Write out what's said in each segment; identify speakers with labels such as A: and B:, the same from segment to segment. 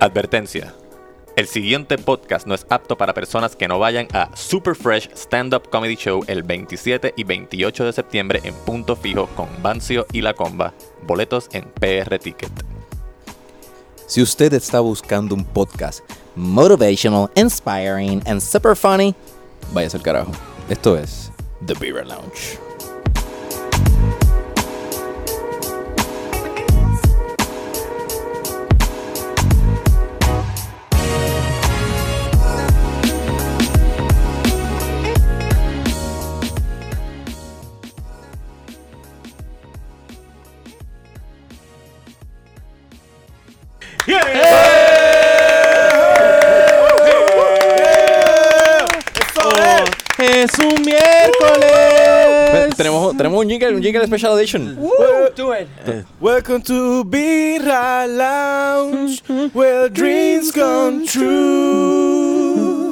A: Advertencia. El siguiente podcast no es apto para personas que no vayan a Super Fresh Stand Up Comedy Show el 27 y 28 de septiembre en Punto Fijo con Bancio y La Comba. Boletos en PR Ticket.
B: Si usted está buscando un podcast motivational, inspiring and super funny, váyase al carajo. Esto es The Beaver Lounge. Es un miércoles. Tenemos, tenemos un jingle, un
C: Mm.
B: jingle special edition.
C: Welcome to Birra Lounge, where dreams come true.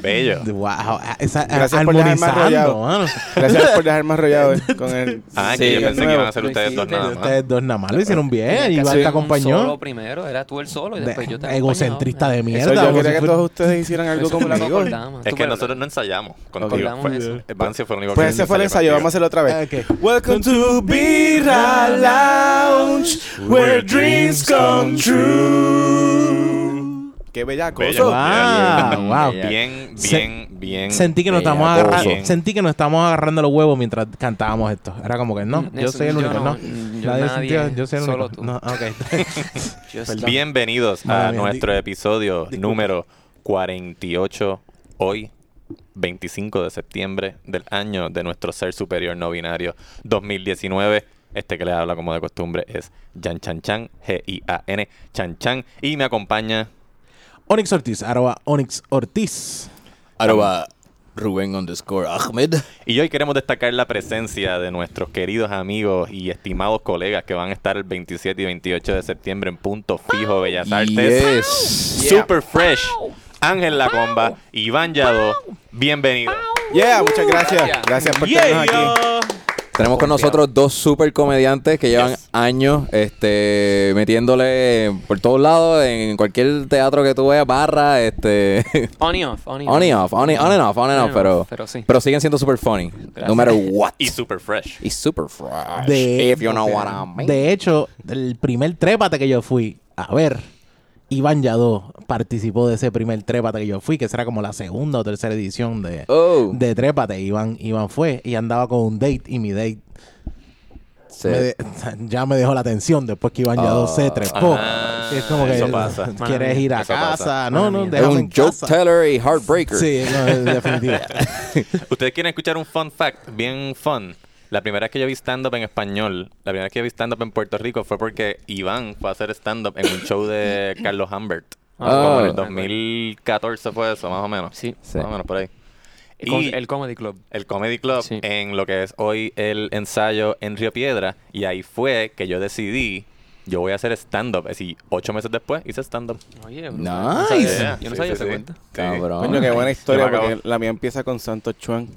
A: Bello.
D: Wow, esa,
C: Gracias por dejarme
D: armonizando,
C: arrollado.
D: mano.
C: Gracias por dejarme arrollado eh, con el.
A: Ah,
B: Sí,
A: que yo pensé que
C: nuevo.
A: iban a ser
E: Lo
A: ustedes dos
E: hiciste,
A: nada más.
D: Ustedes dos nada más lo hicieron bien.
E: Tenías que
D: Iván
E: hacer
D: te
E: un
D: acompañó.
E: solo primero, era tú el solo y
D: De-
E: después yo te acompañaba.
D: egocentrista de
C: Eso,
D: mierda.
C: yo
D: como
C: quería
D: si
C: que
D: fuera-
C: todos ustedes hicieran algo
E: Eso fue lo que
C: conmigo.
E: acordamos.
A: Es
E: Tú
A: que
E: me-
A: nosotros no ensayamos contigo.
E: acordamos eso.
A: Bancio fue el único
C: Pues
A: que
C: ese fue el ensayo, vamos a hacerlo otra vez.
D: Ok.
C: Welcome to Birra Lounge, where dreams come true. Qué bella
A: Bello.
C: cosa.
D: Wow, wow.
A: Bien, bien,
D: Se-
A: bien, bien.
D: Sentí que nos
B: Bella
D: estamos
B: cosa.
D: agarrando, sentí que nos estamos agarrando los huevos mientras cantábamos esto. Era como que no, yo
E: Mm, Eso-
D: soy el
E: yo
D: único, no.
E: no, yo
D: Nadie
E: nadie,
D: sintió, yo soy el
E: solo
D: único.
E: tú.
D: No, ok.
E: Yo
D: Perdón.
E: sí.
A: Bienvenidos a
D: Madre mía,
A: nuestro episodio número 48 hoy, 25 de septiembre del año de nuestro ser superior no binario 2019. Este que les habla como de costumbre es Jan Chan Chan, G-I-A-N, Chan Chan. Y me acompaña
D: Onyx Ortiz, arroba Onyx Ortiz.
B: Arroba Rubén underscore Ahmed.
A: Y hoy queremos destacar la presencia de nuestros queridos amigos y estimados colegas que van a estar el 27 y 28 de septiembre en Punto Fijo Bellas Artes.
B: Yes.
A: Super Fresh, Ángel La Comba, Iván Yadó. Bienvenidos.
C: Yeah, muchas gracias.
E: Gracias.
C: Gracias por tenernos aquí.
B: Tenemos con nosotros dos super comediantes que llevan
A: Yes.
B: años este, metiéndole por todos lados, en cualquier teatro que tú veas, barra, este.
E: On y off, on y off.
B: On and off, on and, on and off, on and off, pero,
E: pero sí.
B: pero siguen siendo super funny. No matter what.
A: Y Super Fresh.
B: Y super fresh.
D: De-
B: if you know what I mean.
D: De hecho, el primer trépate que yo fui, a ver, Iván Yadó participó de ese primer trépate que yo fui, que será como la segunda o tercera edición de,
B: Oh.
D: de trépate. Iván, Iván fue y andaba con un date y mi date
B: Se-
D: me de- ya me dejó la atención después que Iván Yadó se trepó.
A: Ah,
D: es como que
A: eso pasa.
D: quieres ir a
A: Eso
D: casa.
A: pasa.
D: No,
E: Mala
D: no,
E: mía.
B: es
D: déjame
B: un
D: en
B: joke
D: casa.
B: teller y heartbreaker.
D: Sí, no, es definitivo.
A: ¿Ustedes quieren escuchar un fun fact? Bien fun. La primera vez que yo vi stand-up en español, la primera vez que yo vi stand-up en Puerto Rico fue porque Iván fue a hacer stand-up en un show de Carlos Humbert.
B: Ah.
A: Como en el
B: Ah.
A: 2014 fue eso, más o menos.
E: Sí.
B: Sí.
A: Más o menos por ahí.
E: Y con
A: Y-
E: el Comedy Club.
A: el Comedy Club
E: Sí.
A: en lo que es hoy el ensayo en Río Piedra y ahí fue que yo decidí yo voy a hacer stand-up. Es decir, ocho meses después hice stand-up.
E: Oye,
B: Nice.
E: brutal. No sabía-
A: Yeah,
E: Yo no
A: sí,
E: sabía
A: sí,
E: ese
A: sí.
E: cuento.
B: Cabrón.
C: Coño, qué buena
A: Se
C: historia,
A: me acabó.
C: porque la mía empieza con Santo Chuan.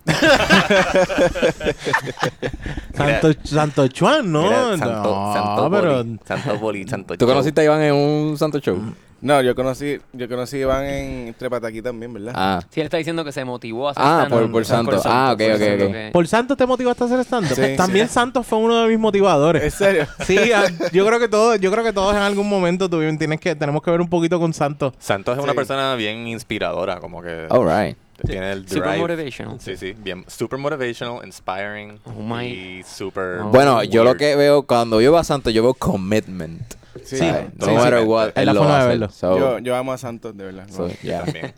D: Santo, Santo Chuan, ¿no?
A: Mira, Santo,
D: no,
A: Santo Boli,
D: pero
A: Santo Boli, Santo
B: ¿Tú
A: Joe.
B: conociste a Iván en un santo show?
D: Mm.
C: No, yo conocí, yo conocí a Iván en Trepataquí también, ¿verdad?
B: Ah.
E: Sí, él está diciendo que se motivó a hacer
B: Ah,
E: stand-up.
B: por- por
E: O sea,
B: Santo. Ah, ok,
E: por
B: ok,
E: Santo
B: ok.
E: que-
D: Por Santos te motivaste a hacer stand-up.
C: Sí,
D: También
C: sí.
D: Santos fue uno de mis motivadores.
C: ¿En serio?
D: Sí, a- yo creo que todos, yo creo que todos en algún momento tuvieron, tienes que, tenemos que ver un poquito con Santos.
A: Santos es una
C: Sí.
A: persona bien inspiradora, como que
B: All right.
A: tiene el drive.
E: Super motivational.
A: Sí, sí, bien. Super motivational, inspiring
E: Oh my-
A: y super...
E: Oh,
B: Bueno, yo lo
A: weird.
B: que veo cuando yo veo a Santo, yo veo commitment.
C: Sí.
B: ¿sabes?
C: Sí,
B: no
C: sí.
B: matter what,
A: Es
B: él
D: la
B: lo
D: forma de
B: hace.
D: verlo.
B: So,
E: Oh.
C: Yo, yo amo a Santos, de verdad.
B: so, yeah.
A: También.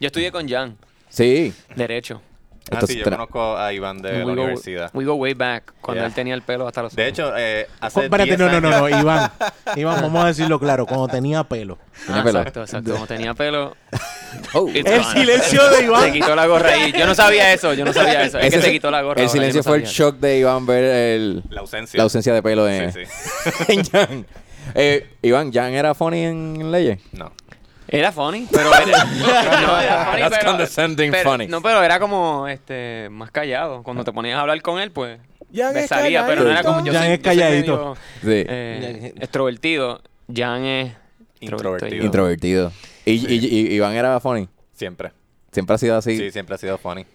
E: Yo estudié con Jan,
B: Sí.
E: derecho.
A: Ah,
B: Esto
A: sí,
B: es
A: yo
B: tra-
A: conozco a Iván de la
E: we, go,
A: universidad.
E: we go way back, cuando
A: Yeah.
E: él tenía el pelo hasta los
A: De hecho, eh, hace
D: Espérate,
A: 10
D: no, no, no,
A: años-
D: no, Iván. Iván, vamos a decirlo claro, cuando tenía pelo.
B: Tenía
E: Ah,
B: pelo.
E: Exacto, exacto. Como tenía pelo,
B: Oh.
E: It's
D: El
E: gone.
D: silencio de
E: se
D: Iván.
E: quitó la gorra ahí. Yo no sabía eso, yo no sabía eso. Es
B: Ese
E: que se
B: es-
E: quitó la gorra.
B: El
E: ahora, yo
B: silencio
E: no
B: fue el
E: sabía.
B: shock de Iván ver el,
A: La ausencia.
B: la ausencia de pelo en,
A: Sí, sí.
B: en Jan. Eh, Iván, ¿Jan era funny en Leyes?
A: No.
E: Era funny, pero era, no, era funny,
B: That's
E: pero-
B: condescending
E: pero-
B: funny.
E: No, pero era como este más callado. Cuando te ponías a hablar con él, pues
C: Jan
E: me
C: es
E: salía, pero no era como yo
D: Jan
E: soy-
D: es
E: yo
A: Eh,
E: soy
D: calladito.
E: medio,
B: Sí.
E: eh, extrovertido. Jan es
A: Introvertido.
E: Introvertido.
B: Introvertido. Y, y- y- Iván era funny.
A: Siempre.
B: Siempre ha sido así.
A: Sí, siempre ha sido funny.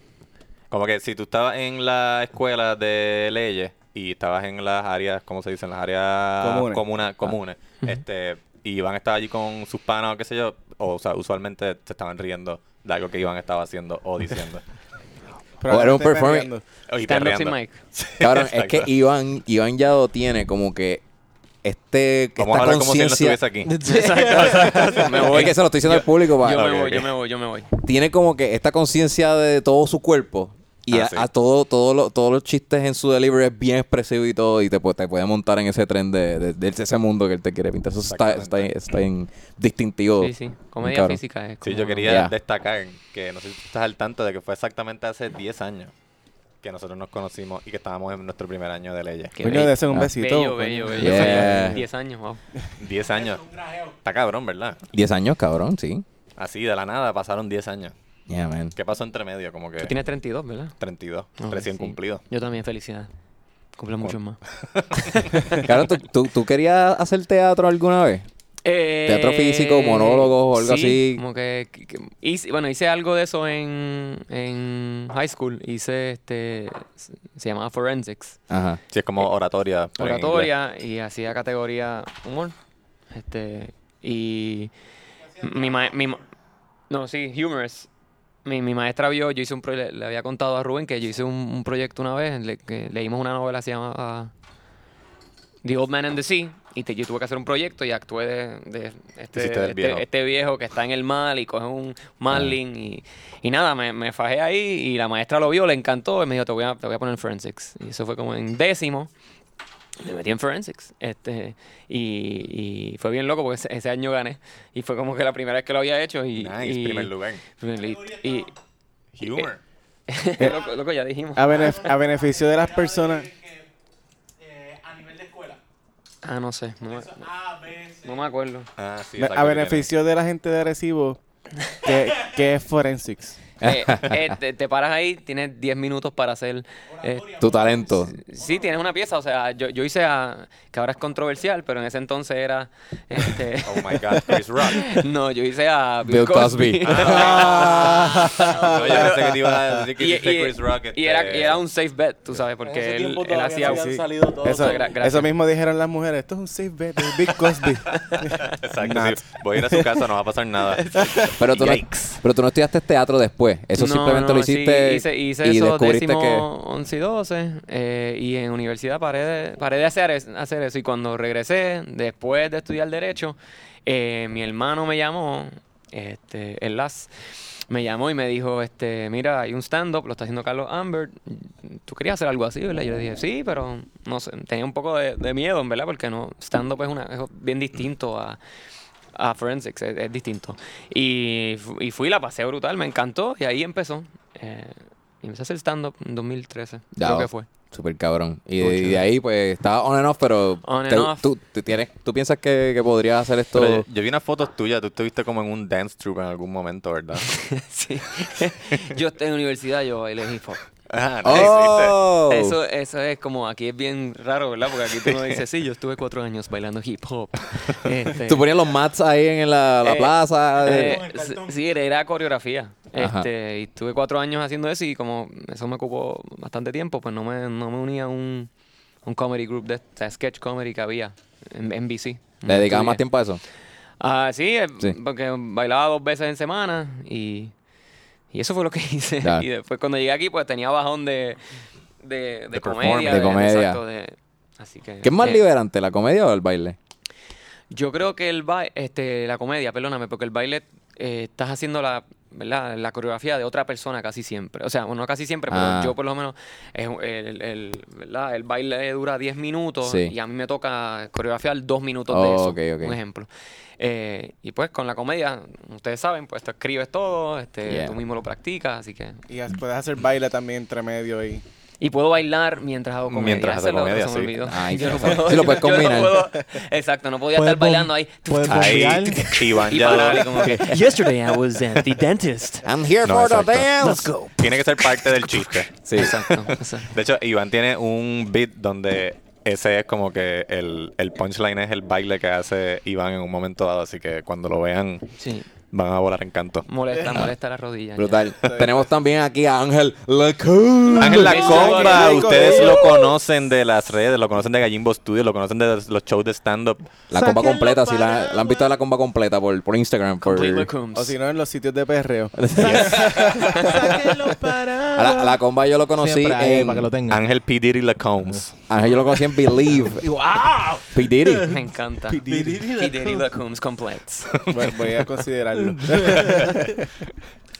A: Como que si tú estabas en la escuela de leyes y estabas en las áreas, ¿cómo se dicen? Las áreas
C: Comunes.
B: Ah.
A: comuna- comunes. Este, y Iván estaba allí con sus panas o qué sé yo. O, o sea, usualmente se estaban riendo de algo que Iván estaba haciendo o diciendo.
E: oh,
B: O era un
C: Probablemente
B: performing.
C: perreando.
A: O y
E: Stand-up sin
A: perreando.
E: mic.
B: Cabrón, es que
A: Exacto.
B: Iván, Iván Yado tiene como que este
A: Vamos a
B: esta
A: hablar como si él no
B: conciencia.
A: estuviese aquí.
B: me voy. Es que se lo estoy diciendo al público. va.
E: Yo
A: ok,
E: me voy,
A: ok.
E: yo me voy, yo me voy.
B: Tiene como que esta conciencia de todo su cuerpo. Y
A: Ah,
B: a,
A: sí.
B: a todo, todo lo- todos los chistes en su delivery es bien expresivo y todo. Y te, pu- te puede montar en ese tren de, de- de ese mundo que él te quiere pintar. Eso está, está, está en distintivo.
E: Sí, sí. Comedia
B: Oh. Cabrón.
E: física es
A: Sí,
E: como-
A: yo quería
B: Ya.
A: destacar que no sé si tú estás al tanto de que fue exactamente hace 10 años que nosotros nos conocimos y que estábamos en nuestro primer año de leyes.
E: Qué
C: Coño,
E: bello.
C: de hacer un
B: Ah.
C: besito.
E: Bello, bello, bello.
B: Yeah.
E: 10 años, wow.
A: 10 años. Está cabrón, ¿verdad?
B: 10 años, cabrón, sí.
A: Así, de la nada, pasaron 10 años.
B: Yeah, man.
A: ¿Qué pasó entre medio? Como que
E: Tú tienes 32, ¿verdad?
A: 32,
E: Ok,
A: recién
E: sí.
A: cumplido.
E: Yo también, felicidad. Cumple mucho más.
B: Cabrón, ¿tú, tú, tú querías hacer teatro alguna vez? Teatro físico, monólogos o algo
E: Eh, sí,
B: así.
E: Como que, que- que hice- bueno, hice algo de eso en, en high school. Hice este se se llamaba forensics,
B: Ajá.
A: Sí, es como oratoria. pero en
E: Eh, oratoria y hacía categoría humor. Este y mi, ma- mi ma- no, sí, humorous. Mi, mi maestra vio, yo hice un proyecto, le había contado a Rubén que yo hice un, un proyecto una vez, le- que leímos una novela se llamaba The Old Man and the Sea, y te- yo tuve que hacer un proyecto y actué de, de este,
A: Hiciste del
E: este-
A: viejo.
E: este viejo que está en el mal y coge un marlin y, y nada, me, me fajé ahí y la maestra lo vio, le encantó y me dijo, te voy a, te voy a poner en forensics. Y eso fue como en décimo. Me metí en forensics. Este, y, y fue bien loco porque ese, ese año gané. Y fue como que la primera vez que lo había hecho. Y,
A: Nice,
E: y- eh,
A: primer lugar.
E: primer li- Y,
A: Humor.
E: loco, loco, ya dijimos.
C: A, benef- a beneficio de las personas.
F: a nivel de escuela.
E: Ah, no sé. No, me-
F: A, B, C.
E: no me acuerdo.
A: Ah, sí,
C: a
A: exacto, que
C: beneficio de la gente de Arecibo que, que es forensics.
E: Eh, eh, te, te paras ahí, tienes 10 minutos para hacer. eh,
B: Tu talento.
E: Sí, tienes una pieza, o sea, yo, yo hice a, que ahora es controversial, pero en ese entonces era este,
A: tiene- Oh my God, Chris Rock.
E: no, yo hice a Bill,
B: Bill Cosby.
A: No, yo pensé que te ibas a decir Ah, que
E: Ah. y,
A: hiciste
E: y-
A: Chris Rock.
E: y era,
A: este,
E: y era un safe bet, tú sabes, porque él, él hacía...
C: habían
E: sí.
C: salido Eso,
E: Gra- gracias.
C: eso mismo dijeron las mujeres. Esto es un safe bet de Big Cosby.
A: Exacto, sí. Voy a ir a su casa, no va a pasar nada.
B: Pero tú, no,
A: Yikes.
B: pero tú no estudiaste teatro después. Eso
E: No,
B: simplemente
E: no,
B: lo
E: sí,
B: hiciste
E: hice, hice
B: y
E: eso
B: descubriste
E: décimo,
B: que...
E: 11 y 12, eh, y en universidad paré de, paré de hacer, es- hacer eso. Y cuando regresé, después de estudiar Derecho, eh, mi hermano me llamó, este, el LAS, me llamó y me dijo, este, mira, hay un stand-up, lo está haciendo Carlos Amber, tú querías hacer algo así, ¿verdad? Yo le dije, sí, pero no sé, tenía un poco de, de miedo, en ¿verdad? Porque no, stand-up es, una- es bien distinto a a Forensics, es, es distinto. Y, fu- y fui, la pasé brutal, me encantó y ahí empezó. Eh, y empecé a hacer stand-up en 2013,
B: Ya,
E: creo
B: va.
E: que fue.
B: Súper cabrón. Y,
E: Estuvo
B: de- y de
E: chido.
B: ahí, pues, estaba on and off, pero...
E: On
B: te-
E: and off.
B: Tú, te tienes, tú piensas que, que podrías hacer esto...
A: Pero yo, yo vi unas fotos tuyas, tú estuviste como en un dance troupe en algún momento, ¿verdad?
E: Sí. yo en universidad yo bailé hip hop.
A: Ah, nice,
B: ¡Oh!
E: Eso, eso es como, aquí es bien raro, ¿verdad? Porque aquí tú no dices, sí, yo estuve cuatro años bailando hip hop. Este,
B: Tú ponías los mats ahí en la, la
E: Eh,
B: plaza. de-
E: Eh, s- sí, era, era coreografía.
B: Ajá.
E: Este, y estuve cuatro años haciendo eso y como eso me ocupó bastante tiempo, pues no me, no me unía a un, un comedy group de o sea, sketch comedy que había en en NBC.
B: ¿Le dedicabas
E: Estudié.
B: más tiempo a eso?
E: Ah, sí, eh,
B: Sí.
E: porque bailaba dos veces en semana y, y eso fue lo que hice.
B: Ya.
E: Y después cuando llegué aquí, pues tenía bajón de, de, de
A: De
E: comedia.
A: performance.
B: De comedia.
E: exacto, de- así que,
B: ¿Qué es más
E: eh,
B: liberante, la comedia o el baile?
E: yo creo que el baile, este, la comedia, perdóname, porque el baile eh, estás haciendo la, ¿verdad? la coreografía de otra persona casi siempre. O sea, bueno, no casi siempre, pero
B: Ah.
E: yo por lo menos, es un- el, el- ¿verdad? el baile dura 10 minutos
B: Sí.
E: y a mí me toca coreografiar dos minutos
B: Oh,
E: de eso,
B: ok, ok.
E: un ejemplo. Eh, y pues con la comedia, ustedes saben, pues tú escribes todo, este,
B: Yeah.
E: tú mismo lo practicas, así que...
C: y as- puedes hacer baile también entre medio ahí.
E: Y puedo bailar mientras hago comedia.
A: Mientras hace
E: Eso es lo otro,
A: comedia,
E: se me
A: sí.
E: olvidó.
B: Ay,
E: Yo
B: sí,
E: no
B: o sea,
E: puedo-
B: sí lo puedes
E: yo no
B: combinar.
E: puedo- exacto, no podía
D: Puedes
E: estar bailando
D: bom-
E: ahí.
D: puedes
A: Ahí,
D: bombear.
A: Iván
E: Y
A: ya lo-
E: parar, y como que, Yesterday I was at the dentist.
B: I'm here
A: No,
B: for
A: exacto.
B: the dance.
A: Tiene que ser parte del chiste.
B: Sí.
E: Exacto. exacto.
A: De hecho, Iván tiene un beat donde ese es como que el, el punchline es el baile que hace Iván en un momento dado. Así que cuando lo vean,
E: Sí.
A: van a volar encanto.
E: Molesta, molesta la rodilla. ya.
B: Brutal. Tenemos también aquí a Ángel Lacomba.
A: Ángel La
E: Ay,
A: Comba,
C: qué rico,
A: ustedes
C: eh.
A: lo conocen de las redes, lo conocen de Gallimbo Studio, lo conocen de los shows de stand-up.
B: La comba
D: Sáquenlo
B: completa, si la,
D: para-
B: la han visto la comba completa por, por Instagram. Por...
E: Complete
B: A
E: Combs.
C: O si no, en los sitios de perreo.
D: Sáquenlo para-
B: la, a la comba yo lo conocí
D: Siempre ahí,
B: en...
D: para que lo tengan.
A: Ángel P. Diddy La Combs.
B: Ángel yo lo conocí en Believe.
D: ¡Wow!
B: P. Diddy.
E: Me encanta. Pidiri Lacombs Complex.
C: Voy- Voy a considerarlo.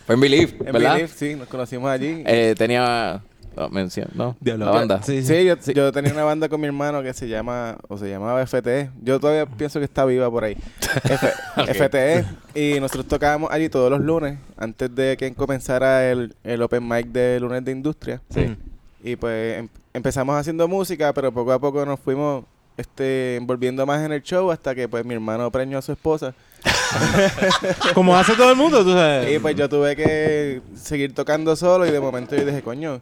B: Fue en Believe,
C: En
B: ¿verdad?
C: Belief, sí, nos conocimos allí.
B: Eh, tenía... No, mención, ¿no?
D: Diablo,
B: la banda.
D: Sí, sí.
C: Sí, yo, yo tenía una banda con mi hermano que se llama, o se llamaba FTE. Yo todavía pienso que está viva por ahí. F- FTE. Y nosotros tocábamos allí todos los lunes, antes de que comenzara el, el open mic de lunes de industria.
D: Sí.
C: Y pues em- empezamos haciendo música, pero poco a poco nos fuimos este, envolviendo más en el show hasta que pues mi hermano preñó a su esposa.
D: Como hace todo el mundo, tú
C: Y
D: sabes.
C: pues yo tuve que seguir tocando solo y de momento yo dije, coño,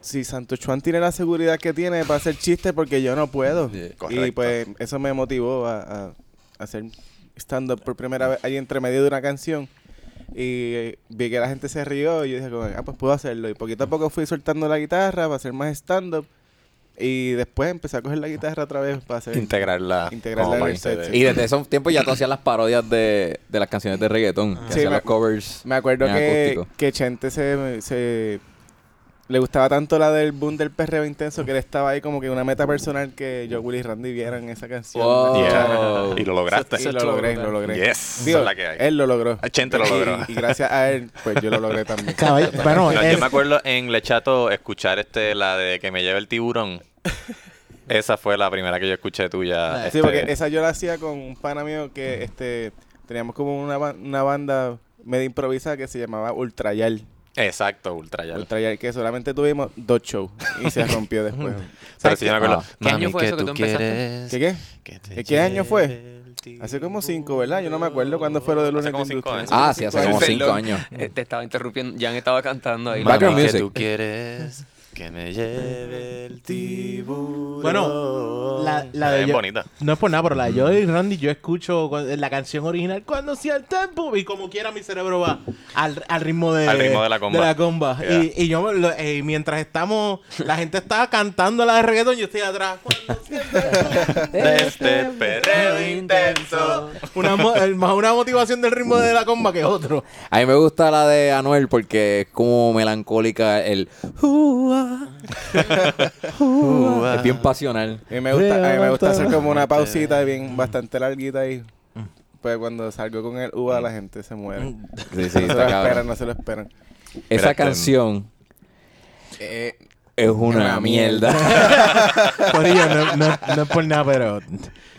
C: si Santo Chuan tiene la seguridad que tiene para hacer chistes porque yo no puedo. Y pues eso me motivó a, a- a hacer stand-up por primera vez ahí entre medio de una canción. Y eh, vi que la gente se rió y yo dije, como, ah, pues puedo hacerlo. Y poquito a poco fui soltando la guitarra para hacer más stand-up. Y después empecé a coger la guitarra otra vez para hacer...
A: Integrarla.
C: Integrarla
A: como
C: en el
A: parte
C: set,
A: de-
C: sí.
B: Y desde esos tiempos ya tú hacías las parodias de, de las canciones de reggaetón. Que
C: Sí,
B: hacían
C: me-
B: los covers.
C: Me acuerdo
B: en
C: que,
B: acústico.
C: que Chente se, se- le gustaba tanto la del boom del perreo intenso que él estaba ahí como que una meta personal que yo, Willy y Randy vieran esa canción.
B: Wow.
A: Yeah.
B: Oh.
A: Y lo lograste.
C: Y lo logré, lo logré.
A: Yes, esa
C: Digo,
A: es la que hay.
C: Él lo logró.
A: Ah, Chente lo
C: Y-
A: logró.
C: Y, gracias a él, pues yo lo logré también.
D: Caballo- bueno,
A: No,
D: es-
A: Yo me acuerdo en Lechato escuchar este, la de que me lleve el tiburón. Esa fue la primera que yo escuché tuya.
C: Sí,
A: este,
C: porque esa yo la hacía con un pana mío que este teníamos como una, ba- una banda medio improvisada que se llamaba Ultrayal.
A: Exacto, Ultra ya.
C: Ultrayal, que solamente tuvimos dos shows y se rompió después.
A: Pero sí, yo me acuerdo.
B: Ah.
E: ¿Qué año fue eso que tú empezaste?
C: ¿Qué qué? ¿Qué año fue? Hace como cinco, ¿verdad? Yo no me acuerdo cuándo fue lo de lunes de
A: como cinco
C: industria.
A: años.
B: Ah, sí, hace como
E: Perdón.
B: cinco años.
E: Eh, Te estaba interrumpiendo. Jan estaba cantando ahí.
B: Background
A: Mami,
B: music.
A: ¿qué tú quieres que me lleve el tiburón.
D: Bueno, la, la
A: Está
D: de
A: bien
D: yo-
A: bonita.
D: No es por nada, pero la de Joy Randy yo escucho cu- la canción original cuando sea el tempo y como quiera mi cerebro va al, al ritmo de
A: Al ritmo de la comba.
D: comba.
A: Yeah.
D: Y, y yo me lo- eh, mientras estamos, la gente estaba cantando la de reggaeton yo estoy atrás. Cuando sea el tempo.
A: De este perreo intenso.
D: una, mo- el- más una motivación del ritmo de la comba que otro.
B: A mí me gusta la de Anuel porque es como melancólica el... es bien pasional.
C: A mí me gusta, a mí me gusta hacer como una pausita bien bastante larguita ahí. Pues cuando salgo con el uva la gente se muere.
B: Sí, sí,
C: no se lo
B: está
C: esperan,
B: cabrón.
C: no se lo esperan.
B: Esa
A: Espérate.
B: canción
C: Eh,
B: es una
C: Una mierda.
B: mierda.
D: Corillo, no, no, no es por nada, pero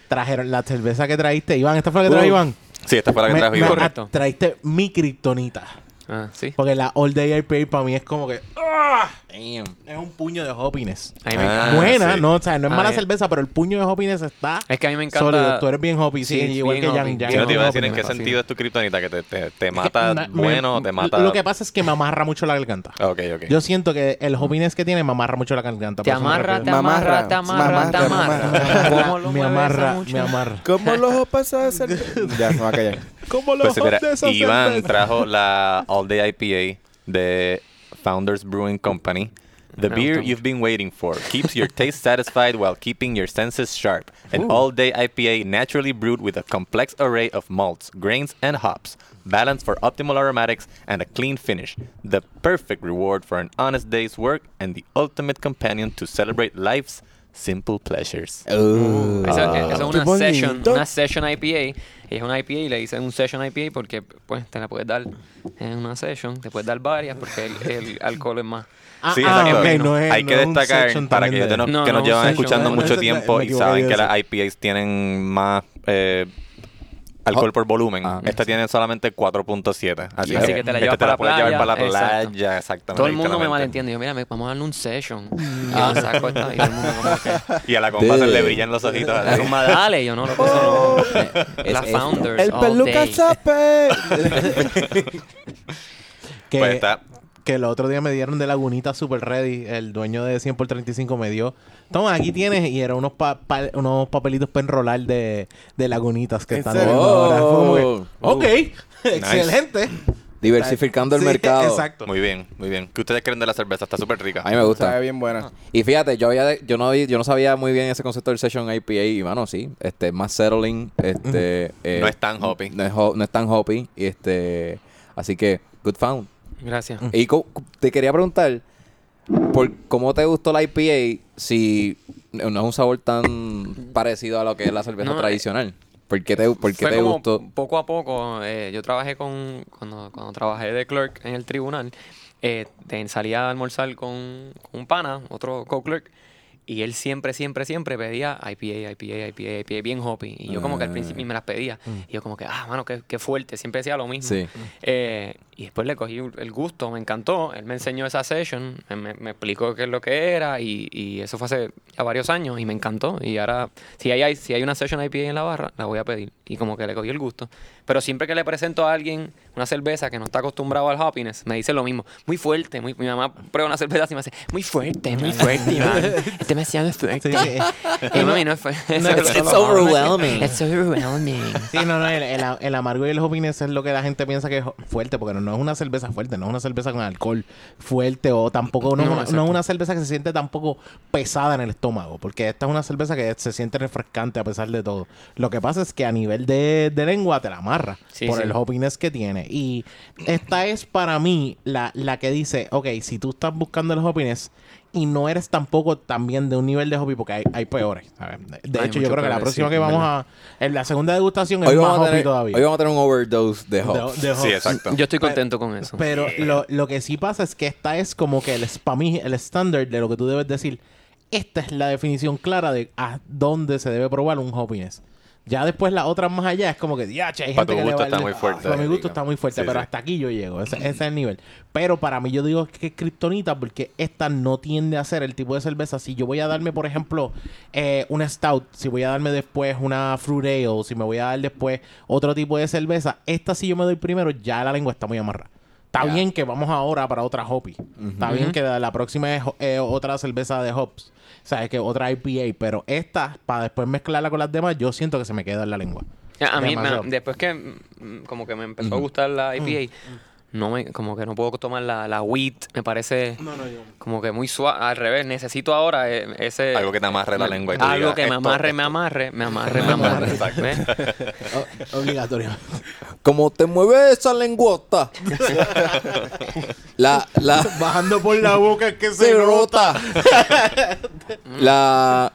D: trajeron la cerveza que traíste, Iván. ¿Esta fue la que trajo
B: Uh.
D: Iván?
A: Sí, esta fue la que
D: Me-
A: trajo
D: me- ah,
A: Iván.
E: Correcto.
D: Traíste mi kriptonita.
E: Ah, sí.
D: Porque la All Day IPA para mí es como que ¡ah!
B: Damn.
D: es un puño de hoppiness.
E: A mí me
A: Ah.
E: encanta.
D: Buena,
A: sí.
D: no, o sea, no es
E: Ah,
D: mala
E: bien.
D: cerveza, pero el puño de hoppiness está
E: Es que a mí me encanta.
D: sólido. Tú eres bien hoppy, sí,
E: Sí,
D: igual
E: bien
D: que Jan.
E: hoppy.
D: Jan
A: Yo no
D: es
A: te iba a decir
D: hoppy.
A: en qué
E: Fascina.
A: sentido es tu kriptonita, que te, te, te
D: Es que
A: mata
D: na- me-
A: bueno o te mata.
D: Lo que pasa es que me amarra mucho la garganta.
A: Ok, ok.
D: Yo siento que el hoppiness que tiene me amarra mucho la garganta.
E: Te
D: por eso me
E: amarra,
D: refiero.
E: te amarra, te amarra, te
C: Mamarra,
E: amarra. ¿Cómo lo
D: me
E: mueve
D: amarra,
E: esa muchacha?
D: me amarra.
C: ¿Cómo los opas hacen? ya, se va a callar.
D: ¿Cómo
A: Pues mira, Iván trajo la All Day IPA de Founders Brewing Company. The
E: Me
A: beer
E: gusta
A: you've been waiting for keeps your taste satisfied while keeping your senses sharp. An all day IPA naturally brewed with a complex array of malts, grains, and hops, balanced for optimal aromatics and a clean finish. The perfect reward for an honest day's work and the ultimate companion to celebrate life's simple pleasures.
B: Uh.
E: Esa- esa es una
C: bonito.
E: session, una session IPA. Y es una IPA y le dicen un session IPA porque pues te la puedes dar en una session, te puedes dar varias porque el, el alcohol es más.
D: Ah,
A: Sí,
D: ah,
A: exacto.
D: ok, no es,
A: Hay que
D: no es un
A: destacar
D: section
A: para
D: también
A: aquellos de
D: de-
A: no-
E: No,
A: que
E: no,
A: nos
E: un
A: llevan
E: section,
A: escuchando
E: no,
A: mucho
D: no,
A: tiempo
D: me
A: y
D: equivoqué
A: saben
D: de
A: que
D: eso.
A: las IPAs tienen más eh, alcohol por volumen.
B: Ah.
A: Esta tiene solamente 4.7. Así,
E: Así que te la llevas
A: esta
E: para la
A: puedes
E: playa,
A: llevar para la
E: exacto.
A: playa, exactamente.
E: Todo el mundo me
A: literalmente.
E: malentiende. Yo, mira, me- vamos a darle un session.
B: Mm.
E: Y yo saco esta y todo el mundo como que,
A: Y a la compa se
B: Dude.
A: le brillan los ojitos.
E: la
A: así.
E: rumba, dale. Yo no, lo no. La
B: Oh. Es- es-
E: Pues, Founders.
C: ¡El
E: all
C: peluca
E: day.
C: sape!
D: Que-
A: Pues está
D: que el otro día me dieron de Lagunita Super Ready. El dueño de 100 por 35 me dio. Toma, aquí tienes. Y eran unos, pa- pa- unos papelitos para enrolar de, de Lagunitas que
C: ¿En
D: están
C: serio?
D: dando ahora. Fue como
B: Oh.
D: que, ok, excelente.
B: Diversificando el
D: Sí,
B: mercado.
D: Exacto.
A: Muy bien, muy bien. ¿Qué ustedes creen de la cerveza? Está súper rica.
B: A mí me gusta.
C: Sabe bien buena.
B: Y fíjate, yo había, yo no había- yo no sabía muy bien ese concepto del session IPA y mano, sí, este más settling, este eh,
A: No es tan hoppy.
B: No es, ho- no es tan hoppy y este así que good found.
E: Gracias.
B: Y co- te quería preguntar por cómo te gustó la IPA si no es un sabor tan parecido a lo que es la cerveza
E: No, eh,
B: tradicional. ¿Por qué te, por qué
E: Fue
B: te
E: como
B: gustó?
E: Poco a poco, eh, yo trabajé con. Cuando, cuando trabajé de clerk en el tribunal, eh, te- salía a almorzar con, con un pana, otro co-clerk, y él siempre, siempre, siempre pedía IPA, IPA, IPA, IPA, bien hoppy. Y yo, como que al principio, y me las pedía.
D: Mm.
E: Y yo, como que, ah, mano, qué, qué fuerte, siempre decía lo mismo.
B: Sí.
E: Eh, y después le cogí el gusto, me encantó. Él me enseñó esa session, él me, me explicó qué es lo que era y, y eso fue hace ya varios años y me encantó. Y ahora, si hay, hay- si hay una session IPA en la barra, la voy a pedir. Y como que le cogí el gusto. Pero siempre que le presento a alguien una cerveza que no está acostumbrado al happiness, me dice lo mismo. Muy fuerte, muy, mi mamá prueba una cerveza y me hace, muy fuerte, muy fuerte, Iván. Este me decía, no es fuerte.
D: Sí, sí.
E: Y mami, no es fuerte.
D: No, it's- it's
E: overwhelming. It's overwhelming.
D: Sí, no, no, el, el- el amargo y el hoppiness es lo que la gente piensa que es fuerte, porque no, no es una cerveza fuerte, no es una cerveza con alcohol fuerte o tampoco, no, es
E: No,
D: una-
E: exacto.
D: no es una cerveza que se siente tampoco pesada en el estómago, porque esta es una cerveza que se siente refrescante a pesar de todo. Lo que pasa es que a nivel de, de lengua te la amarra
E: Sí,
D: por
E: sí.
D: el hoppiness que tiene. Y esta es para mí la, la que dice, ok, si tú estás buscando el hoppiness y no eres tampoco también de un nivel de hobby porque hay, hay peores. ¿sabes? De
E: Hay
D: hecho, yo
E: mucho
D: creo que la
E: peores,
D: próxima
E: sí,
D: que
E: es
D: vamos
E: verdad.
D: a... En la segunda degustación es
B: Hoy
D: más
B: vamos, a
D: hoppy
B: tener,
D: todavía.
B: hoy vamos a tener un overdose de hop.
D: De- de hops.
A: Sí, exacto.
E: Yo estoy contento con eso.
D: Pero lo, lo que sí pasa es que esta es como que el para mí, el estándar de lo que tú debes decir. Esta es la definición clara de a dónde se debe probar un hoppiness. Ya después las otras más allá es como que, ya, hay gente
A: Pa' tu
D: que le
A: gusto
D: va-
A: está
D: le-
A: muy fuerte,
D: Para mi gusto
A: digo.
D: está muy fuerte,
A: Sí,
D: pero
A: sí.
D: hasta aquí yo llego. Ese, ese es el nivel. Pero para mí yo digo que es kriptonita porque esta no tiende a ser el tipo de cerveza. Si yo voy a darme, por ejemplo, eh, una stout, si voy a darme después una fruit ale, si me voy a dar después otro tipo de cerveza, esta si yo me doy primero, ya la lengua está muy amarrada. Está bien que vamos ahora para otra hoppy. Está bien que la, la próxima es eh, otra cerveza de hops. O sea, es que otra IPA, pero esta, para después mezclarla con las demás, yo siento que se me queda en la lengua.
E: A a mí,
D: Demasiado.
E: me- después que mm, como que me empezó a gustar la IPA, no me, como que no puedo tomar la, la wheat, me parece como que muy suave, al revés, necesito ahora eh, ese...
A: Algo que te amarre la lengua y tú
E: Algo
A: digas,
E: que me
A: "Esto,
E: amarre, me
A: esto".
E: amarre, me amarre, me amarre.
A: Exacto.
E: ¿Ves?
D: O- obligatorio.
B: Como te mueve esa lenguota. la, la,
D: Bajando por la boca es que
B: se rota. la.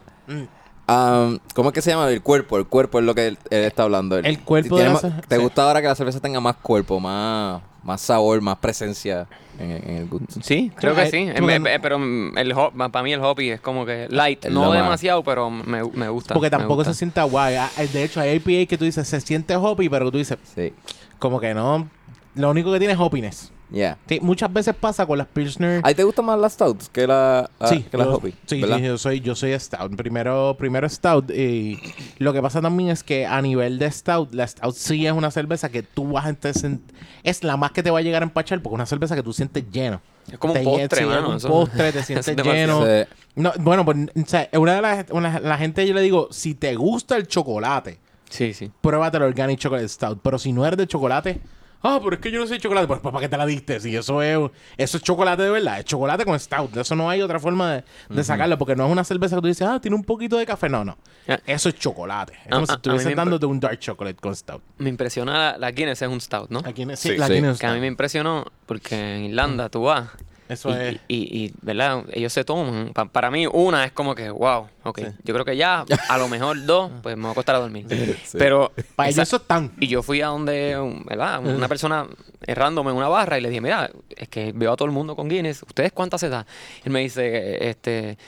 B: am, ¿Cómo es que se llama? El cuerpo. El cuerpo es lo que él, él está hablando. Él-
D: El cuerpo
B: tiene
D: de la
B: más-
D: cerveza.
B: ¿Te
D: Sí.
B: gusta ahora que la cerveza tenga más cuerpo, más, más sabor, más presencia en, en el gusto?
E: Sí, creo que
D: Eh,
E: sí.
D: tú
E: Eh,
D: no-
E: eh, pero mm, el hop, para mí el hoppy es como que light,
B: Es lo
E: no
B: más.
E: demasiado, pero me, me gusta.
D: Porque
E: me
D: tampoco
E: gusta.
D: se sienta guay. Ah, eh, De hecho, hay IPA que tú dices, se siente hoppy, pero tú dices,
B: Sí.
D: como que no. Lo único que tiene es hoppiness.
B: Yeah.
D: Sí, muchas veces pasa con las Pilsner.
B: ¿A ti te gustan más las stouts que la, ah,
D: sí,
B: que las
D: yo-
B: hoppy?
D: sí,
B: ¿verdad?
D: sí, yo soy, yo soy stout. Primero, primero stout. Y lo que pasa también es que a nivel de stout, la stout sí es una cerveza que tú vas a te sen- es la más que te va a llegar a empachar porque es una cerveza que tú sientes lleno.
E: Es como un
D: Te-
E: postre,
D: sí, es
E: mano,
D: un
E: eso-
D: postre, te
E: es
D: sientes
E: demasiado.
D: lleno.
B: Sí.
D: No, bueno, pues, o sea, una de las una- la gente yo le digo, si te gusta el chocolate,
E: Sí, sí.
D: pruébate el Organic Chocolate Stout. Pero si no eres de chocolate, ah, pero es que yo no soy de chocolate. Pues, ¿para qué te la diste? Si eso es, eso es chocolate de verdad, es chocolate con Stout. De eso no hay otra forma de, de sacarlo, porque no es una cerveza que tú dices, ah, tiene un poquito de café. No, no.
E: Ah.
D: Eso es chocolate. Es como
E: Ah,
D: si
E: ah, a mí
D: estuviesen
E: me-
D: dándote un dark chocolate con Stout.
E: Me impresiona la, la Guinness, es un stout, ¿no?
D: Aquí en,
A: Sí,
D: la
B: sí.
D: Guinness
E: Que a mí me
D: Stout.
E: impresionó porque en Irlanda tú vas
D: Eso
E: y,
D: es.
E: y- y, ¿verdad? Ellos se toman. Pa- para mí, una es como que, wow, ok. Yo creo que ya, a lo mejor dos, pues me voy a acostar a dormir. Pero.
D: Para
E: esa-
D: ellos eso es tan.
E: y yo fui a donde, un- ¿verdad? Una persona errándome en una barra y le dije, mira, es que veo a todo el mundo con Guinness. ¿Ustedes cuántas se da? Él me dice, "Eh, este.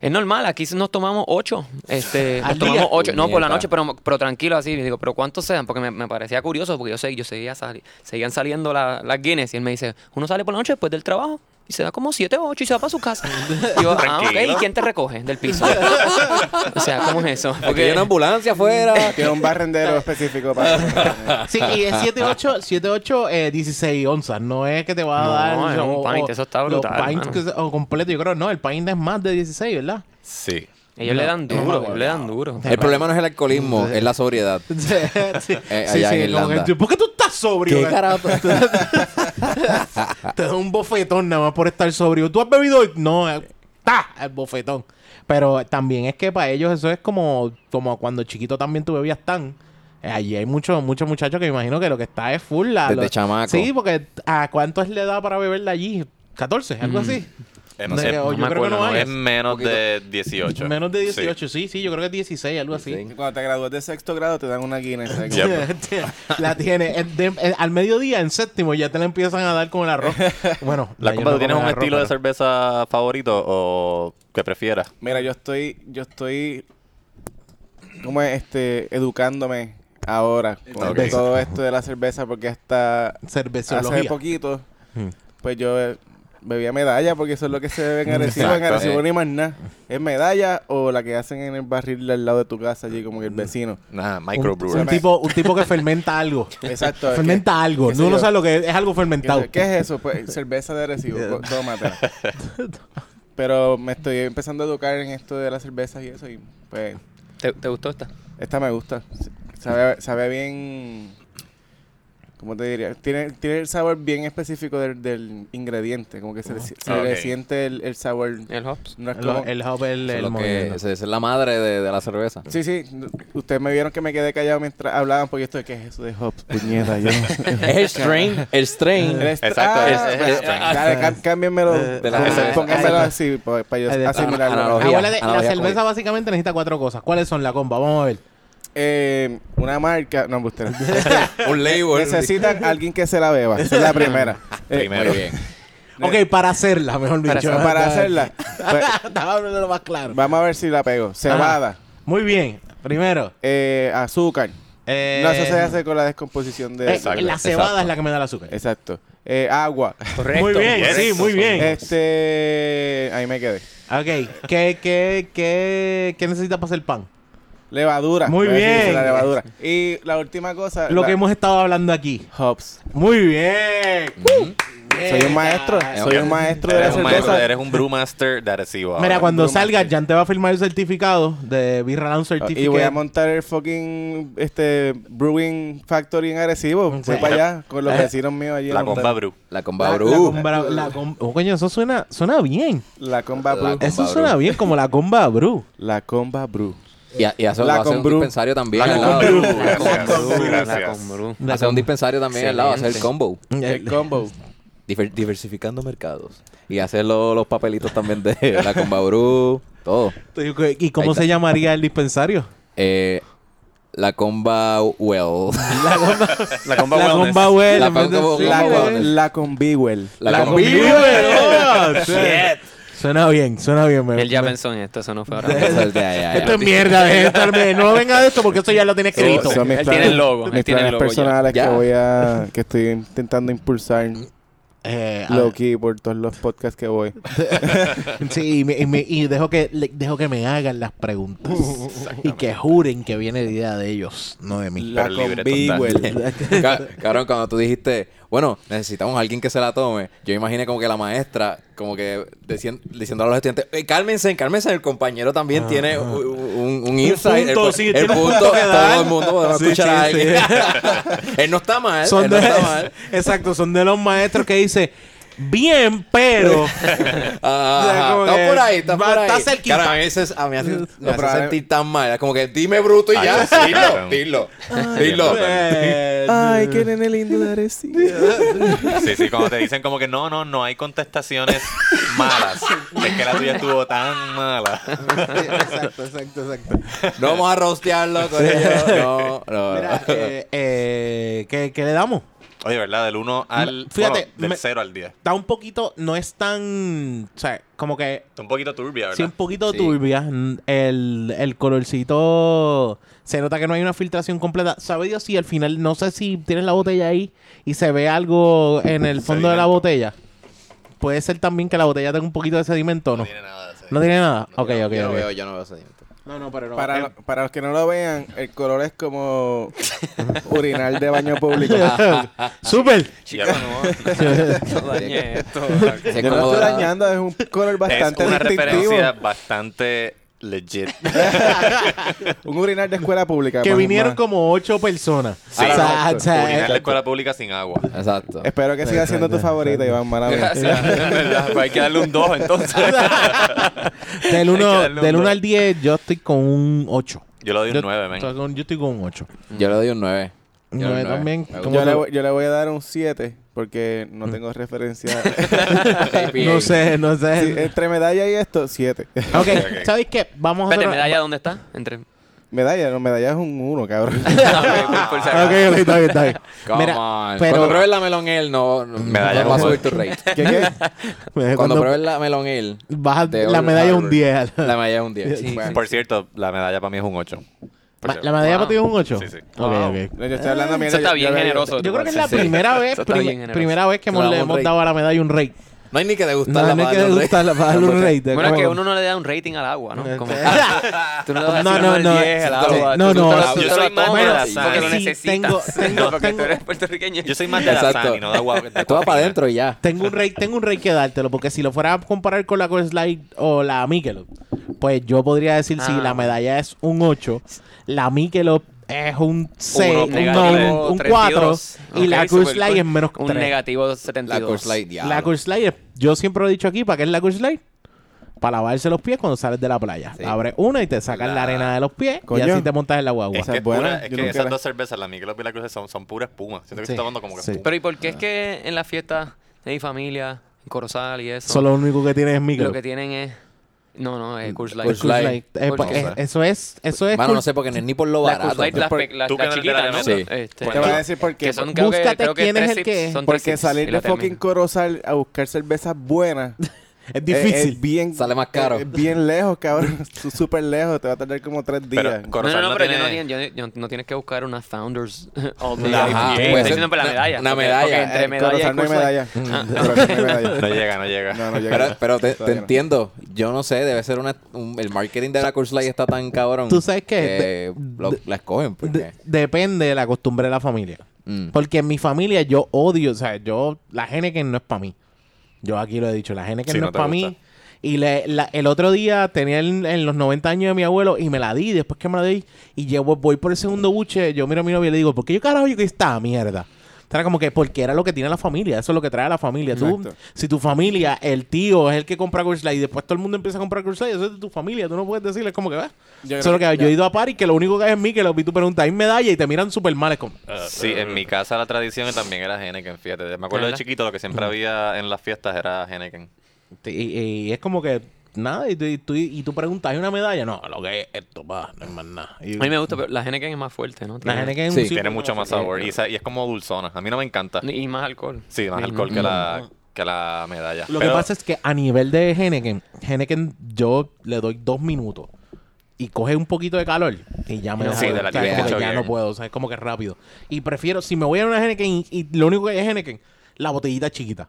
E: Es normal, aquí nos tomamos ocho. Este,
D: Al
E: nos tomamos
D: día.
E: ocho. No, por
B: Puñeta.
E: la noche, pero, pero tranquilo así. Le digo, pero ¿cuántos se dan? Porque me, me parecía curioso, porque yo sé, yo seguía sali- seguían saliendo la- las Guinness. Y él me dice, uno sale por la noche después del trabajo. Y se da como 7 o 8 y se va para su casa. Y yo, ah, ok, ¿y
A: Tranquilo.
E: quién te recoge del piso? o sea, ¿cómo es eso?
B: Porque hay una ambulancia afuera.
C: Tiene un barrendero específico para
D: Sí, y es 7-8, 7-8, eh, 16 onzas. No es que te va a
E: No,
D: dar.
E: es un
D: o-
E: pint,
D: o-
E: eso está
D: los
E: brutal,
D: pints
E: mano.
D: que- o completo, yo creo, no. El pint es más de 16, ¿verdad?
A: Sí.
E: Ellos le dan
D: no,
E: duro,
D: no,
E: ellos le dan duro.
B: El problema no es el alcoholismo, es la sobriedad.
D: sí, sí,
B: Eh, allá
D: sí,
B: en
D: como
B: Irlanda.
D: que, ¿Por qué tú estás sobrio?
B: ¿Qué carajo?
D: Te da un bofetón nada más por estar sobrio. ¿Tú has bebido hoy? No, eh, ¡ta! El bofetón. Pero también es que para ellos eso es como, como cuando chiquito también tú bebías tan. Eh, Allí hay muchos muchos muchachos que me imagino que lo que está es full la.
B: Desde
D: lo-
B: chamaco.
D: Sí, porque ¿a cuántos le da para beberla allí? ¿14? Algo
B: Mm.
D: así.
A: Eh,
D: No sé,
A: eh,
D: o yo
A: me
D: creo que no hay.
A: Es menos de 18.
D: Menos de
A: Sí.
D: 18, sí. sí, yo creo que es 16, algo así.
C: Cuando te gradúas de sexto grado te dan una Guinness. ¿sabes?
A: Yep.
D: Este, la tiene. En- de- en- al mediodía, en séptimo, ya te la empiezan a dar con el arroz. Bueno,
A: La
D: ya
A: compa,
D: yo no
A: ¿tú tienes un
D: como el
A: estilo de
D: arroz,
A: cerveza favorito o que prefieras?
C: Mira, yo estoy, yo estoy, como este, educándome ahora con
A: Ok.
C: todo esto de la cerveza porque hasta
D: pero
C: hace
D: Cerveciología.
C: poquito,
D: Hmm.
C: pues yo eh, bebía medalla porque eso es lo que se bebe en Arecibo. En
B: Exacto.
C: Arecibo ni más nada. Es medalla o la que hacen en el barril al lado de tu casa allí como que el vecino.
A: Nada,
D: Un,
A: microbrewer.
D: un tipo, un tipo que fermenta algo.
C: Exacto. es que-
D: fermenta algo.
C: qué sé
D: No lo
C: yo.
D: sabes lo que es. Es algo
C: ¿Qué-
D: fermentado.
C: ¿Qué es eso? Pues cerveza de recibo, tómatela. Pero me estoy empezando a educar en esto de las cervezas y eso y pues
E: ¿Te, te gustó esta?
C: esta me gusta. Sabe, sabe bien, ¿cómo te diría? Tiene, tiene el sabor bien específico del, del ingrediente, como que se, le si- se le
A: Ok.
C: siente el, el sabor.
E: El hops.
C: No es
D: El-
C: como-
D: el hop, el,
B: Eso es lo
D: el
B: que-
D: movimiento.
B: esa- esa es la madre de, de la cerveza.
C: Sí, sí, n- ustedes me vieron que me quedé callado mientras hablaban porque esto de qué es eso de hops, puñeta, yo no-
B: Es el strain, el strain.
C: El est-
A: Exacto,
C: ah,
A: es- es-
C: pues,
A: es-
C: dale, cá- cámbienmelo.
B: de la-
C: Pónganmelo- pónganmelo así pues, para
D: de-
C: yo asimilarlo.
B: analogía.
D: Acuérdate, la
B: analogía con
D: cerveza
B: él.
D: básicamente necesita cuatro cosas. ¿Cuáles son la comba? Vamos a ver.
C: Eh, una marca. No, usted.
B: un label.
C: Necesitan alguien que se la beba. Esa es la primera. Eh,
A: Primero.
B: Muy bien.
D: Ok, para hacerla, mejor
E: Para
D: dicho.
C: para hacerla. Pues,
D: Estaba hablando lo más claro.
C: vamos a ver si la pego. Cebada.
D: Muy bien. Primero.
C: eh, azúcar.
D: eh,
C: no, eso se hace con la descomposición de.
D: eh,
A: Exacto,
D: la cebada
A: exacto.
D: es la que me da el azúcar.
C: Exacto. Eh, agua.
E: Correcto.
D: Muy bien,
A: yes.
D: sí, muy bien.
C: Este. Ahí me quedé.
D: Ok, ¿qué, qué, qué, qué necesitas para hacer pan?
C: Levadura.
D: Muy
C: Voy a decir
D: bien.
C: La levadura. Y la última cosa.
D: Lo
C: la-
D: que hemos estado hablando aquí.
C: Hops.
D: Muy bien. Eh,
C: Soy un maestro. Soy un maestro de la
A: Eres un, maestro,
C: cerveza.
A: eres un brewmaster de Arecibo.
D: Mira,
A: ahora.
D: cuando
C: broma,
D: salgas,
C: sí.
D: Jan te va a firmar el certificado de Beer Round Certificate.
C: Y voy a montar el fucking este, Brewing Factory en Arecibo.
D: Sí.
C: Voy para allá con los vecinos míos allí.
A: La
C: en
A: comba brew.
B: La
D: La-
B: comba
D: la
B: brew.
D: comba- la com- oh, coño, eso suena, suena bien.
C: La comba
B: La
C: brew.
B: Comba
D: eso
B: brew.
D: suena bien como la comba brew.
C: La comba brew.
B: Y, a- y hace,
C: La
B: hace
C: con
B: un
C: brew.
B: dispensario también.
A: La
B: al
A: con
B: lado.
A: brew.
B: La con
A: Gracias.
B: brew.
E: La
A: Gracias.
E: con Bru.
D: La
B: Hace un
D: com-
B: dispensario también al lado, hace el
E: Excelente.
B: combo.
C: El combo.
B: Diver- diversificando mercados. Y hacer lo- los papelitos también de la comba brew. Todo.
D: ¿Y cómo
B: Ahí
D: se llamaría el dispensario?
B: Eh, la comba well.
A: La comba
D: la
A: wellness.
D: comba well.
B: La
D: en vez de-
B: comba-
D: Sí,
C: La,
B: comba
D: eh.
B: well.
C: con, la con Bewell.
B: La,
D: La
B: combi-
D: combi well. Oh, suena- Suena bien, suena bien. me-
E: Él ya
D: me-
E: pensó en esto, eso no fue ahora. mismo.
B: Eso es de- ya, ya, ya.
D: Esto es mierda, dejen de estarme. No venga de esto porque esto ya lo tiene escrito.
C: Son mis
E: Él tiene el logo, él
C: Mis
E: tiene el
C: planes
E: logo ya.
C: personales
B: Ya.
C: que voy a... Que estoy intentando impulsar
D: Eh, a-
C: low-key por todos los podcasts que voy.
D: Sí, y, me- y me- y dejo, que, le- dejo que me hagan las preguntas. y que juren que viene la idea de ellos, no de mí.
C: La
A: Pero
C: con
A: libre,
C: Bewell.
B: Ca- Cabrón, cuando tú dijiste, bueno, necesitamos a alguien que se la tome, yo imaginé como que la maestra, como que decien- diciendo a los estudiantes, "Eh, cálmense, cálmense, el compañero también tiene u- u- un, un insight.
D: punto,
B: el,
D: sí, tiene un punto que dar.
B: todo el mundo va a
D: Sí,
B: escuchar a
D: sí,
B: alguien. él no está mal,
D: Son
B: él no
D: de,
B: está mal.
D: exacto, son de los maestros que dice bien, pero
B: Ajá,
D: O sea, como
B: está
D: que
B: por ahí, está
D: va-
B: por ahí.
D: está cerquita.
B: Cabrón, a mí, se- a mí hace- me hace
C: probable-
B: sentir tan mal. Es como que dime bruto y
A: Ay,
B: ya.
A: sí, cabrón.
B: dilo, dilo, dilo.
D: eh,
C: Ay, qué nene lindo de Arecibo.
A: Sí, sí, cuando te dicen como que no, no, no hay contestaciones malas. Es que la tuya estuvo tan mala.
D: exacto, exacto, exacto.
B: No vamos a rostearlo con ello. No, no.
D: Mira, eh, eh, ¿qué, qué le damos?
A: Oye, ¿verdad? Del 1 al...
D: Fíjate,
A: bueno, del
D: me-
A: 0 al 10.
D: Está un poquito, no es tan, o sea, como que
A: Está un poquito turbia, ¿verdad?
D: Sí, un poquito
B: Sí.
D: turbia. Mm, El, el colorcito. Se nota que no hay una filtración completa. ¿Sabe Dios si al final, no sé si tienes la botella ahí y se ve algo en el fondo de la
A: Sedimento.
D: botella? puede ser también que la botella tenga un poquito de sedimento, ¿o ¿no?
A: nada de
D: No tiene nada. Ok,
B: yo,
D: ok,
B: yo no
D: ok.
B: veo, yo no veo sedimento.
D: No, no, pero no.
C: Para, para los que no lo vean, el color es como urinal de baño público.
D: Ah, ¡Súper!
E: Chica, no, no dañe esto.
B: Sí, es
C: Yo no
B: como
C: estoy
B: dorado.
C: dañando, es un color
A: Es
C: bastante
A: una
C: distintivo.
A: referencia bastante legit.
C: Un urinal de escuela pública.
D: Que
C: más-
D: vinieron
C: más.
D: como ocho personas.
A: Sí.
D: O sea,
C: Exacto.
D: o sea,
A: Orinar la escuela pública sin agua.
B: Exacto.
C: Espero que siga siendo tu favorita, Iván Maravilla.
A: Gracias. Es verdad, pues hay que darle un 2 entonces.
D: del
A: Hay que
D: 1
A: darle un
D: del uno
A: dos.
D: al 10 yo estoy con un 8.
A: Yo le doy un
D: Yo-
A: 9, men.
D: estoy con- Yo estoy con un 8.
B: Yo le doy un 9. Yo
D: Nueve
B: no,
D: también.
B: me gusta.
D: ¿cómo
C: Yo le,
D: te-
C: voy- yo le voy a dar un 7 porque no
E: Mm.
C: tengo referencia.
D: no sé, no
C: Sí,
D: sé.
C: entre medalla y esto, 7.
D: ok, ¿sabes qué? Vamos a
E: Espérate,
D: hacer...
E: medalla, ¿dónde está? Entre...
C: medalla, no, medalla es un 1, cabrón.
E: Ok, por- por si acaso.
D: Ok, ok, está bien, está bien.
B: Come
D: Mira,
B: on.
D: pero-
B: Cuando pruebes la melon ale, no, no,
A: Medalla
B: no va a
A: no
B: subir tu rate.
C: ¿Qué, qué?
D: Mira,
B: Cuando
D: cuando
B: pruebes la melon ale,
D: baja
B: de
D: la
B: Old
D: medalla un
B: Harbour,
D: 10.
B: la medalla es un 10.
E: Sí.
B: Bueno.
A: Por cierto, la medalla para mí es un 8.
D: Ma- ¿La medalla
E: Wow.
D: para ti es un 8?
A: Sí, sí.
D: Ok,
E: Wow.
D: ok.
C: No, yo estoy hablando mierda,
E: Eso está
C: yo-
E: bien
C: yo-
E: generoso.
D: Yo creo que es la
E: Sí.
D: primera vez,
E: Eso está
D: prim-
E: bien generoso.
D: primera vez
B: Se
D: que
B: la
D: hemos- le
B: damos
D: hemos
B: rey.
D: dado a la medalla un rey.
B: No hay ni que
D: No,
B: degustarla.
D: no hay
B: para
D: que
B: darle un rate.
D: gustarla para darle un rey. de
E: Bueno, es que
D: acuerdo.
E: uno no le da un rating al agua, ¿no? Como, tú no le
D: Este. No,
E: das
D: no,
E: un
D: no.
E: 10 al
D: Sí,
E: agua.
D: no,
E: tú-
D: no,
E: tú te
D: yo
E: lo- tú
A: soy
E: te lo
A: más
E: tomas
A: de la
E: porque lo
A: sal.
D: Sí,
E: necesitas.
D: tengo-
E: No, porque
D: tengo-
E: tú eres puertorriqueño.
A: Yo soy más de la
B: Exacto.
A: Sani, no de agua. de
B: Tú vas para
A: cocina.
B: adentro y ya.
D: Tengo un rey, tengo un rey que dártelo, porque si lo fuera a comparar con la Coors Light o la Michelob, pues yo podría decir si
E: Ah.
D: la medalla es un 8, la Michelob es un 6,
E: Uno,
D: un,
E: negativo,
D: no, un- un 4
E: 32.
D: y la
E: Ok,
D: Coors
E: super
D: Light
E: cool.
D: es menos
E: Un
D: 3.
E: negativo
B: La
E: 72.
B: Coors Light, diablo.
D: La Coors Light, es- yo siempre lo he dicho aquí, ¿para qué es la Coors Light? Para lavarse los pies cuando sales de la playa.
B: Sí.
D: Abres una y te sacas la,
A: La-
D: arena de los pies y
C: Coño.
D: así te montas en la guagua.
A: Es
C: Esa
A: que,
C: es buena,
A: pura- es
C: yo
A: que
C: nunca
A: esas
C: la-
A: dos cervezas, la Michelob y la Cruz, son, son pura espuma. Siento que
D: Sí.
A: estoy tomando como que
D: Sí.
A: espuma.
E: Pero ¿y por qué es que en las fiestas de mi familia, en Corozal y eso,
D: Solo lo único que tienes es
E: lo
D: Michelob.
E: que tienen es... No, no, es Coors Light.
B: Coors
D: Coors Light,
B: Light.
D: eh,
E: Coors
D: pues,
E: Light.
D: eh, eso es, eso es
B: Mano,
D: Coors-
B: no sé, porque no es ni por lo
E: La Coors
B: barato.
E: Light, las
C: Por-
E: pe- las
A: tú que
E: las
A: eres de la
E: chiquitas, ¿no?
A: llamada.
B: Sí.
E: Este,
C: Te voy a decir por qué.
E: que son, creo que-
D: Búscate
E: creo que
D: quién es
E: tres
D: el
E: sips,
D: que-
E: son tres
C: Porque
E: sips
C: salir
E: y la
C: de fucking
E: termina.
C: Corozal a buscar cervezas buenas eh,
D: es
C: es-
D: difícil.
C: es bien,
B: Sale más caro.
C: es bien lejos, cabrón. Sú- Súper lejos. Te va a tardar como tres días.
A: Pero
E: No, no,
A: Corozal
E: no, pero yo no,
A: tiene-
E: tien- yo- yo- no tienes que buscar una Founders All Day.
B: Ajá,
E: Estoy
B: puede ser
E: diciendo por la
B: una-
E: medalla.
B: una
E: porque-
B: medalla.
E: porque
B: Eh,
E: entre
C: Eh,
E: medalla y
C: Corozal no hay
E: Coors Light-
C: medalla. Corozal no hay medalla.
A: No llega, no llega.
C: No, no llega.
B: Pero, pero te, te
C: Todavía no.
B: entiendo. Yo no sé, debe ser una, un- el marketing de la Coors Light está tan cabrón.
D: Tú sabes que- de-
B: lo-
D: de-
B: la escogen. Porque,
D: De- depende de la costumbre de la familia.
B: pues, Mm.
D: Porque en mi familia yo odio, o sea, yo, la Heineken no es para mí. Yo aquí lo he dicho, la Heineken
A: Sí, no
D: no, es
A: te
D: para
A: gusta.
D: mí. Y le- la- el otro día tenía en, en los 90 años de mi abuelo y me la di, después que me la di y llevo, voy por el segundo buche, yo miro a mi novia y le digo, ¿por qué yo carajo yo que esta mierda? Era como que porque era lo que tiene la familia, eso es lo que trae a la familia. Tú,
C: Exacto.
D: si tu familia, el tío es el que compra Coors Light y después todo el mundo empieza a comprar Coors Light, eso es de tu familia, tú no puedes decirle, es como que, va
C: Yo
D: eso es lo que
C: creo-
D: yo he ido a París, que lo único que hay es mí, que lo vi tú preguntas, hay medalla y te miran súper mal. Es como,
A: Sí, en mi casa la tradición también era Heineken, fíjate. Me acuerdo de
E: ¿Verdad?
A: chiquito, lo que siempre había en las fiestas era Heineken.
D: y, y- y es como que nada, y tú, y tú, y tú preguntas, ¿hay una medalla? No, lo que es esto, pa, no es más nada. Y-
E: A mí me gusta, pero la Heineken es más fuerte, ¿no?
D: La
E: Tiene-
D: Heineken es
B: Sí,
D: un
A: Tiene
D: sí-
A: mucho más sabor y, esa- y es como dulzona. A mí no me encanta.
E: Y más alcohol.
A: Sí, más
E: Y
A: alcohol
E: no-
A: que la, que la medalla.
D: Lo
A: Pero
D: que pasa es que a nivel de Heineken, Heineken yo le doy dos minutos y coge un poquito de calor y ya me
E: Sí,
D: deja
E: de
D: de-
A: la
D: o sea, es como
A: tienes
D: que ya
A: bien.
D: no puedo, o sea, es como que rápido. Y prefiero, si me voy a una Heineken y, y lo único que hay es Heineken, la botellita chiquita.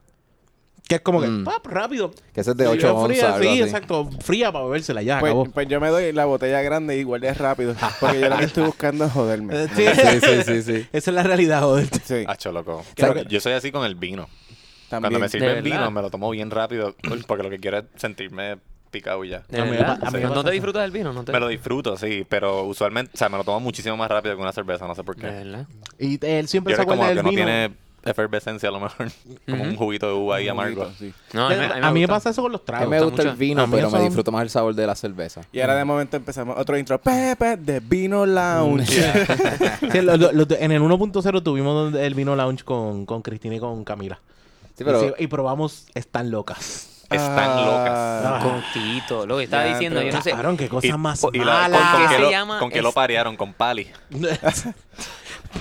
D: Que es como que,
B: Mm.
D: pap, rápido.
B: Que esa es de
D: Sí,
B: 8
D: fría,
B: onzas. algo
D: Sí,
B: así.
D: exacto, fría para bebérsela, ya
C: Pues,
D: acabó.
C: pues yo me doy la botella grande y guardé rápido. Porque yo lo que estoy buscando es joderme.
D: Eh, sí.
B: pues, Sí, sí, sí, sí.
D: Esa es la realidad, joder.
C: Sí,
E: Ah,
A: Hacho, loco.
D: Creo
A: Yo soy así con el vino. Cuando
C: también.
A: me
E: De
A: sirven
E: verdad.
A: vino, me lo tomo bien rápido porque lo que quiero es sentirme picado y ya.
E: ¿De
D: A mí me
E: verdad?
D: pa- a mí me
E: ¿No
D: pasa
E: te
D: eso.
E: disfrutas del vino? ¿No te
A: Me lo disfruto, sí, pero usualmente, o sea, me lo tomo muchísimo más rápido que una cerveza, no sé por
E: ¿De
A: qué.
E: verdad?
D: Y él siempre
A: Yo
D: se
A: creo como
D: acuerda
A: que
D: del
A: no
D: vino.
A: tiene efervescencia a lo mejor, como un juguito de uva ahí amargo.
C: Sí.
E: No,
D: Pero a mí me
E: gusta.
D: pasa eso con los
B: Que
D: tragos.
B: me
E: gusta
B: gusta el
E: mucho.
B: vino,
D: A mí
B: pero
D: eso-
B: me disfruto más el sabor de la cerveza.
C: Y ahora de momento empezamos otro intro. Pepe de Vino Lounge.
D: Sí, lo- lo- lo- en el 1.0 tuvimos el vino lounge con, con Cristina y con Camila.
B: Sí, pero
D: y, sí, y probamos Están Locas.
E: Mm.
A: Están locas.
C: Ah,
E: Con Tito, lo que estaba
C: Ya,
E: diciendo,
C: pero-
E: yo no sé.
D: Cabrón, qué cosa más
A: y la-
D: mala.
A: con, con
E: ¿Qué
A: que
E: se
A: lo,
E: llama?
A: con que lo
E: Es-
A: parearon con Pali.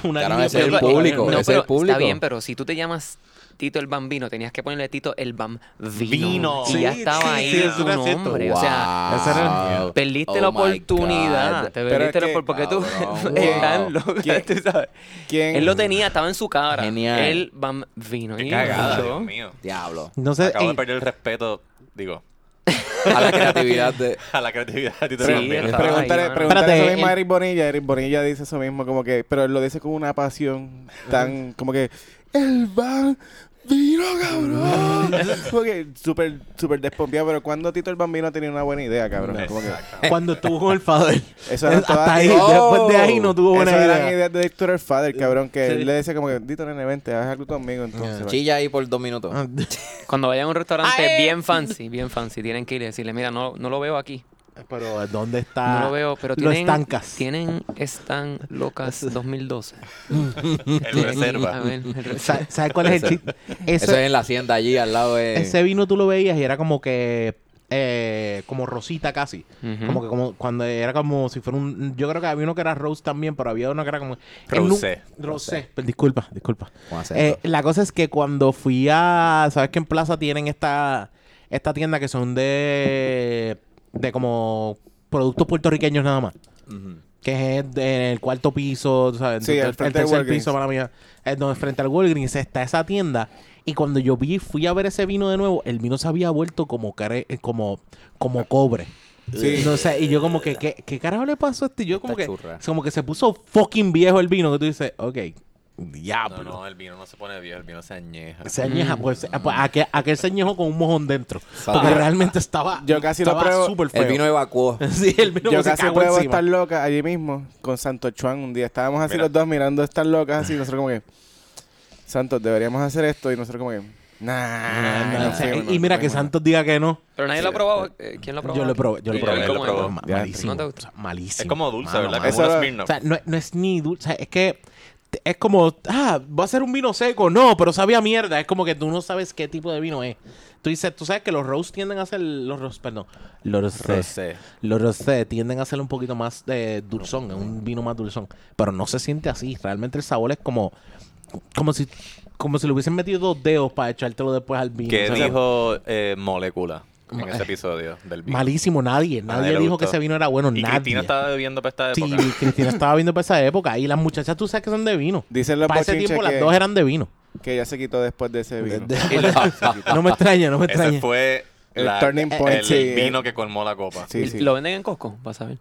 D: Una
B: Claro,
D: línea
B: ese es el
D: pero-
B: público,
E: no,
B: ese es el
E: pero
B: público.
E: Está bien, pero si tú te llamas Tito el Bambino, tenías que ponerle Tito el Bambino.
A: Vino.
E: Y ya
D: Sí,
E: estaba
D: sí,
E: ahí
D: sí,
E: tu
D: eso era cierto.
E: nombre. O sea,
B: Wow.
D: ese era
B: el-
E: perdiste
B: Oh
E: la
B: my
E: oportunidad.
B: God.
E: Te
B: Pero
E: perdiste
C: es
E: la
C: que-
E: oportunidad. Porque tú
B: Cabrón,
E: es
B: wow.
E: tan loco,
C: ¿Quién-
E: tú sabes.
C: ¿Quién?
E: Él lo tenía, estaba en su cara.
B: Genial.
E: El Bambino. Y-
A: Cagada,
E: yo-
A: Dios mío.
B: Diablo.
D: Entonces,
A: Acabo de
D: ey,
A: perder el respeto, digo,
B: A la creatividad de.
A: a la creatividad de Tito
E: Sí,
A: el Bambino.
E: está-
C: Eh, Pregúntale,
E: Ay, mano.
C: pregúntale
D: Espérate, eh,
C: eso mismo a
D: el-
C: Eric Bonilla. Eric Bonilla dice eso mismo, como que, pero él lo dice con una pasión tan, como que, el bambino, cabrón. como que súper, súper despompeado, pero cuando Tito el Bambino tenía una buena idea, cabrón. Como que,
A: Exacto.
D: cuando estuvo con el Fader.
C: Eso era toda-
D: Hasta ahí,
C: Oh.
D: después de ahí no tuvo
C: Eso
D: buena
C: eran
D: idea.
C: ideas de Héctor el Father, cabrón, que
D: Sí.
C: él le decía como que, Tito, nene, vente, haz algo conmigo, entonces.
B: Chilla ahí por dos minutos.
D: Ah,
E: Cuando vayan a un restaurante bien fancy, bien fancy, tienen que ir y decirle, mira, no, no lo veo aquí.
D: Pero ¿dónde está?
E: No lo veo, pero
D: Ah, lo
E: tienen,
D: estancas.
E: tienen Están Locas 2012.
A: El
E: A
A: reserva.
E: ver, el re-
D: Sa- ¿Sabes cuál es el chiste?
B: Eso,
D: Ese,
B: es en la hacienda allí al lado de.
C: pues,
D: ese vino tú lo veías y era como que. eh, como rosita casi.
E: Ujú.
D: Como que como cuando era como si fuera un. Yo creo que había uno que era Rose también, pero había uno que era como. él nu-
A: Rosé.
D: Rosé. Pero Disculpa, disculpa.
B: Con
D: Eh,
B: acento.
D: la cosa es que cuando fui a. ¿Sabes que en Plaza tienen esta, esta tienda que son de. de como productos puertorriqueños nada más?
B: Ujú.
D: Que es de- en el cuarto piso, ¿sabes?
C: Sí,
D: el,
C: al
D: el
C: frente de
D: tercer
C: Walgreens.
D: piso, para mí. Es donde frente al Walgreens está esa tienda. Y cuando yo vi, fui a ver ese vino de nuevo, el vino se había vuelto como care- eh, como, como cobre.
C: Sí.
D: No sé, y yo como que, ¿qué, qué carajo le pasó a este? Y Yo como
B: Está
D: que,
B: churra.
D: como que se puso fucking viejo el vino, que tú dices, ok, diablo.
A: No, no, el vino no se pone viejo, el vino se añeja.
D: Se añeja, pues, eh, pues, aquel, aquel se añejó con un mojón dentro.
B: Exacto.
D: Porque realmente estaba,
C: Yo casi lo
D: estaba
C: pruebo.
D: súper feo.
B: El vino evacuó.
D: sí, el vino
C: Yo
D: pues, se
C: casi
D: cagó
C: pruebo
D: encima.
C: estar loca allí mismo con Santo Chuan un día. Estábamos así
A: Mira.
C: los dos mirando estar locas así. Nosotros como que, Santos, deberíamos hacer esto. Y nosotros como que, nah.
D: Ah,
C: no
D: o sea,
C: sé, no,
D: y mira
C: no,
D: que
C: no.
D: Santos diga que no.
E: Pero nadie lo ha probado. eh, ¿Quién lo ha probado?
D: Yo lo probé, yo lo
A: Sí,
D: probé.
A: yo lo
D: Pero
A: probé.
D: ma-
C: Ya,
D: Malísimo.
E: ¿no te
D: o
E: gusta?
D: sea, malísimo.
A: Es como dulce,
D: Malo,
A: ¿verdad?
D: malo.
A: Como un
C: Eso-
A: Smirnoff.
D: O sea, no, no es ni dulce. o sea, Es que t- es como, ah, va a ser un vino seco. No, pero sabía mierda. Es como que tú no sabes qué tipo de vino es. Tú dices, tú sabes que los roast tienden a ser, los roast, perdón, los rosé.
A: Rosé.
D: Los rosé tienden a ser un poquito más eh, dulzón, es un vino más dulzón. Pero no se siente así. Realmente el sabor es como, como si, como si le hubiesen metido dos dedos para echártelo después al vino.
A: ¿Qué
D: O sea,
A: dijo eh, Molécula en
D: Ma-
A: ese episodio del vino?
D: Malísimo, nadie.
A: nadie
D: Nadie
A: le
D: dijo
A: gustó.
D: que ese vino era bueno.
A: Y
D: nadie.
A: Cristina estaba bebiendo para esta
D: Sí,
A: época.
D: Cristina estaba viendo para esa época. Y las muchachas, tú sabes que son de vino.
C: Dicen los
D: Para ese
C: bochinches
D: tiempo,
C: que-
D: las dos eran de vino.
C: Que ya se quitó después de ese vino.
D: No me extraña, no me
A: Ese
D: extraña.
A: fue
C: El
A: la-
C: turning point,
A: el
C: sí.
A: vino que colmó la copa.
C: Sí, sí.
E: ¿Lo venden en Costco? Vas a ver.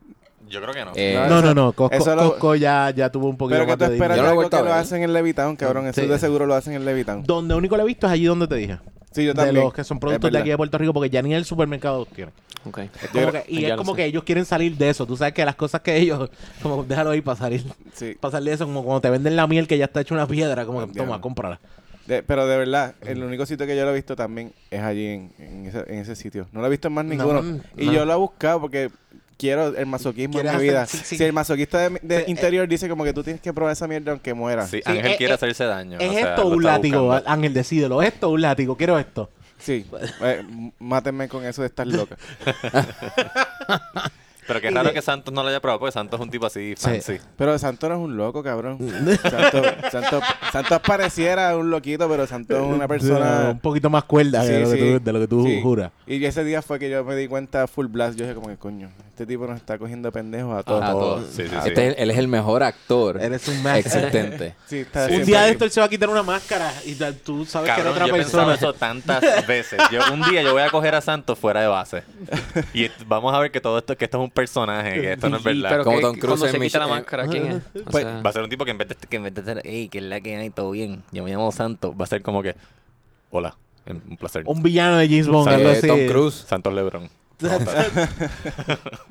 A: Yo creo que no.
B: Eh,
D: No, no, no. Costco,
C: Eso lo-
D: Costco ya, ya tuvo un poquito
C: Pero que
D: más
C: tú
D: de
C: esperas
B: Yo
D: dinero.
B: lo he ¿eh?
C: algo
B: vuelto
C: que
B: a
C: lo
B: ver.
C: hacen en Levitown, cabrón. Eso
D: Sí.
C: de seguro lo hacen en Levitown.
D: Donde único lo he visto es allí donde te dije.
C: Sí, yo
D: De
C: también.
D: los que son
C: Es
D: productos de
C: verdad.
D: aquí de Puerto Rico, porque ya ni en el supermercado los tienen.
E: Ok.
D: Como
C: creo-
A: Ah,
D: que- y
E: ya
D: es
E: lo
D: como
E: sé.
D: que ellos quieren salir de eso. Tú sabes que las cosas que ellos, como déjalo ahí para salir,
C: Sí.
D: para salir de eso, como cuando te venden la miel que ya está hecha una piedra, como que
C: Entiendo.
D: toma, cómprala.
C: De- pero de verdad, el único sitio que yo lo he visto también es allí en, en ese, en ese sitio. No lo he visto en más ninguno.
D: no.
C: y yo lo he buscado porque quiero el masoquismo en
D: Quieres
C: mi
D: hacer-
C: vida.
D: sí, sí.
C: Si el masoquista de, de
D: Sí, eh.
C: interior dice como que tú tienes que probar esa mierda aunque muera.
A: Sí,
C: Sí.
A: Ángel
D: eh,
A: quiere
D: eh,
A: hacerse daño.
D: Es
A: o sea,
D: esto
A: lo
D: un
A: está
D: látigo,
A: buscando.
D: Ángel, decídelo. Esto un látigo, quiero esto.
C: Eh, mátenme con eso de estar loca.
A: Pero qué
D: Eh,
A: raro que Santos no lo haya probado, porque Santos es un tipo así fancy.
C: Pero Santo no es un loco, cabrón. Santo, Santo, Santos pareciera un loquito, pero Santo es una
D: Eh, un
C: persona...
D: poquito más cuerda
C: Sí,
D: de, lo que
C: sí.
D: tú, de lo que tú
C: Sí.
D: juras.
C: Y ese día fue que yo me di cuenta full blast. Yo dije como que coño, este tipo nos está cogiendo pendejos a todos.
B: A todos.
A: Sí, sí, sí.
B: Este es- él es el mejor actor
D: Eres un maestro.
B: existente.
C: Sí,
A: Sí.
C: está
D: Un
C: siempre-
D: día de esto él se va a quitar una máscara y ta- tú sabes
A: Cabrón,
D: que
A: yo
D: era otra
A: he pensado
D: persona.
A: eso tantas veces. Yo, un día yo voy a coger a Santos fuera de base. Y est- vamos a ver que todo esto, que esto es un personaje, que esto no es verdad.
E: Pero
B: Como
E: que-
B: Tom Cruise
E: cuando
B: en
E: se quita la
B: Mich-
E: máscara, ¿quién es? O
A: Pues,
E: sea,
A: va a ser un tipo que en vez de, que en vez de ser, hey, que es la que hay, todo bien, yo me llamo Santos, va a ser como que, hola, em, un placer.
D: Un villano de James Bond,
B: Eh,
D: algo así.
B: Tom Cruise.
A: Santos Lebron.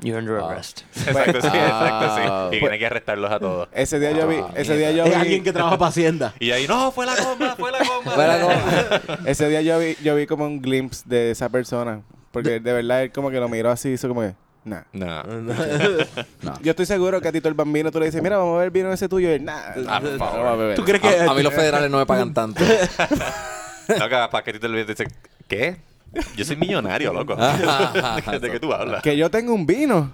E: You're under
B: Ah.
E: arrest.
A: Exacto, sí, exacto, sí.
B: Ah,
A: Y tiene que arrestarlos a todos.
C: Ese día yo vi,
B: Ah,
C: ese día yo
D: Es
C: vi,
D: alguien que trabaja para Hacienda.
A: Y ahí, no, fue la goma, fue la goma.
B: Fue la goma.
C: ese día yo vi, yo vi como un glimpse de esa persona, porque de verdad él como que lo miró así, hizo como que, nah.
A: No.
C: Yo estoy seguro que a Tito el bambino tú le dices, mira, vamos a ver el vino ese tuyo, y él, nah.
A: Ah, por favor.
D: ¿Tú crees que
B: A, a mí los federales no me pagan tanto.
A: No, capaz que tú te lo dices, ¿qué? Yo soy millonario, loco. ¿De qué tú hablas?
C: Que yo tengo un vino.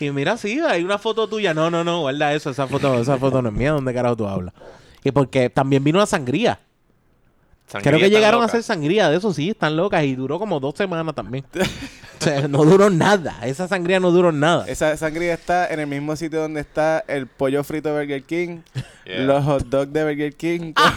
D: y mira, sí, hay una foto tuya. No, no, no, guarda eso. Esa foto, esa foto no es mía. ¿Dónde carajo tú hablas? Y Que porque también vino la sangría. Creo que llegaron a hacer sangría de eso, sí, están locas. Y duró como dos semanas también. o sea, no duró nada. Esa sangría no duró nada.
C: Esa sangría está en el mismo sitio donde está el pollo frito de Burger King,
A: Yeah.
C: los hot dogs de Burger King
D: Ah.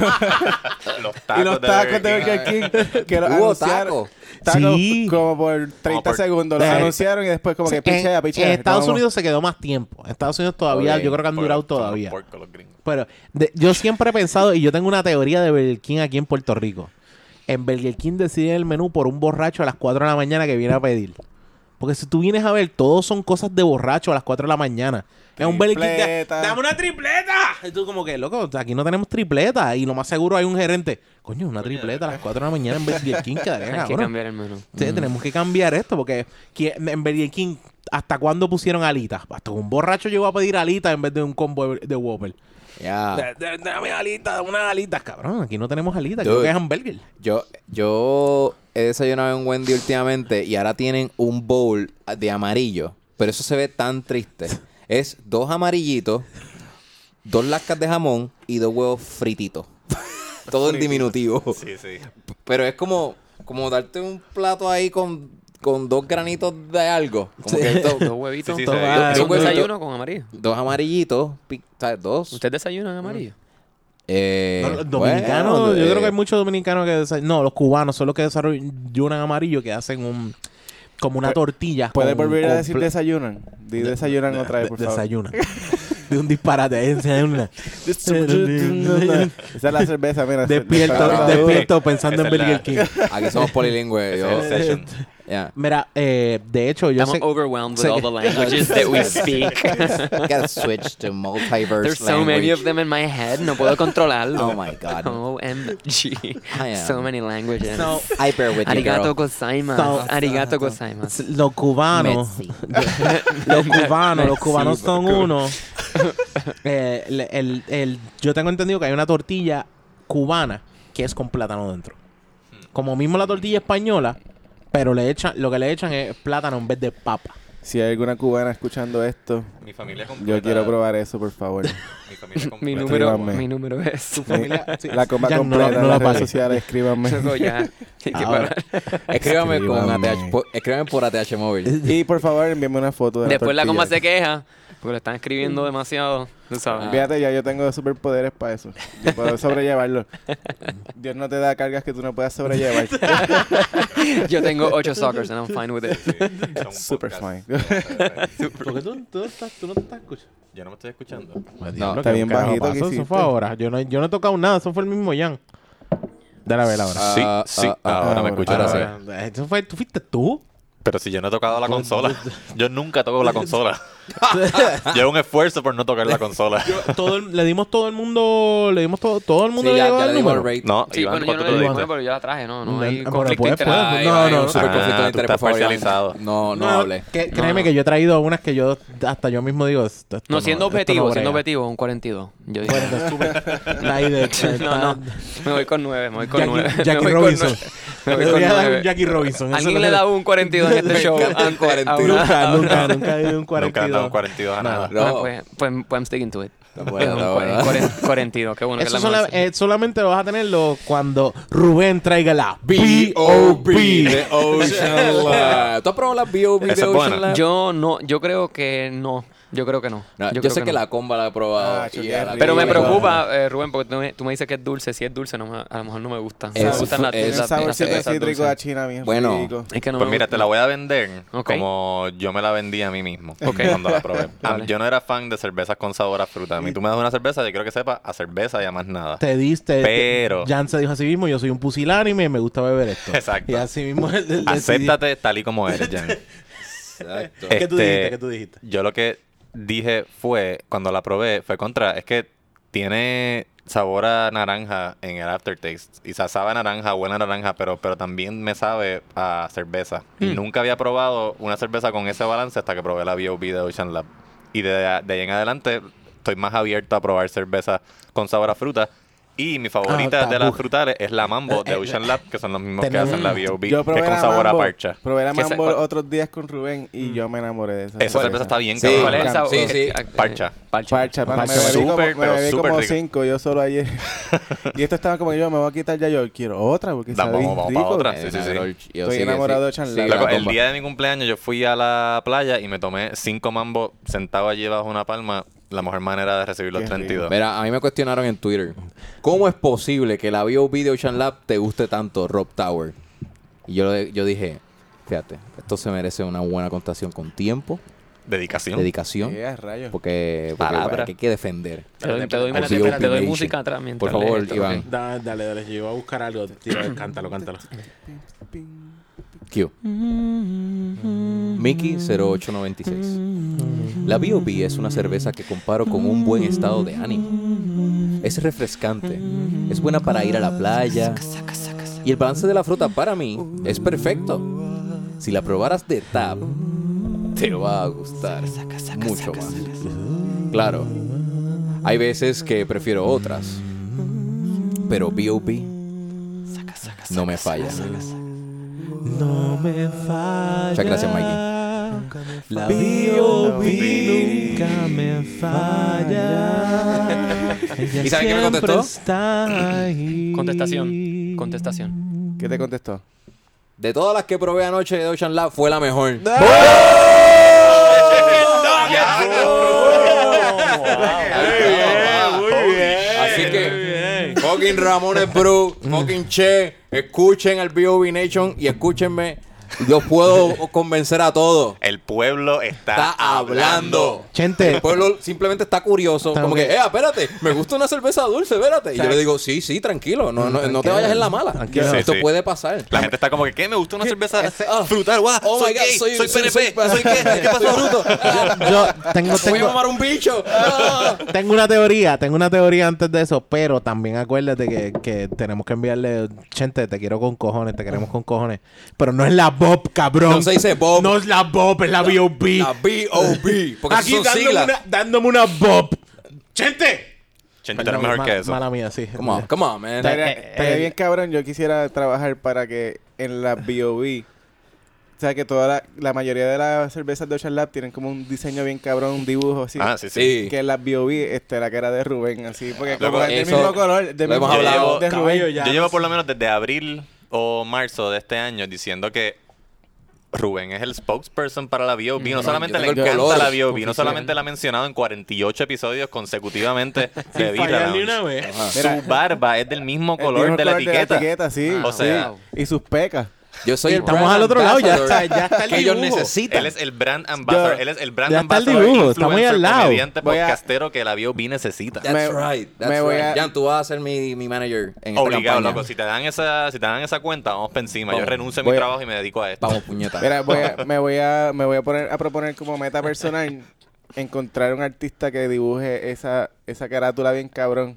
A: Los
C: y los tacos de
A: Burger
C: Burger King. que los
B: Hubo
C: anunciaron.
B: tacos.
C: Tacos
D: Sí.
C: como por 30
A: por-
C: segundos los
D: Eh,
C: anunciaron y después como
D: Sí,
C: que pichea,
D: en-
C: pichea.
D: en Estados
C: vamos.
D: Unidos se quedó más tiempo. En Estados Unidos todavía,
B: Ok,
D: yo creo que han
A: Porque
D: durado
A: son unos
D: todavía.
A: puercos los gringos.
D: Pero de- yo siempre he pensado, y yo tengo una teoría de Burger King aquí en Puerto Rico. En Burger King deciden el menú por un borracho a las 4 de la mañana que viene a pedir. Porque si tú vienes a ver, todos son cosas de borracho a las 4 de la mañana. Es un Burger King. de-
C: Tripleta.
D: ¡Dame una tripleta! Y tú, como que, loco, aquí no tenemos tripleta. Y lo más seguro hay un gerente. Coño, una tripleta a las 4 de la mañana en Burger King quedaría
E: Hay que
D: cabrón.
E: cambiar el menú.
D: Sí, tenemos que cambiar esto porque qui- en Burger King, ¿hasta cuándo pusieron alitas? Hasta un borracho llegó a pedir alitas en vez de un combo de- de Whopper.
B: Ya.
C: Ah.
D: Da- da- Dame alitas, dame unas alitas, cabrón. Aquí no tenemos alitas,
B: Dude.
D: creo que es hamburger.
B: Yo, yo he desayunado en Wendy últimamente y ahora tienen un bowl de amarillo. Pero eso se ve tan triste. Es dos amarillitos, dos lascas de jamón y dos huevos frititos. Todo en diminutivo.
A: Sí, sí.
B: Pero es como, como darte un plato ahí con, con dos granitos de algo. Como que esto-
E: Dos huevitos.
A: Sí, sí,
E: Dos-
A: se ve.
E: es
B: Yo-
E: un
B: yo-
E: desayuno con amarillo.
B: dos amarillitos, pi- ¿sabes? Dos.
E: ¿Ustedes desayunan amarillo?
B: Eh,
D: No, los dominicanos,
B: bueno,
D: yo
B: eh,
D: creo que hay muchos dominicanos que desay- No, los cubanos son los que desayunan amarillo, que hacen un como una
C: Pu-
D: tortilla.
C: ¿Puedes
D: con-
C: volver a
D: con
C: decir
D: pla-
C: desayunan? Di desayunan otra vez, por
D: de-
C: favor.
D: Desayunan. De un disparate, eh, desayunan.
C: Esa es la cerveza, mira.
D: despierto,
B: Claro.
D: despierto pensando
A: Esa
D: en
A: es la-
D: Burger King.
B: Aquí somos polilingües. yo-
A: Ese es el session.
B: yeah.
D: Mira, eh, de hecho, yo
E: I'm
D: sé...
E: overwhelmed with
D: sé
E: all
D: que-
E: the languages that we speak.
B: Gotta switch to multiverse
E: There's so many
B: language.
E: of them in my head. No puedo controlarlo.
B: Oh my God. I
E: OMG.
B: am.
E: So many languages.
D: So-
B: Hyper with you,
E: Arigato
B: girl.
E: gozaimasu.
D: So-
E: Arigato gozaimasu.
D: Los cubanos,
B: Messi.
D: los cubanos, los
E: Sí,
D: cubanos son
E: porque-
D: unos. Eh, el- el- el- yo tengo entendido que hay una tortilla cubana que es con plátano dentro. Como mismo la tortilla española, pero le echan, lo que le echan es plátano en vez de papa.
C: Si hay alguna cubana escuchando esto,
A: Mi familia completa.
C: yo quiero probar eso, por favor.
A: Mi familia
E: Mi
A: completa.
E: número,
C: Escríbanme.
E: mi número es.
C: La comba
D: Ya, no
C: completa
D: la-
C: en
D: no la
C: las redes
D: pares.
C: sociales, escríbanme.
E: Luego ya.
D: Ah,
E: Hay que
D: Ahora.
E: parar.
B: Escríbame, con
C: Escríbame.
B: ATH, po- escríbame por ATH móvil.
C: y por favor, envíame una foto de
E: Después la
C: tortilla.
E: coma se Ah. queja porque lo están escribiendo demasiado. Tú sabes.
C: Fíjate, ya yo tengo superpoderes para eso. Yo puedo sobrellevarlo. Dios no te da cargas que tú no puedas sobrellevar.
E: Yo tengo ocho sockers and I'm fine with it.
A: Sí, son
C: Super
A: podcasts.
D: Porque tú, no te estás escuchando.
A: Yo no me estoy escuchando.
D: Pues,
B: No,
C: está bien bajito que
D: Eso
C: hiciste.
D: fue ahora. Yo no, yo no he tocado nada. Eso fue el mismo Jan. Dale a ver ahora.
A: sí,
B: ah,
A: sí.
B: ah,
A: ahora
C: ah,
A: me escuchas.
B: ahora
A: ahora.
D: Eso fue, ¿Tú fuiste tú?
A: Pero si yo no he tocado la consola. Yo nunca toco la consola. Llevo un esfuerzo por no tocar la consola.
D: todo el- le dimos todo el mundo, le dimos todo, todo el
B: Sí,
D: mundo le
B: ya,
D: llegó
B: ya
D: el
B: le dimos el
D: número.
B: rate.
A: No,
E: Sí,
A: Iván,
E: bueno, yo no
A: ¿cuánto
E: le
A: tú
E: di
A: diste?
E: bueno, pero yo la traje, no, no
D: No,
E: hay
D: pero
E: conflicto
D: puedes,
E: inter-
D: puedes.
E: Ay,
D: No,
E: ay,
D: no,
E: ay.
B: Super
A: Ah,
B: conflicto de
A: tú
B: interés,
A: estás
B: por favor, Jan.
A: parcializado.
B: No, no, hable.
D: que-
E: No,
D: créeme
E: no.
D: que yo he traído unas que yo hasta yo mismo digo. esto- esto
E: No, siendo
D: esto
E: objetivo, siendo
D: brega.
E: objetivo, un 42. Yo dije.
D: Bueno, estúpido. La idea.
E: no, no, me voy con 9, me voy con 9.
D: Jackie, Jackie Robinson.
E: Me voy
D: Le
E: con
D: voy a dar
E: nueve.
D: un Jackie Robinson. eso es lo
E: Alguien le
D: que-
E: da un 42 en este show.
B: encanta el
E: antes, a
B: 42.
E: una-
D: Nunca,
E: a una-
D: nunca, nunca he ido un 42.
A: Nunca he dado un 42 a nada.
E: Ah,
B: No.
E: pues, pues, pues I'm sticking to it.
B: Está bueno, está
E: Cuaren-
B: bueno.
E: cuaren- 42, qué bueno que
D: Eso
E: la
D: sola-
E: hemos-
D: eh, solamente vas a tenerlo cuando Rubén traiga la
B: de
D: B.O.B.
B: Ocean Lab. ¿Tú has probado las B.O.B. de
A: Esa es buena.
B: Ocean Lab?
E: Yo no, yo creo que no. Yo creo que no.
B: No, yo,
E: creo
B: sé que,
E: no.
B: la comba la he probado.
C: Ah,
B: y
C: qué
B: ya la-
E: Pero me
C: Sí,
E: preocupa, eh, Rubén, porque tú me, tú me dices que es dulce. Si es dulce, no me- a lo mejor no me gusta. No me
B: Eso
E: gustan
B: fue-
E: las,
C: Tiene
E: las-
C: un
E: las
C: saborcito
E: cervezas
C: cítrico
E: dulces.
C: a China bien
B: Bueno.
C: rico.
E: Es que no
A: Pues
E: me
A: mira,
E: gusta.
A: te la voy a vender
E: Ok.
A: como yo me la vendí a mí mismo
E: Ok.
A: cuando la probé. Ah,
E: Vale.
A: Yo no era fan de cervezas con sabor a fruta. A mí tú me das una cerveza, yo creo que sepa a cerveza y a más nada.
D: Te diste.
A: Pero-
D: Jan se dijo a sí mismo: Yo soy un pusilánime, me gusta beber esto.
A: Exacto.
D: Y así mismo. él- él decidió-
A: Acéptate tal y como eres, Jan.
B: Exacto.
A: Eh,
D: ¿Qué tú dijiste?
A: Este-
D: ¿Qué tú dijiste?
A: Yo lo que dije fue, cuando la probé, fue contra, es que tiene sabor a naranja en el aftertaste. Y o sea, sabe a naranja, huele a naranja, pero, pero también me sabe a cerveza. Y nunca había probado una cerveza con ese balance hasta que probé la B.O.B. de Ocean Lab. Y de, de ahí en adelante estoy más abierto a probar cerveza con sabor a fruta. Y mi favorita
D: Ah,
A: de las
D: tabú.
A: frutales es la mambo de Ocean Lab, que son los mismos que
D: Tenemos-
A: hacen la B.O.B., que
C: Yo
A: es
C: probé
A: con
C: la
A: sabor a
C: Mambo-
A: parcha.
C: Probé la
E: ¿Qué es-
C: Mambo
E: cuál?
C: otros días con Rubén y yo me enamoré de esa.
A: Mm. Esa cerveza está bien,
B: Sí.
A: cabrón.
E: ¿Cuál es el
B: Sí,
E: sabor?
B: sí.
E: Eh, eh,
A: Parcha.
E: Parcha.
C: Parcha, pan,
D: Parcha.
C: me bebí como,
A: Súper,
C: me
A: pero
C: bebí
A: súper
C: como
A: rica.
C: cinco yo solo ayer. y esto estaba como yo, me voy a quitar ya yo. Quiero otra porque
A: Da,
C: sabe
A: vamos, vamos
C: rico.
A: para otra. Sí, sí, sí.
C: Estoy enamorado de Chan Lab.
A: Loco,
B: la
A: el
B: bomba.
A: día de mi cumpleaños yo fui a la playa y me tomé cinco mambos sentado allí bajo una palma. La mejor manera de recibir los
C: Qué
A: 32.
B: Mira, a mí me cuestionaron en Twitter. ¿Cómo es posible que la B.O.B. de Ocean Lab te guste tanto, Rob Tower? Y yo, yo dije, fíjate, esto se merece una buena contación con tiempo,
A: Dedicación.
B: dedicación,
C: Yeah, rayos.
B: porque, porque,
A: Palabra.
B: bueno, que hay que defender.
E: Te
B: Por
E: doy, te doy- espérate,
B: Dios,
E: espérate, te doy
B: Pination.
E: música atrás
B: Por
E: mientras
B: favor,
E: lees esto.
B: Iván.
D: Da- dale, dale, yo voy a buscar algo. Tira, cántalo, cántalo.
B: Q. Mickey 0896. La B.O.B. es una cerveza que comparo con un buen estado de ánimo. Es refrescante, es buena para ir a la playa. Y el balance de la fruta para mí es perfecto. Si la probaras de tap, te va a gustar mucho más. Claro, hay veces que prefiero otras, pero B.O.B. no me falla.
D: No me falla.
B: Muchas gracias, Mikey.
D: La B.O.B. nunca me falla.
B: ¿Y sabe qué me contestó?
E: Contestación. Contestación.
C: ¿Qué te contestó?
B: De todas las que probé anoche de Ocean Lab, fue la mejor. Así que, fucking Ramones Bru, fucking Che, escuchen al B.O.B. Nation y escúchenme. Yo puedo convencer a todos.
A: El pueblo está,
B: Está hablando.
D: Gente.
B: El pueblo simplemente está curioso. Como que, eh, espérate, me gusta una cerveza dulce, espérate. Y yo le digo, sí, sí, tranquilo, no, no, no te vayas en la mala.
A: Sí,
B: Esto
A: sí.
B: puede pasar.
A: La gente está como que, ¿qué? Me gusta una cerveza
B: Ese- ah.
A: frutal, guau.
B: Oh
A: soy
B: my God,
A: gay, soy,
B: soy- soy-
A: PNP,
B: soy-
A: soy, qué, ¿qué pasó, bruto?
D: Yo tengo,
B: Voy a
D: tengo,
B: mamar un bicho. Ah.
D: tengo una teoría, tengo una teoría antes de eso, pero también acuérdate que, que tenemos que enviarle, gente, te quiero con cojones, te queremos con cojones, pero no es la Bob, cabrón.
B: No se dice Bob.
D: No es la Bob, es la B.O.B.
B: La B.O.B. Porque
D: Aquí
B: son
D: dándome
B: siglas.
D: una, dándome una Bob. Gente.
A: Chente, eres mejor
D: ma-
A: que eso.
D: Mala mía, sí.
B: Come on, come on, man.
C: Estaría,
D: eh, eh,
C: estaría
D: eh.
C: bien cabrón, yo quisiera trabajar para que en la B.O.B. O sea, que toda la, la mayoría de las cervezas de Ocean Lab tienen como un diseño bien cabrón, un dibujo así.
A: Ah, sí, sí.
B: Sí.
C: Que en las B.O.B. Este, la cara de Rubén, así. Porque
A: Loco,
C: como es del
B: eso
C: mismo color, del
B: lo
C: mismo
B: hemos
C: color
A: hablado.
C: de
D: Caballo
C: Rubén.
D: ya.
A: Yo llevo por lo menos desde abril o marzo de este año diciendo que Rubén es el spokesperson para la B.O.B. No, solamente le
B: tengo el
A: encanta
B: color
A: la B.O.B., no
E: oficial.
A: solamente la ha mencionado en 48 episodios consecutivamente de Beer
D: Fallar
A: Lounge.
D: ni una vez.
C: Mira,
A: Su barba es del mismo
C: el
A: color,
C: mismo
A: de, la etiqueta. Ah.
C: sí.
A: O
C: sí.
A: sea-
C: Y sus pecas.
B: Yo soy el
E: Estamos
B: brand
D: al otro lado, ya
B: ambassador
D: está- ya está el
B: que ellos
D: dibujo.
B: necesitan.
A: Él es el brand ambassador.
C: Yo-
A: él es el brand
D: ya está el
A: ambassador. e
D: dibujo, está muy
A: influencer,
D: al lado.
A: comediante,
C: Voy a-
A: podcastero que la B.O.B. necesita.
B: That's
C: Me-
B: right. That's
C: me voy
B: right.
C: a-
B: Jan, tú vas a ser mi, mi manager en esta
A: Obligado,
B: campaña.
A: loco. Si te dan esa, si te dan esa cuenta, vamos para encima. Yo
B: Vamos.
A: renuncio a mi
C: Voy a-
A: trabajo y me dedico a esto.
B: Vamos, puñeta.
C: Mira, voy a- me voy a me voy a poner a proponer como meta personal encontrar un artista que dibuje esa esa carátula bien cabrón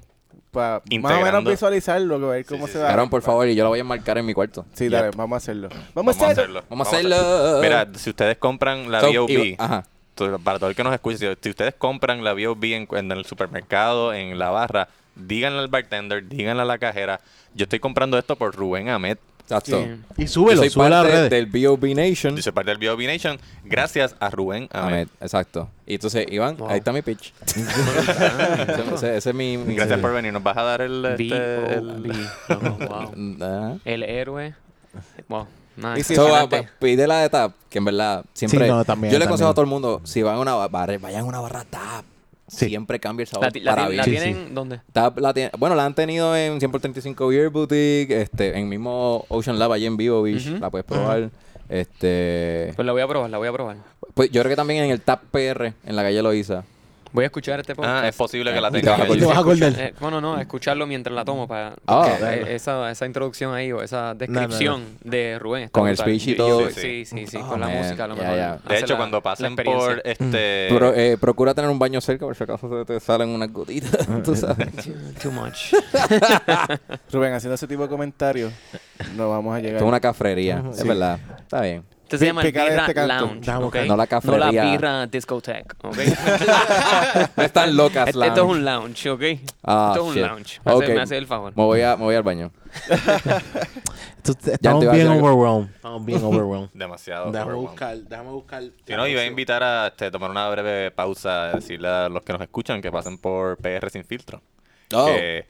C: para más o menos
A: Integrando.
C: visualizarlo, que ver cómo
A: sí,
C: se
A: sí.
C: va.
B: Cabrón, por favor, y yo la voy a marcar en mi cuarto.
C: Sí, dale, vamos a hacerlo. Vamos,
A: Vamos a hacerlo.
B: Vamos a hacerlo.
A: Mira, si ustedes compran la
B: So, y-
A: B.O.B.,
B: Ajá.
A: to- para todo el que nos escuche, si- si ustedes compran la B.O.B. En, en el supermercado, en la barra, díganle al bartender, díganle a la cajera, yo estoy comprando esto por Rubén Ahmed.
B: Exacto.
E: Sí.
D: Y
B: Yo
D: súbelo,
B: soy
D: súbelo a las
B: parte
D: redes.
B: del B.O.B. Nation.
A: Yo soy parte del B.O.B. Nation gracias a Rubén Ahmed.
B: Ahmed, exacto. Y entonces, Iván,
E: Wow.
B: ahí está mi pitch.
E: Ah,
B: ese, ese- ese es mi... mi-
A: Ah. Gracias por venir. Nos vas a dar el...
E: oh,
A: este, el-
E: B.O.B.. Loco, wow.
D: Ah.
B: Ajá.
E: El héroe. Wow. Nada,
C: Y si-
B: So,
E: impresionante.
B: va- va- pide la de TAP, que en verdad siempre.
D: no, también,
B: yo le aconsejo
D: también.
B: a todo el mundo: si van a una ba- barra, vayan a una barra TAP.
D: Sí.
B: Siempre cambia el sabor.
E: la, ti- la
B: para
E: ti-
B: bien.
E: la
D: Sí,
E: tienen dónde?
B: TAP la tiene- bueno, la han tenido en 100 por 35 Beer Boutique, este, en mismo Ocean Lab, allí en Vivo Beach.
E: Ujú.
B: La puedes probar. Este.
E: Pues la voy a probar, la voy a probar.
B: Pues yo creo que también en el TAP PR, en la calle Loiza.
E: Voy a escuchar este podcast.
A: Ah, es posible que la
B: Y te vas a
A: tengas.
D: Te vas a acordar.
E: Eh, bueno, no, escucharlo mientras la tomo para
B: Ah,
E: porque,
D: bueno.
E: eh, esa, esa introducción ahí o esa
D: no.
E: descripción de Rubén. está
B: Con el
E: brutal.
B: speech y
E: Yo- yo-
B: todo.
E: Sí, sí, sí,
B: Oh,
E: con la
B: man.
E: música a lo
B: Ya,
E: mejor.
B: ya.
A: De
E: hace
A: hecho,
E: la-
A: cuando
E: la
A: pasen
E: experiencia. Mm.
A: por este...
B: Pero, eh, procura tener un baño cerca, por si acaso se te salen unas gotitas. tú sabes.
E: Too- Too much.
C: Rubén haciendo ese tipo de comentarios no vamos a
B: Esto
C: llegar.
B: es una cafrería, es
C: Sí.
B: verdad. Está bien.
E: Esto se
C: Pi-
E: llama el
C: picar
E: Birra
C: este canto.
E: Lounge.
D: Damos
E: ¿ok?
D: canto.
B: No la
E: No
B: cafrería.
E: la Birra Discotheque. ¿ok?
B: No están locas,
E: Este- esto es
B: lounge.
E: un lounge, ¿ok?
B: Ah,
E: esto es un
B: shit.
E: lounge. Me hace-
B: Ok.
E: me hace el favor.
B: Me voy, a, me voy al baño. Ya
D: Entonces,
B: te
D: Estamos
B: iba a
D: bien
B: decir algo.
D: overwhelmed. Estamos bien overwhelmed.
A: Demasiado.
D: déjame
A: overwhelmed.
D: buscar, déjame buscar.
A: Si no, iba a invitar a este, tomar una breve pausa, decirle a los que nos escuchan que pasen por PR Sin Filtro.
B: Oh.
A: que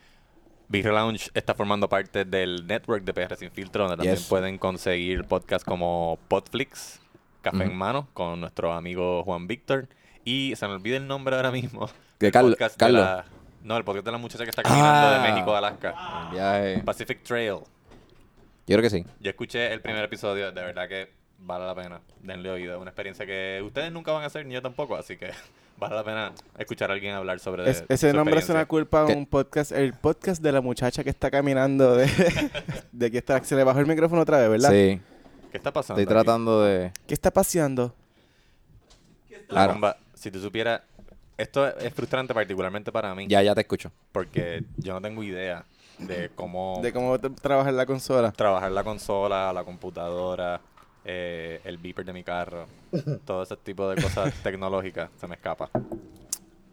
A: Beer Lounge está formando parte del network de PR Sin Filtro, donde también
B: Yes.
A: pueden conseguir podcasts como Podflix, Café en Mano, con nuestro amigo Juan Víctor. Y se me olvida el nombre ahora mismo. del
B: De Carlo-
A: podcast de
B: Carlos.
A: la- no, el podcast de la muchacha que está caminando
B: Ah.
A: de México a Alaska.
B: Viaje.
A: Pacific Trail.
B: Yo creo que sí.
A: Yo escuché el primer episodio, de verdad que vale la pena. Denle oído. Es una experiencia que ustedes nunca van a hacer, ni yo tampoco, así que vale la pena escuchar a alguien hablar sobre
C: Es-
A: Eh, su
C: ese nombre es una
A: experiencia.
C: culpa a
B: ¿Qué?
C: un podcast. El podcast de la muchacha que está caminando. De, de aquí está. Se le bajó el micrófono otra vez, ¿verdad?
B: Sí.
A: ¿Qué está pasando?
B: Estoy
A: aquí?
B: tratando de.
C: ¿Qué está paseando?
A: La
B: Claro.
A: bomba, si tú supieras, esto es frustrante particularmente para mí,
B: Ya, ya te escucho.
A: porque yo no tengo idea de cómo,
C: De cómo tra- trabajar la consola.
A: trabajar la consola, la computadora, eh, el beeper de mi carro, todo ese tipo de cosas tecnológicas se me escapa.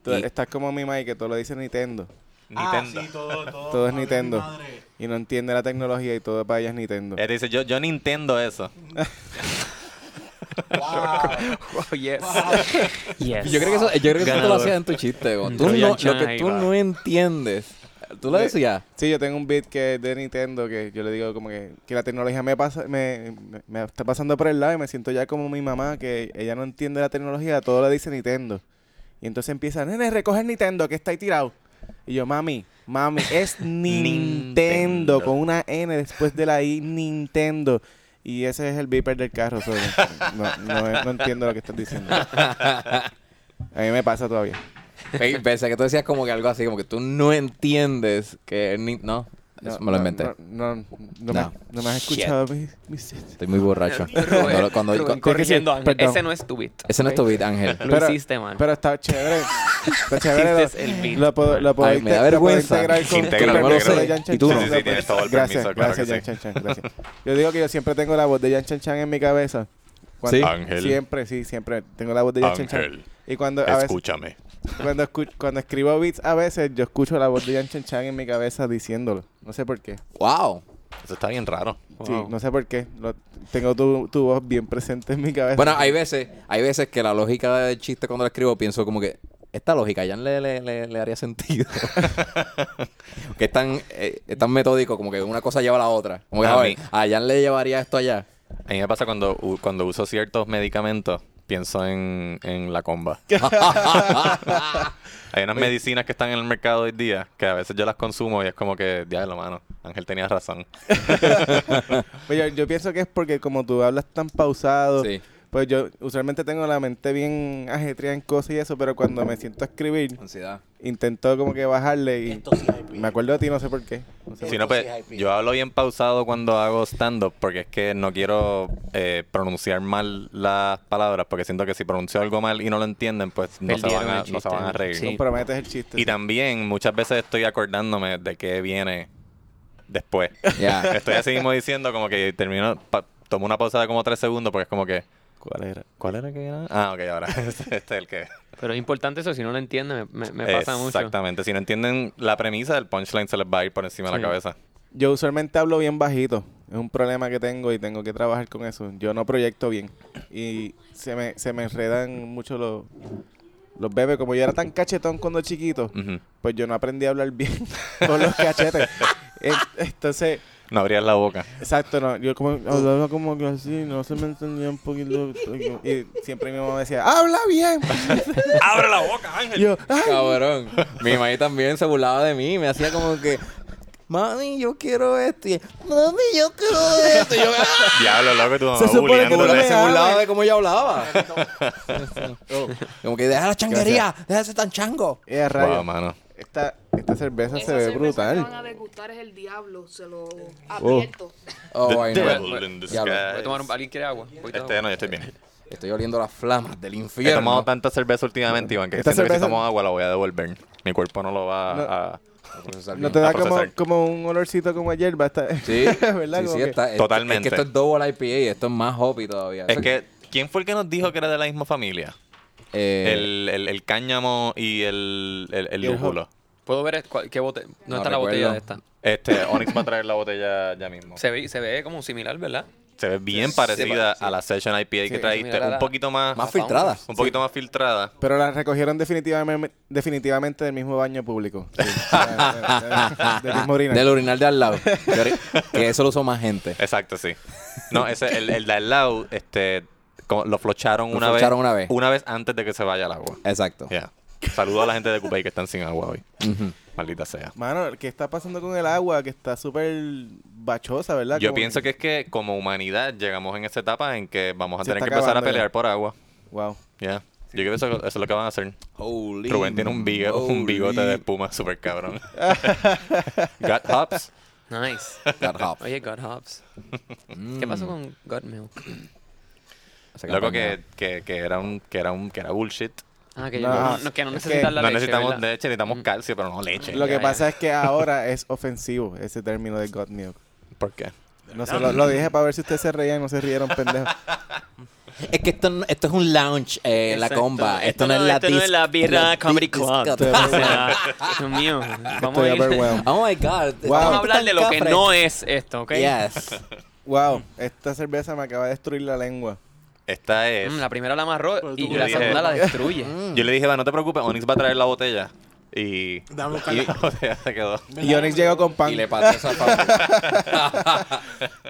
C: Tú
B: Y-
C: estás como mi Mike, que todo lo dice Nintendo.
A: Nintendo.
F: Ah, sí, todo, todo.
C: Todo es
F: Madre,
C: Nintendo.
F: madre.
C: Y no entiende la tecnología y todo para ella es Nintendo.
A: Él Eh, dice, yo, yo Nintendo eso.
E: Oh, yes. yes.
B: Yo creo que eso, yo creo que eso tú lo
E: Ganador.
B: hacías en tu chiste. como,
E: Un
B: Tú no,
E: Trojan
B: lo
E: China
B: que
E: ahí
B: tú
E: va.
B: no entiendes. Tú lo
C: De-
B: decías.
C: Sí, yo tengo un beat que es de Nintendo que yo le digo como que, que la tecnología me pasa, me, me- me está pasando por el lado y me siento ya como mi mamá que ella no entiende la tecnología, todo le dice Nintendo. Y entonces empieza, nene, recoge el Nintendo que está ahí tirado. Y yo, mami, mami, es Nintendo con una N después de la I, Nintendo. Y ese es el beeper del carro. so, no, no- no entiendo lo que estás diciendo. A mí me pasa todavía.
B: Pe- Pensé que tú decías como que algo así, como que tú no entiendes que. ni- No, eso me lo inventé.
C: No, no,
B: No.
C: no, Me, no me has
B: Shit.
C: escuchado mi, mis-
B: Estoy muy borracho.
E: Rubén,
B: Cuando lo- cuando-
E: Rubén,
B: cu-
E: corrigiendo,
C: sí,
E: Ángel,
C: perdón.
E: ese no es tu beat.
B: ese no es tu beat, Ángel.
E: Lo
C: Pero-
E: hiciste mal.
C: Pero está chévere. Está chévere.
E: Hiciste el beat.
C: Lo, lo puedo, lo puedo
B: Ay, me da
C: inte- lo puedo
B: vergüenza.
C: integrar con-
A: Intégralo,
C: con la voz de
A: intégralo.
C: Yan Chan
B: Y tú
C: Chan.
B: no.
A: Sí, sí, tienes todo el
C: gracias,
A: permiso, claro
C: gracias,
A: que
C: Yan
A: sí.
C: Chan Chan, gracias. Yo digo que yo siempre tengo la voz de Yan Chan Chan en mi cabeza. Cuando-
B: Sí.
A: Ángel.
C: Siempre, sí, siempre tengo la voz de Yan Chan Chan.
A: Ángel,
C: Y cuando, a veces,
A: Escúchame.
C: cuando, escu- cuando escribo beats, a veces yo escucho la voz de Yan Chan Chan en mi cabeza diciéndolo. No sé por qué.
B: ¡Wow!
A: Eso está bien raro.
C: Sí,
E: Wow.
C: no sé por qué. Lo- tengo tu, tu voz bien presente en mi cabeza.
B: Bueno, hay veces, hay veces que la lógica del chiste cuando lo escribo pienso como que esta lógica ya le, le, le, le haría sentido. que es tan, eh, es tan metódico, como que una cosa lleva a la otra. Como que,
A: A
B: a ver,
A: mí-
B: a Jan le llevaría esto allá.
A: A mí me pasa cuando, u- cuando uso ciertos medicamentos, pienso en, en la comba. Hay unas medicinas que están en el mercado hoy día que a veces yo las consumo y es como que, diablo, mano, Ángel tenía razón.
C: Pues yo, yo pienso que es porque como tú hablas tan pausado,
B: Sí.
C: pues yo usualmente tengo la mente bien ajetreada en cosas y eso, pero cuando me siento a escribir,
B: Ansiedad.
C: intento como que bajarle y
D: Esto sí hay beat.
C: me acuerdo de ti, no sé por qué. No sé.
A: Si no, pues, yo hablo bien pausado cuando hago stand-up porque es que no quiero eh, pronunciar mal las palabras porque siento que si pronuncio algo mal y no lo entienden, pues no, se
E: Perdieron
A: van, a,
E: el
A: no se van a
E: chiste.
A: reír.
E: Sí.
C: Comprometes el chiste.
A: Y también muchas veces estoy acordándome de qué viene después.
B: Ya.
A: Estoy así mismo diciendo como que termino, pa- tomo una pausa de como tres segundos porque es como que...
C: ¿Cuál era?
A: ¿Cuál era que era? Ah, ok, ahora. este es el que...
E: Pero es importante eso, si no lo entiendes, me, me- me pasa mucho.
A: Exactamente. Si no entienden la premisa, el punchline se les va a ir por encima de
E: Sí.
A: la cabeza.
C: Yo usualmente hablo bien bajito. Es un problema que tengo y tengo que trabajar con eso. Yo no proyecto bien. Y se me, se me enredan mucho los, los bebés. Como yo era tan cachetón cuando chiquito,
A: Ujú.
C: pues yo no aprendí a hablar bien con los cachetes. En- Entonces...
A: No abrías la boca.
C: Exacto, no. Yo como hablaba como que así, no se me entendía un poquito. Y siempre mi mamá decía, ¡habla bien!
A: ¡Abre la boca, Ángel!
C: Y yo, "Ay".
B: Cabrón. Mi mamá también se burlaba de mí. Me hacía como que, mami, yo quiero esto. Y, mami, yo quiero esto. Y yo, "Ah".
A: Diablo, loco, tu mamá
B: se supone que
A: bulleándote.
B: uno se
C: hables.
B: burlaba de cómo ella hablaba. Oh, como que deja la changuería, deja ese tan chango.
C: Eh, a rayos.
A: Guau, mano.
C: esta, esta cerveza
G: Esa
C: se ve
G: cerveza Que van
C: brutal.
G: a degustar es el diablo, se lo advierto.
B: Oh,
A: The
B: bueno.
A: devil in
B: Diablo.
E: Voy a
A: disguise.
E: tomar un- ¿Alguien quiere agua? Voy a tomar
A: Este no, yo estoy bien.
B: Estoy oliendo las flamas del
A: He tomado
B: infierno.
A: tanta cerveza últimamente, Iván, que
C: Esta
A: siento que si
C: cerveza-
A: tomo agua la voy a devolver. Mi cuerpo no lo va
C: No.
A: a...
B: Procesar
C: No
B: bien.
C: te da
A: A
C: como,
A: procesar.
C: como un olorcito como a hierba. Está,
B: Sí,
C: ¿verdad?
B: sí, sí,
C: Como que-
B: está, es-
A: Totalmente.
B: Es que esto es double IPA, esto es más hoppy todavía.
A: Es que, ¿quién fue el que nos dijo que era de la misma familia?
B: Eh,
A: El, el, el cáñamo y el, el, el
C: Y el
A: lúpulo.
E: Puedo ver cuál- qué bote- dónde
B: No
E: está la
B: recuerdo.
E: botella de esta.
A: Este, Onyx va a traer la botella ya mismo. Se,
E: Se ve, se ve como similar, ¿verdad?
A: ve bien parecida
E: sí.
A: a la Session IPA que
E: Sí,
A: traíste.
E: similar a la-
A: Un poquito más...
B: más
E: Fountain.
B: filtrada.
A: un poquito más filtrada.
C: Pero la recogieron definitivamente, definitivamente del mismo baño público. Sí. del mismo orinal.
B: ah, Del orinal de al lado. Yo ori- que eso lo usó más gente.
A: Exacto, sí. No, ese, el, el de al lado, este, como lo flocharon
B: Lo
A: una
B: flocharon
A: vez.
B: una vez.
A: antes de que se vaya al agua.
B: Exacto.
A: Ya. Saludo a la gente de Cupay que están sin agua hoy. Maldita sea.
C: Mano, ¿qué está pasando con el agua? Que está súper bachosa, ¿verdad?
A: Yo
C: Como
A: pienso que es que como humanidad llegamos en esta etapa en que vamos a
C: Se
A: tener que
C: está
A: empezar a
C: acabando ya.
A: pelear por agua.
C: Wow.
A: Ya. Yo creo que eso, eso es lo que van a hacer.
B: Holy
A: Rubén tiene un, bigo- un bigote de
B: moly.
A: espuma súper cabrón. Got hops.
E: Nice.
B: That hop.
E: Oye, God Hops. ¿Qué pasó con God Milk?
B: Se
A: Loco
B: acabó.
A: que, que, que era un, que era un, que era bullshit.
E: Ah, que yo
C: No,
E: no, no- que no
C: es que
E: necesitas la
A: no
E: leche,
A: necesitamos
E: ¿verdad?
A: leche, necesitamos
B: Mm.
A: calcio, pero no leche.
C: Lo
E: Ya,
C: que
E: ya.
C: pasa es que ahora es ofensivo ese término de God milk.
A: ¿Por qué?
C: No sé, lo, lo dije para ver si ustedes se reían o no se rieron, pendejos.
B: Es que esto, no- esto es un lounge, eh, la
E: Exacto.
B: comba. Esto, no, es la
E: Esto no es
B: disc-
E: la birra
B: disc-
E: Comedy Club.
B: discoteca.
E: O sea, Dios mío. Vamos a,
C: Estoy
E: ir-
C: overwhelmed.
B: Oh my God.
E: vamos
C: Wow.
E: a hablar de lo que no es esto, ¿ok?
B: Yes.
C: Wow, esta cerveza me acaba de destruir la lengua.
A: Esta es.
E: Mm, la primera la amarró
D: Pero tú
E: y
A: me
E: la
A: dije-
E: segunda la destruye.
B: Mm.
A: Yo le dije, va, no te preocupes, Onyx va a traer la botella. Y.
D: Dame un
A: y la
D: carajo.
A: botella se quedó.
C: Y Onyx llegó con pan.
B: Y le pateó esa fama.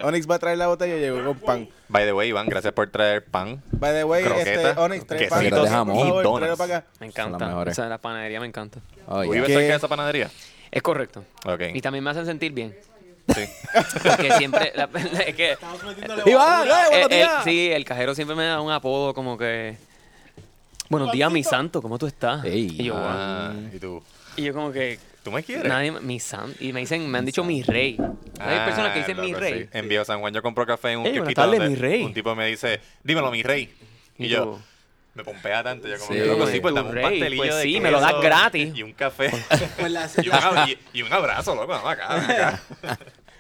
C: Onyx va a traer la botella y llegó con pan.
A: By the way, Iván, gracias por traer pan.
C: By the way,
A: Croquetas,
C: este, Onyx, trae pan.
A: quesitos
C: por favor,
B: y
C: tráelo
A: donas.
C: para acá.
E: Me
B: Son las
E: encanta.
B: mejores.
E: O sea, la panadería me encanta.
B: Oh,
A: ¿Vives
B: yeah.
C: ¿Qué?
A: cerca de esa panadería?
E: Es correcto.
A: Ok.
E: Y también me hacen sentir bien.
A: Sí.
E: Porque siempre. la- es que,
B: ¡Iván! eh,
E: eh,
B: buenos
E: eh,
B: días!
E: sí, el cajero siempre me da un apodo como que. Buenos días, mi santo, ¿cómo tú estás?
B: Ey.
E: y, yo, "Wow".
A: Ah, y tú.
E: y yo como que.
A: ¿Tú me quieres?
E: Nadie, me- mi santo. Y me dicen, me han dicho mi rey. Hay
A: Ah,
E: personas que dicen mi
A: loco,
E: rey.
A: sí. En Viejo San Juan yo compro café en un
E: Ey, buenas
A: kiosquito
E: tardes,
A: donde
E: mi rey.
A: Un tipo me dice, dímelo, mi rey. Y,
E: Y
A: yo,
E: tú.
A: me pompea tanto. Yo como,
B: Sí,
A: que, loco,
B: güey.
A: sí, pues
E: Tu
A: dame un
E: rey,
A: pastelillo
E: pues
A: de
E: sí, me lo das
A: queso
E: gratis.
A: Y un café.
D: Pues
A: y, un, ab- y- y un abrazo, loco. Vamos acá, vamos acá.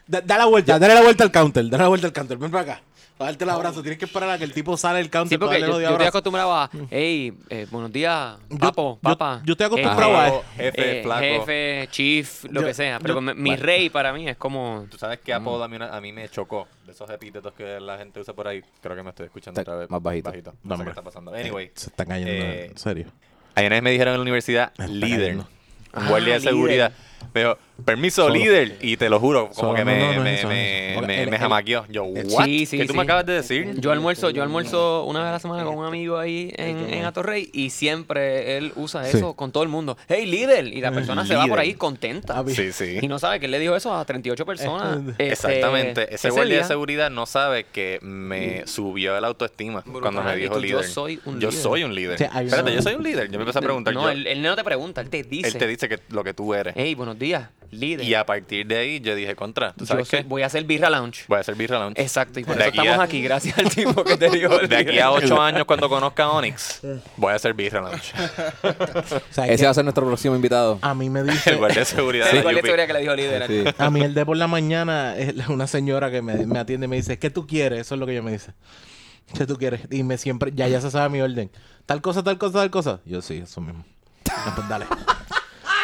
D: Da, da la vuelta, dale la vuelta al counter, dale la vuelta al counter, ven para acá. Para darte el abrazo, tienes que esperar a que el tipo sale del counter
E: Sí,
D: para
E: porque
D: darle
E: yo,
D: los
E: yo
D: de
E: estoy
D: abrazo.
E: acostumbrado a, hey, eh, buenos días,
D: Mm. Yo-
E: papo,
D: yo-
E: papá.
D: yo estoy acostumbrado a-
A: Jefe, flaco.
E: Jefe, chief, lo
D: Yo-
E: que sea. Pero
D: yo-
E: me- mi
D: Bueno.
E: rey para mí es como...
A: ¿Tú sabes qué apodo a mí, una- a mí me chocó? De esos epítetos que la gente usa por ahí. Creo que me estoy escuchando
B: Está
A: otra vez.
B: más bajito.
A: No sé
D: Dámelo.
A: qué está pasando. Anyway.
D: Se están cayendo,
A: Eh,
D: en serio.
A: Ayer me dijeron en la universidad, líder.
D: cayendo.
A: Un
E: Ah,
A: guardia de seguridad. Me dijo, permiso, líder. Y te lo juro, como
D: Solo,
A: que
D: no,
A: me,
D: no, no
A: me,
D: es eso,
A: me,
D: no es eso.
A: me-
D: El-
A: me
D: el-
A: jamaqueó. Yo, ¿what?
E: Sí, sí,
A: ¿Qué tú
E: sí.
A: me acabas de decir?
E: Yo almuerzo, yo almuerzo una vez a la semana con un amigo ahí en, en Atorrey y siempre él usa
D: Sí.
E: eso con todo el mundo. Hey, líder. Y la persona se va por ahí contenta.
D: Papi.
A: Sí, sí.
E: Y no sabe que él le dijo eso a 38 personas. este,
A: Exactamente. Ese guardia
E: día.
A: de seguridad no sabe que me subió el autoestima cuando me
E: Brutal. Y
A: dijo
E: tú, yo
A: líder.
E: soy un
A: Yo
E: líder.
A: soy un líder.
D: Sí, hay
A: Espérate,
D: una-
A: yo soy un líder. Yo me empecé a preguntar.
E: No,
A: yo-
E: él, él no te pregunta, él te dice.
A: él te dice que lo que tú eres.
E: Hey, buenos días, líder.
A: Y a partir de ahí yo dije, contra, ¿tú
E: Yo
A: sabes
E: soy-
A: qué?
E: voy a hacer birra lounge.
A: Voy a ser Birra Lounge.
E: Exacto, y por
A: De
E: eso
A: aquí
E: estamos
A: a-
E: aquí, gracias al tipo que te dijo. el
A: De aquí
E: líder.
A: a ocho años cuando conozca a Onyx, voy a ser Birra Lounge.
D: O sea,
B: Ese
D: que
B: va a ser nuestro próximo invitado.
D: a mí me
A: El
D: dice,
A: guardia de seguridad
E: El
A: de
E: guardia de
A: UP.
E: seguridad que le dijo líder.
B: Sí.
D: a mí el de por la mañana, es una señora que me, me atiende y me dice, ¿qué tú quieres? Eso es lo que ella me dice. ¿Qué tú quieres? Y me siempre, ya, ya se sabe mi orden. Tal cosa, tal cosa, tal cosa. Yo sí, eso mismo. Ya, pues dale.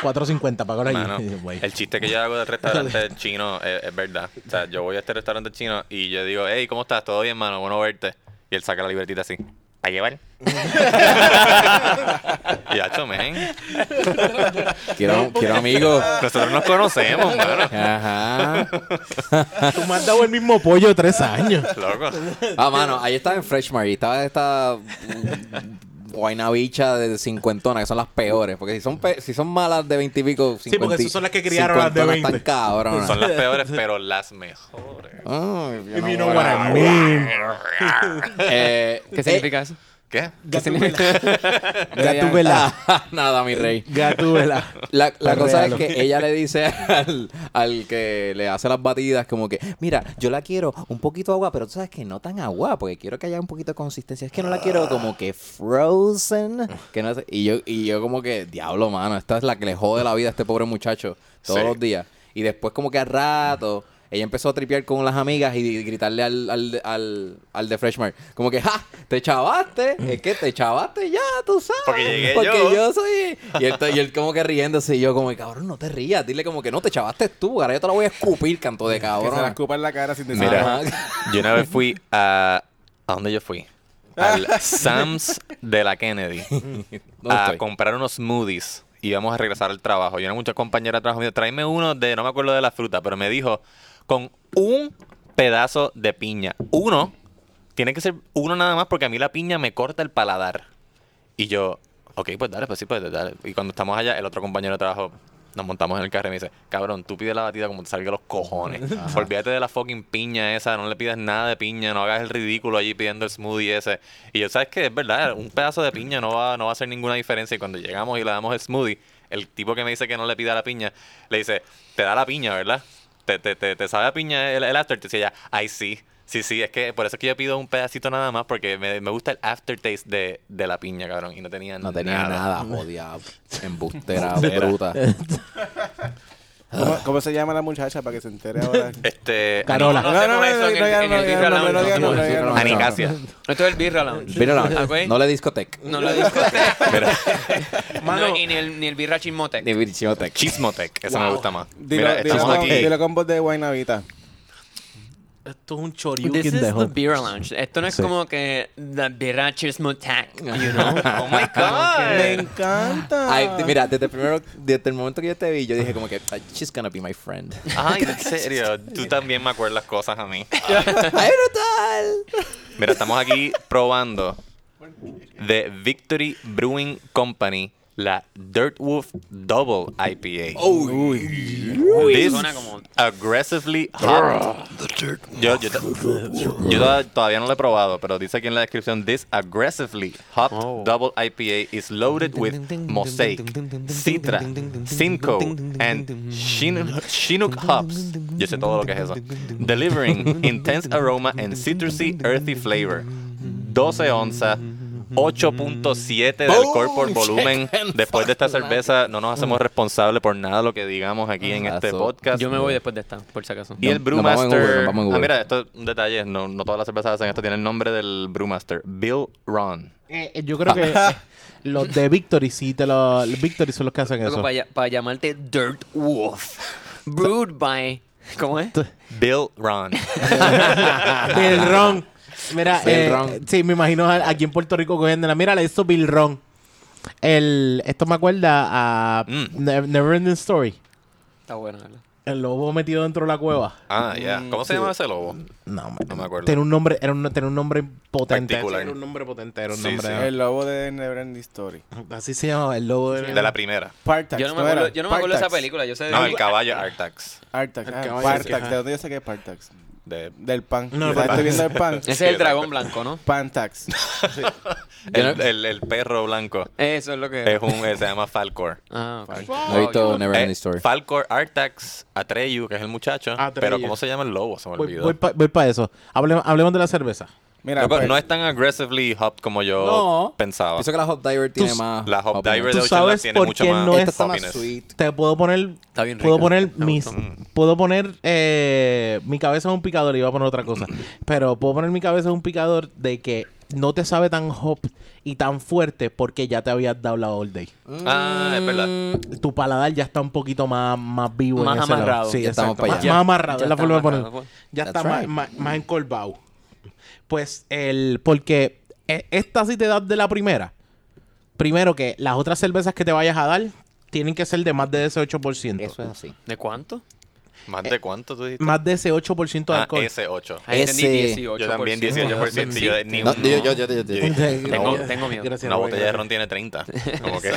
D: 4.50, pagar ahí.
A: Mano,
D: Y yo, "Güey".
A: el chiste que yo hago del restaurante chino es, es verdad. O sea, yo voy a este restaurante chino y yo digo, hey, ¿cómo estás? ¿Todo bien, mano? Bueno verte. Y él saca la libretita así. ¿A llevar? y hacho, men.
B: Quiero, quiero amigos.
A: Nosotros nos conocemos, mano.
B: Ajá.
D: Tú me has dado el mismo pollo tres años.
A: Loco.
B: Ah, mano, ahí estaba en Freshmart y estaba esta mm, guayna bicha de cincuentona, que son las peores. Porque si son, pe- si son malas de veintipico,
D: Sí, porque esas son las que criaron las de 20.
B: Están cabronas.
A: Son las peores, pero las mejores.
B: Ay, yo
D: If you
B: no
D: know
B: voy a-
D: what I mean.
B: Eh,
E: ¿Qué significa eso?
A: ¿Qué?
E: ¿Qué significa?
D: Gatúbela.
B: eh, Nada, mi rey.
D: Gatúbela.
B: La, la
D: Perréalo.
B: cosa es que ella le dice al, al que le hace las batidas como que, mira, yo la quiero un poquito agua, pero tú sabes que no tan agua, porque quiero que haya un poquito de consistencia. Es que no la quiero como que frozen. Que no, sé. y, yo, y yo como que, diablo, mano, esta es la que le jode la vida a este pobre muchacho todos
A: Sí.
B: los días. Y después como que al rato... Ella empezó a tripear con las amigas y, y gritarle al, al, al, al de Freshmart. Como que, ¡ja! Te chavaste. Es que te chavaste ya, tú sabes.
A: Porque llegué
B: Porque
A: yo.
B: yo soy. Y él, y él como que riéndose. Y yo, como, cabrón, no te rías. Dile como que no te chavaste tú. Ahora yo te la voy a escupir, canto de
C: Que se la
B: cabrón.
C: escupa en la cara sin decir
A: Mira,
C: nada.
A: yo una vez fui a... ¿A dónde yo fui? Al Sam's de la Kennedy.
B: Ah. Mm. ¿Dónde
A: a
B: estoy?
A: comprar unos smoothies y íbamos a regresar al trabajo. Y una mucha compañera de trabajo me dijo, tráeme uno de, no me acuerdo de la fruta, pero me dijo, con un pedazo de piña. Uno, tiene que ser uno nada más porque a mí la piña me corta el paladar. Y yo, ok, pues dale, pues sí, pues dale. Y cuando estamos allá, el otro compañero de trabajo... Nos montamos en el carro y me dice, cabrón, tú pides la batida como te salga los cojones. Olvídate de la fucking piña esa, no le pidas nada de piña, no hagas el ridículo allí pidiendo el smoothie ese. Y yo, ¿sabes qué? Es verdad, un pedazo de piña no va, no va a hacer ninguna diferencia. Y cuando llegamos y le damos el smoothie, el tipo que me dice que no le pida la piña, le dice, te da la piña, ¿verdad? Te, te, te, te sabe a piña el, el aftertaste. Y ella, ay, sí. Sí, sí, es que por eso es que yo pido un pedacito nada más, porque me, me gusta el aftertaste de, de la piña, cabrón. Y no tenía
B: No tenía nada, jodida. Embustera,
A: Era.
B: bruta.
C: ¿Cómo, cómo se llama la muchacha para que se entere ahora?
A: Este.
D: Carola.
A: No, no, no, no,
C: no, no, no, no, no, no,
B: no, no, no, no, no.
A: Anicasia.
E: Esto es el Birra Lounge.
B: Mira,
E: Ok.
B: no, no le discotec.
E: No lo discoteca.
A: Mira,
E: No, y ni el, ni el Birra Chismotec.
B: Ni virginotec.
A: Chismotec. Eso me gusta más.
C: Dilo,
A: Mira,
C: dilo,
A: estamos
C: con,
A: aquí.
C: dilo con voz de Guaynavita.
D: Esto es un
E: This
D: choryukin
E: is
D: de
E: the
D: home.
E: Birra Lounge. Esto no es
D: Sí.
E: como que the Birra Chismotec, you know? Oh my
C: Me
E: God.
C: encanta.
B: Ay, te- mira, desde el, primero, desde el momento que yo te vi, yo dije como que, "Ah, she's gonna be my friend.
A: Ay, en serio. Tú también me acuerdas cosas a mí.
B: ¡Ay, brutal!
A: Mira, estamos aquí probando de Victory Brewing Company la Dirtwolf Double IPA.
E: Uy,
A: This
E: suena como-
A: aggressively hot. Yo, yo to- yo to- todavía no lo he probado, pero dice aquí en la descripción: This aggressively hot
E: Oh.
A: double IPA is loaded with mosaic, citra, cinco, and Shin- Chinook hops. Yo sé todo lo que es eso. Delivering intense aroma and citrusy, earthy flavor. 12 onzas. 8.7 de alcohol por volumen. Después de esta cerveza, no nos hacemos responsables por nada lo que digamos aquí en este
B: Aso.
A: podcast.
E: Yo me voy después de esta, por si acaso.
A: Y el
B: Nos vamos en Uber, nos
A: Brewmaster.
B: vamos en Uber.
A: Ah, mira, esto un detalle. No, no todas las cervezas hacen esto. Tiene el nombre del Brewmaster. Bill Ron.
D: Eh, eh, yo creo que eh, los de Victory sí te lo... los Victory son los que hacen eso.
E: Para, llamarte Dirt Wolf. Brewed by. ¿Cómo es?
A: Bill Ron.
D: Bill Ron. Mira,
B: Bill
D: eh,
B: Ron.
D: sí, me imagino a- aquí en Puerto Rico cogiéndola. Mira, esto Bill Ron. El, esto me acuerda a
A: Mm.
D: Never Neverending Story.
E: Está bueno, ¿verdad?
D: El lobo metido dentro de la cueva.
A: Ah, ya. ¿Cómo se llama ese lobo?
D: No,
A: No me acuerdo.
D: Tiene un nombre, era un, tenía un nombre potente.
A: Particular.
D: Era un nombre potente, era un
A: Sí,
D: nombre.
C: El lobo de Neverending Story.
D: Así se llamaba el lobo de,
A: De la primera.
C: Partax.
E: Yo no me acuerdo,
C: era?
E: yo no me acuerdo de esa
C: Partax.
E: película. Yo
B: Eh,
E: sé
A: No, el caballo Artax.
C: Artax. ah,
D: caballo,
C: Partax. ¿De dónde yo saqué Partax?
A: De...
C: Del pan.
D: No,
C: O sea,
D: el
C: estoy viendo el pan.
E: Ese es el dragón blanco, ¿no?
C: Pantax.
A: El, el- el perro blanco.
E: Eso es lo que.
A: Es un, eh, se llama Falcor.
E: Ah, ok.
B: No he visto Never
A: Eh,
B: Ending Story.
A: Falcor, Artax, Atreyu, que es el muchacho.
D: Atreyu.
A: Pero ¿cómo se llama el lobo? Se me
D: Voy,
A: olvidó.
D: para eso. Hablemos, hablemos de la cerveza.
C: Mira,
A: Loco,
C: pues,
A: no es tan aggressively hop como yo
B: No.
A: pensaba.
B: Pienso que la Hop Diver tiene
D: Tú-
B: más.
A: La Hop
B: hoppiness.
A: Diver
D: ¿Tú
A: de Ocean Lab
D: sabes
A: tiene
D: por
A: mucho
D: qué
A: más
D: no es-
B: Esta está más
A: hoppiness.
B: sweet.
D: Te puedo poner.
E: Está bien
D: puedo
E: rica,
D: poner
E: me
D: mis. Puedo poner. eh, mi cabeza es un picador y iba a poner otra cosa. Pero puedo poner mi cabeza en un picador de que no te sabe tan hop y tan fuerte porque ya te habías dado la all day.
A: Ah, es verdad.
D: Tu paladar ya está un poquito más, más vivo. en
E: Más
D: ese lado.
E: amarrado.
D: Sí,
B: Ya estamos
D: exacto.
B: pa'
D: Más,
B: allá.
D: más amarrado.
E: Ya
D: es la
E: está
D: forma de ponerlo.
E: amarrado, pues.
D: Ya está
B: That's
D: más,
B: right.
D: más, más encorvado. Pues el. Porque e- esta sí te da de la primera. Primero que las otras cervezas que te vayas a dar tienen que ser de más de ese 8%.
B: Eso es así.
E: ¿De cuánto?
A: ¿Más de cuánto tú dijiste?
D: Más de ese 8% de
A: Ah,
D: alcohol.
A: ese 8.
E: Ahí entendí
B: Ese-
E: 18%.
A: Yo también 18%.
E: Sí.
A: yo de- ni
B: No,
A: un-
B: yo, yo, yo, yo, yo-
A: Yo dije,
E: Tengo,
A: No,
E: tengo miedo.
D: Gracias,
A: Una
D: Robert.
A: botella de ron tiene 30. Como que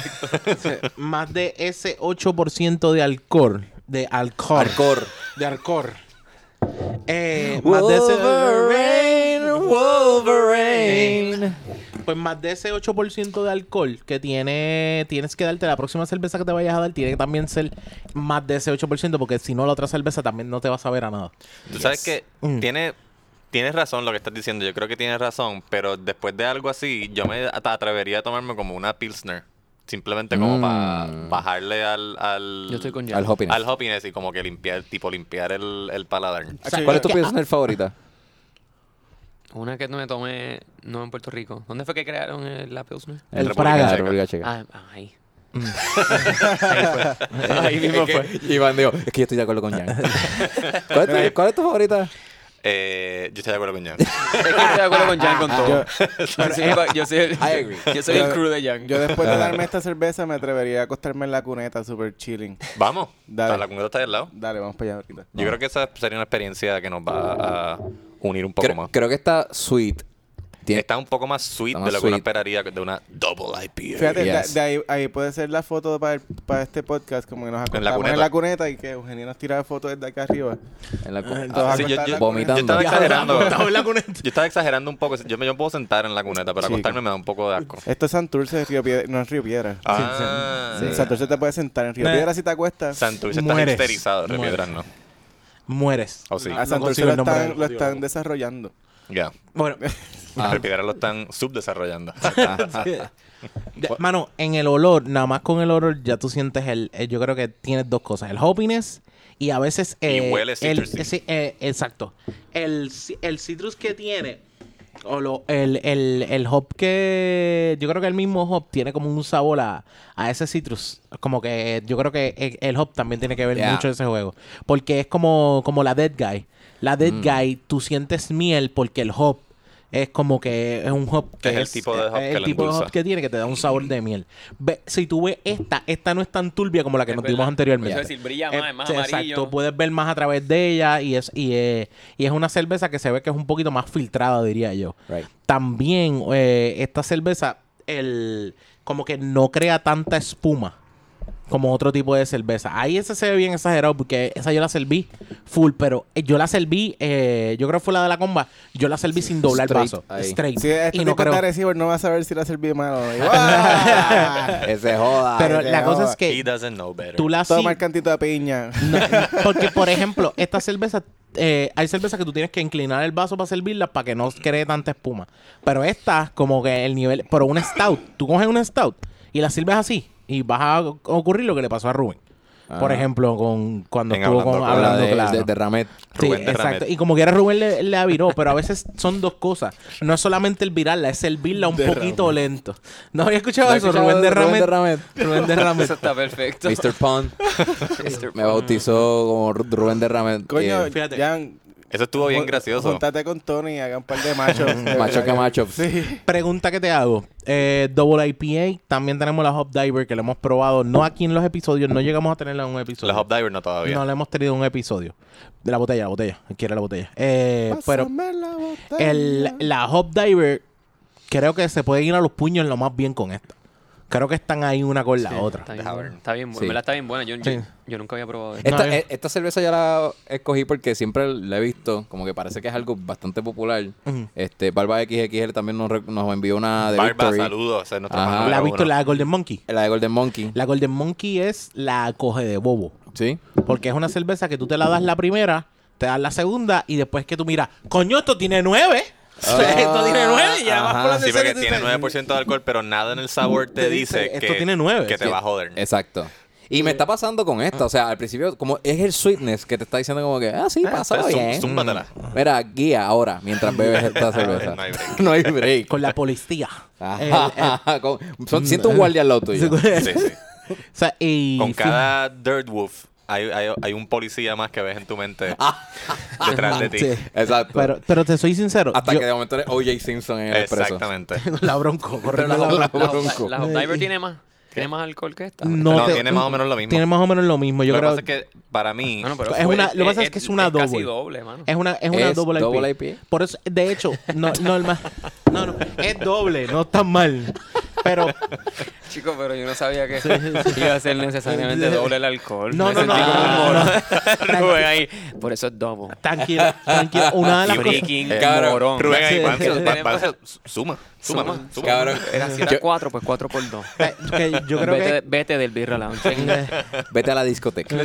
D: Más de ese 8% de alcohol. De alcohol.
B: Hardcore.
D: De alcohol. Eh, más de ese.
B: Wolverine, Wolverine.
D: pues más de ese 8% de alcohol que tiene, tienes que darte la próxima cerveza que te vayas a dar, tiene que también ser más de ese 8%, porque si no, la otra cerveza también no te va a saber a nada.
A: Tú sabes que
D: Mm.
A: tiene, tienes razón lo que estás diciendo. Yo creo que tienes razón, pero después de algo así, yo me at- atrevería a tomarme como una Pilsner. Simplemente como para
B: Mm.
A: bajarle al, al,
E: Yo estoy con Jan.
B: Al hoppiness.
A: al hoppiness y como que limpiar, tipo limpiar el, el paladar.
B: ¿Cuál es tu
D: que-
B: pilsner favorita?
E: Una que me tomé, no en Puerto Rico. ¿Dónde fue que crearon el, la Pilsner?
D: El
A: República Checa.
D: Praga.
B: República Checa.
E: Ah, ah, ahí. ahí fue. Ahí mismo
B: Es
E: fue.
B: que Iván dijo, es que yo estoy de acuerdo con Jan. ¿Cuál, es tu, cuál es tu favorita?
A: Eh, yo estoy de acuerdo con Jan.
E: Es que estoy de acuerdo con Jan
D: Ah,
E: con todo. Yo soy, el- yo soy
B: I agree.
E: el, yo soy el crew de Jan.
C: Yo después
D: Ah.
C: de darme esta cerveza me atrevería a acostarme en la cuneta, super chilling.
A: Vamos.
C: Dale.
A: O sea, la comunidad está ahí al lado.
C: Dale, vamos para allá ahorita.
A: Yo creo que esa sería una experiencia que nos va a unir un poco
B: Creo,
A: más.
B: creo que está sweet. Tiene-
A: Está un poco más sweet
B: Está
A: de
B: más
A: lo que uno
B: sweet.
A: esperaría de una double IPA.
C: Fíjate, de-
B: Yes.
C: de ahí, ahí puede ser la foto para, el- para este podcast, como que nos
A: En la
C: acostamos en
A: cuneta.
C: la cuneta y que Eugenio nos tira fotos desde acá arriba.
B: en la cu-
C: Entonces,
B: ah,
A: sí, yo-
C: acostar
A: yo-
C: la
A: Yo
B: vomitando.
C: cuneta.
A: estaba
B: Ya,
A: exagerando.
D: Estaba en la cuneta.
A: Yo estaba exagerando un poco. Yo me, yo me puedo sentar en la cuneta, pero
C: Chico.
A: acostarme me da un poco de asco.
C: Esto es Santurce, Río Piedra, no es Río Piedra.
A: Ah,
C: En Santurce te puedes sentar, en Río
D: Nah.
C: Piedra si te acuestas.
A: Santurce está
D: Mueres.
A: histerizado, Río
D: Mueres. Ah.
A: Piedras no.
D: Mueres.
A: O sí.
C: a
A: Ya.
C: Santurce
D: consigo
C: lo
D: el nombre
C: están,
D: del
C: lo
D: audiólogo.
C: están desarrollando.
D: Bueno,
B: Ah.
A: Río Piedras lo están subdesarrollando.
D: Ya, Mano, en el olor, nada más con el olor ya tú sientes el, eh, yo creo que tienes dos cosas, el hoppiness y a veces eh,
A: huele
D: el,
A: citrusy.
D: ese, eh, exacto, el, ci- el citrus que tiene o lo- el, el, el hop que yo creo que el mismo hop tiene como un sabor a, a ese citrus, como que yo creo que eh, el, el hop también tiene que ver
B: Yeah.
D: mucho ese juego, porque es como como la Dead Guy, la Dead Guy tú sientes miel porque el hop es como que es un hop que
A: Es el tipo de hop
D: es
A: que
D: el
A: lo
D: tipo de
A: endulza.
D: hop que tiene que te da un sabor de miel. Ve- si tú ves esta, esta no es tan turbia como la que
E: Es
D: nos
E: verdad.
D: dimos anteriormente.
E: Eso es decir, brilla más,
D: Eh,
E: es más
D: sí,
E: amarillo.
D: Exacto, puedes ver más a través de ella y es y, eh, y es una cerveza que se ve que es un poquito más filtrada, diría yo.
B: Right.
D: También eh, esta cerveza el como que no crea tanta espuma como otro tipo de cerveza. Ahí ese se ve bien exagerado porque esa yo la serví full, pero eh, yo la serví, eh, yo creo que fue la de la comba, yo la serví sin doblar el
B: straight
D: vaso.
B: ahí.
D: Straight.
C: Si este
D: y no
C: tipo
D: creo.
C: está Arecibo, no va a saber si la serví mal o no. Y, ¡guau!
B: Ese joda.
D: Pero
C: Ay,
D: la
C: no.
D: cosa es
A: He
D: que
A: doesn't know better.
D: tú la
C: Toma el
D: sí-
C: cantito de piña.
D: no, no, porque, por ejemplo, esta cerveza, eh, hay cervezas que tú tienes que inclinar el vaso para servirlas para que no cree tanta espuma. Pero esta, como que el nivel. Pero una stout, tú coges una stout y la sirves así y vas a ocurrir lo que le pasó a Rubén. Por
B: Ah.
D: ejemplo, con cuando
A: En
D: estuvo
A: Hablando
D: con
A: Claro.
B: Habla
D: hablando
B: de,
D: claro.
B: de- de Ramet.
D: Sí,
A: Rubén Derramet.
D: exacto. Y como quiera Rubén le, le aviró, pero a veces son dos cosas. No es solamente el virarla, es servirla un poquito lento. No había escuchado
B: ¿No has
D: eso,
B: escuchado
D: Rubén
B: de
D: Derramet.
B: Derramet?
D: Rubén Derramet.
E: Eso está perfecto.
B: Mr. Pond
E: Mr.
B: me bautizó como Ru- Rubén Derramet.
C: Coño,
B: eh,
D: Fíjate.
C: Jan,
A: Eso estuvo bien
C: jun-
A: gracioso.
C: Juntate con Tony y haga un par de machos.
B: macho
C: De verdad
B: que
C: que-
B: macho.
C: Sí.
D: Pregunta que te hago. Eh, Double IPA, también tenemos la Hop Diver que lo hemos probado. No aquí en los episodios, no llegamos a tenerla en un episodio.
A: Los Hop Diver no todavía.
D: No la hemos tenido en un episodio. De la botella, la botella. Quiere la botella. Eh, pero
C: Pásame la botella.
D: el, la Hop Diver creo que se pueden ir a los puños lo más bien con esta. Creo que están ahí una con la otra.
E: Está bien, buena. está bien, bu-
B: Sí.
E: en verdad está bien buena. Yo, yo-
D: Sí.
E: yo nunca había probado esto.
B: Esta,
D: No, yo-
B: e- esta cerveza ya la escogí porque siempre la he visto, como que parece que es algo bastante popular. Este, Barba XXL también nos, re- nos envió una de
A: Barba,
B: Victory.
A: saludos. ese es nuestro
B: Ajá.
A: fan número
D: La visto
A: uno.
D: la Golden Monkey.
B: La de Golden Monkey.
D: La Golden Monkey es la coge de bobo.
B: ¿Sí?
D: Porque es una cerveza que tú te la das la primera, te das la segunda y después que tú miras, coño, esto tiene nueve. esto tiene nueve y ya vas
B: ajá,
D: por la
A: Sí,
D: tercera
A: porque
D: y tú
A: tiene
D: dices,
A: 9% de alcohol, pero nada en el sabor te,
D: Te dice,
A: dice que,
D: esto tiene nueve.
A: que te
D: Sí.
A: va a joder.
B: Exacto. Y me está pasando con esta, o sea, al principio, como es el sweetness que te está diciendo como que, ah, sí, pasa
A: Entonces, zum-
B: bien. Mm.
A: zúmbatela.
B: Mira, guía ahora, mientras bebes esta cerveza.
A: No hay break.
B: No hay break.
D: Con la policía. Eh, El- el-
B: Ajá, con- son- siento un guardia al lado tuyo.
A: Sí, sí.
D: o sea, y
A: Con
D: fin-
A: cada Dirt Wolf hay, hay, hay un policía más que ves en tu mente detrás de ti.
D: Sí.
B: Exacto.
D: Pero, pero te soy sincero.
B: Hasta
D: yo-
B: que de momento eres O.J. Simpson en el expreso.
A: Exactamente.
D: la bronco, corre
B: Pero
D: la
B: la-
D: Bronco.
E: La, Hop-
B: bronco.
E: la Hop Diver tiene más. Tiene más alcohol que esta.
D: No,
A: No,
D: te-
A: tiene más o menos lo mismo.
D: Tiene más o menos lo mismo. Yo
A: lo
D: creo
A: que pasa es que para mí,
E: Ah, no, pero
D: Es
E: fue-
D: una- lo que pasa es que es una
E: Casi
D: double.
E: doble, mano.
D: Es una, es una
B: ¿Es
D: doble,
B: double
D: IP.
B: IPA?
D: Por eso, de hecho, no, normal. No, no, es doble, no está mal. Pero
E: Chico, pero yo no sabía que iba a ser necesariamente doble el alcohol.
D: No,
E: Me
D: no,
E: sentí
D: no,
E: como un
D: no,
E: morón.
D: no.
E: Rubén ahí. Por eso es doble.
D: Tranquilo, tranquilo. Una de las cosas...
E: Freaking
B: Cabrón,
E: morón.
A: Rubén ahí,
D: Sí.
A: ¿cuánto?
E: Eso
A: Pa-
E: tenemos-
A: pa- Suma, suma,
E: Suma.
A: suma.
B: Cabrón.
E: Era si era 4, pues 4 por 2.
D: Eh, que yo creo
E: vete,
D: que...
E: vete del Birra Lounge.
B: Vete a la discoteca.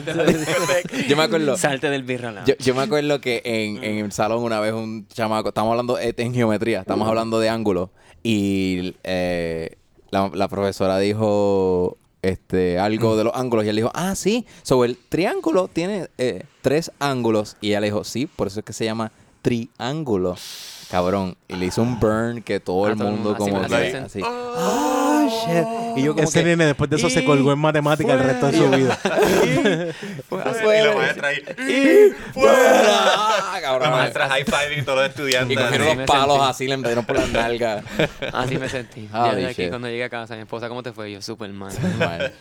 B: yo me acuerdo.
E: Salte del Birra Lounge.
B: Yo, yo me acuerdo que en, en el salón una vez un chamaco, estamos hablando eh, en geometría, estamos hablando de ángulos y eh, la, la profesora dijo este algo de los ángulos y él dijo, ah, sí, sobre el triángulo tiene eh, tres ángulos y ella le dijo, sí, por eso es que se llama triángulo, cabrón. Y le hizo un burn que todo
E: A
B: el
E: Ah. todo el
B: mundo
E: mundo, así
B: como
E: me
B: que,
E: hacen.
B: así, ah, shit. Y yo como
D: Ese
B: que,
D: nene después de eso se colgó en matemática el resto de su vida.
A: Y la maestra ahí.
B: ¡fuera!
A: La
B: Ah, Cabrón,
A: maestra high five y todos los
B: Y
A: estudiantes.
E: Así
B: cogieron
E: Ah, me
B: los palos
E: sentí.
B: así, le empezaron por las nalgas.
E: Así me sentí.
B: Ah,
E: Ya de aquí,
B: shit.
E: cuando llegué a casa, mi esposa, ¿cómo te fue? Yo, súper mal.
B: Mal.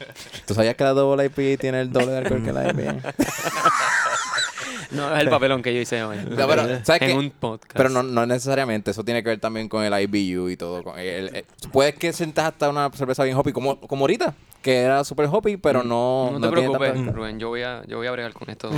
B: ¿Tú sabías que la double IP tiene el doble de alcohol que la IPA?
E: No, es el papelón que yo hice hoy.
B: No, pero, ¿sabes
E: en
B: qué?
E: un podcast.
B: Pero no, no necesariamente, eso tiene que ver también con el IBU y todo. con el- el- puedes que sientas hasta una cerveza bien hoppy, como, como ahorita, que era super hoppy, pero no.
E: No, te
B: tiene
E: preocupes,
B: tanto-
E: Rubén. Yo voy a, yo voy a bregar con esto.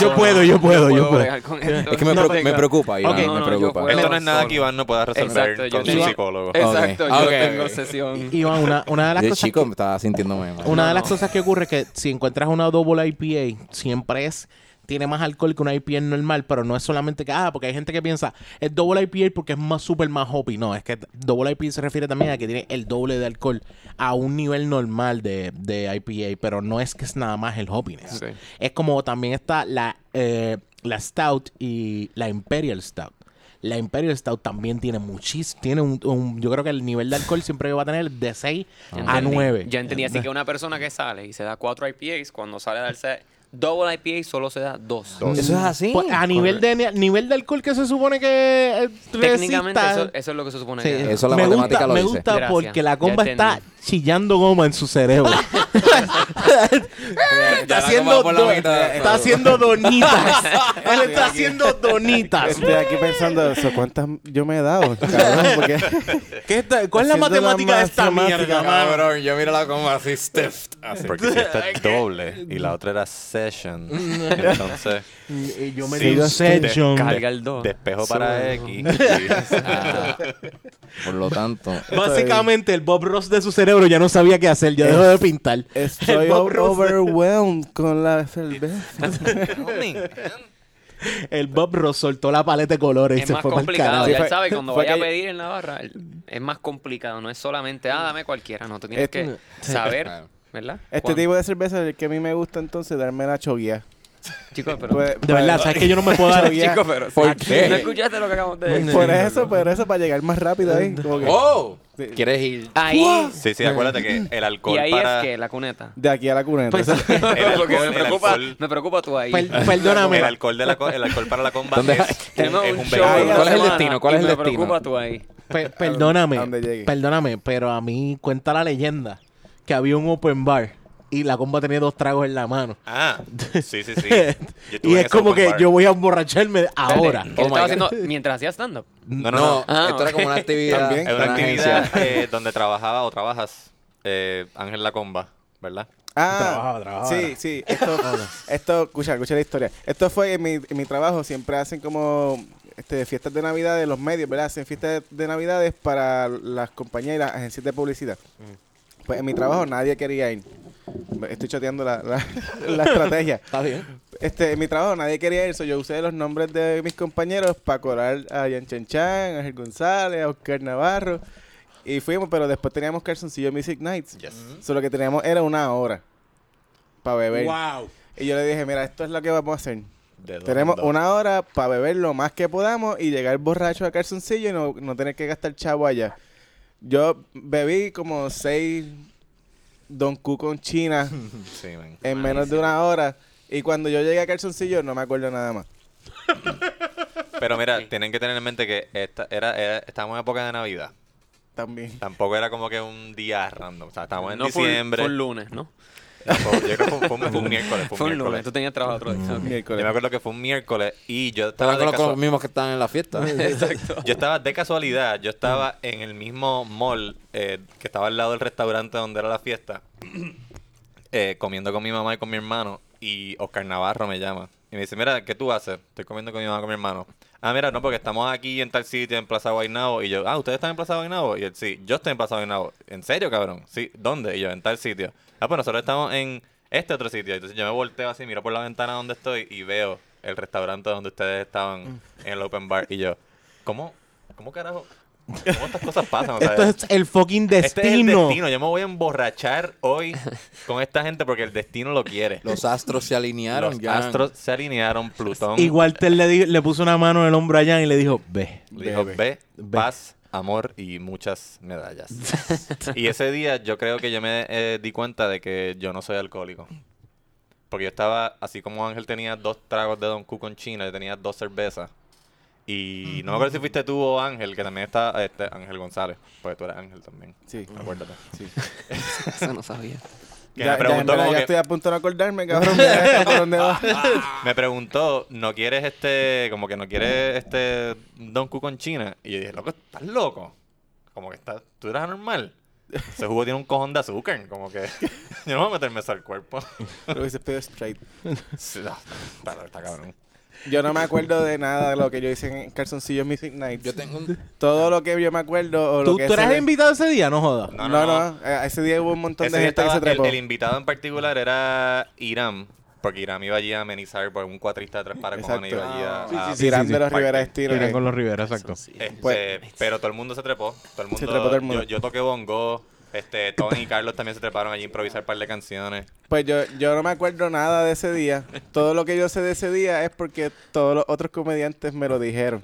D: Yo puedo, yo puedo, yo puedo.
E: bregar con esto.
B: Es que me,
E: No
B: preocu-
E: tengo-
B: me preocupa, Iván,
D: Ok. No,
B: me
E: no, yo
B: preocupa.
E: puedo.
A: Esto no es nada
E: Solo.
A: que Iván no pueda resolver
E: Exacto, yo Eh,
A: con su
E: tengo-
A: psicólogo.
E: Exacto, yo
B: Ok.
E: tengo sesión.
D: Iván, una, una de las
B: Yo,
D: cosas
B: chico,
D: que-
B: me estaba sintiéndome mal.
D: Una
E: No,
D: de las
E: no.
D: cosas que ocurre es que si encuentras una double IPA, siempre es tiene más alcohol que una IPA normal, pero no es solamente que, ah, porque hay gente que piensa, es double IPA porque es más súper más hoppy. No, es que double IPA se refiere también a que tiene el doble de alcohol a un nivel normal de, de IPA, pero no es que es nada más el hoppiness.
E: Ok.
D: Es como también está la, eh, la Stout y la Imperial Stout. La Imperial Stout también tiene muchísimo, tiene un, un- yo creo que el nivel de alcohol siempre va a tener de 6
E: Ya
D: a
E: entendí,
D: 9.
E: Ya entendí. Así que una persona que sale y se da cuatro IPAs, cuando sale a darse double IPA, solo se da dos.
B: Eso es así.
D: Pues, a nivel de ni- nivel de alcohol que se supone que eh,
E: Técnicamente,
D: resista.
E: eso, eso es lo que se supone
D: Sí.
E: que es.
B: Eso la
D: me
B: matemática
D: gusta,
B: lo
D: me
B: dice.
D: gusta
E: Gracias,
D: porque la
E: ya
D: comba está
E: entendí.
D: chillando goma en su cerebro. está haciendo
B: por la
D: do-
B: mitad.
D: está haciendo donitas. Él está haciendo donitas.
B: Este
C: Estoy aquí pensando eso, ¿cuántas yo me he dado? Cabrón, porque
D: ¿Qué está- ¿Cuál es la
C: Haciendo la
D: matemática de esta
C: matemática,
D: mierda, mano?
B: Cabrón, yo mírala como así, stiff. Así.
A: Porque si esta es doble y la otra era session, entonces
D: Y- y Yo me
A: Sí,
D: "Este, di un
A: yo
C: estoy-
D: session.
E: Carga el dos.
A: despejo
C: Solo-
A: para X. y-
D: Ah.
B: Por lo tanto.
D: Básicamente, el Bob Ross de su cerebro ya no sabía qué hacer. Ya dejó de pintar.
B: eh,
C: estoy
D: El Bob Ross-
C: overwhelmed con la cerveza.
D: El Bob Ross soltó la paleta de colores y
E: Es
D: se
E: más
D: fue para el carajo.
E: complicado, ya él sabe, cuando
C: fue
E: vaya a
C: que-
E: pedir en la barra, el- es más complicado, no es solamente, ah, dame cualquiera, no, tú tienes
C: Este-
E: que saber,
B: Claro.
E: ¿verdad?
C: Este
E: Cuán-
C: tipo de cerveza es el que a mí me gusta entonces, darme la choguía.
E: Chicos, pero...
C: Pues-
D: De verdad, sabes que yo no me puedo dar.
C: Choguía.
E: Chicos, pero...
B: ¿Por
E: Aquí-
B: qué?
E: ¿No escuchaste lo que acabamos de decir?
C: Por eso, por eso, para llegar más rápido ahí. como que-
B: ¡Oh!
C: Sí.
B: ¿Quieres ir?
E: Ahí,
A: Sí, sí, acuérdate que el
E: y
A: alcohol
E: ahí
A: para...
E: es que la cuneta.
C: De aquí a la cuneta.
E: Pues,
C: Eso-
E: lo que
A: alcohol,
E: me
A: el
E: preocupa,
A: alcohol.
E: me preocupa tú ahí.
D: Per- perdóname.
A: El alcohol, de la co- el alcohol para la comba es,
B: ¿Dónde-
A: es
E: Tenemos
A: un
E: un show
A: vehículo.
B: ahí?
E: la
B: ¿Cuál es el
E: semana
B: destino? ¿Cuál
E: y
B: es el
E: me
B: destino?
E: preocupa tú ahí.
D: Pe- perdóname,
C: a donde llegue.
D: perdóname, pero a mí cuenta la leyenda que había un open bar y la comba tenía dos tragos en la mano.
A: Ah, sí, sí, sí. Yo estuve
D: Y
A: en
D: es
A: ese
D: como
A: open
D: que
A: bar.
D: yo voy a emborracharme ahora.
E: Que
B: Oh
E: él estaba
B: my God.
E: haciendo mientras hacía stand-up.
A: No, no,
B: No,
A: no.
E: Ah,
B: esto era como una actividad.
C: También.
A: Es una
B: agencia.
A: actividad eh, donde trabajaba o trabajas eh, Ángel La Comba, ¿verdad?
C: Ah,
D: Trabajaba, trabajaba.
C: Sí, sí. Esto, esto, escucha, escucha la historia. Esto fue en mi, en mi trabajo. Siempre hacen como este, fiestas de Navidad de los medios, ¿verdad? Hacen fiestas de, de Navidades para las compañías y las agencias de publicidad. Pues en mi trabajo nadie quería ir. Estoy choteando la, la- la estrategia.
B: Está bien.
C: Este, en mi trabajo nadie quería ir, so yo usé los nombres de mis compañeros para colar a Yan Chen Chan, a Ángel González, a Oscar Navarro. Y fuimos, pero después teníamos Calzoncillo Music Nights. Solo que teníamos era una hora para beber.
D: Wow.
C: Y yo le dije, mira, esto es lo que vamos a hacer.
A: De dos
C: Tenemos
A: en dos.
C: una hora para beber lo más que podamos y llegar borracho a calzoncillo y no, no tener que gastar chavo allá. Yo bebí como seis Don Q con China
A: Sí, man.
C: en menos de una hora. Y cuando yo llegué a calzoncillo no me acuerdo nada más.
A: Pero mira, tienen que tener en mente que esta era, era- estábamos en época de Navidad.
C: También.
A: Tampoco era como que un día random. O sea, estábamos en
E: No fue
A: diciembre.
E: fue un lunes, ¿no?
A: Fue- Yo creo que fue, fue un- fue un miércoles. Fue
E: Fue
A: un
E: un lunes.
A: miércoles.
E: Tú tenías trabajo otro día. ok.
A: Yo me acuerdo que fue un miércoles y yo estaba
B: Estaba
A: de
B: con
A: casual-
B: los mismos que estaban en la fiesta.
E: Exacto.
A: Yo estaba de casualidad, yo estaba en el mismo mall eh, que estaba al lado del restaurante donde era la fiesta, eh, comiendo con mi mamá y con mi hermano, y Oscar Navarro me llama. Y me dice, mira, ¿qué tú haces? Estoy comiendo con mi mamá y con mi hermano. Ah, mira, no, porque estamos aquí en tal sitio, en Plaza Guaynabo. Y yo, ah, ¿ustedes están en Plaza Guaynabo? Y él, sí, yo estoy en Plaza Guaynabo. ¿En serio, cabrón? Sí, ¿dónde? Y yo, en tal sitio. Ah, pues nosotros estamos en este otro sitio. Entonces yo me volteo así, miro por la ventana donde estoy y veo el restaurante donde ustedes estaban en el open bar. Y yo, ¿cómo? ¿Cómo carajo? ¿Cómo estas cosas pasan? O sea,
D: Esto es el fucking
A: este es el
D: destino.
A: destino. Yo me voy a emborrachar hoy con esta gente porque el destino lo quiere. Los,
B: Los astros se alinearon. Jan.
A: astros se alinearon. Plutón
D: Igual te le, di- le puso una mano en el hombro a Jan y le dijo, ve.
A: le dijo
C: Bebe.
A: ve,
D: Ve.
A: paz, amor y muchas medallas. y ese día yo creo que yo me eh, di cuenta de que yo no soy alcohólico. Porque yo estaba, así como Ángel tenía dos tragos de Don Q con China, yo tenía dos cervezas. Y no me acuerdo si fuiste tú o Ángel, que también está este, Ángel González. Porque tú eres Ángel también.
C: Sí.
A: Ah, Acuérdate.
C: Sí.
E: Eso no sabía.
A: Que me
C: Ya, ya, en
A: preguntó
C: verdad,
A: como
C: ya
A: que-
C: estoy a punto de acordarme, cabrón. Mira esto por dónde va.
A: me preguntó, ¿no quieres este, como que no quieres este Don Q con China? Y yo dije, loco, estás loco. Como que estás, tú eres anormal. Ese jugo tiene un cojón de azúcar, como que yo no voy a meterme eso al cuerpo.
C: Pero hubiese pedido straight.
A: Sí, no, está, está cabrón.
C: Yo no me acuerdo de nada de lo que yo hice en Calzoncillos Music Night.
B: Yo tengo un...
C: Todo lo que yo me acuerdo o lo
D: ¿Tú,
C: que
D: tú
C: se
D: eras
C: ve-
D: invitado ese día? No jodas.
A: No,
C: No,
A: no,
C: no, eh, Ese día hubo un montón
A: Ese
C: de
A: día
C: gente que se
A: estaba- el,
C: trepó.
A: el invitado en particular era Irán, porque Irán iba allí a amenizar por un cuatrista de tres para cojones iba
C: Exacto.
A: allí a...
C: Sí,
A: a-
C: sí, sí, Irán
D: sí,
C: de los
A: parking.
C: Rivera Estilo.
A: eh.
D: Eran
C: que-
D: con los Rivera, exacto.
A: Este,
C: Pues-
A: pero todo el mundo se trepó. Todo el mundo,
C: Se trepó todo el mundo.
A: Yo, yo toqué bongo. Este, Tony y Carlos también se treparon allí a improvisar un par de canciones.
C: Pues yo, yo no me acuerdo nada de ese día. Todo lo que yo sé de ese día es porque todos los otros comediantes me lo dijeron.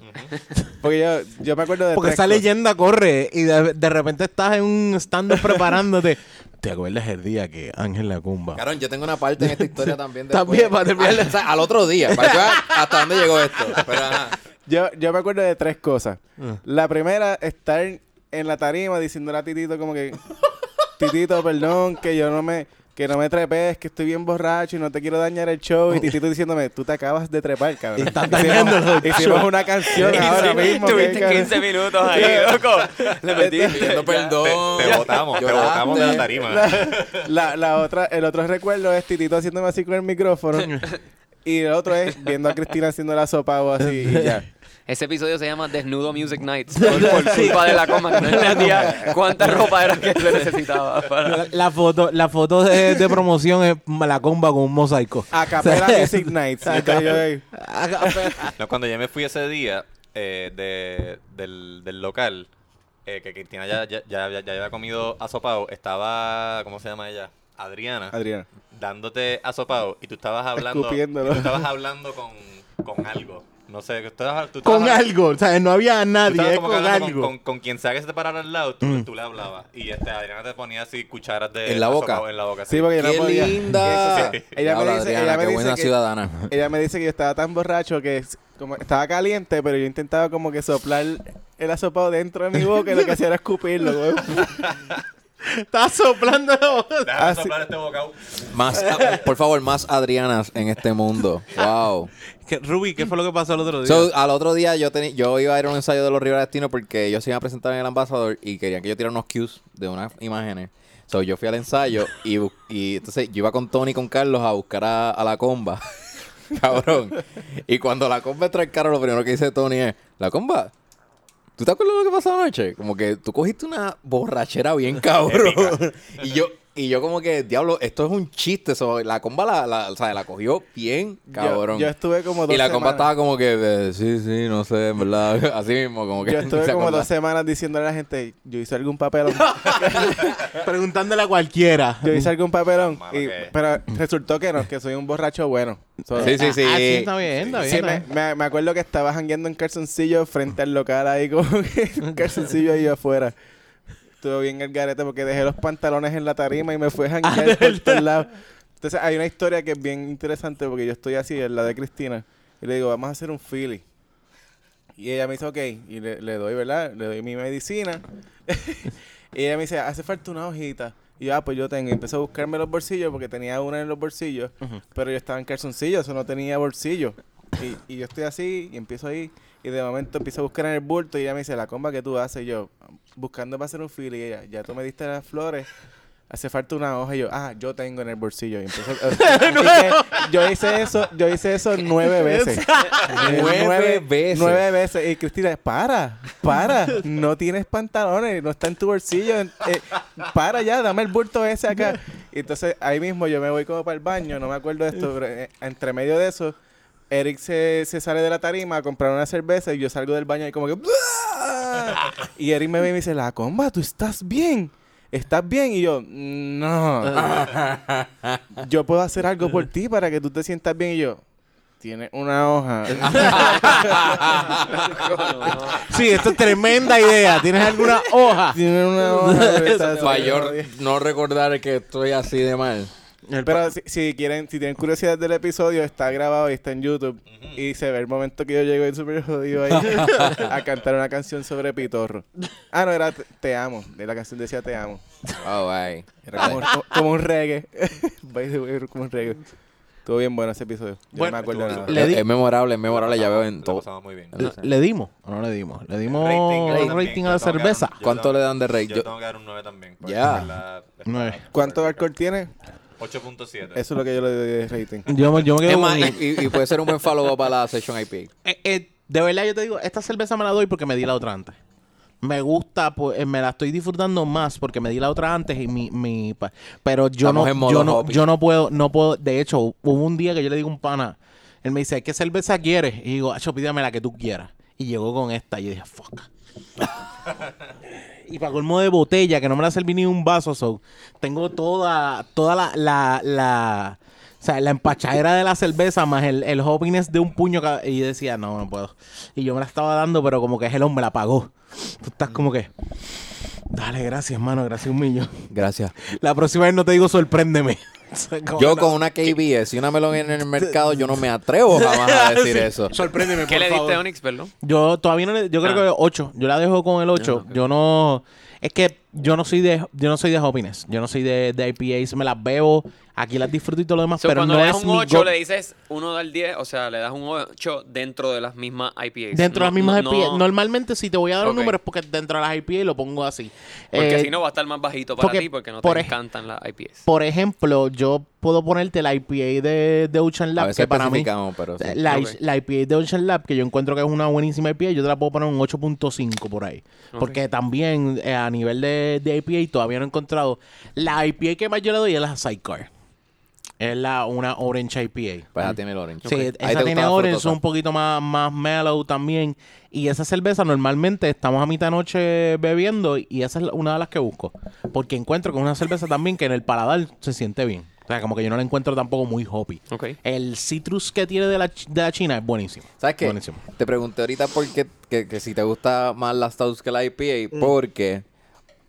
C: Porque yo, yo me acuerdo de
D: Porque
C: tres
D: esa
C: cosas.
D: leyenda corre y de, de repente estás en un stand preparándote. ¿Te acuerdas el día que Ángel la cumba?
B: Cabrón, yo tengo una parte en esta historia también.
D: También, para terminar la-
B: Al, o sea, al otro día. Para que vean hasta dónde llegó esto. Pero ajá.
C: Yo, yo me acuerdo de tres cosas.
D: Ah.
C: La primera, estar en la tarima diciéndole a Titito como que... Titito, perdón, que yo no me... Que no me trepes, que estoy bien borracho y no te quiero dañar el show. Y Titito diciéndome, tú te acabas de trepar, cabrón.
D: Estás
C: Hicimos-
D: Oh. dañándolo,
C: Hicimos una canción ahora mismo. que-
E: Tuviste
C: que-
E: 15 minutos ahí, loco. Le metiste.
B: Pidiendo perdón.
A: Te votamos, te
B: llorando.
A: votamos de la tarima.
C: La, la otra, el otro recuerdo es Titito haciéndome así con el micrófono. y el otro es viendo a Cristina haciendo la sopa o así y ya.
E: Ese episodio se llama Desnudo Music Nights. Por, por culpa de la coma. que No entendía cuánta ropa era que se necesitaba. Para...
D: La, la foto, la foto de, de promoción es la comba con un mosaico.
C: A capela Music Nights. Entonces yo ahí,
A: No, cuando yo me fui ese día eh, de- del, del local, eh, que Cristina ya, ya, ya, ya- ya había comido asopao, estaba, ¿cómo se llama ella? Adriana,
C: Adriana.
A: dándote asopao y tú estabas hablando, y tú
C: Escupiéndolo.
A: estabas hablando con, con algo. No sé, que tú estabas- tú estabas
D: con
A: hablando-
D: algo, o sea, no había
A: Tú estabas
D: nadie, es
A: como que
D: con
A: hablando
D: algo.
A: Con, con quien sea que se te parara al lado, tú, tú le hablabas. Y este, Adriana te ponía así cucharas de
B: En la boca.
A: asopao en la boca.
C: Sí,
A: sí.
C: porque yo no
B: ¡Qué
C: podía.
B: linda!
A: Eso sí.
C: Ella me
B: Diablo,
C: dice-
B: Adriana,
C: ella me
B: qué
C: dice
B: buena
C: que-
B: ciudadana.
C: Ella me dice que yo estaba tan borracho que s- como estaba caliente, pero yo intentaba como que soplar el asopado dentro de mi boca y lo que hacía era escupirlo, güey.
D: Estaba soplando la voz.
A: Déjame
C: Ah, sí.
A: soplar este bocado.
B: Más, ah, por favor, más Adrianas en este mundo. Wow.
D: ¿Qué- Ruby, ¿qué fue lo que pasó el otro día?
B: So, al otro día yo teni- yo iba a ir a un ensayo de los Rivera Destino porque ellos se iban a presentar en el ambasador y querían que yo tirara unos cues de unas imágenes. So, yo fui al ensayo y, bu- y entonces yo iba con Tony y con Carlos a buscar a, a la comba. Cabrón. Y cuando la comba entra en carro, lo primero que dice Tony es, la comba, ¿tú te acuerdas lo que pasó anoche? Como que tú cogiste una borrachera bien cabrón. y yo... Y yo como que, diablo, esto es un chiste. so, la comba la, la- o sea, la cogió bien,
C: Yo-
B: cabrón.
C: Yo, estuve como dos
B: Y la compa
C: semanas-
B: estaba como que, eh, sí, sí, no sé, en verdad, así mismo, como que...
C: Yo
B: no
C: estuve
B: se
C: como
B: acordaba.
C: dos semanas diciéndole a la gente, yo hice algún papelón.
D: Preguntándole a cualquiera.
C: Yo hice algún papelón,
A: Malo
C: y-
A: que-
C: pero resultó que no, que soy un borracho bueno. So-
B: Sí, sí, sí.
D: Ah, está bien, está bien.
C: Sí,
D: está
C: me,
D: bien.
C: Pues, me- me acuerdo que estaba jangueando en calzoncillo frente al local ahí con un calzoncillo ahí afuera. Estuve bien el garete porque dejé los pantalones en la tarima y me fui a janguear por todos lados. Entonces hay una historia que es bien interesante porque yo estoy así, en la de Cristina, y le digo, vamos a hacer un Philly. Y ella me dice, ok, y le, le doy, ¿verdad? Le doy mi medicina. y ella me dice, hace falta una hojita. Y yo, ah, pues yo tengo. Y empecé a buscarme los bolsillos porque tenía una en los bolsillos, pero yo estaba en calzoncillos, eso no tenía bolsillo. Y, y yo estoy así y empiezo ahí. Y de momento empiezo a buscar en el bulto y ella me dice, la comba que tú haces. Y yo, buscando para hacer un fil. Y ella, ya tú me diste las flores. Hace falta una hoja y yo, ah, yo tengo en el bolsillo. Y empiezo- así que yo hice eso, yo hice eso nueve veces. Eh,
B: Nueve veces.
C: Nueve veces. Y Cristina, para, para. No tienes pantalones, no está en tu bolsillo. en- eh, para ya, dame el bulto ese acá. Y entonces ahí mismo yo me voy como para el baño, no me acuerdo de esto, pero eh, entre medio de eso, Eric se, se sale de la tarima a comprar una cerveza y yo salgo del baño y como que... "Buah". Y Eric me ve y me dice, la comba, tú estás bien. ¿Estás bien? Y yo, no. yo puedo hacer algo por ti para que tú te sientas bien. Y yo, tienes una hoja.
D: Sí, esto es tremenda idea. ¿Tienes alguna hoja?
C: tienes una hoja. de esas.
B: Mayor no recordar que estoy así de mal.
C: Pero si, si quieren, si tienen curiosidad del episodio, está grabado y está en YouTube. Y se ve el momento que yo llego en Super Jodido ahí a cantar una canción sobre Pitorro. Ah, no, era Te, Te Amo. De la canción decía Te Amo.
D: Ah,
B: Oh, bye.
C: Era como, como- como un reggae. By the way, como un reggae. Estuvo bien bueno ese episodio. Yo no
D: Bueno,
C: me acuerdo de nada.
D: Le di-
B: Es memorable, es memorable, ya veo en
A: Lo
B: todo.
A: pasamos muy bien.
D: Le, le dimos o no le dimos? Le dimos
A: yo
D: rating,
A: también,
D: a la
A: yo tengo que
D: cerveza.
A: dar un- yo
B: ¿Cuánto
A: tengo-
B: le dan de rate?
A: Yo,
B: Yo-
A: tengo que dar un 9 también. porque
B: Ya.
A: en verdad está-
D: Nueve.
C: ¿Cuánto alcohol tiene?
A: 8.7.
C: Eso es lo que yo le doy de rating.
D: Yo, me- yo me quedo
B: Es más,
D: con-
B: y, y- y puede ser un buen follow para la session IP.
D: Eh, eh, de verdad yo te digo, esta cerveza me la doy porque me di la otra antes. Me gusta, pues, eh, me la estoy disfrutando más porque me di la otra antes y mi, mi pa- pero yo
B: Estamos en
D: no,
B: modo
D: yo no,
B: hobby.
D: yo no puedo, no puedo, de hecho, hubo un día que yo le digo a un pana, él me dice, ¿qué cerveza quieres? Y digo, acho, pídame la que tú quieras. Y llegó con esta y yo dije, fuck. y para colmo de botella, que no me la serví ni un vaso, so. Tengo toda, toda la, la, la, o sea, la empachadera de la cerveza más el, el hoppiness de un puño. ca- Y yo decía, no, no puedo. Y yo me la estaba dando, pero como que el hombre la pagó. Tú estás como que, dale, gracias, mano, gracias un millón.
B: Gracias.
D: La próxima vez no te digo sorpréndeme. O sea, como
B: Yo
D: no.
B: con una KBS y una melón en el mercado, yo no me atrevo jamás a decir eso.
D: Sorpréndeme,
E: ¿Qué
D: por
E: le diste
D: favor.
E: a Onyx, perdón?
D: Yo todavía no le, yo creo
E: Ah.
D: que 8. Yo la dejo con el 8. Yo no es que yo no soy de yo no soy de hoppiness. Yo no soy de, de IPAs, me las bebo, aquí las disfruto y todo lo demás,
E: So,
D: pero
E: cuando
D: no
E: le das
D: es
E: un
D: mi
E: 8,
D: go-
E: le dices 1 al 10, o sea, le das un 8 dentro de las mismas IPAs.
D: dentro
E: No-
D: de las mismas
E: no-
D: IPAs. Normalmente si te voy a dar un
E: Ok.
D: número es porque dentro de las IPAs lo pongo así.
E: Porque
D: Eh,
E: si no va a estar más bajito para
D: porque-
E: ti porque no
D: por
E: te
D: ej-
E: encantan las IPAs.
D: Por ejemplo, yo puedo ponerte la IPA de, de Ocean
B: A
D: Lab,
B: veces
D: que para mí
B: especificamos, pero sí.
D: La,
E: Ok.
D: la IPA de Ocean Lab, que yo encuentro que es una buenísima IPA, yo te la puedo poner un 8.5 por ahí. Porque también eh, a nivel de, de IPA todavía no he encontrado. La IPA que más yo le doy es la Sidecar. Es la, una Orange IPA.
B: Pues ya tiene el orange.
D: Sí,
B: Ahí te
D: esa
B: gusta
D: tiene
B: la
D: Orange,
B: frutosa.
D: un poquito más, más mellow también. Y esa cerveza normalmente estamos a mitad noche bebiendo y esa es la- una de las que busco. Porque encuentro con una cerveza también que en el paladar se siente bien. O sea, como que yo no la encuentro tampoco muy hoppy.
E: Ok.
D: El citrus que tiene de la, chi- de la China es buenísimo.
B: ¿Sabes qué?
D: Buenísimo.
B: Te pregunté ahorita por qué que, que si te gusta más las stouts que la IPA,
A: Mm.
B: porque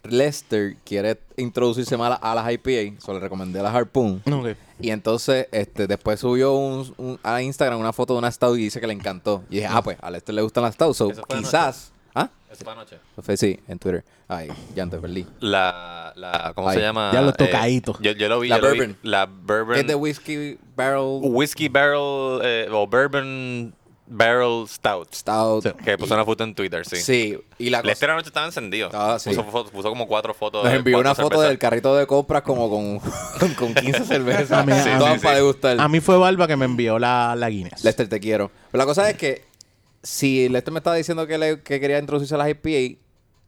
B: Lester quiere introducirse más a la- a las IPA, solo le recomendé las Harpoon.
D: Ok.
B: Y entonces, este, después subió un, un- a Instagram una foto de una stout y dice que le encantó. Y dije, ah, pues, a Lester le gustan las stouts, so
A: Eso fue
B: quizás... ¿Ah?
A: Eso fue anoche.
B: Fue sí, en Twitter. Ay, ya te perdí.
A: La, la, ¿cómo
B: Ay,
A: se llama?
D: ya los
A: Eh,
D: tocaditos.
A: yo, yo lo vi,
B: La
A: yo lo vi.
B: bourbon.
A: La bourbon.
B: Es de Whiskey Barrel
A: Whiskey Barrel eh, o Bourbon Barrel Stout.
B: Stout.
A: Que puso una foto en Twitter, sí.
B: Sí. Y la cosa-
A: Lester anoche estaba encendido.
B: Ah, sí.
A: puso, fo- puso como cuatro fotos.
B: Nos
A: de
B: envió una
A: cuatro
B: foto
A: cervezas.
B: del carrito de compras como con, con, con 15 cervezas.
D: Sí, sí,
B: todas
A: sí.
B: para degustar.
D: A mí fue Barba que me envió la, la Guinness.
B: Lester, te quiero. Pero la cosa es que si Lester me estaba diciendo que, le, que quería introducirse a las IPA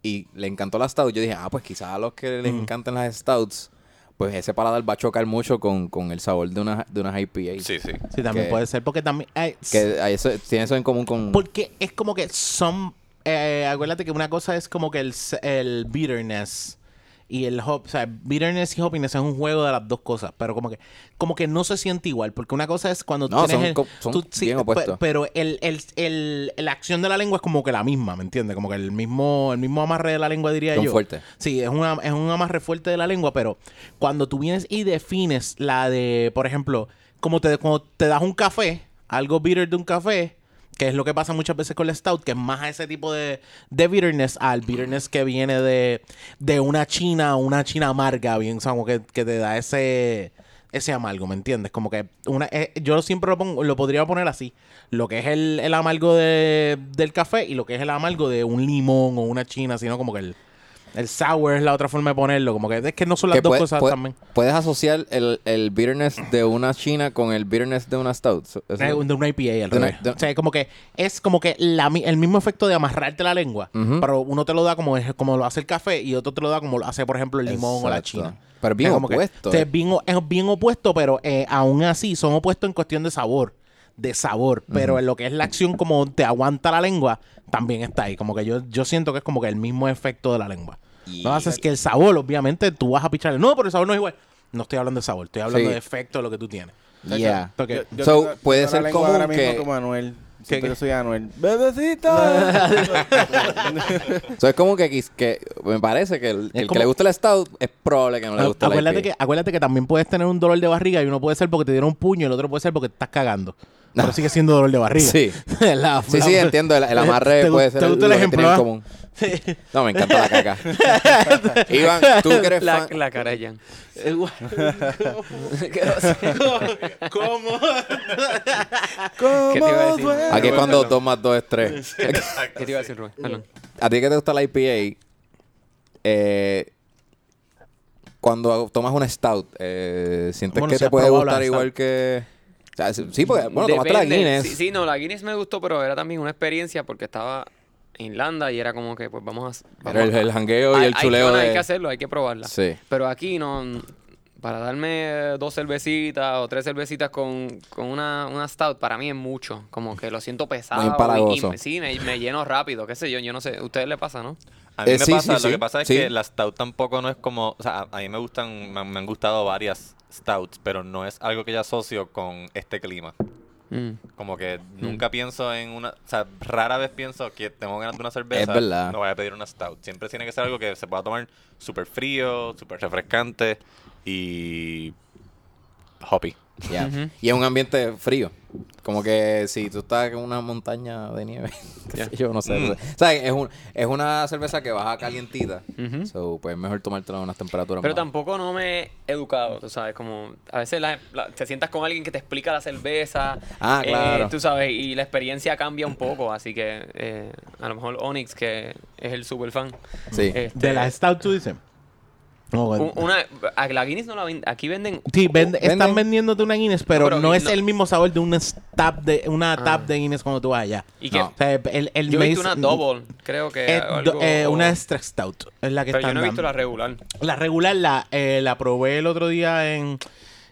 B: y le encantó la Stout, yo dije, ah, pues quizás a los que les encantan las Stouts, pues ese paladar va a chocar mucho con, con el sabor de unas de unas IPA.
A: Sí, sí.
D: sí, también
B: que-
D: puede ser. Porque también... eh,
B: Que ahí eso, tiene eso en común con...
D: Porque es como que son. eh, acuérdate que una cosa es como que el, s- el bitterness y el hop. O sea, bitterness y hoppiness es un juego de las dos cosas. Pero como que como que no se siente igual. Porque una cosa es cuando
B: No,
D: tienes
B: son
D: el-
B: co- son bien
D: pe-
B: opuestos.
D: Pero el, el, el- la acción de la lengua es como que la misma, ¿me entiendes? Como que el mismo, el mismo amarre de la lengua, diría
B: Son
D: yo.
B: fuertes.
D: Sí, es, una, es un amarre fuerte de la lengua, pero cuando tú vienes y defines la de, por ejemplo, como te, cuando te das un café, algo bitter de un café, Que es lo que pasa muchas veces con el stout, que es más a ese tipo de, de bitterness, al bitterness que viene de, de una china, una china amarga, bien, o sea, como que, que te da ese, ese amargo, ¿me entiendes? Como que una, eh, yo siempre lo, pongo, lo podría poner así, lo que es el, el amargo de- del café y lo que es el amargo de un limón o una china, sino como que el, el sour es la otra forma de ponerlo, como que es que no son las
B: Que
D: dos
B: puede-
D: cosas
B: puede-
D: también.
B: Puedes asociar el, el bitterness de una china con el bitterness de una stout. So- eso-
D: Eh, De una IPA al
B: De una-
D: revés.
B: de-
D: O sea, como que es como que la mi- el mismo efecto de amarrarte la lengua. Pero uno te lo da como, es- como lo hace el café y otro te lo da como lo hace, por ejemplo, el limón o la
B: Exacto.
D: china.
B: Pero bien
D: O sea, como que-
B: opuesto,
D: o sea,
B: eh.
D: es, bien, o- es bien opuesto, pero eh, aún así son opuestos en cuestión de sabor. De sabor. Pero en lo que es la acción, como te aguanta la lengua, también está ahí. Como que yo, yo siento que es como que el mismo efecto de la lengua. No haces que el sabor, obviamente, tú vas a picharle. No, pero el sabor no es igual. No estoy hablando de sabor, estoy hablando
B: Sí.
D: de efecto de lo que tú tienes.
B: Yeah.
D: Porque-
C: Yo- yo
B: So,
C: tengo-
B: puede
C: tengo
B: ser
C: la lengua
B: común
C: ahora mismo
B: que-
C: como Anuel.
D: ¿Qué-
C: Siento
D: qué?
C: que soy Anuel. ¡Bebecita!
B: So, es como que, quis- que me parece que el, que el
D: como-
B: que le gusta el stout es probable que no le
D: Acu-
B: guste el
D: acuérdate, que, acuérdate que también puedes tener un dolor de barriga y uno puede ser porque te dieron un puño y el otro puede ser porque te estás cagando. Pero sigue siendo dolor de barriga.
B: Ah. Sí.
D: La-
B: Sí,
D: la-
B: sí, entiendo. El, el amarre
D: ¿Te gu-
B: puede ser
D: ¿Te
B: el-
D: gusta
B: lo
D: el
B: que
D: ejemplo?
B: tienen en
D: ah?
B: común. No, me encanta la caca. Iván, tú que eres
E: la,
B: fan...
E: la cara de Jan.
D: ¿Cómo?
E: ¿Qué te iba a decir?
B: Aquí es
E: Rubén,
B: cuando
E: perdón.
B: 2 más 2 es 3.
E: ¿Qué te iba a decir, Rubén? Perdón.
B: A ti que te gusta la IPA, eh, cuando tomas una stout, eh, ¿sientes
D: Bueno,
B: que
D: si
B: te
D: has
B: puede
D: probado la
B: gustar igual
D: stout.
B: que...? O sea, sí, sí, porque, Pues, bueno, tomaste la
E: Depende.
B: Guinness.
E: Sí, sí, no, la Guinness me gustó, pero era también una experiencia porque estaba en Irlanda y era como que, pues vamos a. vamos
B: Pero el,
E: a-
B: el jangueo y
E: hay-
B: el
E: hay-
B: chuleo
E: bueno,
B: de...
E: Hay que hacerlo, hay que probarla.
B: Sí.
E: Pero aquí no. Para darme dos cervecitas o tres cervecitas con, con una, una stout, para mí es mucho. Como que lo siento pesado. y- y
B: empalagoso.
E: me- sí, me, me lleno rápido, qué sé yo. Yo no sé. A ustedes les pasa, ¿no?
A: A mí
B: Eh,
A: me
B: sí,
A: pasa,
B: sí,
A: lo
B: sí,
A: que pasa es
B: sí.
A: que la stout tampoco no es como, o sea, a, a mí me gustan, me, han- me han gustado varias stouts, pero no es algo que yo asocio con este clima.
E: Mm.
A: Como que
B: Hmm.
A: nunca pienso en una, o sea, rara vez pienso que tengo ganas de una cerveza.
B: Es verdad.
A: No voy a pedir una stout. Siempre tiene que ser algo que se pueda tomar súper frío, súper refrescante y hoppy.
B: Ya.
E: Ujú.
B: Y es un ambiente frío. Como que si tú estás en una montaña de nieve, qué sé yo no sé.
A: Mm.
B: no sé. O sea, es, un- es una cerveza que baja calientita.
E: Ujú.
B: So, pues es mejor tomártela a unas temperaturas
E: Pero
B: más-
E: tampoco no me he educado, tú sabes, como a veces la- la- te sientas con alguien que te explica la cerveza,
B: Ah,
E: eh,
B: claro.
E: tú sabes, y la experiencia cambia un poco, así que eh, a lo mejor Onyx, que es el super fan.
B: Sí.
E: eh.
D: De la Stout, tú dices. No, bueno.
E: Una, a la Guinness no la venden, aquí venden...
D: Sí, vende-
B: Venden-
D: están vendiéndote una Guinness, pero,
E: No, pero
D: no es
E: no- Ah.
D: el mismo sabor de una tap de una tap de Guinness cuando tú vas allá.
E: Y que
D: O sea, el, el
E: yo he
D: me
E: visto
D: dice-
E: una double, creo que...
D: Eh,
E: o
D: do-
E: algo-
D: eh, una
E: o-
D: extra stout es la que
E: pero yo
D: están
E: no he visto la
D: dando.
E: regular.
D: La regular la, eh, la probé el otro día en,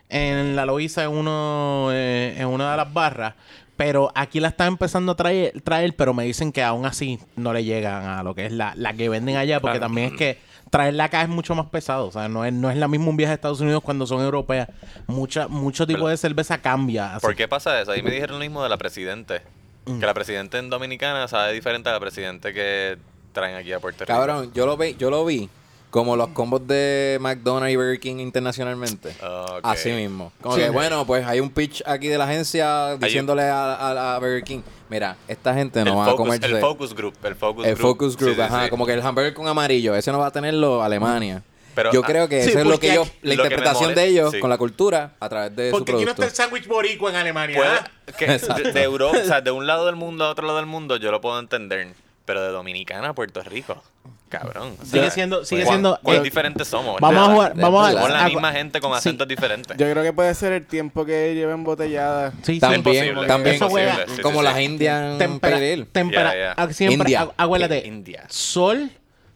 D: en la Loiza en, uno, eh, en una de las barras. Pero aquí la están empezando a traer, traer, pero me dicen que aún así no le llegan a lo que es la, la que venden allá, porque
E: Claro.
D: también es que traerla acá es mucho más pesado. O sea, no es, no es la misma un viaje a Estados Unidos cuando son europeas. Mucha, mucho tipo de cerveza
B: Ah,
D: cambia. así.
A: ¿Por qué pasa eso? Ahí me dijeron lo mismo de la presidente.
B: Mm.
A: Que la presidente en Dominicana sabe diferente a la presidente que traen aquí a Puerto Rico.
B: Cabrón, yo lo, vi, yo lo vi como los combos de McDonald's y Burger King internacionalmente.
A: Ah, Ok.
B: Así mismo. Como que, bueno, pues hay un pitch aquí de la agencia diciéndole a, a- a Burger King, mira, esta gente
A: El,
B: no va a
A: focus,
B: comerse...
A: el focus group. El focus
B: El
A: group.
B: focus group,
A: Sí, sí,
B: ajá,
A: sí.
B: como que el hamburger con amarillo, ese no va a tenerlo Alemania.
A: Pero,
B: yo
A: ah,
B: creo que
D: sí,
B: eso es lo
D: porque
B: que ellos,
D: aquí-
B: la
A: lo que me
B: interpretación de
A: molesta-
B: ellos
A: sí.
B: con la cultura a través de su
D: Porque aquí no
B: producto.
D: está el sándwich boricua en Alemania.
A: Puede-
D: ¿ah?
A: que de, de Europa, o sea, de un lado del mundo a otro lado del mundo, yo lo puedo entender. Pero de Dominicana a Puerto Rico, cabrón. o
D: Sigue
A: sea,
D: siendo- sigue
A: ¿cuán-
D: siendo-
A: ¿Cuán
D: eh,
A: diferentes somos?
D: Vamos a
A: ¿verdad?
D: jugar, vamos a...
A: Somos la
D: a-
A: misma gente con
D: sí.
A: acentos diferentes.
C: Yo creo que puede ser el tiempo que lleva embotellada.
D: Sí, sí.
B: También,
A: Imposible,
B: también
D: eso juega.
A: imposible, sí,
B: como
A: sí,
B: las
A: sí.
B: Indian
D: Tempera-
B: Pale Ale.
D: tempera-
A: Ya, ya.
D: ah, siempre,
B: India.
D: ah, acuérdate,
A: India.
D: sol,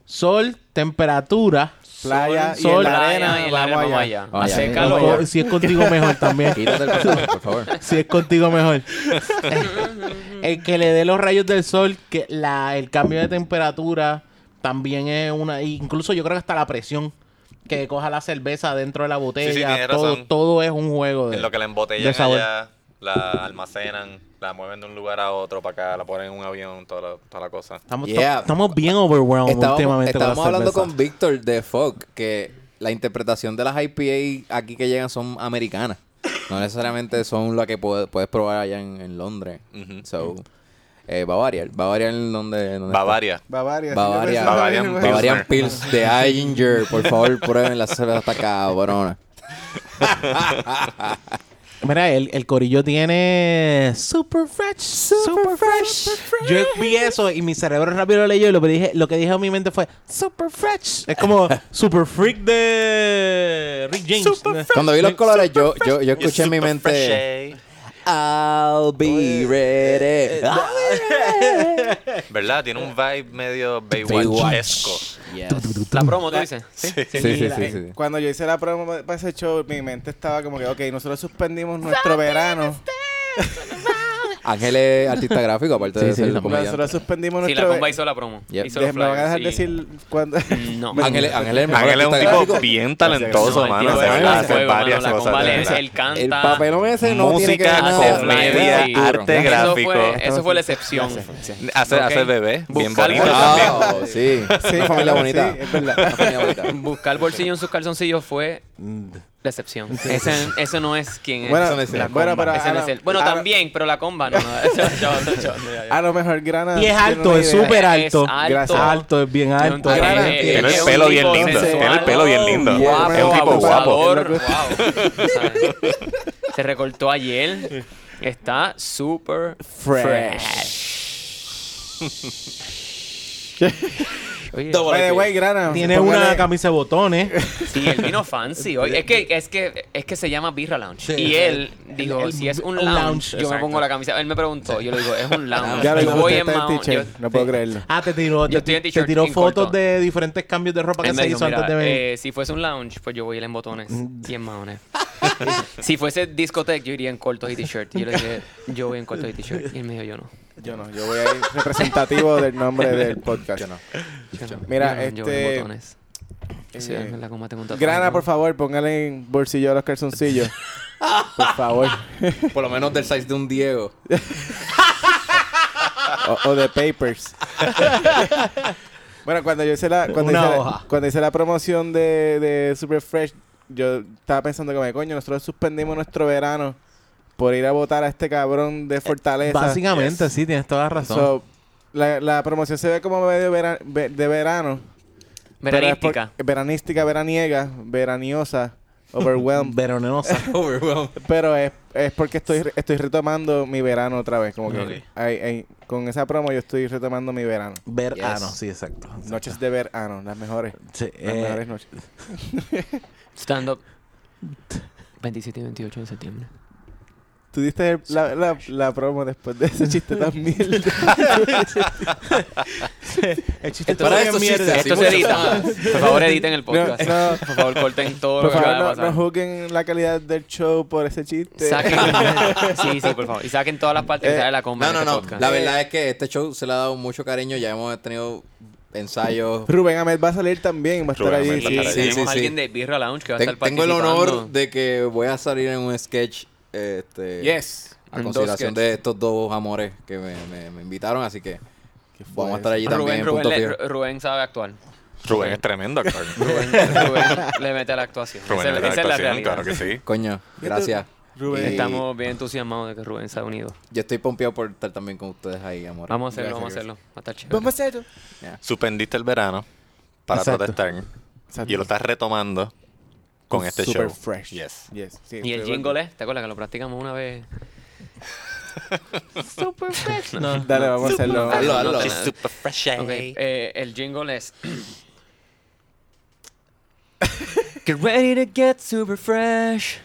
D: sol, temperatura.
C: Playa y
D: sol,
C: en la
E: playa
C: arena,
E: y en la
C: vamos
E: arena, vamos
C: allá.
E: allá.
B: Vaya.
E: Hace
B: Sí,
E: calor.
D: O- si es contigo mejor también.
B: Quítate el pantalón, por favor.
D: si es contigo mejor. el que le dé los rayos del sol, que la, el cambio de temperatura también es una, incluso yo creo que hasta la presión que coja la cerveza dentro de la botella,
A: tienes
D: todo,
A: razón.
D: todo es un juego de
A: En lo que la
D: de
A: embotellan
D: sabor.
A: allá, la almacenan, la mueven de un lugar a otro para acá, la ponen en un avión, toda la, toda la cosa.
D: Estamos,
B: Yeah.
D: estamos bien overwhelmed
B: Estábamos,
D: últimamente con la
B: estábamos hablando
D: cerveza.
B: con Víctor de Fogg que la interpretación de las IPA aquí que llegan son americanas. No necesariamente son las que puede- puedes probar allá en, en Londres.
A: Ujú.
B: So, eh, va a variar. Va a variar en donde. donde
A: Bavaria.
C: Bavaria. sí,
B: Bavaria.
C: yo pensaba
A: Bavarian
C: mismo.
A: Pills.
B: Bavarian Pills de Ginger. Por favor, prueben la cerveza está cabrona.
D: Mira, el, el corillo tiene super fresh, super, fresh. Yo vi eso y mi cerebro rápido lo leyó y lo que dije, lo que dije en mi mente fue super fresh. Es como super freak de Rick James. ¿no?
B: Cuando vi los colores, yo, yo, yo escuché en mi mente. I'll be ready. eh,
A: ¿Verdad? Tiene un vibe medio
B: Baywatch.
A: Baywatch-esco.
B: Yes.
E: La promo, tú dices. Sí.
B: Sí, sí,
C: La-
B: sí, sí.
C: Cuando yo hice la promo para ese show, mi mente estaba como que, ok, nosotros suspendimos nuestro verano.
B: Ángel es artista gráfico, aparte de
D: Sí, sí,
B: ser
D: también.
B: comediante.
C: Nosotros suspendimos
E: Sí,
C: nuestro
E: la compa
C: verano.
E: hizo la promo.
B: Yep.
E: Hizo los
C: ¿Me van a dejar
E: flyers, sí.
C: decir cuándo?
E: No.
B: Ángel, es- Ángel es el mejor
A: Ángel es un
B: artista
A: tipo
B: gráfico.
A: bien talentoso,
E: No, el
A: mano.
E: tipo
A: de
E: de
A: verdad,
E: verdad
A: hace
E: juego, mano,
A: varias
E: la
A: cosas. de
E: convalencia,
A: verdad.
E: él canta.
B: El papelón ese no tiene que
A: Música,
B: ver nada.
E: comedia,
B: Nada de
A: arte,
B: cultura.
E: Eso
A: gráfico.
E: fue, eso fue la excepción.
A: Hace,
E: Ok.
A: hace bebé, bien
E: Buscar
A: bonito
E: cosas.
A: también.
B: Wow, sí. Una familia
C: sí,
B: bonita.
C: es verdad.
B: Una familia bonita.
E: Buscar el bolsillo en sus calzoncillos fue la excepción. Ese, ese no es quien es.
C: Bueno,
E: la
C: ese
E: comba.
C: bueno, pero
E: Ese no
C: ahora-
E: es él. Bueno,
C: ahora-
E: también, pero la comba no. no, eso- yo- yo- yo- yo- yo-
C: A lo mejor Grana.
D: Y es
C: tiene
D: alto,
C: una
D: es
C: idea.
D: súper alto.
E: Es alto.
D: Gracias. Alto, es bien alto.
E: Es un-
C: Grana,
E: es-
A: Tiene
E: es
A: el
E: un
A: pelo bien
E: tipo
A: lindo.
E: sensual,
A: Tiene el pelo bien lindo.
E: Guapo,
A: Es un tipo guapo.
E: abusador, wow. O sea, Se recortó ayer. Está súper fresh. Oye,
C: By the way, Grana.
D: Tiene
C: póngale-
D: una camisa de botones.
E: Sí, él vino fancy hoy. Es que, es que, es que se llama Birra Lounge. y él dijo,
D: el-
E: si es un
D: un
E: lounge,
D: lounge,
E: yo me
D: exacto.
E: pongo la camisa. Él me preguntó, yo le digo, es un lounge.
C: Ya lo
E: yo
C: digo,
E: voy
C: usted
E: en
C: está en
E: Mount. yo-
C: teacher. No puedo creerlo.
D: Ah, te tiró,
E: Yo
D: te,
E: estoy en
D: te
E: t-shirt
D: tiró
E: en
D: fotos
E: corto.
D: de diferentes cambios de ropa que
E: Él me
D: se
E: dijo,
D: hizo
E: "Mira,
D: antes de venir.
E: eh, si fuese un lounge, pues yo voy a ir en botones
C: Mm.
E: y en maones. si fuese discoteca, yo iría en cortos y t-shirt. Y Yo le dije, yo voy en cortos y t-shirt. Y él me dijo, yo no.
C: Yo no, yo voy a ir representativo del nombre del podcast. Yo no.
E: Yo no,
C: Mira,
E: yo no, yo voy en
C: este, eh,
E: botones. Sí, en la coma tengo un tatuaje,
C: Grana,
E: ¿no?
C: por favor, póngale en bolsillo a los calzoncillos. Por favor.
B: Por lo menos del size de un Diego.
C: O, o de papers. bueno, cuando yo hice la, cuando
D: Una
C: hice la-
D: hoja.
C: cuando hice la promoción de, de Super Fresh, yo estaba pensando como, coño, nosotros suspendimos nuestro verano por ir a votar a este cabrón de Fortaleza.
D: Básicamente, sí, tienes toda la razón.
C: So, la, la promoción se ve como medio vera- ve- de verano. pero es
E: Veranística.
C: por- veranística, veraniega, veraniosa,
E: um,
C: overwhelmed.
D: Veronenosa.
C: pero es, es porque estoy, re- estoy retomando mi verano otra vez. Como que ay- ay, con esa promo yo estoy retomando mi verano.
D: Ver, ah, no, sí, exacto.
C: Noches de verano, las mejores.
E: Ah,
D: Sí,
C: Las
D: eh,
C: mejores noches.
E: Stand up. 27 y 28 de septiembre.
C: Tú diste el- la, la, la promo después de ese chiste tan mil.
D: el chiste
B: Para
D: todavía
B: esos
D: es mierda.
B: chistes, sí,
E: Esto se
B: muchos.
E: edita. Por favor, editen el podcast.
C: No, no.
E: Por favor, corten todo
C: Por
E: lo que
C: favor,
E: acaba
C: no,
E: de
C: no
E: pasar.
C: juzguen la calidad del show por ese chiste.
E: Saquen, sí, sí, por favor. Y saquen todas las partes
B: Eh,
E: de la comba
B: No,
E: de
B: no,
E: este
B: no.
E: podcast.
B: La verdad es que este show se le ha dado mucho cariño. Ya hemos tenido ensayos.
C: Rubén Ahmed va a salir también, va a estar
A: Rubén
C: allí.
A: Ahmed va a
C: sí.
A: estar
B: sí,
E: Tenemos
B: sí, sí.
E: a alguien de Birra Lounge que va a
B: Ten-
E: estar
B: tengo el
E: participando.
B: honor de que voy a salir en un sketch. Este,
C: Yes.
B: A
E: En dos
B: consideración
E: sketches.
B: de estos dos amores que me, me- me invitaron. Así que vamos a estar allí también.
E: Rubén,
B: en
E: Rubén,
B: punto
E: le-
B: fijo.
E: Ru- Rubén sabe actuar.
A: Rubén es tremendo actor.
E: Rubén, Rubén le mete a la actuación.
A: Rubén
E: Esa-
A: es la
E: esa es la
A: actuación,
E: realidad.
A: claro que sí.
B: Coño, gracias.
C: Rubén.
B: Y
E: Estamos bien entusiasmados de que Rubén se ha unido.
B: Yo estoy pompeado por estar también con ustedes ahí, amor.
E: Vamos a hacerlo, vamos a
B: Gracias,
E: hacerlo. Va a estar chévere.
C: Vamos a hacerlo.
A: Suspendiste el verano para
D: Exacto.
A: protestar
C: Exacto.
A: y lo estás retomando con este
C: Super
A: show.
C: fresh.
A: Yes.
C: Yes. Sí,
E: Y el
C: estoy
E: jingle es, ¿te acuerdas que lo practicamos una vez? Super fresh.
C: de acuerdo. Dale, vamos a hacerlo.
B: Hazlo,
E: No,
B: hazlo.
E: no, no.
B: She's
A: super fresh.
E: Ok, eh, el jingle es. Get ready to get super fresh.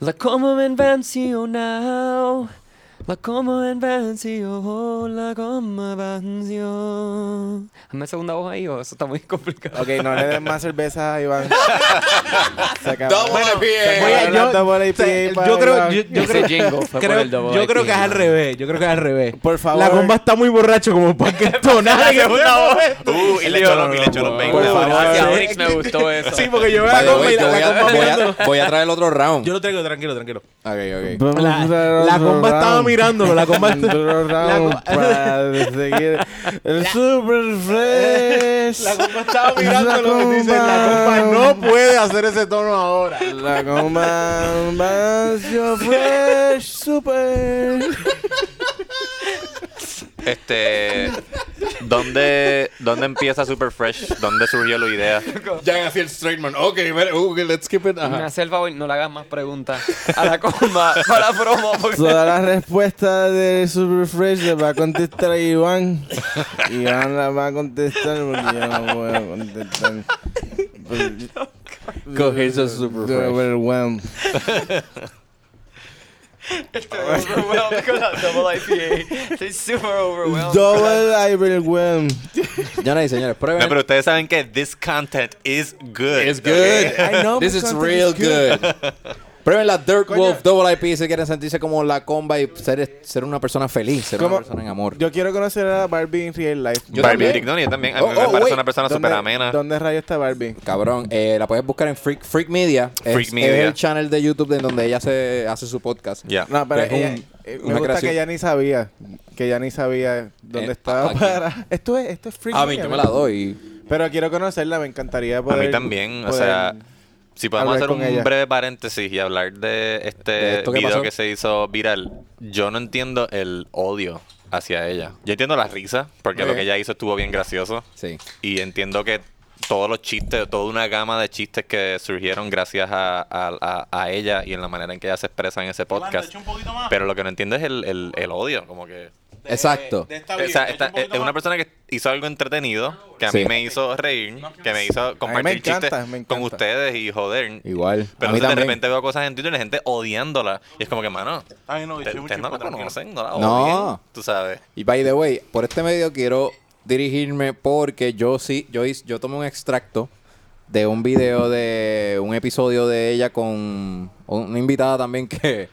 E: La como venció now. La como venció. La como venció. Hazme segunda voz ahí o eso está muy complicado.
C: Ok, no le den más cerveza a Iván. Se acabó.
B: Double IPA.
D: Oye,
C: Ahora
D: yo-
C: double IPA
D: te-
C: para
D: Eh, yo creo-
C: Iván.
D: yo- yo-
E: Ese jingle fue por
D: Creo-
E: el double
D: yo creo que es
E: IPA.
D: al revés. Yo creo que es al revés.
C: Por favor.
D: La comba está muy borracho como para que tonara. que
A: Uh, y le echó los, y le echó los 20.
C: Por
A: dólares.
C: favor.
E: Gracias, Brix, me gustó eso.
D: Sí, porque yo
B: By
D: veo la
B: the
D: comba
B: way,
D: y
B: yo
D: la,
B: voy,
D: la
B: a,
D: comba
B: voy a-
D: viendo.
B: voy a traer otro round.
D: Yo lo traigo, tranquilo, tranquilo.
B: Ok, ok.
C: Vamos
D: La,
C: a dar
D: la
C: otro
D: comba estaba
C: round.
D: mirándolo. La comba
C: Otro round
D: La co-
C: para seguir el super fresh.
D: La compa estaba mirando
C: La
D: lo que dice. La compa
C: comba.
D: no puede hacer ese tono ahora.
C: La comba más yo fresh super.
A: Este, ¿dónde, ¿dónde empieza Super Fresh? ¿Dónde surgió la idea?
B: Ya así el straight man. Ok, mira, uh, let's keep it.
E: Me
B: Ajá.
E: hace el favor, no le hagas más preguntas a la comba para la promo. porque-
C: Toda la respuesta de Super Fresh le va a contestar a Iván. Iván la va a contestar porque yo no puedo contestar.
B: Cogerse a Super
C: Yo
B: Fresh.
C: overwhelmed.
E: Estoy overwhelmed con la double IPA. Estoy super overwhelmed.
C: Double overwhelmed.
B: Señoras y señores, prueben.
A: No, pero ustedes saben que this content is good.
B: It's good.
A: ¿ok?
C: I know
B: This
C: this
B: is
C: content
B: real
C: is good.
B: good. Prueben la Dirt
C: Coño.
B: Wolf Double IP si quieren sentirse como la comba y ser, ser una persona feliz, ser
C: ¿Cómo?
B: una persona en amor.
C: Yo quiero conocer a Barbie en real life.
B: Yo
A: Barbie
B: también.
A: Brignoni, yo también. A
B: Oh,
A: mí me
B: oh,
A: parece
B: wait.
A: una persona
C: ¿Dónde-
A: súper amena.
C: ¿Dónde rayo está Barbie?
B: Cabrón, eh, la puedes buscar en Freak, Freak Media. Es-
A: Freak
B: es,
A: Media.
B: el channel de YouTube de donde ella se hace su podcast.
A: Ya.
C: No, pero
B: Es
C: ella-
B: un-
C: eh, me
B: una
C: gusta
B: creación.
C: que ella ni sabía. Que ella ni sabía dónde
B: Eh,
C: estaba
B: aquí. Ah,
C: para. Esto es, esto es freak.
B: A mí
C: media,
B: yo me la
C: ¿no?
B: doy.
C: Pero quiero conocerla, me encantaría
A: A
C: poder.
A: mí también, o
C: poder-
A: sea, si podemos
C: hablar
A: hacer un
C: con ella.
A: breve paréntesis y hablar de este
B: De esto que
A: video
B: pasó.
A: que se hizo viral, yo no entiendo el odio hacia ella. Yo entiendo la risa, porque
B: Muy
A: lo que
B: bien.
A: ella hizo estuvo bien gracioso.
B: Sí.
A: Y entiendo que todos los chistes, toda una gama de chistes que surgieron gracias a, a- a- a ella y en la manera en que ella se expresa en ese
F: Orlando,
A: podcast.
F: echa un poquito más.
A: Pero lo que no entiendo es el, el- el odio, como que...
F: De-
B: Exacto.
F: de esta
A: o
F: vida,
A: sea,
F: echa
A: esta-
F: un poquito
A: es una
F: más.
A: persona que hizo algo entretenido, que a
B: Sí.
A: mí me hizo reír, que me hizo compartir
C: encanta,
A: chistes
C: me encanta.
A: con ustedes y joder.
B: Igual.
A: Pero
B: a mí
A: entonces de
B: también.
A: repente veo cosas en Twitter de gente odiándola. Y es como que, mano,
F: Está bien, no,
A: te-
F: eché mucho
A: ustedes no
F: tiempo,
A: la
F: tranquilo.
A: conocen, no la
B: No.
A: odian. Tú sabes.
B: Y by the way, por este medio quiero dirigirme porque yo sí, yo, hice- yo tomé un extracto de un video de un episodio de ella con una invitada también que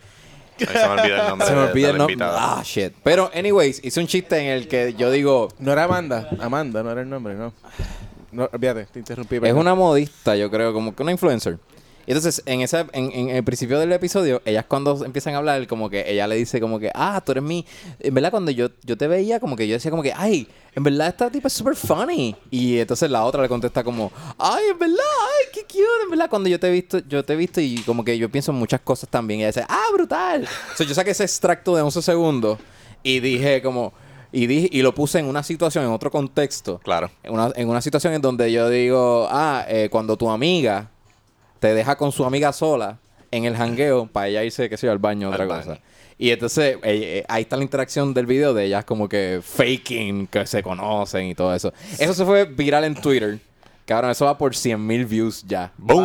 A: A mí se me olvida el nombre.
B: se me
A: de- de
B: olvida
A: la
B: el nombre.
A: invitada.
B: Ah, shit. Pero, anyways, hice un chiste en el que yo digo,
C: No era Amanda. Amanda, no era el nombre, no. No, olvídate, te interrumpí.
B: es
C: perdón.
B: una modista, yo creo, como que una influencer. Y Entonces, en, esa, en, en el principio del episodio, ellas cuando empiezan a hablar, como que ella le dice como que, ah, tú eres mi... En verdad, cuando yo, yo te veía, como que yo decía como que, ay, en verdad esta tipa es súper funny. Y entonces la otra le contesta como, ay, en verdad, ay, qué cute, en verdad, cuando yo te he visto, yo te he visto y como que yo pienso en muchas cosas también. Y ella dice, ah, brutal. Entonces yo saqué ese extracto de 11 segundos y dije como... Y, dije, y lo puse en una situación, en otro contexto.
A: Claro.
B: En una, en una situación en donde yo digo, ah, eh, cuando tu amiga te deja con su amiga sola en el jangueo para ella irse, qué sé yo, al baño, otra
A: Al baño.
B: cosa. Y entonces eh, eh, ahí está la interacción del video de ellas como que faking, que se conocen y todo eso. Eso se fue viral en Twitter. Cabrón, eso va por 100 mil views ya.
A: ¡Boom!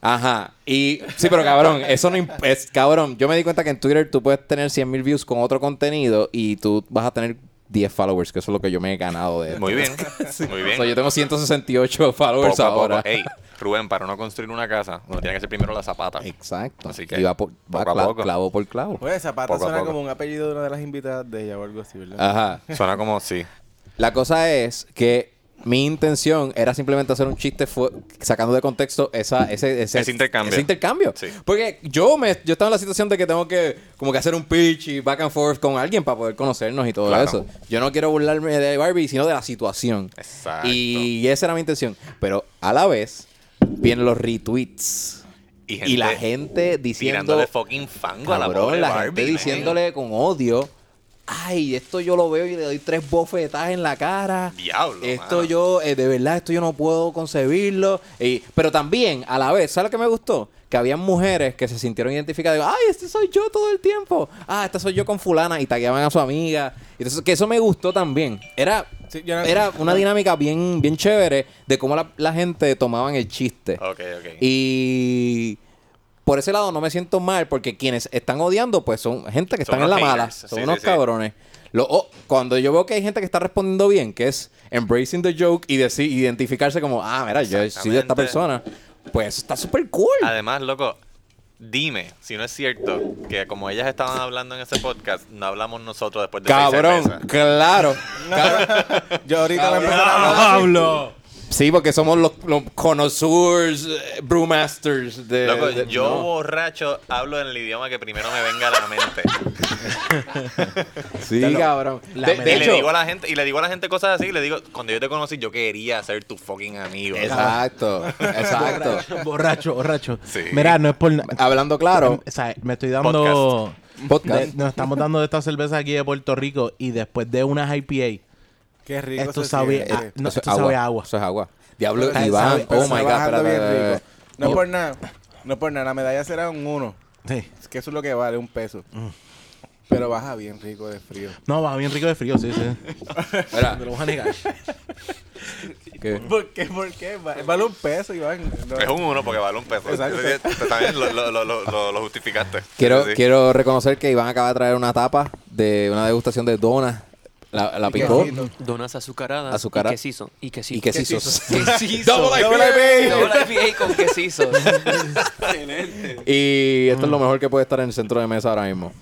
B: Ajá. Y sí, pero cabrón, eso no imp- es cabrón. Yo me di cuenta que en Twitter tú puedes tener 100 mil views con otro contenido y tú vas a tener 10 followers, que eso es lo que yo me he ganado de
A: Muy bien. Muy bien.
B: o sea, yo tengo 168
A: Poco a
B: followers
A: poco.
B: ahora.
A: Ey, Rubén, para uno construir una casa, uno tiene que ser primero la zapata.
B: Exacto.
A: Así que,
B: y va, por, va
A: poco a
B: cla-
A: poco.
B: clavo por clavo.
C: Oye, Zapata
A: Poco a
C: suena
A: poco.
C: como un apellido de una de las invitadas de ella o algo así, ¿verdad?
B: Ajá.
A: Suena como sí.
B: La cosa es que mi intención era simplemente hacer un chiste fu- sacando de contexto esa, ese,
A: Ese intercambio.
B: ese intercambio.
A: Sí.
B: Porque yo me yo estaba en la situación de que tengo que como que hacer un pitch y back and forth con alguien para poder conocernos y todo
A: Claro.
B: eso. Yo no quiero burlarme de Barbie, sino de la situación.
A: Exacto.
B: Y esa era mi intención. Pero a la vez vienen los retweets.
A: Y,
B: y la gente diciendo
A: tirándole fucking fango a la pobre
B: Cabrón, la
A: Barbie,
B: gente
A: man.
B: diciéndole con odio. Ay, esto yo lo veo y le doy tres bofetadas en la cara.
A: Diablo,
B: Esto
A: mano.
B: yo, eh, de verdad, esto yo no puedo concebirlo. Y- pero también, a la vez, ¿sabes lo que me gustó? Que habían mujeres que se sintieron identificadas. Digo, Ay, este soy yo todo el tiempo. Ah, este soy yo con fulana. Y tagueaban a su amiga. Entonces, que eso me gustó también. Era,
C: Sí, yo no-
B: era una dinámica bien, bien chévere de cómo la, la gente tomaban el chiste.
A: Ok, ok.
B: Y por ese lado no me siento mal porque quienes están odiando pues son gente que
A: Son
B: están en la
A: unos
B: mala,
A: haters.
B: son
A: Sí,
B: unos
A: sí, sí.
B: cabrones. Lo- oh, cuando yo veo que hay gente que está respondiendo bien, que es embracing the joke y decir, identificarse como, ah, mira, yo soy de esta
A: Exactamente.
B: persona, pues eso está súper cool.
A: Además, loco, dime si no es cierto que como ellas estaban hablando en ese podcast, no hablamos nosotros después de seis
B: Cabrón,
A: cervezas.
B: claro.
C: Yo ahorita me empecé a
D: Ah,
C: hablar.
D: ¡Pablo!
B: Sí, porque somos los, los connoisseurs, eh, brewmasters de...
A: Loco,
B: de-
A: yo
B: no.
A: borracho hablo en el idioma que primero me venga a la mente.
B: Sí, cabrón.
D: la
B: De,
D: me-
B: de
A: y
B: hecho,
A: le digo a la gente, y le digo a la gente cosas así, y le digo, cuando yo te conocí, yo quería ser tu fucking amigo.
B: exacto, exacto.
D: Borracho, borracho.
A: Sí.
D: Mira, no es por nada.
B: Hablando Ah, claro,
D: O sea, me estoy dando. de-
B: podcast.
D: nos estamos dando de estas cervezas aquí de Puerto Rico y después de unas IPA,
C: Qué rico
D: esto
C: se
D: sabe
C: siente.
D: a, no,
B: Eso es
D: esto sabe a agua.
B: Eso es agua. Diablo,
D: Está-
B: Iván,
D: sabe-
B: oh
C: Pero está
B: my God.
C: bajando
B: espérate,
C: bien
B: espérate,
C: rico.
B: espérate.
C: No
B: Oh.
C: por nada. No por nada. La medalla será un uno.
D: Sí.
C: Es que eso es lo que vale, un peso.
B: Mm.
C: Pero baja bien rico de frío.
D: No, va bien rico de frío, sí, sí.
B: Mira,
D: Te lo voy a negar.
B: que-
C: ¿Por qué? ¿Por qué? Va- Vale un peso, Iván. No.
A: Es un uno porque vale un peso.
C: Exacto.
A: Entonces, te- También lo, lo, lo, lo, lo justificaste.
B: Quiero,
A: Sí, sí.
B: quiero reconocer que Iván acaba de traer una tapa de una degustación de donas. La, la picó.
C: Quesito.
E: Donas azucaradas
B: Azucara-
E: y quesizo. Y quesizo.
B: Y quesizos.
E: Quesizo. Double
C: IPA.
E: IPA con quesizo.
B: Y esto es
D: Mm.
B: lo mejor que puede estar en el centro de mesa ahora mismo.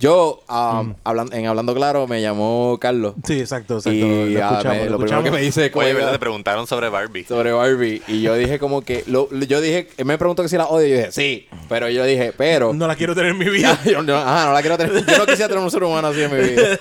B: Yo, ah,
D: Mm.
B: hablan- en Hablando Claro, me llamó Carlos.
D: Sí, exacto, exacto.
B: y
D: lo
B: ah,
D: escuchamos,
B: me-
D: lo
B: lo, primero que
D: escuchamos.
B: me dice es como,
A: Oye, ¿verdad? Te preguntaron sobre Barbie.
B: sobre Barbie. Y yo dije como que... lo- yo dije... Él me preguntó que si la odio. Yo dije, sí. Pero yo dije, pero...
D: No la quiero tener en mi vida.
B: Ya, yo no, ajá, no la quiero tener. Yo no quisiera tener un ser humano así en mi vida.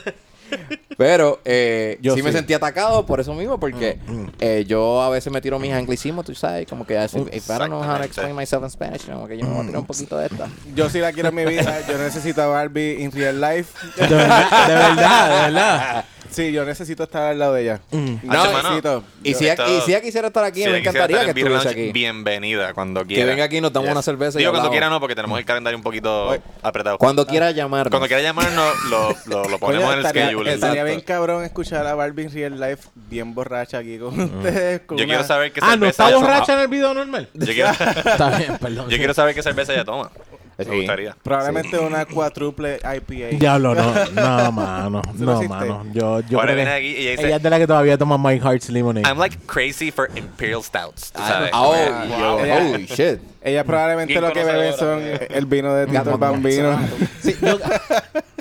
B: Pero eh,
D: Yo
B: sí, me
D: sí.
B: sentí atacado por eso mismo, porque
A: Mm,
B: eh, yo a veces me tiro mis anglicismos, tú sabes, como que así, if I don't know how to
A: Exactamente. Mm.
B: explain myself in Spanish, como que yo me voy a tirar un poquito de esta.
C: Yo sí la quiero en mi vida. Yo necesito a Barbie in real life.
D: De verdad, de verdad, de verdad.
C: Sí, yo necesito estar al lado de ella.
D: Mm.
B: No,
C: necesito.
B: Y
A: Yo
B: si,
A: he
B: ya-
A: estado-
B: y si ya quisiera estar aquí,
A: Si ella
B: me
A: quisiera
B: encantaría
A: estar
B: que
A: en Beer
B: estuviese
A: Lounge,
B: aquí.
A: Bienvenida cuando quiera.
B: venga aquí, nos damos una cerveza y
A: Digo, cuando
B: hablamos.
A: quiera no, porque tenemos el calendario un poquito
C: Oye.
A: apretado. Ah.
B: Cuando quiera llamarnos.
A: Cuando quiera llamarnos, lo, lo, lo ponemos
C: Coño,
A: en el
C: estaría-
A: schedule.
C: Estaría
B: Exacto.
C: bien cabrón escuchar a Barbie in real life bien borracha aquí con
D: Mm.
C: ustedes. con
A: Yo
C: una-
A: quiero saber qué
D: Ah, ¿no
A: cerveza
D: está
A: ella
D: borracha en
A: toma.
D: el video normal?
A: Yo quiero,
D: Está bien, perdón.
A: yo quiero saber qué cerveza ella toma.
B: Sí.
A: Me gustaría.
C: Probablemente una cuádruple IPA.
D: Diablo, no, no, mano,
C: Eso no
D: no,
C: existe.
D: mano. Yo, yo
A: Ahora
D: creo que
A: viene aquí y ella dice-
D: ella es de la que todavía toma My Heart's Lemonade.
A: I'm like crazy for Imperial Stouts. tú
B: Ah,
A: sabes.
B: oh,
A: Como-
B: yo-
C: Ella-
B: holy shit.
C: Ellas probablemente
A: Bien
C: lo que beben son
A: conocedora,
C: el vino de Tito el Bambino.
D: Sí, yo-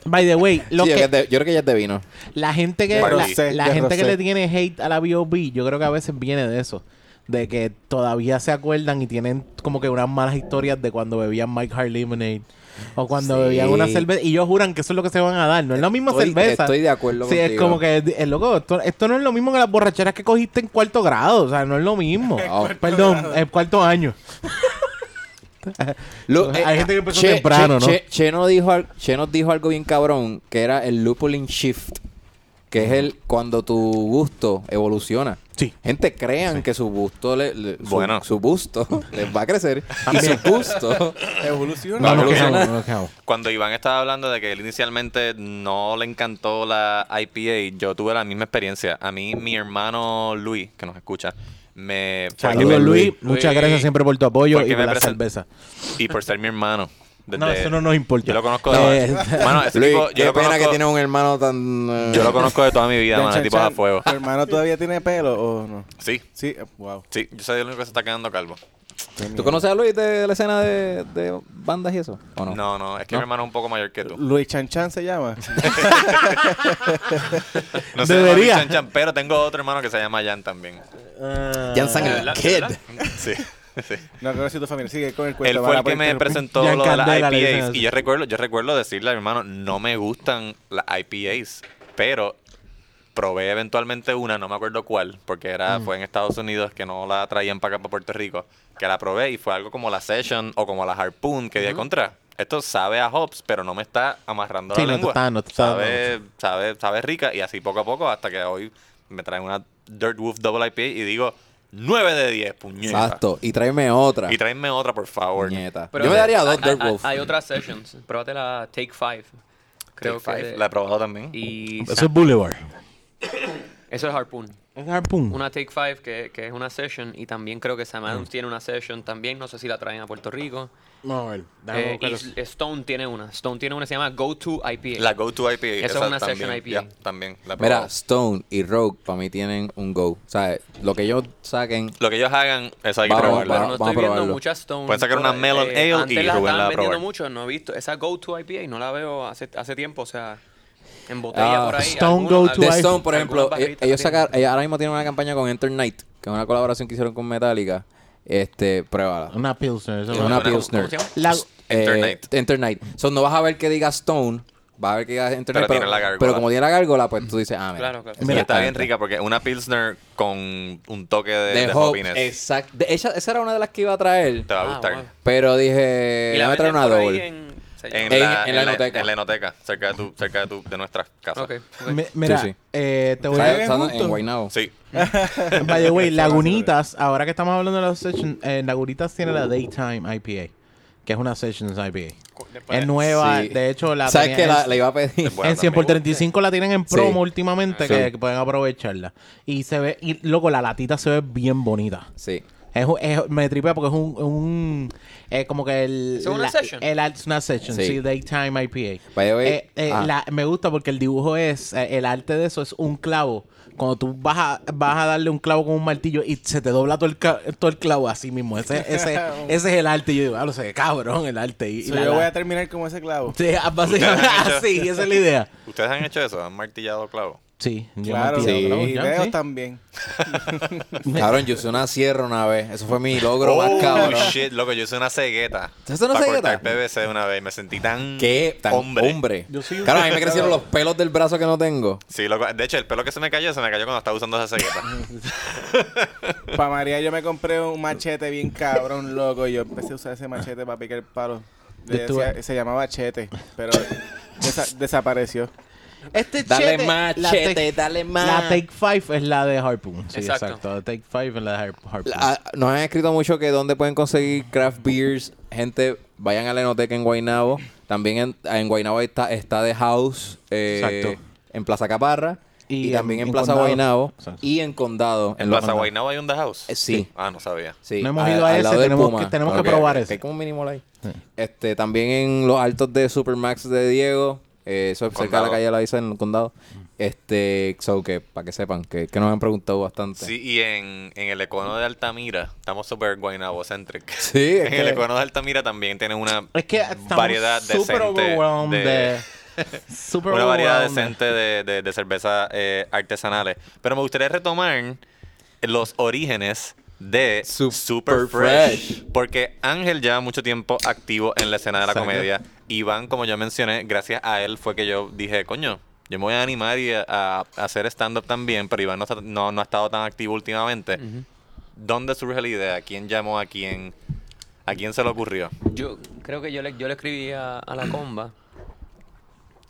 D: by the way, lo
B: Sí, yo,
D: que-
B: creo que es de- yo creo que ya es de vino.
D: la gente que
A: De
D: la,
C: Rosé,
D: la
C: de
D: gente que
C: Rosé.
D: le tiene hate a la B.O.B. yo creo que a veces viene de eso, de que todavía se acuerdan y tienen como que unas malas historias de cuando bebían My Heart Lemonade o cuando
B: Sí.
D: bebían una cerveza y ellos juran que eso es lo que se van a dar, no es la misma
B: Estoy-
D: cerveza.
B: estoy de acuerdo
D: Sí, es
B: contigo.
D: como que es loco, esto, esto no es lo mismo que las borracheras que cogiste en cuarto grado, o sea, no es lo mismo. Ah,
B: Oh.
D: Perdón, en cuarto año.
B: Lo- eh,
D: Hay gente que empezó temprano, ¿no?
B: Che, Che nos dijo, al- Che nos dijo algo bien cabrón, que era el lupulin shift, que es el cuando tu gusto evoluciona.
D: Sí.
B: Gente crean que su gusto le, le- su,
A: Bueno.
B: su gusto les va a crecer y su gusto
C: Evoluciona.
D: No, no,
A: que-
D: no, no, no.
A: Cuando Iván estaba hablando de que él inicialmente no le encantó la IPA, yo tuve la misma experiencia. A mí, mi hermano Luis, que nos escucha, me...
D: Saludos, Luis.
A: Luis.
D: Muchas gracias siempre por tu apoyo
A: Porque
D: y por
A: me
D: la
A: presen-
D: cerveza.
A: Y por ser mi hermano. desde-
D: No, eso no nos importa.
A: Yo lo conozco
D: No,
A: de...
D: eh,
A: Mano, ese
B: Luis,
A: tipo, yo
B: qué
A: lo
B: pena
A: conozco,
B: que tiene un hermano tan eh,
A: yo lo conozco de toda mi vida,
C: Chan,
A: mano. Ese
C: chan,
A: tipo es a
C: chan.
A: fuego.
C: ¿Tu hermano todavía tiene pelo o no?
A: Sí,
C: Sí, eh, wow.
A: sí. Yo soy el único que se está quedando calvo.
B: ¿Tú conoces a Luis de la escena de, de bandas y eso? ¿O no?
A: No, no. Es que mi hermano es un poco mayor que tú.
C: Luis Chan Chan se llama.
A: No sé,
D: Debería.
A: Chan Chan, pero tengo otro hermano que se llama Jan también.
B: Jan Sang el
A: ¿Verdad?
B: Kid.
A: ¿Verdad? Sí, sí.
C: No conocí tu familia. Sigue con el cuento.
A: Él fue
C: Vara,
A: el que
C: por
A: me
C: interrumpir.
A: presentó
D: Jan
A: lo de las
D: Candela, le dicen
A: IPAs.
D: así.
A: Y yo recuerdo, yo recuerdo decirle a mi hermano, no me gustan las IPAs, pero probé eventualmente una, no me acuerdo cuál, porque era,
D: Mm.
A: fue en Estados Unidos que no la traían para acá para Puerto Rico, que la probé y fue algo como la Session o como la Harpoon que dije contra. Esto sabe a hops, pero no me está amarrando
D: Sí,
A: la
D: no te
A: lengua.
D: está- no te está dando
A: sabe, sabe, sabe rica y así poco a poco hasta que hoy me traen una Dirt Wolf Double IPA y digo 9 de 10, puñeta.
B: Exacto. Y tráeme otra.
A: Y tráeme otra, por favor.
B: puñeta.
E: Pero
B: yo me
E: hay-
B: daría dos
E: hay-
B: Dirt
E: hay-
B: Wolf.
E: Hay otras sessions. Pruébate la Take Five. Creo
A: Take
E: que.
A: Five, La he probado también.
E: y
D: Eso es Boulevard.
E: eso es Harpoon.
D: Es Harpoon.
E: Una Take Five que, que es una session. Y también creo que
B: Mm.
E: Sam Adams tiene una session también. No sé si la traen a Puerto Rico.
D: Vamos a ver.
E: Eh, y Stone tiene una. Stone tiene una que se llama Go To IPA.
A: La Go To IPA.
E: Esa es una session IPA.
A: ya, también. la he
B: Mira,
A: probado.
B: Stone y Rogue para mí tienen un go. O sea, lo que ellos saquen
A: lo que ellos hagan, eso hay que
B: Vamos,
A: probarla.
E: pero
B: vamos.
E: no
B: a
E: estoy viendo
B: probarlo.
E: muchas Stone.
A: Pueden sacar una Melon Ale
E: eh, antes
A: y
E: la
A: Rubén la va a
E: estaban vendiendo
A: probar.
E: mucho, no he visto. Esa Go To IPA no la veo hace, hace tiempo, o sea, en botella
B: Ah,
E: por ahí.
D: Stone Go To
B: The
D: hay-
B: Stone, por ejemplo,
E: algunas
B: eh,
E: barritas
B: ellos,
E: tienen.
B: sacar, ahora mismo tienen una campaña con Enter Night, que es una colaboración que hicieron con Metallica. Este, pruébala.
D: Una Pilsner. eso
B: Es
D: no-
B: una
A: ¿cómo- cómo
B: Pilsner.
E: se llama?
D: La-
A: Enter
B: Eh,
A: Night.
B: Enter Night. So, no vas a ver que diga Stone, vas a ver que diga Enter
A: Pero
B: Night.
A: tiene la gárgola.
B: pero como tiene la gárgola, pues tú dices, ah, mira.
E: Claro, claro.
A: Y
D: Mira,
A: está bien rica porque una Pilsner con un toque de,
B: De
A: de
B: Hope,
A: hoppiness
B: exacto. De- esa, esa era una de las que iba a traer,
A: te va a
E: Ah,
A: gustar.
E: bueno.
B: pero dije,
E: Y la
B: voy a traer
E: venden
B: una
E: por ahí
B: doble.
E: en- se
A: En,
E: llama.
B: En-
A: la,
B: en la
A: en la-
B: enoteca.
A: en la enoteca, cerca de tu, cerca de tu, de nuestras casas.
E: Ok, ok.
D: Mi- mira,
B: sí.
D: eh, te voy a...
B: Está- está en Guaynabo.
A: Sí.
D: By the way, Lagunitas, ahora que estamos hablando de las sessions, eh, Lagunitas tiene la Daytime IPA, que es una Sessions IPA.
E: Después-
D: es nueva,
B: Sí.
D: de hecho, la
B: ¿Sabes
D: tenía-
B: que la,
D: es-
B: la iba a pedir?
A: Bueno,
D: en 100 por 35 la tienen en promo
B: Sí.
D: últimamente,
B: Sí.
D: que, que pueden aprovecharla. Y se ve, y loco, la latita se ve bien bonita.
B: Sí.
D: Es, un- es- me tripea porque es un, un eh, como que el
E: ¿Es una
D: la-
E: session?
D: el- es una session, sí,
B: Sí.
D: daytime IPA.
B: By the way,
D: Eh, eh,
B: ah.
D: la- me gusta porque el dibujo es eh, el arte de eso es un clavo. Cuando tú vas a, vas a darle un clavo con un martillo y se te dobla todo el, ca- todo el clavo así mismo. Ese, ese, ese es el arte. Y yo digo, ah, lo sé, cabrón, el arte. Y, y
C: So,
D: la-
C: yo
D: la-
C: voy a terminar como ese clavo.
D: Sí, ah, básicamente así, esa es la idea.
A: ¿Ustedes han hecho eso? ¿Han martillado clavo?
D: Sí, yo
C: Claro,
D: me tiro,
C: y
D: ¿no?
C: veo
D: Sí.
C: también.
B: Cabrón, yo usé una sierra una vez. Eso fue mi logro
A: oh,
B: más cabrón.
A: shit, loco, yo hice una cegueta.
B: ¿Tú hiciste una
A: para
B: cegueta?
A: cortar PVC una vez y me sentí tan,
B: ¿Qué? Tan
A: hombre.
B: hombre. Claro, a mí me crecieron los pelos del brazo que no tengo.
A: Sí, loco. De hecho, el pelo que se me cayó, se me cayó cuando estaba usando esa cegueta.
C: Para María yo me compré un machete bien cabrón, loco. Y yo empecé a usar ese machete para picar palos. Le
D: Yo estuve-
C: decía- se llamaba chete, pero desa- desapareció.
D: Este
B: Dale
D: chete,
B: más,
D: la
B: chete,
D: take-
B: dale más.
D: La Take Five es la de Harpoon. Sí,
E: Exacto.
D: exacto. La Take Five es la de Har- Harpoon.
B: Ah, nos han escrito mucho que dónde pueden conseguir craft beers. Gente, vayan a la Enoteca en Guaynabo. También en, en Guaynabo está, está The House. eh,
D: Exacto.
B: En Plaza Caparra.
D: Y
B: Y,
D: en-
B: también en,
D: en
B: Plaza
D: Condado.
B: Guaynabo.
D: Exacto.
B: Y en Condado.
A: ¿En Plaza Guaynabo hay un The House?
B: Eh, sí.
A: Ah, no sabía.
B: Sí,
D: No hemos
B: al-
D: ido a
B: al
D: ese,
B: lado del
D: tenemos
B: Puma.
D: que- tenemos que
B: Ok,
D: probar
B: ok,
D: eso.
B: hay como un mínimo like. Este, también en los altos de Supermax de Diego, eh, eso es cerca de
A: Condado.
B: la calle de la Isa en el condado. Este, so que para que sepan que, que nos han preguntado bastante.
A: Sí, y en, en el Econo de Altamira, estamos super Guaynabo centric.
B: Sí, es
A: en el
B: que-
A: Econo de Altamira también tienen una
D: Es que estamos
A: variedad
D: super
A: decente
D: overwhelmed de...
A: de-
D: super
A: una variedad
D: overwhelmed.
A: decente de, de, de cervezas eh, artesanales. Pero me gustaría retomar los orígenes de
B: Sup-
A: Super,
B: Fresh.
A: Fresh. Porque Ángel lleva mucho tiempo activo en la escena de la
D: Exacto.
A: comedia. Iván, como ya mencioné, gracias a él fue que yo dije, coño, yo me voy a animar y a, a hacer stand-up también, pero Iván no, está- no, no ha estado tan activo últimamente. ¿Dónde surge la idea? ¿Quién llamó a quién? ¿A quién se le ocurrió?
E: Yo creo que yo le, yo le escribí a, a la comba.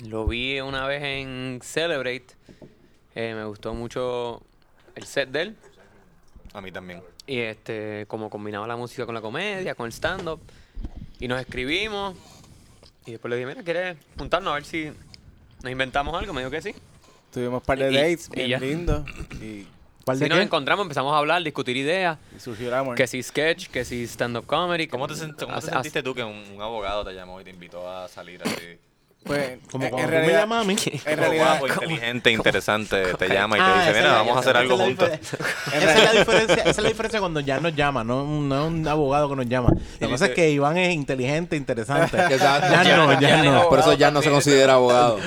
E: Lo vi una vez en Celebrate. Eh, me gustó mucho el set de él.
A: A mí también.
E: Y este, como combinaba la música con la comedia, con el stand-up. Y nos escribimos. Y después le dije, mira, ¿quieres juntarnos a ver si nos inventamos algo? Me dijo que sí.
C: Tuvimos un par de
E: Y-
C: dates
E: y ya.
C: bien lindos. Y,
D: ¿Cuál
E: Si
D: de
E: nos
D: qué?
E: encontramos, empezamos a hablar, discutir ideas.
C: y surgió el amor.
E: Que si sketch, que si stand-up comedy.
A: ¿Cómo te, sent- cómo te
E: Hace- hace-
A: sentiste tú que un, un abogado te llamó y te invitó a salir así?
C: Pues,
D: Como
C: en, en
D: cuando tú me
C: realidad,
D: llamas a mí.
C: en
A: Como
C: realidad,
A: guapo, inteligente, interesante, te llama y te
D: Ah, esa
A: dice,
D: es
A: mira,
D: la-
A: vamos a hacer
D: esa
A: algo
D: es la
A: juntos.
D: diferencia. Esa es la diferencia, esa es la diferencia cuando ya nos llama, no, no es un abogado que nos llama. Lo que pasa es que Iván es inteligente, interesante.
B: Que sea-
D: ya no, ya
E: ya
D: no.
E: no.
B: Por eso ya no se considera abogado.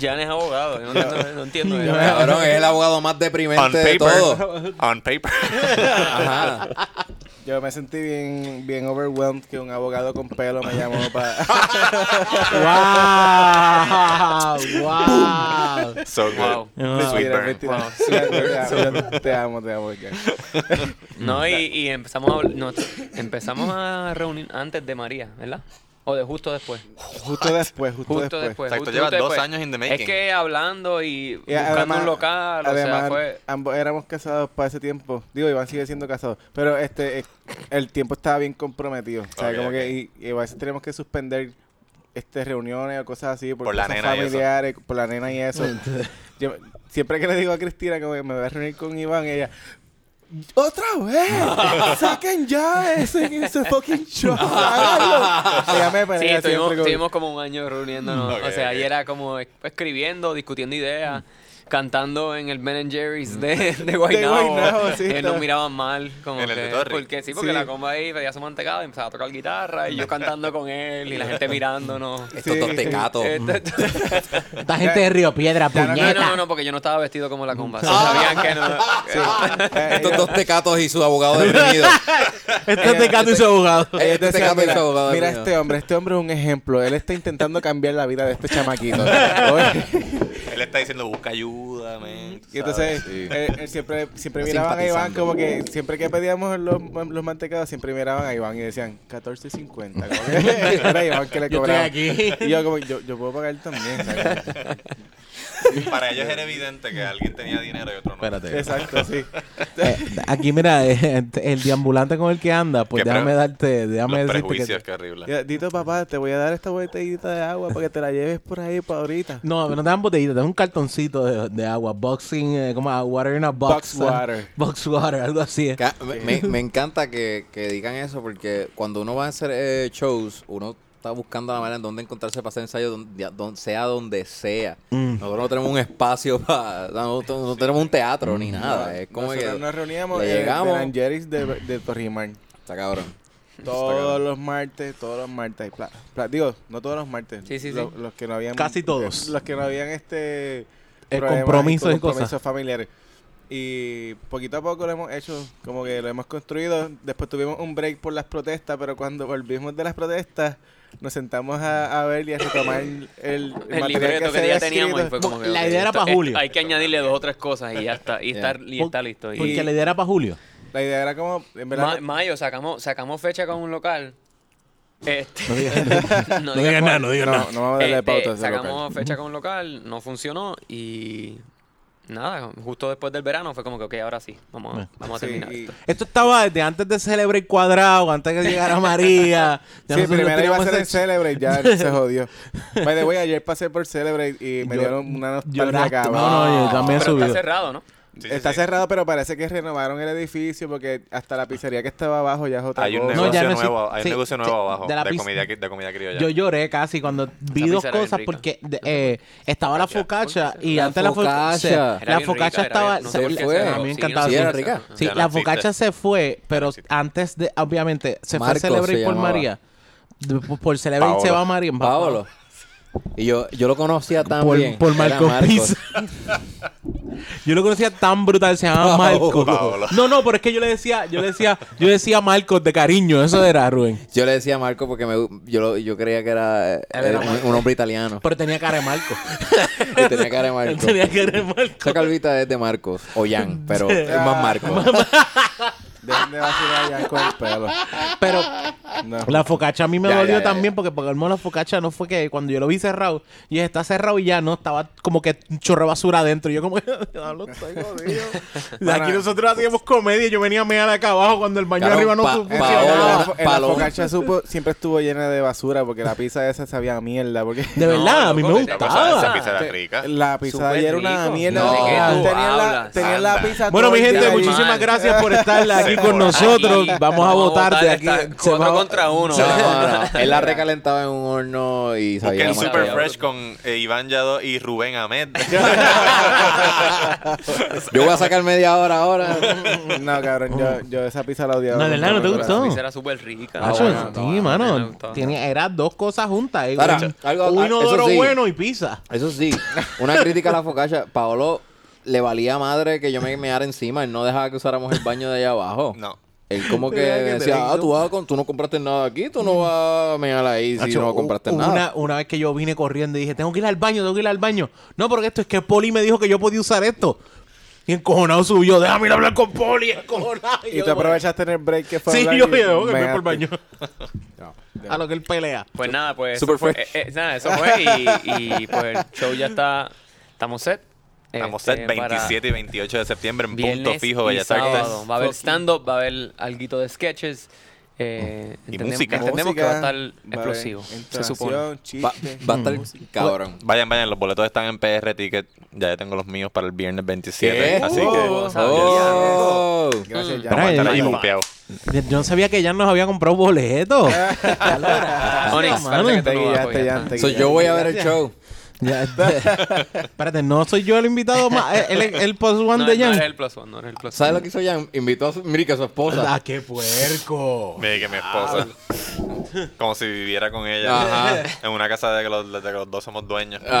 E: Jan es abogado, yo no, entiendo- no entiendo.
D: No,
E: eso.
B: Cabrón, es el abogado más
A: On
B: deprimente de todo.
A: paper. On paper.
B: Ajá.
C: yo me sentí bien, bien overwhelmed que un abogado con pelo me llamó para...
D: Ah, ¡Wow! ¡Wow!
A: So
E: Wow.
A: good. Sweet burn.
C: Te amo, te amo. Jack.
E: No, y, y empezamos, a, habl- nos- empezamos a reunir antes de María, ¿verdad? O de justo después.
C: Justo después, justo,
E: Justo después.
A: Exacto,
E: justo-
A: llevas
E: justo
A: dos
E: después.
A: años in the making.
E: Es que hablando y
C: Y
E: buscando un local, o sea, fue...
C: ambos éramos casados para ese tiempo. Digo, Iván sigue siendo casado. Pero este eh, el tiempo estaba bien comprometido. O sea,
A: Ok,
C: como
A: ok.
C: que y, y a veces tenemos que suspender este reuniones o cosas así por,
A: Por la
C: cosas
A: nena y eso.
C: familiares, por la nena y eso. Yo- siempre que le digo a Cristina que me voy a reunir con Iván, ella ¡Otra vez! ¡Saquen ya ese, ese fucking show! ¡Háganlo! Ella me
E: Sí,
C: pelea siempre
E: estuvimos,
C: con-
E: estuvimos como un año reuniéndonos.
A: Ok,
E: o sea,
A: ok.
E: y era como es- escribiendo, discutiendo ideas, cantando en el Ben and Jerry's de, de Guaynabo.
C: Guaynabo, sí,
E: Ellos
C: está.
E: nos miraban mal. Como
A: En el de
E: que-
A: Torrey.
E: porque, sí, porque
C: Sí.
E: la comba ahí pedía su mantecado y empezaba a tocar guitarra y yo cantando con él y la gente mirándonos.
B: Estos
C: Sí.
B: dos tecatos.
E: Este-
D: Esta gente de Río Piedra,
C: Ya no-
E: No,
D: puñeta.
E: no, no, no, porque yo no estaba vestido como la comba. so sabían que no.
C: Eh,
B: Estos
C: ella-
B: dos tecatos y su abogado deprimido.
D: Este es Tecato y su abogado.
B: Este
C: Entonces,
B: tecato y
C: mira,
B: su abogado
C: mira
B: deprimido.
C: este hombre, este hombre es un ejemplo. Él está intentando cambiar la vida de este chamaquito. Oye,
A: Él
H: le está diciendo, busca ayuda, men.
C: Y entonces,
B: Sí.
C: él- él siempre, siempre
B: Está
C: miraban a Iván
B: simpatizando.
C: como que, siempre que pedíamos los, los mantecados, siempre miraban a Iván y decían, 14.50. como que Era Iván que le
D: Yo
C: cobraba.
D: estoy aquí.
C: Y yo como, yo, yo puedo pagar también. ¿sabes?
H: Para ellos era evidente que alguien tenía dinero y otro no.
A: Espérate.
C: Exacto, sí.
D: Eh, aquí, mira, eh, el deambulante con el que anda, pues
H: Qué
D: déjame
H: pre-
D: darte,
H: Los
D: déjame decirte
H: prejuicios,
D: que...
H: qué horrible.
C: Ya, Dito, papá, te voy a dar esta botellita de agua para que te la lleves por ahí para ahorita.
D: No, no te dan botellita, te dan un cartoncito de, de agua. Boxing, eh, como water in a box.
C: Box water.
D: Box water, algo así. eh.
B: Ca- me- Me, me encanta que, que digan eso porque cuando uno va a hacer eh, shows, uno está buscando la manera en donde encontrarse para hacer ensayos, donde, ya- don- sea donde sea. Nosotros no tenemos un espacio para... No, no- no tenemos un teatro ni nada. Es como
C: Ah, Nosotros
B: que...
C: nos reuníamos
B: le
C: en
B: llegamos.
C: Ben Jerry's de, de Torrijimar.
B: Está cabrón.
C: Todos los martes, todos los martes. y pla- pla- digo, no todos los martes.
E: Sí, sí, sí.
C: Los, los que no habían. eh,
D: Casi todos.
C: Los que no habían este.
D: El
C: problemas
D: compromiso y cosas.
C: compromisos familiares. Y poquito a poco lo hemos hecho, como que lo hemos construido. Después tuvimos un break por las protestas, pero cuando volvimos de las protestas, nos sentamos a, a ver y a retomar el, el
E: El
C: material
E: libreto
C: se
E: que, ya
C: había
E: teníamos y
C: escrito.
E: fue como que,
D: La
E: ok,
D: idea era
E: esto-
D: para
E: eh,
D: julio.
E: Hay que añadirle dos o tres cosas y ya está. Y, está, y
D: Por-
E: está listo. Y-
D: Porque la idea era para julio.
C: La idea era como, en verdad,
E: Ma- mayo sacamos, sacamos fecha con un local. Este,
D: No
E: no
D: digas No
E: digas
D: digas
E: cuál.
D: nada, no
C: no,
D: digas nada.
C: no vamos a darle
E: Este,
C: pautas. de
E: sacamos
C: local.
E: fecha con un local, no funcionó y nada, justo después del verano fue como que, ok, ahora sí, vamos, a-
D: Eh.
E: vamos a
C: Sí,
E: terminar
C: y-
E: esto.
D: Esto estaba desde antes de Celebrate Cuadrado, antes que llegara María. Ya
C: sí,
D: nosotros
C: primero iba a
D: teníamos
C: ser en
D: ese-
C: Celebrate, ya se jodió. By the way, ayer pasé por Celebrate y me
D: Llor-
C: dieron una nostalgia
D: Lloraste. No,
C: cabrón.
D: no, yo también
E: Pero está
D: subí.
E: cerrado, ¿no?
C: Está cerrado, pero parece que renovaron el edificio porque hasta la pizzería que estaba abajo ya es otra
H: Hay un
C: cosa.
D: No, ya no
H: negocio nuevo,
D: existe.
H: hay
D: Sí,
H: un negocio
D: sí,
H: nuevo abajo
D: de la
H: de
D: pizza-
H: comida, qui- de comida criolla.
D: Yo lloré casi cuando vi
E: Esa
D: dos
E: pizza era bien
D: cosas
E: rica.
D: porque de- eh, estaba la focacha y
B: La
D: antes la focacha
B: focaccia.
D: se-
B: Era
D: la
E: bien rica,
D: focacha
E: era
D: estaba
E: bien- no
D: se-
E: sé por qué
B: fue.
E: se-
D: a mí me
E: sí,
D: encantaba
E: no
B: sí,
E: sé
B: era
E: por qué
B: rica.
E: se-
D: Sí,
H: Ya no
D: la
H: existe.
D: focacha se fue, pero antes de, obviamente, se
B: Marcos
D: fue a Celebrate
B: se
D: por
B: llamaba.
D: María. De- por- Por Celebrate
H: Paolo.
D: se va María.
B: Pablo. Y yo, yo lo conocía tan Ah, bien.
D: Por, por
B: Era
D: Marcos Pizza. yo lo conocía tan brutal, se llamaba Marcos.
H: Paolo.
D: No, no, pero es que yo le decía, yo le decía, yo le decía Marcos de cariño, eso era Rubén.
B: Yo le decía a Marco porque me, yo, lo- yo creía que era, eh,
D: Él era
B: un,
D: Marco.
B: un hombre italiano.
D: Pero tenía cara de Marco.
B: y tenía cara de Marco.
D: tenía cara de Marco.
B: Esa calvita es de Marcos. O Jan, pero es más Marco.
C: Dejen de vacilar ya con el pelo.
D: Pero
C: No.
D: la focacha a mí me
B: Ya, ya,
D: dolió
B: ya,
D: también porque porque hermano la focacha no fue que cuando yo lo vi cerrado, y dije, está cerrado y ya no, estaba como que un chorro de basura adentro. Y yo como, diablo, estoy jodido. De aquí
C: Bueno.
D: nosotros hacíamos comedia y yo venía a mear acá abajo cuando el baño
B: Claro,
D: arriba no
B: pa-
D: su-
C: En la-
B: Paolo,
C: en la, en la
B: Paolo.
C: focacha supo- siempre estuvo llena de basura porque la pizza esa sabía a mierda. Porque
D: De verdad, ah, a mí me
E: loco, te-
B: pues,
D: gustaba.
H: pues, Esa pizza era rica.
C: la pizza de
E: Súper
C: ayer era una
E: rico.
C: mierda.
B: No.
C: Tenía
B: ¿De qué tú
C: la,
E: hablas?
C: tenía la
H: Anda.
C: pizza
D: Bueno,
C: todo
D: mi
C: el
D: gente,
C: día ahí.
D: muchísimas
E: mal.
D: gracias por estar aquí
H: Se
D: con
H: fue.
D: nosotros.
E: Aquí
D: Vamos a votar de aquí.
E: esta-
D: Se
E: Cuatro
D: va-
E: contra uno.
B: No, no, no. Él la recalentaba en un horno y sabía
H: Busquen
B: más
H: Super
B: que-
H: Fresh con eh, Iván Yado y Rubén Ahmed.
B: Yo voy a sacar media hora ahora.
C: No, cabrón, yo, yo esa pizza la odiaba.
D: Oh. No, de verdad, no te
C: Con
D: gustó.
E: La pizza era súper rica.
D: Nacho,
B: Ah, bueno, está
D: sí,
E: Me
D: mano.
E: gustaba.
D: Tenía, eran dos cosas juntas. eh,
B: Ahora,
D: un-
B: algo-
D: un
B: ah, eso
D: inodoro
B: sí.
D: bueno y pizza.
B: Eso sí, una crítica a la focaccia. Paolo le valía madre que yo me meara encima. Él no dejaba que usáramos el baño de allá abajo.
H: No.
B: Él como que
D: Mira que
B: decía, ah,
D: tremendo.
B: tú, vas con, tú no compraste nada aquí, tú no vas a mear ahí si
D: Nacho,
B: no compraste
D: u-
B: nada.
D: Una, una vez que yo vine corriendo y dije, tengo que ir al baño, tengo que ir al baño. No, porque esto es que Poli me dijo que yo podía usar esto. Y encojonado subió, déjame ir a hablar con Poli, encojonado.
C: Y
D: yo,
C: tú aprovechaste en el break que fue
D: Sí,
C: hablar
D: yo
C: y-
D: me dejo que voy por
C: Venga,
D: el baño. A lo que él pelea.
E: Pues nada, pues eso
B: Super
E: fue,
B: fresh.
E: eh, eh, nada, eso fue y, y, pues el show ya está, estamos set.
H: Estamos
E: Este,
H: set
E: para
H: 27 y 28 de septiembre en punto
E: viernes
H: fijo,
E: y
H: Bellas
E: sábado.
H: Artes.
E: Va a haber stand-up, va a haber alguito de sketches. eh,
H: Mm. Y
E: entendemos,
H: música.
E: entendemos que va a estar
C: Música,
E: explosivo,
C: vale,
E: se supone.
C: entonación, chiste.
B: Va, va a estar cabrón.
H: Vayan, vayan, los boletos están en PR Ticket. Ya tengo los míos para el viernes 27.
B: ¿Qué?
H: Así que.
E: Oh,
H: vamos
B: Oh.
C: Gracias, ya.
H: a estar ahí
D: Ay, ay,
H: pompeados.
D: Yo no sabía que ya nos había comprado boletos. Ya lo era.
E: Ah, Onyx,
D: Ya,
E: parece
D: Ah, mano.
C: Te
E: que tú no vas,
C: guillaste,
E: pues, ya
C: ya,
E: está.
C: te
B: So,
C: guillaste.
B: yo voy a ver el show.
D: Ya, espérate, no soy yo el invitado más. El, el, el post one
E: No,
D: de
E: no
D: Jan.
E: eres el plus one, no eres el plus
B: ¿Sabes
E: one.
B: lo que hizo Jan? Invitó a su, mire, que a su esposa.
D: Ah, qué puerco.
H: Mire que mi
E: Ah.
H: esposa. Como si viviera con ella.
B: Ajá.
H: En una casa de que los, de que los dos somos dueños.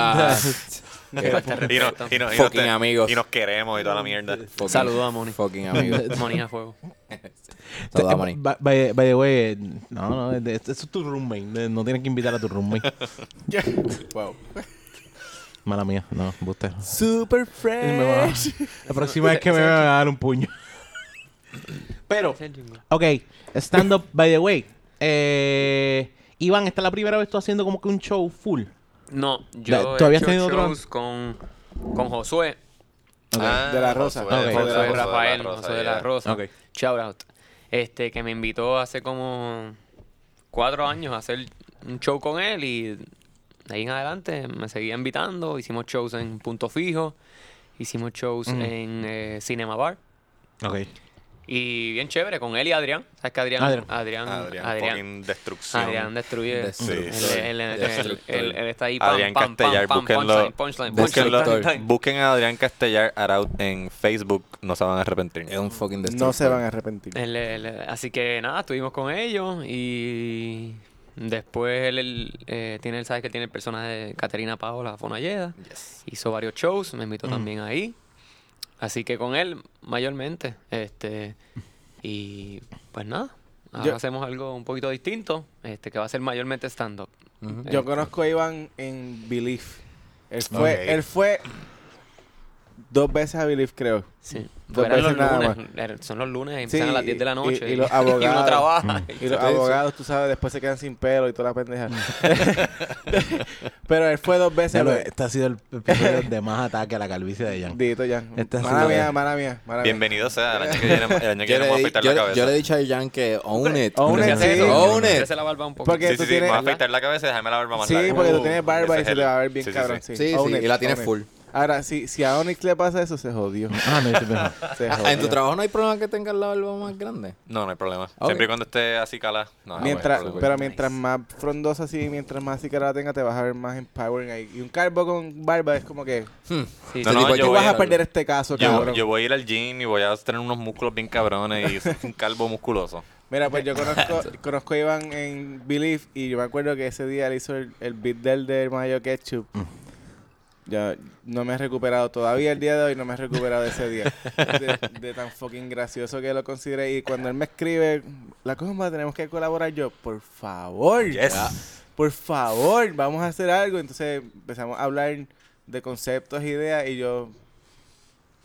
B: Ah,
H: Y nos, y nos- y nos
B: Fucking
H: te-
B: amigos.
H: Y nos queremos y toda la mierda.
B: fucking-
E: Saludos a Moni.
B: Fucking amigo.
E: Monía Fuego.
B: Saludos a
D: Eh,
B: Moni.
D: ba- By, by the way, eh, no, no, eh, eso es tu roommate. eh, No tienes que invitar a tu roommate.
C: Wow.
D: Mala mía, no, buste.
C: Super
D: Me va-
C: fresh.
D: La próxima vez que me vea, me va a dar un puño. Pero, ok, stand up, by the way. Eh, Iván, esta es la primera vez tú haciendo como que un show full.
E: No, yo
D: ¿Todavía
E: he
D: has
E: hecho
D: tenido otro?
E: shows con, con Josué.
A: Ah,
C: De la Rosa.
A: Josué, Josué,
D: Ok.
E: José
A: Josué de la
E: Rafael,
A: Rosa,
E: José de
A: yeah.
E: la Rosa.
D: Ok.
E: Shout out. Este, que me invitó hace como cuatro años a hacer un show con él y de ahí en adelante me seguía invitando. Hicimos shows en Punto Fijo, hicimos shows
A: Mm.
E: en eh, Cinema Bar.
D: Ok.
E: Y bien chévere, con él y Adrián. ¿Sabes que Adrián?
D: Adrián.
E: Adrián. Adrián.
A: Adrián,
E: Adrián,
A: fucking destrucción.
E: destruye.
B: Destructor.
E: Él- Él, él- él-
B: Destructor.
E: él- él está ahí. Pam,
A: Adrián
E: pam, pam,
A: Castellar,
E: pam,
A: búsquenlo.
E: punchline, punchline,
A: búsquenlo.
E: punchline, time, time.
A: Busquen a Adrián Castellar Araut en Facebook, no se van a arrepentir.
B: Es un fucking destructor.
C: No se van a arrepentir.
E: Él- él- así que nada, estuvimos con ellos y después él, él, eh, tiene, él sabe que tiene el personaje de Caterina Paola Fonalleda. Hizo varios shows, me
C: Mm.
E: invitó también ahí. Así que con él, mayormente. Este, y pues nada, ahora
C: Yo-
E: hacemos algo un poquito distinto, este, que va a ser mayormente stand-up. Eh,
C: Yo conozco a Iván en Belief. Él fue,
A: Ok.
C: él fue dos veces a Belief, creo.
E: Sí.
C: Dos
E: Pues eran los
C: veces nada
E: lunes, er- son los lunes, empiezan
C: Sí,
E: a las 10 de la
C: y-
E: noche.
C: y los
E: uno
C: abogados.
D: Mm.
E: trabaja.
C: Y los
B: Ustedes-
C: abogados, tú sabes, después se quedan sin pelo y toda la pendeja. Pero él fue dos veces.
D: Mm. Ya
C: a
D: lo-
C: lo-
D: Este ha sido el episodio de más ataque a la calvicie de Jan.
C: Dito ya.
D: Este ha
C: Mala
D: sido-
C: mía, mala mía, mala mía.
A: Bienvenido sea, el año que viene, el año que
B: Yo
A: viene
B: le,
A: vamos a
B: di-
A: afeitar
B: yo
A: la
B: le- yo le he
A: cabeza.
B: dicho a Jan que own it.
C: Own
E: Uno
C: it,
E: se hace
C: sí.
E: eso, uno
B: Own
E: se
B: it.
E: hace la barba un poco.
C: Porque
A: Sí,
C: tú
A: sí, sí, me
C: tienes-
A: voy a afeitar la cabeza y déjame la barba más
C: Sí,
A: larga.
C: porque tú
A: Uh,
C: tienes
A: ese
C: barba y
A: es
C: se te
A: el-
C: va a ver bien
A: sí, sí,
C: cabrón.
A: sí.
C: Sí,
B: Sí, sí,
C: Own
B: y la tiene
C: own
B: full.
C: Ahora, si, si a Onyx le pasa eso, se jodió.
D: Ah, no, yo estoy pensando.
C: Se
B: Ah,
C: jodió.
B: ¿En tu trabajo no hay problema que tengas la barba más grande?
A: No, no hay problema.
B: Ok.
A: Siempre y cuando esté así calada. No,
B: Ah,
A: no
C: Mientras,
A: hay problema.
C: pero mientras más frondosa así, mientras más así que la tenga, te vas a ver más empowering ahí. Y un calvo con barba es como que
E: Sí,
A: No,
E: sí.
A: no,
B: tipo,
A: yo
C: tú
A: voy
C: vas
A: a-
C: a perder este caso,
A: yo,
C: cabrón.
A: yo voy a ir al gym y voy a tener unos músculos bien cabrones y soy un calvo musculoso.
C: Mira, pues yo conozco, conozco a Iván en Believe y yo me acuerdo que ese día él hizo el, el beat del de Mayo Ketchup. Ya no me he recuperado todavía el día de hoy, no me he recuperado de ese día. De, de tan fucking gracioso que lo consideré. Y cuando él me escribe, la cosa tenemos que colaborar yo, por favor. Por favor, vamos a hacer algo. Entonces empezamos a hablar de conceptos, ideas y yo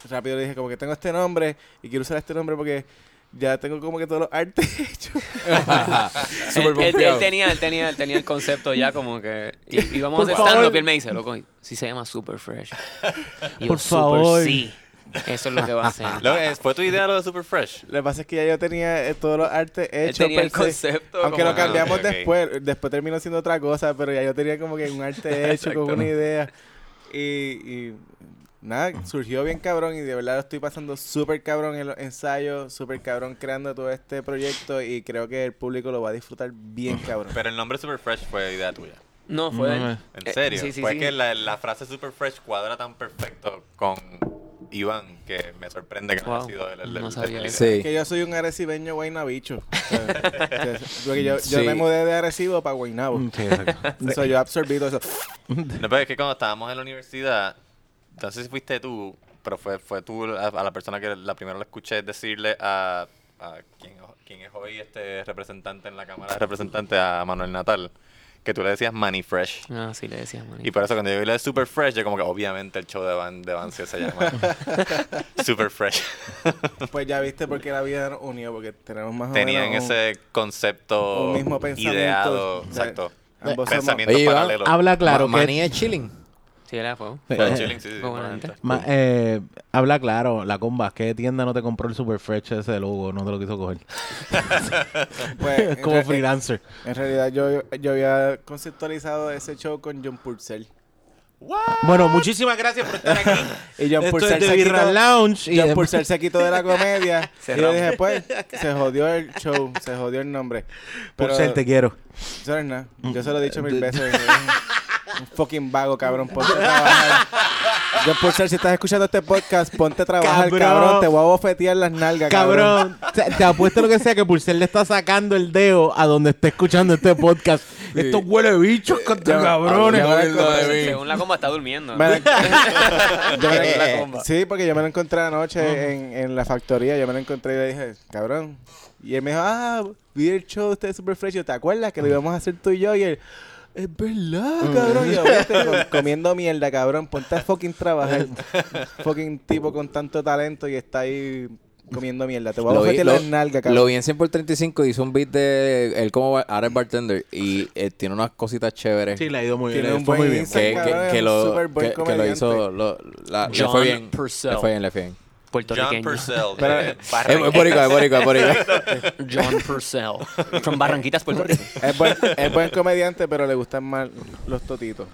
C: rápido le dije como que tengo este nombre y quiero usar este nombre porque ya tengo como que todos los artes hechos.
B: Súper
E: él, él- él
B: confiado.
E: tenía, él tenía, él tenía el concepto ya como que y, y vamos a
C: Por
E: hacer
C: favor.
E: stand-up y él me dice, loco, si se llama Super Fresh. Y yo,
D: Por
E: "Super
D: favor.
E: Sí, eso es lo que va a hacer.
A: Lo que es, ¿Fue tu idea lo de Super Fresh?
C: Lo que pasa es que ya yo tenía eh, todos los artes
E: Él
C: hechos.
E: tenía el
C: per se.
E: concepto.
C: Aunque
E: como
C: lo
E: que-
C: cambiamos
A: ok, ok.
C: después, después terminó siendo otra cosa, pero ya yo tenía como que un arte hecho con una idea. Y, y nada, surgió bien cabrón y de verdad lo estoy pasando súper cabrón en los ensayos, súper cabrón creando todo este proyecto y creo que el público lo va a disfrutar bien cabrón.
A: Pero el nombre Super Fresh fue idea tuya.
E: No, fue de él.
A: ¿En
E: Eh,
A: serio?
E: sí, sí,
A: pues
E: sí.
A: que la, la frase Super Fresh cuadra tan perfecto con Iván que me sorprende que no haya
E: Wow.
A: sido él el,
E: No
A: del-
E: sabía
A: del
E: eso.
B: Sí.
C: Que yo soy un arecibeño guaynabicho. O sea, Porque yo, yo
B: Sí.
C: me mudé de Arecibo para Guaynabo.
D: Sí, exacto.
C: So, yo absorbí todo eso.
A: líder. No, pero es que cuando estábamos en la universidad, entonces fuiste tú, pero fue, fue tú a, a la persona que la primera la escuché decirle a, a quien, quien es hoy este representante en la Cámara de Representantes, a Manuel Natal, que tú le decías Money Fresh.
E: Ah, sí le decía, manito.
A: Y por eso cuando yo vi lo de Super Fresh, yo como que obviamente el show de Van de Vancio se llama Super Fresh.
C: Pues ya viste por qué la vida nos unió, porque tenemos más o
A: Tenían
C: menos un-
A: ese concepto
C: un mismo pensamiento.
A: ideado,
C: O sea,
A: exacto.
C: ambos somos-
A: Pensamiento
B: Oye, Iván,
A: paralelo.
D: Habla eh, claro.
B: Ma-
D: que-
B: Manía es chilling.
E: Sí, era fuego.
A: O sea, chilling, sí, sí, sí,
E: Como
A: bueno,
E: antes.
A: está.
D: Ma- eh, habla claro, la comba. ¿Qué tienda no te compró el Super Fresh ese logo? No te lo quiso coger.
C: Pues, en
D: Como
C: re-
D: freelancer.
C: En realidad yo, yo había conceptualizado ese show con John Purcell.
D: Bueno, muchísimas gracias por estar aquí.
C: Y John
D: Esto
C: Purcell
D: es de
C: se
D: Birra
C: quitó,
D: Lounge. Y
C: John
D: después-
C: Purcell se quitó de la comedia. y yo dije, pues, se jodió el show, se jodió el nombre. Pero,
D: Purcell, te quiero.
C: Eso no es nada. Yo se lo he dicho mil veces. eh, Un fucking vago, cabrón. Ponte a trabajar. Yo, por ser, si estás escuchando este podcast, ponte a trabajar,
D: Cabrón.
C: cabrón. Te voy a bofetear las nalgas, cabrón.
D: Cabrón, te, te apuesto lo que sea que Purcell le está sacando el dedo a donde está escuchando este podcast. Estos huele bichos, contra cabrones.
C: ya me lo
E: Según- Según la comba está durmiendo.
C: Me la- Yo me la-
E: Según la comba.
C: sí, porque yo me lo encontré anoche en, en la factoría. Yo me lo encontré y le dije, cabrón. Y él me dijo, ah, vi el show de usted super fresh. Yo, ¿Te acuerdas que lo íbamos a hacer tú y yo? Y él, Es verdad, cabrón. Yo, viste, com- comiendo mierda, cabrón. Ponte a fucking trabajar. fucking tipo con tanto talento y está ahí comiendo mierda. Te voy a
B: Lo vi,
C: ofrecer
B: lo,
C: la nalga, cabrón.
B: lo vi en 100 por 35 hizo un beat de él como bar- ahora es bartender y eh, tiene unas cositas chéveres
D: Sí, le ha ido muy
C: Tiene
D: bien.
C: un
D: Fue muy
C: buen
D: bien.
B: que,
C: Instagram.
B: que-
C: Ese cabrón
B: que
C: es un
B: lo,
C: súper buen
B: que, que lo
C: comediante.
B: hizo lo- la- le
E: John
B: fue bien
E: Purcell.
B: le fue bien le fue bien
A: John
E: puertorriqueño.
A: Purcell.
C: Pero-
A: de
B: es, es
A: Barranquitas.
B: boricua es boricua es boricua
E: John Purcell. From Barranquitas, Puerto Rico.
C: Es buen, es buen comediante, pero le gustan más los totitos.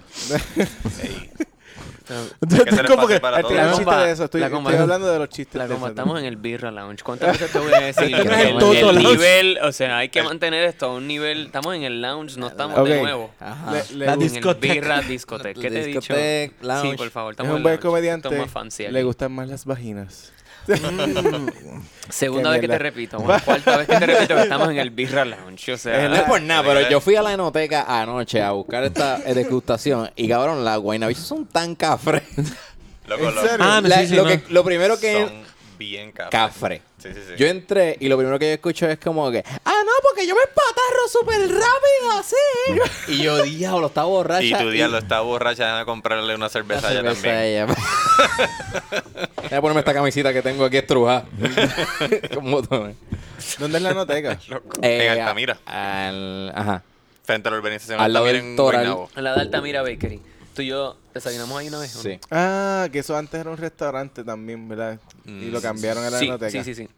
A: Que se le
D: Como
A: pase
D: que-
A: para
C: Estoy hablando
A: todos.
E: compa-
C: chistes de eso. Estoy,
E: la
C: estoy
E: compa-
C: hablando de los chistes
E: La
C: de
E: como
C: eso.
E: estamos en el Birra Lounge. ¿Cuántas veces te voy a decir?
D: Estamos en
E: que
D: el Toto
E: el
D: Lounge.
E: nivel, o sea, hay que mantener esto a un nivel. Estamos en el lounge, no estamos
C: Ok.
E: de nuevo.
B: Ajá.
C: Le- le gusta-
D: La
E: En el
D: discoteca.
E: Birra Discoteca. ¿Qué te he dicho?
B: Discoteca, lounge.
E: Sí, por favor,
C: es
E: estamos
C: un
E: en el
C: buen
E: lounge.
C: comediante.
E: Esto es más fancy
C: le
E: aquí. Mm.
C: gustan más las vaginas.
E: Segunda
C: Qué
E: vez que te
C: mierda.
E: repito, bueno, cuarta vez que te repito que estamos en el Birra Lounge. O sea,
B: no es por nada, pero yo fui a la enoteca anoche a buscar esta eh, degustación y cabrón, las guaynabichas son tan cafres.
A: Loco,
C: ¿En
A: lo-
C: serio?
D: Ah, no,
B: La-
D: sí, sí,
B: lo,
D: no.
B: que- lo primero que
A: Son bien cafres.
B: cafre.
A: Sí, sí, sí.
B: Yo entré y lo primero que yo escucho es como que, ah, no, porque yo me empatarro súper rápido así. y yo, diablo, está borracha.
A: Y tu diablo está borracha, déjame comprarle una cerveza allá
B: cerveza
A: también.
B: a ella. Voy a ponerme esta camisita que tengo aquí estrujada. Con botones.
C: ¿Dónde es la noteca?
B: Eh,
A: en Altamira,
B: al- ajá.
A: frente a la urbanización
B: al lado
A: Altamira
B: del
A: en
B: Toral.
A: Guaynabo.
E: en la de Altamira Bakery. Tú y yo desayunamos ahí una vez. ¿o no?
B: Sí.
C: Ah, que eso antes era un restaurante también, ¿verdad? Y lo cambiaron a la
E: Mm. Sí,
C: noteca.
E: sí, sí, sí.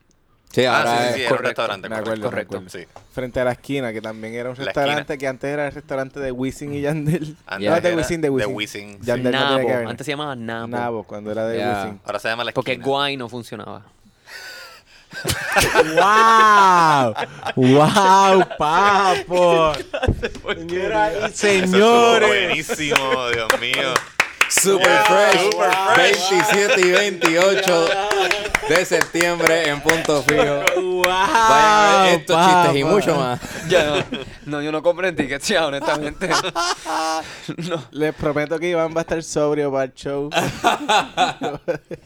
B: Sí, ahora
A: Ah, sí, sí,
B: es-
A: sí, era un
E: correcto.
A: restaurante.
C: Me acuerdo,
A: correcto.
C: me acuerdo.
A: Sí.
C: Frente a la esquina, que también era un
A: La
C: restaurante
A: esquina.
C: que antes era el restaurante de Wisin y Yandel.
A: Antes
C: no, de
A: era
C: Wisin, de
A: de
C: Wisin.
A: Wisin, sí.
C: Yandel no tenía que
E: Nabo.
C: ver.
E: Antes se llamaba Nabo.
C: Nabo, cuando era de
B: Ya.
C: Wisin.
A: Ahora se llama la
E: Porque
A: esquina.
E: Guay no funcionaba.
D: ¡Wow! ¡Wow, papo! Señoras y
A: Señores.
D: señores.
A: Buenísimo, Dios mío.
B: Super Fresh, 27 y 28 de septiembre en punto fijo.
D: ¡Wow!
B: Vayan a ver estos chistes y mucho más.
E: Ya, no. No, yo no compré tickets ya, honestamente. no.
C: Les prometo que Iván va a estar sobrio para el show.
E: yo
B: Nah,
E: llevo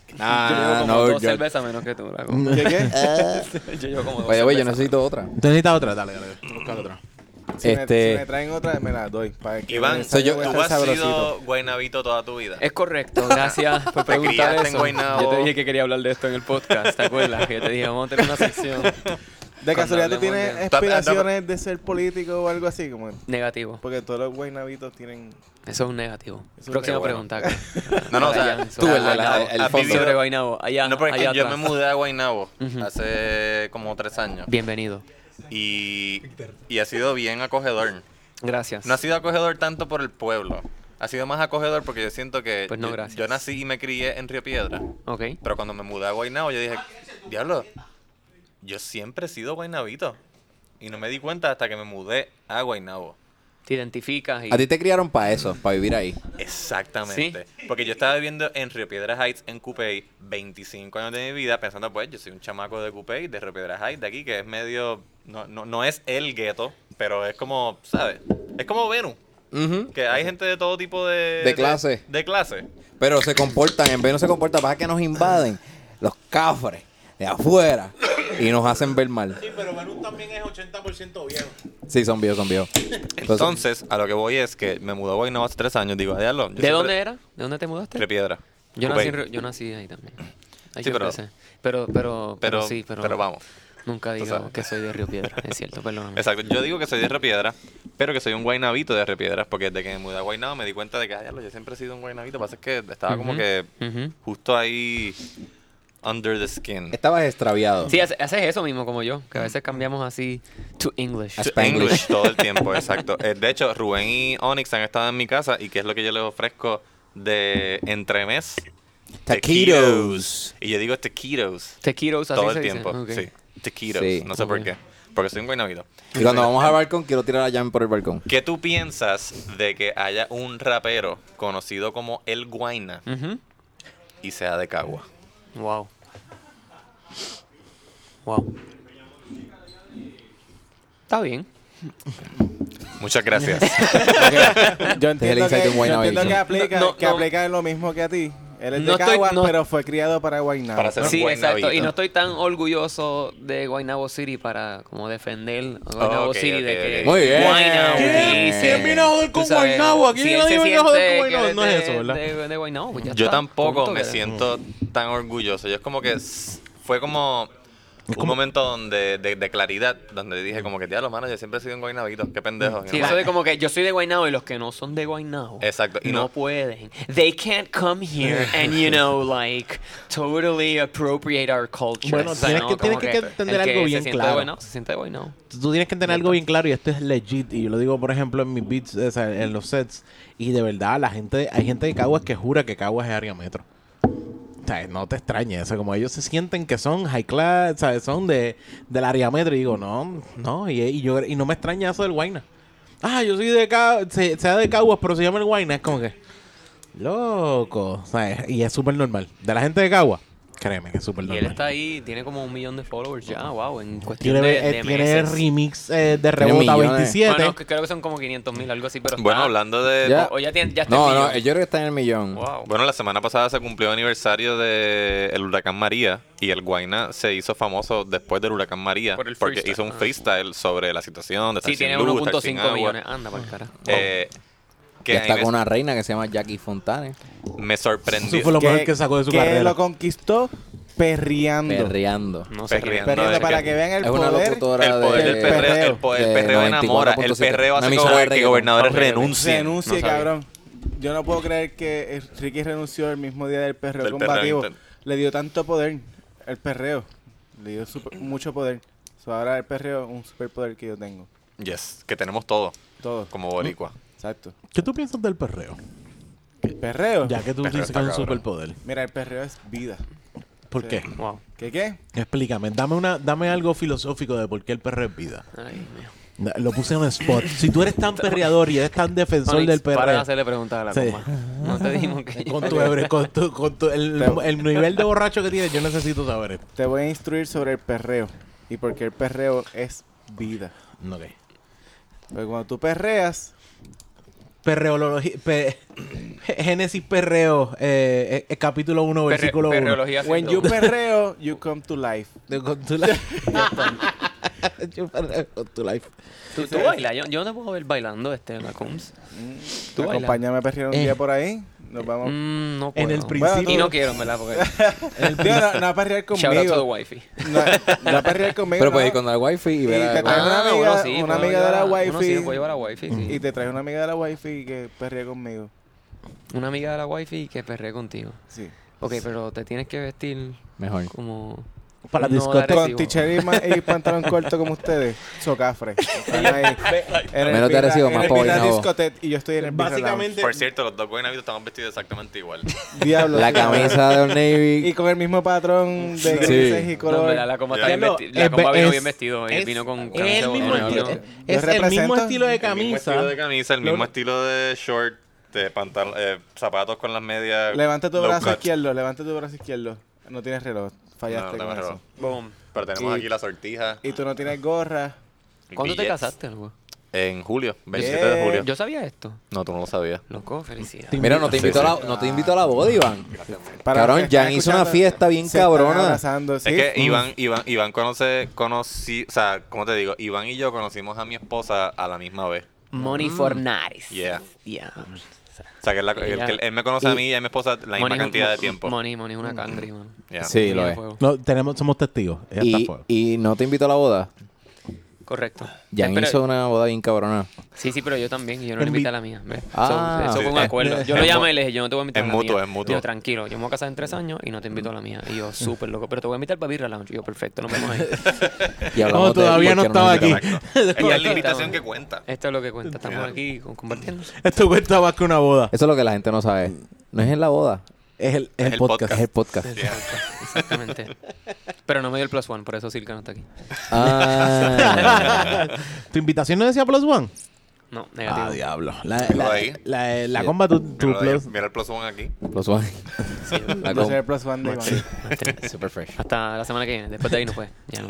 E: como
B: Ah, no,
E: dos
B: yo,
E: cervezas menos que tú. Drago.
C: ¿Qué qué?
E: Eh, yo llevo como dos
B: Oye, oye, yo
E: cervezas.
B: necesito otra.
D: Tú necesitas otra, dale, dale.
C: Si, me- si me,
B: Este,
C: traen otra, me la doy. Para que
A: Iván,
C: me
B: soy yo-
C: salga
A: tú
C: este
A: has sido
C: sabrosito.
A: guaynabito toda tu vida.
E: Es correcto, gracias
A: Te
E: por preguntar
A: criaste en
E: eso.
A: Guaynabo.
E: Yo te dije que quería hablar de esto en el podcast, ¿te acuerdas? Que yo te dije, vamos a tener una sección
C: De casualidad, ¿tú
E: hablemos
C: tienes
E: de- eh,
C: aspiraciones de ser político o algo así? Como,
E: negativo.
C: porque todos los guaynabitos tienen...
E: Eso es un negativo.
C: Eso es
E: Próxima
C: negativo.
E: pregunta.
A: No, no, o sea,
E: Allá,
A: tú,
E: sobre
B: el de la-
E: Guaynabo.
B: el
E: Ah,
B: fondo.
E: sobre Guaynabo, allá,
A: No, porque
E: allá
A: yo me
E: atrás.
A: mudé a Guaynabo
E: Ujú.
A: hace como tres años.
E: Bienvenido.
A: Y, y ha sido bien acogedor.
E: Gracias.
A: No ha sido acogedor tanto por el pueblo. Ha sido más acogedor porque yo siento que
E: Pues no,
A: yo-
E: gracias.
A: yo nací y me crié en Río Piedra.
E: Ok.
A: Pero cuando me mudé a Guaynabo, yo dije, diablo, yo siempre he sido guaynabito. Y no me di cuenta hasta que me mudé a Guaynabo.
E: Te identificas y...
B: a ti te criaron para eso, para vivir ahí.
A: Exactamente. Porque yo estaba viviendo en Río Piedra Heights, en Coupey, 25 años de mi vida, pensando, pues, yo soy un chamaco de Coupey, de Río Piedra Heights, de aquí, que es medio... No, no, no es el gueto, pero es como, ¿sabes? Es como Venus.
B: Ujú.
A: Que hay gente de todo tipo de...
B: De clase.
A: De, clase.
B: Pero se comportan, en vez no se comportan, pasa que nos invaden los cafres de afuera y nos hacen ver mal.
I: Sí, pero Venus también es 80% viejo.
B: Sí, son viejos, son viejos.
A: Entonces, a lo que voy es que me mudé a Guaynabo hace tres años, digo, diablo. yo
E: ¿De
A: siempre-
E: dónde era? ¿De dónde te mudaste?
A: Río Piedra. Coupey.
E: Yo nací, en Río- yo nací ahí también. Ahí
A: Sí,
E: yo
A: pero-
E: empecé. pero, pero, pero,
A: pero-
E: sí, pero,
A: pero vamos.
E: Nunca digo
A: sabes.
E: que soy de Río Piedra, es cierto, perdóname.
A: Exacto, yo digo que soy de Repiedra, pero que soy un guaynabito de Repiedras, porque desde que me mudé a Guaynabo me di cuenta de que, ay, diablo, yo siempre he sido un guaynabito, pasa es que estaba como
E: Ujú,
A: que
E: ujú.
A: justo ahí under the skin.
B: Estabas extraviado.
E: Sí, hace- haces eso mismo como yo, que a veces cambiamos así to English.
B: A
A: To
B: Spanglish.
A: English todo el tiempo, exacto. Eh, de hecho, Rubén y Onyx han estado en mi casa y qué es lo que yo les ofrezco de entremés.
B: Taquitos.
A: Y yo digo taquitos
E: Tequitos, así
A: todo
E: se
A: el tiempo,
E: dice. Ok.
A: sí. Taquitos,
B: Sí.
A: no sé
E: Ok.
A: por qué, porque soy un guaynabito.
B: Y cuando vamos al balcón, quiero tirar la llave por el balcón.
A: ¿Qué tú piensas de que haya un rapero conocido como El Guayna
E: Ujú.
A: y sea de Cagua?
E: Wow. Wow. Está bien.
A: Muchas gracias.
C: Yo
B: el
C: entiendo,
B: insight de
C: que,
B: un
C: yo
B: guaynabito.
C: entiendo que aplica,
E: No, no,
C: que
E: no.
C: aplica lo mismo que a ti. Él es
E: No
C: de
E: estoy-
C: Caguas,
E: no-
C: pero fue criado para Guaynabo.
A: Para ser-
E: Sí,
A: Buen
E: exacto. Y
A: navito.
E: no estoy tan orgulloso de Guaynabo City para como defender a Guaynabo
A: Ok,
E: City
A: ok,
E: de que
A: ok.
B: Muy bien.
E: Guaynabo
D: ¿Quién?
E: dice-
D: ¿Quién viene a joder con
E: Tú sabes,
D: Guaynabo? Aquí
E: si él
D: nadie
E: se
D: viene a joder
E: siente
D: con
E: que
D: Guaynabo.
E: es
D: No es
E: de-
D: eso, ¿verdad?
E: De, de Guaynabo, pues ya
A: Yo
E: está,
A: tampoco
E: punto,
A: me
E: que-
A: siento tan orgulloso. Yo es como que s- fue como un momento donde de, de claridad, donde dije como que, diablo, mano, yo siempre he sido un guaynabitos, qué pendejo.
E: Sí, eso de como que yo soy de Guaynabo y los que no son de Guaynabo.
A: Exacto, y
E: no,
A: no-
E: pueden. They can't come here and, you know, like, totally appropriate our culture.
D: Bueno,
E: O sea,
D: tienes
E: ¿no?
D: que-
E: Como
D: tienes que entender
E: el que
D: algo
E: se
D: bien
E: siente de
D: claro.
E: Guaynabo, se siente de Guaynabo.
D: Tú tienes que tener algo bien claro y esto es legit y yo lo digo por ejemplo en mis beats, o sea, en los sets y de verdad la gente, hay gente de Caguas que jura que Caguas es área metro. O sea, no te extrañes, o sea, como ellos se sienten que son high class, o sea, son de, del área metro y digo, no, no, y, y yo, y no me extraña eso del Guayna. Ah, yo soy de Caguas, se, sea de Caguas, pero se llama el Guayna, es como que, loco, o sea, y es súper normal. De la gente de Caguas, créeme que es súper
E: Y
D: normal.
E: él está ahí, tiene como un millón de followers ya, wow, en cuestión
D: Tiene,
E: de,
D: eh,
E: de
D: tiene
E: meses.
D: remix eh, de
B: Tiene
D: rebota
B: millones.
D: 27.
E: Bueno, que creo que son como 500 mil, algo así, pero
A: Bueno,
E: está-
A: hablando de...
B: Ya.
E: O ya, tiene, ya está
B: No,
E: en
B: no,
E: millón.
B: yo creo que está en el millón.
E: Wow.
A: Bueno, la semana pasada se cumplió el aniversario del huracán María y el Guayna se hizo famoso después del huracán María
E: Por el
A: porque
E: freestyle.
A: hizo un
E: Ah.
A: freestyle sobre la situación de estar
E: sí,
A: sin
E: tiene
A: luz, estar sin
E: 1.5
A: agua.
E: millones. Anda, para el carajo.
A: Eh,
B: Y
A: que a
B: está
A: mí
B: con una reina que se llama Jackie Fontane.
A: me, me sorprendió.
D: Eso fue lo mejor que sacó de su
C: que
D: carrera.
C: lo conquistó perreando.
B: Perreando.
E: no sé
A: perreando.
C: Perreando
A: No, es
C: para
A: que
C: que vean el
B: es una
C: poder.
B: locutora
A: El poder
B: de-
A: del perreo, el
C: perreo.
A: poder, el
B: de
A: perreo enamora, el
B: 94.7.
A: perreo
B: Una
A: hace
B: emisora de
A: gober- que
B: reggaetón.
A: gobernadores
E: Ok, ok.
A: renuncien.
E: No
C: Renuncie,
E: sabía.
C: cabrón. Yo no puedo creer que eh, Ricky renunció el mismo día del perreo
A: Del perreo
C: combativo.
A: inten-
C: Le dio tanto poder el perreo. Le dio super- mucho poder. So, ahora el perreo es un superpoder que yo tengo.
A: Yes, que tenemos todo
C: Todo.
A: como boricua.
C: Exacto.
D: ¿Qué tú piensas del perreo?
C: El perreo.
D: Ya que tú
A: Perreo
D: dices que
A: está
D: es un
A: cabrón.
D: superpoder.
C: Mira, el perreo es vida.
D: ¿Por
C: Sí.
D: qué?
E: Wow.
C: ¿Qué qué?
D: Explícame. Dame una, dame algo filosófico de por qué el perreo es vida.
E: Ay, mío.
D: Na- Lo puse en un spot. Si tú eres tan perreador y eres tan defensor
E: Onyx,
D: del
E: Para de
D: perreo.
E: hacerle preguntas a la
D: Sí.
E: coma. No te dijimos que.
D: Con tu, ebre- con tu- con tu- el, el nivel de borracho que tienes, yo necesito saber esto.
C: Te voy a instruir sobre el perreo. Y porque el perreo es vida.
D: Ok.
C: Porque cuando tú perreas,
D: Perreología. Génesis Perreo, eh, eh, eh, capítulo 1,
E: Perre-
D: versículo 1.
E: perreología sin
C: when you
E: duda.
C: perreo, you come to life.
D: tu life.
E: ¿Tú, tú bailas, yo, yo no te puedo ver bailando, este, Macombs.
B: Mm.
E: Tú bailas.
C: Acompáñame a perrear un
D: Eh.
C: día por ahí. Nos vamos.
E: Mm, no puedo.
D: En el
C: Bueno,
D: principio.
E: Y no quiero, en ¿verdad? Porque.
C: Digo, no, no va a perrear
E: Shout out to the
C: conmigo.
E: wifi.
C: No, no va a perrear conmigo.
B: Pero puedes
C: no.
B: ir con la wifi y
C: Y
B: ver
C: te
B: algo.
C: traes una
E: Ah,
C: amiga,
E: bueno, sí,
C: una
E: puedo
C: amiga de la
E: llevar-
C: wifi.
E: Uno sí, puedo llevar a wifi, sí.
C: Y te traes una amiga de la wifi que perrea conmigo.
E: Una amiga de la wifi que perré contigo.
C: Sí.
E: Ok, pero te tienes que vestir
B: Mejor.
E: como.
D: Para
E: no
D: discoteca.
E: agresivo.
C: Con t-shirt y, ma- y pantalón corto como ustedes. Socafre. Están ahí. En el
B: Menos te
C: Birra-
B: recibo,
C: en
B: más
C: el
B: pobre,
C: Birra
B: Nabo.
C: Discotheque y yo estoy en el Birra Lounge.
A: Por cierto, los dos guaynabitos estaban vestidos exactamente igual.
C: Diablo.
B: La
C: sí.
B: camisa de Old
C: Y
B: Navy.
C: con el mismo patrón de grises y
E: No, en
C: color.
E: verdad, la comba,
A: Ya.
E: está bien
D: Diablo,
E: vesti- la
D: es-
E: comba vino bien
D: es-
E: vestido.
D: es-
E: Él vino con.
D: es
E: camisa
D: el mismo estilo,
E: bonita.
D: es
C: Yo
D: el mismo
C: represento
D: estilo de
A: El mismo
D: camisa.
A: estilo de camisa, el
D: Lo-
A: mismo estilo de short, de pantal eh, zapatos con las medias.
C: Levanta tu
A: low
C: brazo
A: cut.
C: izquierdo, levanta tu brazo izquierdo. No tienes reloj,
A: No,
C: fallaste
A: no,
C: con
A: no,
C: eso.
A: no.
E: Boom.
A: Pero tenemos
C: Y-
A: aquí la sortija.
C: Y tú no tienes gorra.
E: ¿Cuándo te
A: billetes.
E: casaste, loco?
A: En julio, 27 de
C: Yeah.
A: julio.
E: Yo sabía esto.
A: No, tú no lo sabías.
E: Loco, felicidades.
B: Mira, no te
A: Sí,
B: invito a
A: sí.
B: la, no te invito a la boda, Iván.
C: Para
B: Cabrón,
C: los que están
B: Jan hizo una
C: escuchando,
B: fiesta bien
C: se están
B: cabrona.
C: abrazando, sí.
A: Es que
C: Mm.
A: Iván, Iván, Iván conoce, conocí, o sea, ¿cómo te digo? Iván y yo conocimos a mi esposa a la misma vez.
E: Money for nice.
A: Yeah.
E: Yeah.
A: O sea, que él, la- él- que él- él me conoce a mí y a mi esposa la misma
E: Money-
A: cantidad de
E: mo-
A: tiempo.
E: Money, money, es una cangri, mano.
A: Yeah.
B: Sí, lo
E: Mira,
B: es.
E: fuego.
D: No, tenemos, somos testigos. Ella está
B: Y,
D: fuera.
B: y no te invito a la boda.
E: Correcto. Eh,
B: Jan
E: Pero-
B: hizo una boda bien cabrona.
E: Sí, sí, pero yo también. y Yo no le
D: Envi-
E: invité a la mía. ¿ves? So,
B: Ah.
E: eso fue un
A: Sí.
E: acuerdo. Yo
A: Es
E: lo
A: mu-
E: llamé y le dije, yo no te voy a invitar
A: es
E: a la
A: mutuo,
E: mía.
A: es mutuo. Mm.
E: Digo, tranquilo, yo me voy a casar en tres años y no te invito a la mía. Y yo, súper loco, pero te voy a invitar para Birra Lounge. Y yo, perfecto, nos vemos ahí.
B: Y hablamos
D: No,
B: de
D: todavía
B: por
D: no
B: qué
D: estaba
B: nos
D: aquí.
B: invitó.
A: Exacto. Ella es la
E: Estamos-
A: invitación que cuenta.
E: Esto es lo que cuenta. Estamos
A: Yeah.
E: aquí con- compartiendo.
D: Esto cuesta más que una boda.
B: Eso es lo que la gente no sabe. No es en la boda,
D: Es el,
A: Es
D: es el
A: el
D: podcast.
B: es el podcast.
A: Yeah.
E: Exactamente. Pero no me dio el plus one, por eso Silka no está aquí.
B: Ah,
D: ¿Tu invitación no decía plus one?
E: No,
D: Ah,
E: negativo.
D: diablo. La,
A: Míralo
D: la,
A: ahí.
D: la- la comba, tu, tu
A: Mira,
D: plus.
A: mira el plus one aquí.
B: los one. La
C: Yo soy el
B: com-
C: plus one de Iván.
E: Más tres.
B: Super fresh.
E: Hasta la semana que viene. Después de ahí no fue. Ya no.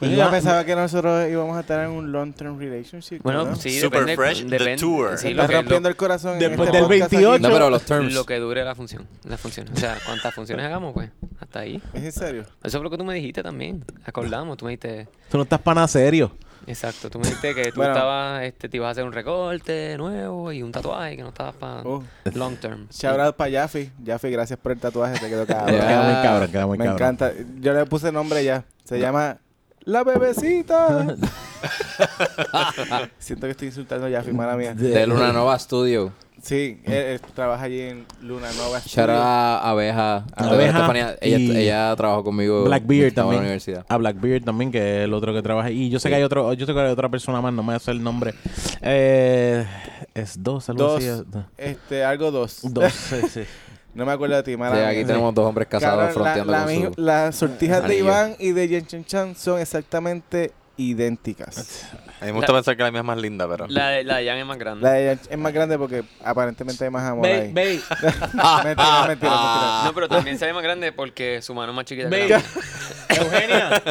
C: Coño,
D: Y
C: yo
D: ma-
C: pensaba que nosotros íbamos a estar en un long term relationship.
E: Bueno,
C: cabrón.
E: sí,
A: Super
E: depende,
A: Fresh, The
E: depende-
A: Tour.
E: sí,
C: Me
E: lo
C: está
E: que- lo-
C: rompiendo el corazón. en
D: Después
C: este
D: del
C: podcast aquí.
D: 28.
B: No, pero los terms.
E: Lo que dure la función, la función. O sea, cuántas funciones hagamos, pues. Hasta ahí.
C: ¿Es en serio?
E: Eso es lo que tú me dijiste también. Acordamos, tú me dijiste.
D: Tú no estás para nada serio.
E: Exacto, tú me dijiste que tú
C: Bueno.
E: estabas, este, te ibas a hacer un recorte nuevo y un tatuaje que no estabas para
C: Oh.
E: long term.
C: Shout out para Jaffe. Jaffe, gracias por el tatuaje, te quedó cabrón.
D: Queda muy cabrón, queda muy
C: Ah, Me
D: cabrón.
C: encanta. Yo le puse nombre ya. Se llama La Bebecita. Siento que estoy insultando a Jaffe, mala mía.
B: De Luna Nova Studio.
C: Sí, él, él trabaja allí en Luna Nova.
B: Shout out
C: Studio.
B: a Abeja.
D: A
B: de
D: Abeja
B: Estefanía. Ella,
D: y-
B: ella trabajó conmigo.
D: Blackbeard
B: estaba en la
D: también.
B: universidad.
D: A Blackbeard también, que es el otro que trabaja. Y yo sé que hay otro, yo sé que hay otra persona más, no me hace el nombre. Eh, es dos, algo
C: Dos.
D: así. es-
C: Este, algo dos.
D: Dos, sí, sí.
C: No me acuerdo de ti,
D: Ah,
C: mala
B: Sí,
C: mía.
B: aquí tenemos dos hombres casados
C: Cabrón, la-
B: fronteando
C: la,
B: con
C: mi-
B: su...
C: Las sortijas de
B: anillo.
C: Iván y de Yen Chen Chan son exactamente idénticas.
A: A mí me gusta pensar que la mía es más linda, pero.
E: La de, la de Jan es más grande.
C: La de Yen Chen- es más grande porque aparentemente hay más amor
D: Baby,
C: ahí. mentira, mentira, mentira.
E: No, pero también se ve más grande porque su mano es más chiquita. que la mía.
D: Eugenia,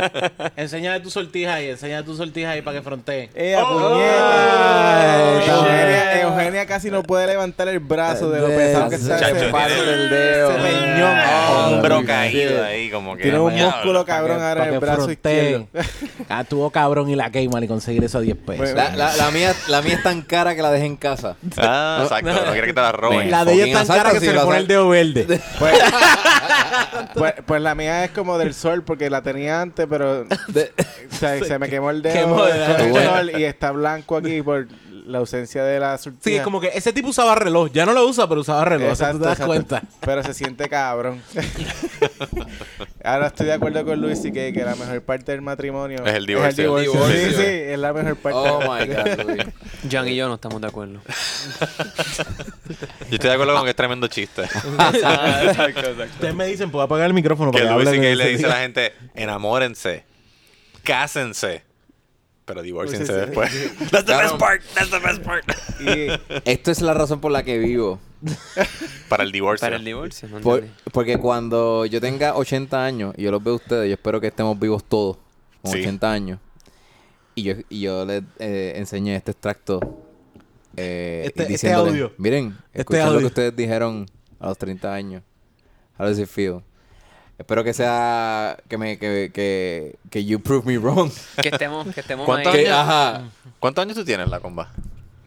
D: enséñale tu sortija ahí, enséñale tu sortija ahí para que frontee.
A: Oh,
C: Ella,
B: Ay,
C: Eh, puñeta.
B: está
C: Eugenia, Eugenia casi no puede levantar el brazo de lo pesado que está
A: Chacho,
C: ese
A: tiene-
C: palo del
B: dedo.
C: ese peñón.
D: Ah,
A: Hombro
B: Sí.
A: caído ahí, como que.
C: Tiene un
A: diablo.
C: músculo cabrón ahora en el brazo izquierdo.
D: Ah, tuvo cabrón y la queima y conseguir eso a 10 pesos.
B: La, la- la mía, la mía es tan cara que la dejé en casa.
A: Ah, exacto. No quiere que te la roben.
B: La- fucking asalto, sí, lo asalto.
D: dedo verde.
C: Pues, pues, pues la mía es como del sol porque la tenía antes, pero
B: De-
C: o sea, se me quemó el dedo
D: Quemó
C: con
D: el
C: el
B: dedo.
C: sol y está blanco aquí por la ausencia de la surtija.
D: Sí, es como que ese tipo usaba reloj. Ya no lo usa, pero usaba reloj. o sea, tú te das
C: Exacto, exacto.
D: cuenta.
C: Pero se siente cabrón. Ahora estoy de acuerdo con Luis y que, que la mejor parte del matrimonio
A: Es el divorcio.
C: Sí,
A: Divorcio.
C: sí, es la mejor parte.
B: oh my God. Luis.
E: Jan y yo no estamos de acuerdo.
A: Yo estoy de acuerdo con que es tremendo chiste.
D: Ustedes me dicen, ¿puedo apagar el micrófono
A: que
D: para que
A: Luis
D: hable
A: y
D: de
A: que le
D: ese
A: dice
D: tipo?
A: a la gente: enamórense, cásense, pero divórciense
C: sí, sí.
A: después. That's the best part. That's the best part.
C: Y
B: Esto es la razón por la que vivo.
A: Para el divorcio.
E: Para el divorcio, no
B: Por-
E: entendí.
B: porque cuando yo tenga 80 años y yo los veo a ustedes, yo espero que estemos vivos todos con
A: Sí.
B: 80 años. Y yo, y yo les eh, enseñé este extracto eh, y
D: Este- este
B: diciéndoles,
D: audio.
B: miren,
D: Este
B: escuchen lo
D: audio.
B: que ustedes dijeron a los 30 años. How does it feel? Espero que sea que me que, que, que you prove me wrong.
E: Que estemos, que estemos
A: ¿Cuántos
E: ahí.
B: Que, ajá.
A: ¿Cuántos años tú tienes, la comba?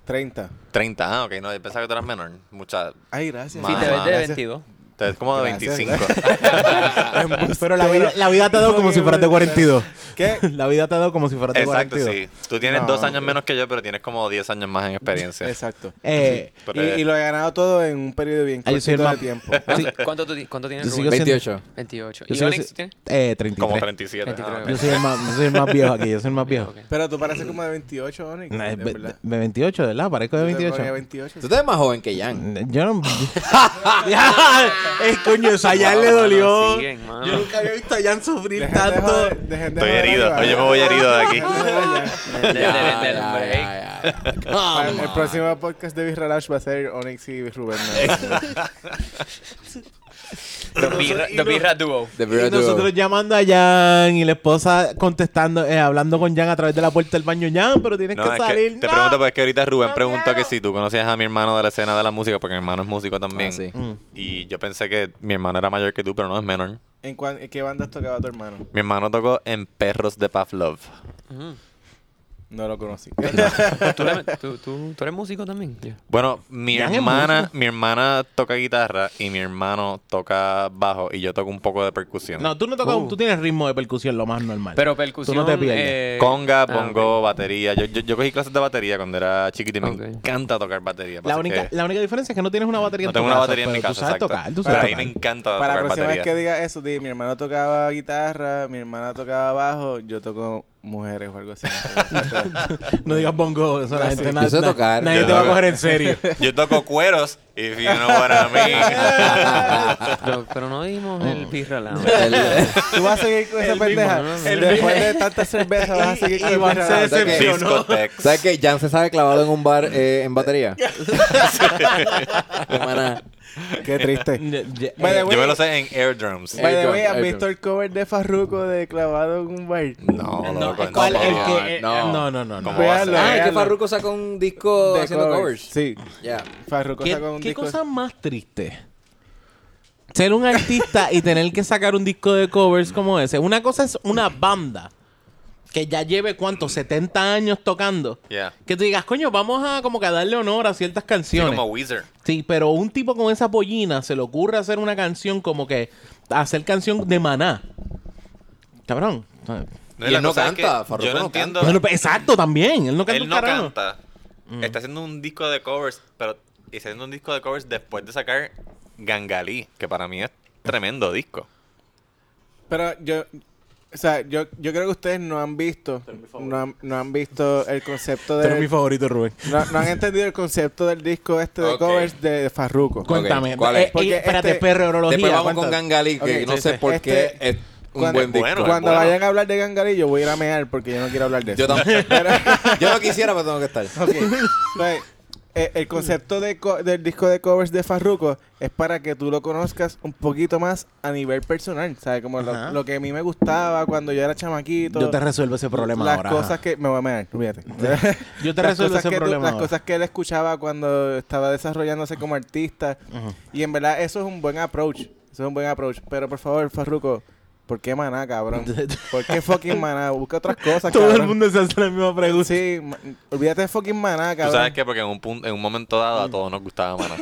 C: 30.
A: 30. Ah, ok. No, yo pensaba que tú eras menor. Mucha.
C: Ay, gracias.
A: Sí,
E: Y te ves
A: Mamá,
E: de
A: gracias.
E: 22.
A: Te ves como de
C: Gracias.
A: 25.
D: Pero la vida, la vida te ha dado como si fueras de 42.
C: ¿Qué?
D: La vida te ha dado como si fueras de
A: Exacto,
D: 42.
A: sí. Tú tienes
C: No,
A: dos años
C: ok.
A: menos que yo, pero tienes como 10 años más en experiencia.
C: Exacto.
D: Eh,
A: Pero
C: Y, y lo he ganado todo en un periodo bien
D: Ay, yo soy el
C: cortito de
D: más-
C: tiempo.
D: sí,
E: ¿Cuánto, tú ti- ¿Cuánto tienes,
D: Yo
E: Rubén?
D: sigo siendo-
B: 28.
E: 28.
D: yo
E: ¿Y
D: sigo
E: Onyx
D: si-
E: tiene?
D: eh, 33.
A: como 37. ah,
E: 23,
A: ok.
D: Yo soy, el más, yo soy el más viejo aquí, yo soy el más viejo.
E: Ok.
C: Pero tú pareces como de 28, Onyx.
D: No, es
C: de
D: ve-
C: verdad.
D: de 28, ¿verdad? Parezco de
C: Yo te ponía
D: 28.
C: 28.
B: Tú te ves más joven que Jan.
D: Yo no. Eh, coño, eso a Jan le
E: Mano, Ah,
D: dolió.
E: siguen, mano.
D: Yo nunca había visto a Jan sufrir
C: Dejen de
D: tanto.
C: joder, dejen de
A: Estoy
C: joder,
A: herido.
C: Iván.
A: Oye, yo me voy herido de aquí.
C: Dejen de joder, ya.
E: Del- del- del- del
B: Ya,
E: break.
B: ya, ya, ya. Come
E: Ah,
C: Para el,
B: on.
C: próximo podcast de Birra Lounge va a ser Onyx y Rubén.
E: Los birra- Los birra duo.
B: The
D: Y
B: Bureau Duo.
D: nosotros llamando a Jan y la esposa contestando, eh, hablando con Jan a través de la puerta del baño. Jan, pero tienes
A: No,
D: que
A: es que
D: salir.
A: te
D: ¡No!
A: pregunto, porque es que ahorita Rubén
D: No
A: preguntó
D: quiero.
A: que si tú conocías a mi hermano de la escena de la música, porque mi hermano es músico también.
B: Ah, sí.
D: Mm.
A: Y yo pensé que mi hermano era mayor que tú, pero no es menor.
C: ¿En, cuán- en qué bandas tocaba tu hermano?
A: Mi hermano tocó en Perros de Pavlov.
C: No lo conocí.
E: ¿Tú, le- tú- tú- tú eres músico también?
A: Bueno, mi
D: Jan es
A: hermana, mi hermana toca guitarra y mi hermano toca bajo y yo toco un poco de percusión.
D: No, tú no tocas, tú tienes ritmo de percusión, lo más normal.
E: Pero percusión.
D: Tú no te pierdes.
E: eh,
A: Conga,
E: ah,
A: pongo, batería. Yo, yo, yo cogí clases de batería cuando era chiquito y me
E: Ok.
A: encanta tocar batería.
D: la,
A: pasa
D: única,
A: que
D: la única diferencia es que no tienes una batería
A: no
D: en tu
A: tengo una
D: casa,
A: batería en mi
D: pero
A: casa.
D: Tú sabes
A: exacto.
D: tocar, tú
A: pero
D: sabes
A: a mí
D: tocar.
A: me encanta
C: Para la
A: tocar
C: próxima
A: batería.
C: vez que diga eso, di, mi hermano tocaba guitarra, mi hermana tocaba bajo, yo toco mujeres o algo así.
D: No digas bongo, eso la gente
B: Yo sé
D: na-
B: tocar.
D: Nadie
A: Yo
D: te va a
A: toco.
D: coger en serio.
A: Yo toco cueros, if you know what I mean.
E: Pero, pero no dimos
D: Oh.
E: el birra lounge.
B: El-
C: Tú vas a seguir con esa pendeja.
E: mismo, ¿no?
C: Después de tantas cervezas vas a seguir con
D: Iván
C: Birra
D: se
C: Lounge.
B: decepciona.
A: Discotex.
B: ¿Sabes qué? Jan se sabe clavado en un bar eh, en batería. De maná.
C: Qué triste. By
D: eh,
C: the
A: Yo me
C: way-
A: lo sé en airdrums.
C: By the way,
B: Airdrop,
C: ¿has visto
B: airdrop.
C: el cover de Farruko de Clavado en un bar?
A: No,
D: No,
A: loco,
D: ¿el cuál?
A: no,
D: El
A: no,
D: que- eh,
B: no.
D: No, no, no. no.
A: ¿Cómo va a ser?
C: Véanlo,
B: Ah, es que
C: véanlo.
B: Farruko sacó un disco
C: De
B: haciendo covers.
C: Sí,
B: Ya.
C: Farruko
D: ¿Qué,
C: sacó un
D: qué
C: disco.
D: cosa más triste? Ser un artista y tener que sacar un disco de covers como ese. Una cosa es una banda que ya lleve, ¿cuánto? 70 años tocando.
A: Yeah.
D: Que tú digas, coño, vamos a como que a darle honor a ciertas
A: Sí,
D: canciones.
A: como Weezer.
D: Sí, pero un tipo con esa pollina se le ocurre hacer una canción como que... Hacer canción de maná. Cabrón.
B: Y
A: la
B: él no
A: cosa es que
B: canta, Farruko
A: Yo no
B: no
A: entiendo.
D: Bueno, pues, exacto, también. Él no canta
A: Él
D: un
A: no
D: carajo.
A: canta. Está haciendo un disco de covers, pero y está haciendo un disco de covers después de sacar Gangalí, que para mí es tremendo disco.
C: Pero yo, o sea, yo, yo creo que ustedes no han visto, no han, no han visto el concepto
D: Pero es
C: de...
D: mi favorito, Rubén.
C: No, no han entendido el concepto del disco este de
B: Ok.
C: covers de Farruko.
D: Cuéntame.
B: ¿cuál es?
D: Eh, y- espérate,
C: Porque este-
D: perreología.
B: Después vamos con
D: aguanta.
B: Gangalí, que
C: Ok,
B: no
C: sí,
B: sé
C: sí.
B: por qué
C: Este-
B: es un
C: cuando-
B: buen disco.
A: bueno,
C: Cuando
A: bueno.
C: vayan a hablar de Gangalí, yo voy a ir a mear porque yo no quiero hablar de eso.
B: Yo tampoco. Yo no quisiera, pero tengo que estar.
C: Ok. Entonces, eh, el concepto de co- del disco de covers de Farruko es para que tú lo conozcas un poquito más a nivel personal, ¿sabes? Como
D: Ajá.
C: lo, lo que a mí me gustaba cuando yo era chamaquito.
D: Yo te resuelvo ese problema
C: las
D: ahora.
C: cosas
D: ajá.
C: que... Me voy a mear, olvídate.
D: Yo te
C: Las
D: resuelvo
C: cosas
D: ese
C: que tú-
D: problema
C: Las
D: ahora.
C: cosas que él escuchaba cuando estaba desarrollándose como artista. Y en verdad, eso es un buen approach. Eso es un buen approach. Pero por favor, Farruko, ¿por qué maná, cabrón? ¿Por qué fucking maná? Busca otras cosas,
D: Todo el
C: cabrón.
D: mundo se hace la misma pregunta.
C: Sí, ma- olvídate de fucking maná,
A: Tú
C: cabrón.
A: sabes que porque en un, pun- en un momento dado a todos nos gustaba Maná.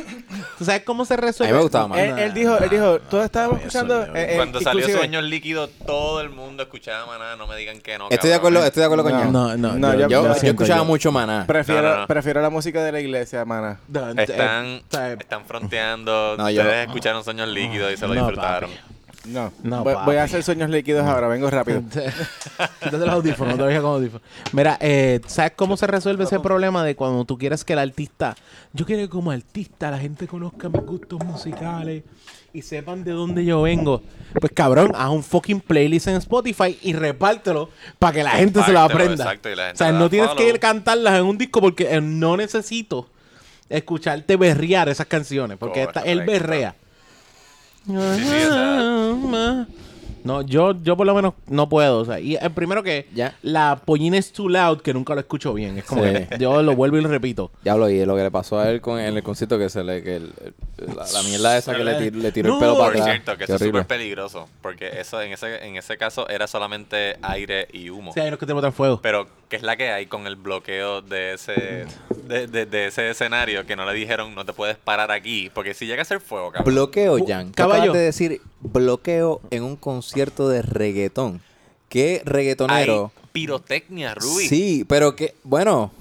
D: ¿Tú sabes cómo se resuelve?
B: A mí me gustaba más.
C: Él, él dijo, él dijo, todos estábamos escuchando. eh, eh,
A: Ah, Cuando salió
C: inclusive-
A: Sueños Líquidos, todo el mundo escuchaba Maná. No me digan que no.
B: Estoy de
A: cabrón.
B: acuerdo, estoy de acuerdo con
C: No,
B: Ñan.
D: No, no,
C: No,
D: yo,
B: Yo,
C: yo-
D: lo
B: yo
D: siento,
B: escuchaba
D: yo-
B: mucho maná.
C: Prefiero,
A: No, no, no.
C: prefiero la música de la iglesia, maná.
D: No, eh,
A: Están,
D: o sea,
A: están fronteando.
B: No, yo-
A: Ustedes escucharon Sueños Líquidos y se lo
D: No,
A: disfrutaron.
C: No.
D: No,
C: voy,
D: papi.
C: voy a hacer sueños líquidos ahora, vengo rápido.
D: Quítate los audífonos, te voy a dejar con audífonos. Mira, eh, ¿sabes cómo se resuelve ese problema de cuando tú quieres que el artista... Yo quiero que como artista la gente conozca mis gustos musicales y sepan de dónde yo vengo. Pues cabrón, haz un fucking playlist en Spotify y repártelo para que la gente se lo
A: Repártelo,
D: aprenda.
A: exacto, y la gente
D: o sea,
A: le da
D: no tienes que
A: follow.
D: cantarlas en un disco porque eh, no necesito escucharte berrear esas canciones porque esta, él
A: Correcto.
D: berrea.
A: sí, esa-
D: No, yo, yo por lo menos no puedo. O sea, y el primero que
B: Ya.
D: la pollina es too loud, que nunca lo escucho bien. Es como
B: Sí.
D: que yo lo vuelvo y lo repito.
B: Ya lo oí, lo que le pasó a él con, en el concierto que se le. Que el- el- la, la mierda esa que le, tir- le tiró
D: No.
B: el pelo para
A: Por
B: atrás.
A: cierto, que
B: Qué
A: eso es
B: horrible.
A: súper peligroso. Porque eso en ese, en ese caso era solamente aire y humo.
D: O sea, hay unos que te botan fuego.
A: Pero, ¿qué es la que hay con el bloqueo de ese, de, de- de ese escenario que no le dijeron no te puedes parar aquí? Porque si llega a ser fuego, cabrón.
B: Bloqueo,
D: Bu-
B: Jan. Tú
D: caballo.
B: acabas de decir bloqueo en un concierto de reggaetón. ¿Qué
A: Hay
B: reggaetonero?
A: pirotecnia, Ruby.
B: Sí, pero que. Bueno.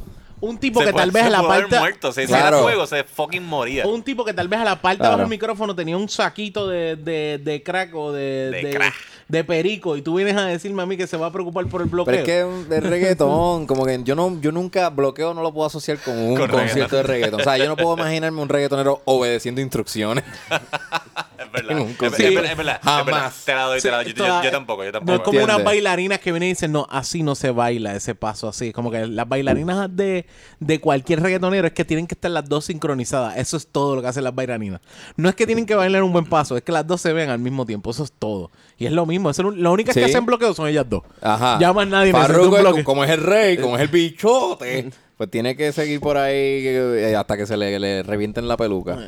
D: Un tipo
A: Se
D: que
A: puede-
D: tal vez
A: se
D: a la
A: pudo haber
D: parte.
A: muerto. Si
B: Claro.
A: era fuego, se fucking moría.
D: Un tipo que tal vez a la parte
B: Claro.
D: bajo el micrófono tenía un saquito de, de, de crack o de,
A: De
D: de,
A: crack.
D: de perico. Y tú vienes a decirme a mí que se va a preocupar por el bloqueo.
B: Pero es que un- de reggaetón, como que yo no, yo nunca bloqueo, no lo puedo asociar con un
A: Con
B: concierto de reggaetón. O sea, yo no puedo imaginarme un reggaetonero obedeciendo instrucciones.
A: Es verdad.
B: en un
A: Es ver-
B: concierto.
A: es verdad, es verdad, es verdad.
B: Jamás.
A: Te la doy, te la doy. Yo, yo-
D: Toda-
A: yo tampoco, yo
D: No es
A: tampoco.
D: como
B: ¿Entiendes?
D: unas bailarinas que vienen y dicen, no, así no se baila ese paso así. Como que las bailarinas de, de cualquier reggaetonero es que tienen que estar las dos sincronizadas. Eso es todo lo que hacen las bailarinas. No es que tienen que bailar un buen paso, es que las dos se ven al mismo tiempo. Eso es todo. Y es lo mismo. Eso, es lo- las únicas que
B: Sí.
D: hacen bloqueo son ellas dos.
B: Ajá.
D: Ya más nadie necesita
B: Farruko,
D: un bloque.
B: como es el rey, como es el bichote, pues tiene que seguir por ahí eh, hasta que se le, le revienten la peluca.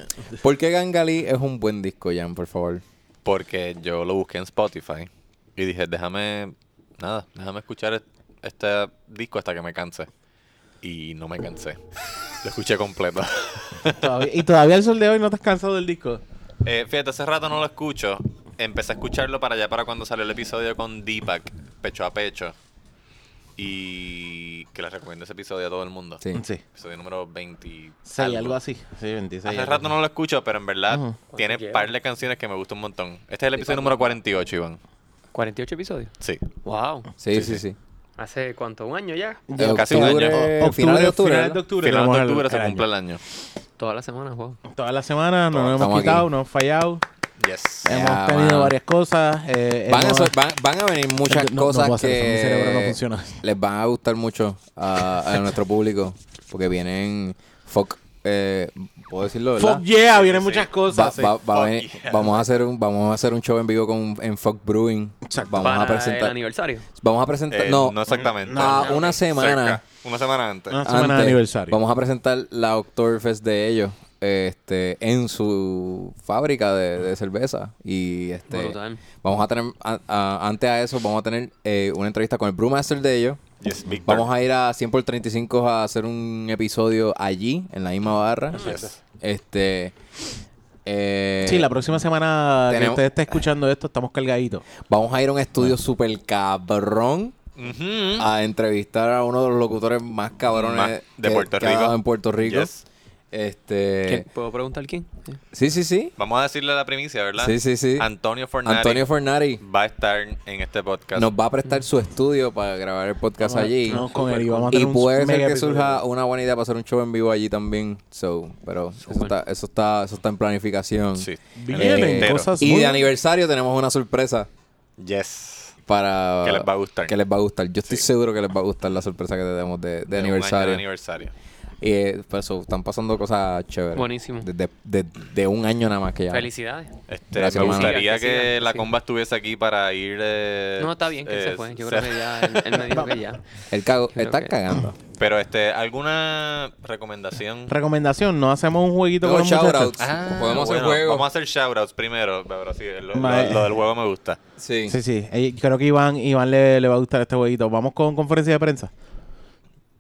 B: ¿Por qué Gangali es un buen disco, Jan, por favor?
A: Porque yo lo busqué en Spotify y dije, déjame, nada, déjame escuchar est- este disco hasta que me canse. Y no me cansé. Lo escuché completo.
D: Todavía- y todavía el sol de hoy no estás cansado del disco.
A: Eh, fíjate, hace rato no lo escucho. Empecé a escucharlo para allá, para cuando salió el episodio con Deepak, pecho a pecho. Y que les recomiendo ese episodio a todo el mundo.
B: Sí.
D: Sí.
A: Episodio número 20.
D: Sí, algo, así. Sí, 26.
A: Hace
D: algo
A: rato no lo escucho, pero en verdad
D: Ujú.
A: tiene par de canciones que me gustan un montón. Este es el episodio número 48, Iván.
E: 48 episodios.
A: Sí.
E: Wow.
B: Sí, sí, sí.
E: ¿Hace cuánto? ¿Un año ya?
D: así.
B: Eh,
A: casi un año.
B: octubre- Finales de octubre.
D: finales
B: ¿verdad?
D: de octubre.
A: Final
D: vamos
A: de
D: al-
A: octubre se
D: al año.
A: cumple el año.
E: Toda la semana, wow.
D: Toda la semana nos hemos
B: Estamos aquí.
D: quitado, no hemos fallado.
A: Yes.
B: Eh,
D: Hemos
B: Ya,
D: tenido
B: mano.
D: varias cosas. eh,
B: Van a,
D: hemos-
B: so- van, van a venir muchas
D: No, no
B: cosas
D: puedo hacer
B: que
D: eso, mi cerebro no funciona.
B: les van a gustar mucho a, a nuestro público porque vienen folk eh, puedo decirlo, ¿verdad?
D: Fuck yeah, vienen muchas
B: Va-
D: cosas. sí.
B: va- va a venir- Vamos a hacer un vamos a hacer un show en vivo con en Fog Brewing.
D: Exacto.
B: Vamos
E: para
B: a
E: el
B: presentar
E: aniversario.
B: vamos a presentar
A: Eh,
B: no,
A: no exactamente.
E: Ah,
B: a una semana
A: Cerca. Una semana antes.
D: Una semana de
B: antes,
D: aniversario.
B: Vamos a presentar la Oktoberfest de ellos este, en su fábrica de, de cerveza. Y este
E: Brutal.
B: vamos a tener, a- a- antes a eso, vamos a tener eh, una entrevista con el Brewmaster de ellos.
A: Yes, Victor.
B: Vamos a ir a 100 por 35 a hacer un episodio allí, en la misma barra.
A: Yes.
B: Este. eh,
D: Sí, la próxima semana que
B: tenemos-
D: usted esté escuchando esto, estamos cargaditos.
B: Vamos a ir a un estudio super cabrón
A: Ujú.
B: a entrevistar a uno de los locutores más cabrones
A: Más de
B: que-
A: Puerto
B: que ha
A: Rico.
B: dado en Puerto Rico.
A: Yes.
B: Este.
D: Eh,
E: ¿Quién- ¿Puedo preguntar quién? Sí.
B: Sí, sí, sí.
A: Vamos a decirle la primicia, ¿verdad?
B: Sí, sí, sí.
A: Antonio Fornari
B: Antonio Fornari
A: va a estar en este podcast.
B: nos va a prestar su estudio para grabar el podcast allí.
D: Vamos con él y vamos a
B: y
D: tener un
B: puede ser
D: mega
B: que
D: episodio.
B: surja una buena idea para hacer un show en vivo allí también. So, pero eso está, eso está, eso está en planificación.
A: Sí.
D: Vienen
B: Eh,
D: cosas
B: Y
D: muy-
B: de aniversario tenemos una sorpresa
A: Yes.
B: para
A: Que les va a gustar.
B: Ah, que les va a gustar. Yo estoy
A: Sí.
B: seguro que les va a gustar la sorpresa que tenemos de, de
A: De un año
B: aniversario.
A: de aniversario.
B: Y eh, por eso están pasando cosas chéveres.
E: Buenísimo.
B: De, de- de- de un año nada más que ya.
E: Eh, Felicidades.
A: Este,
B: Gracias,
A: me
B: mano.
A: gustaría
E: Que
A: que,
E: sigan, que sigan,
A: la
E: sí.
A: comba estuviese aquí para ir. eh,
E: No, está bien que él se
A: eh,
E: fue. Yo
A: se-
E: creo que ya él, él me dijo que ya.
B: El cago,
E: Creo
B: están
E: que-
B: cagando.
A: Pero, este, ¿alguna recomendación?
D: Recomendación, no hacemos un jueguito
B: Luego
D: con los muchachos.
B: shoutouts. Podemos hacer
A: Bueno,
B: juegos.
A: Vamos a hacer shoutouts primero. Pero sí, lo, lo-
D: Ma-
A: lo del juego me gusta.
B: Sí.
D: Sí, sí. Eh, Creo que Iván, Iván le, le va a gustar este jueguito. Vamos con conferencia de prensa.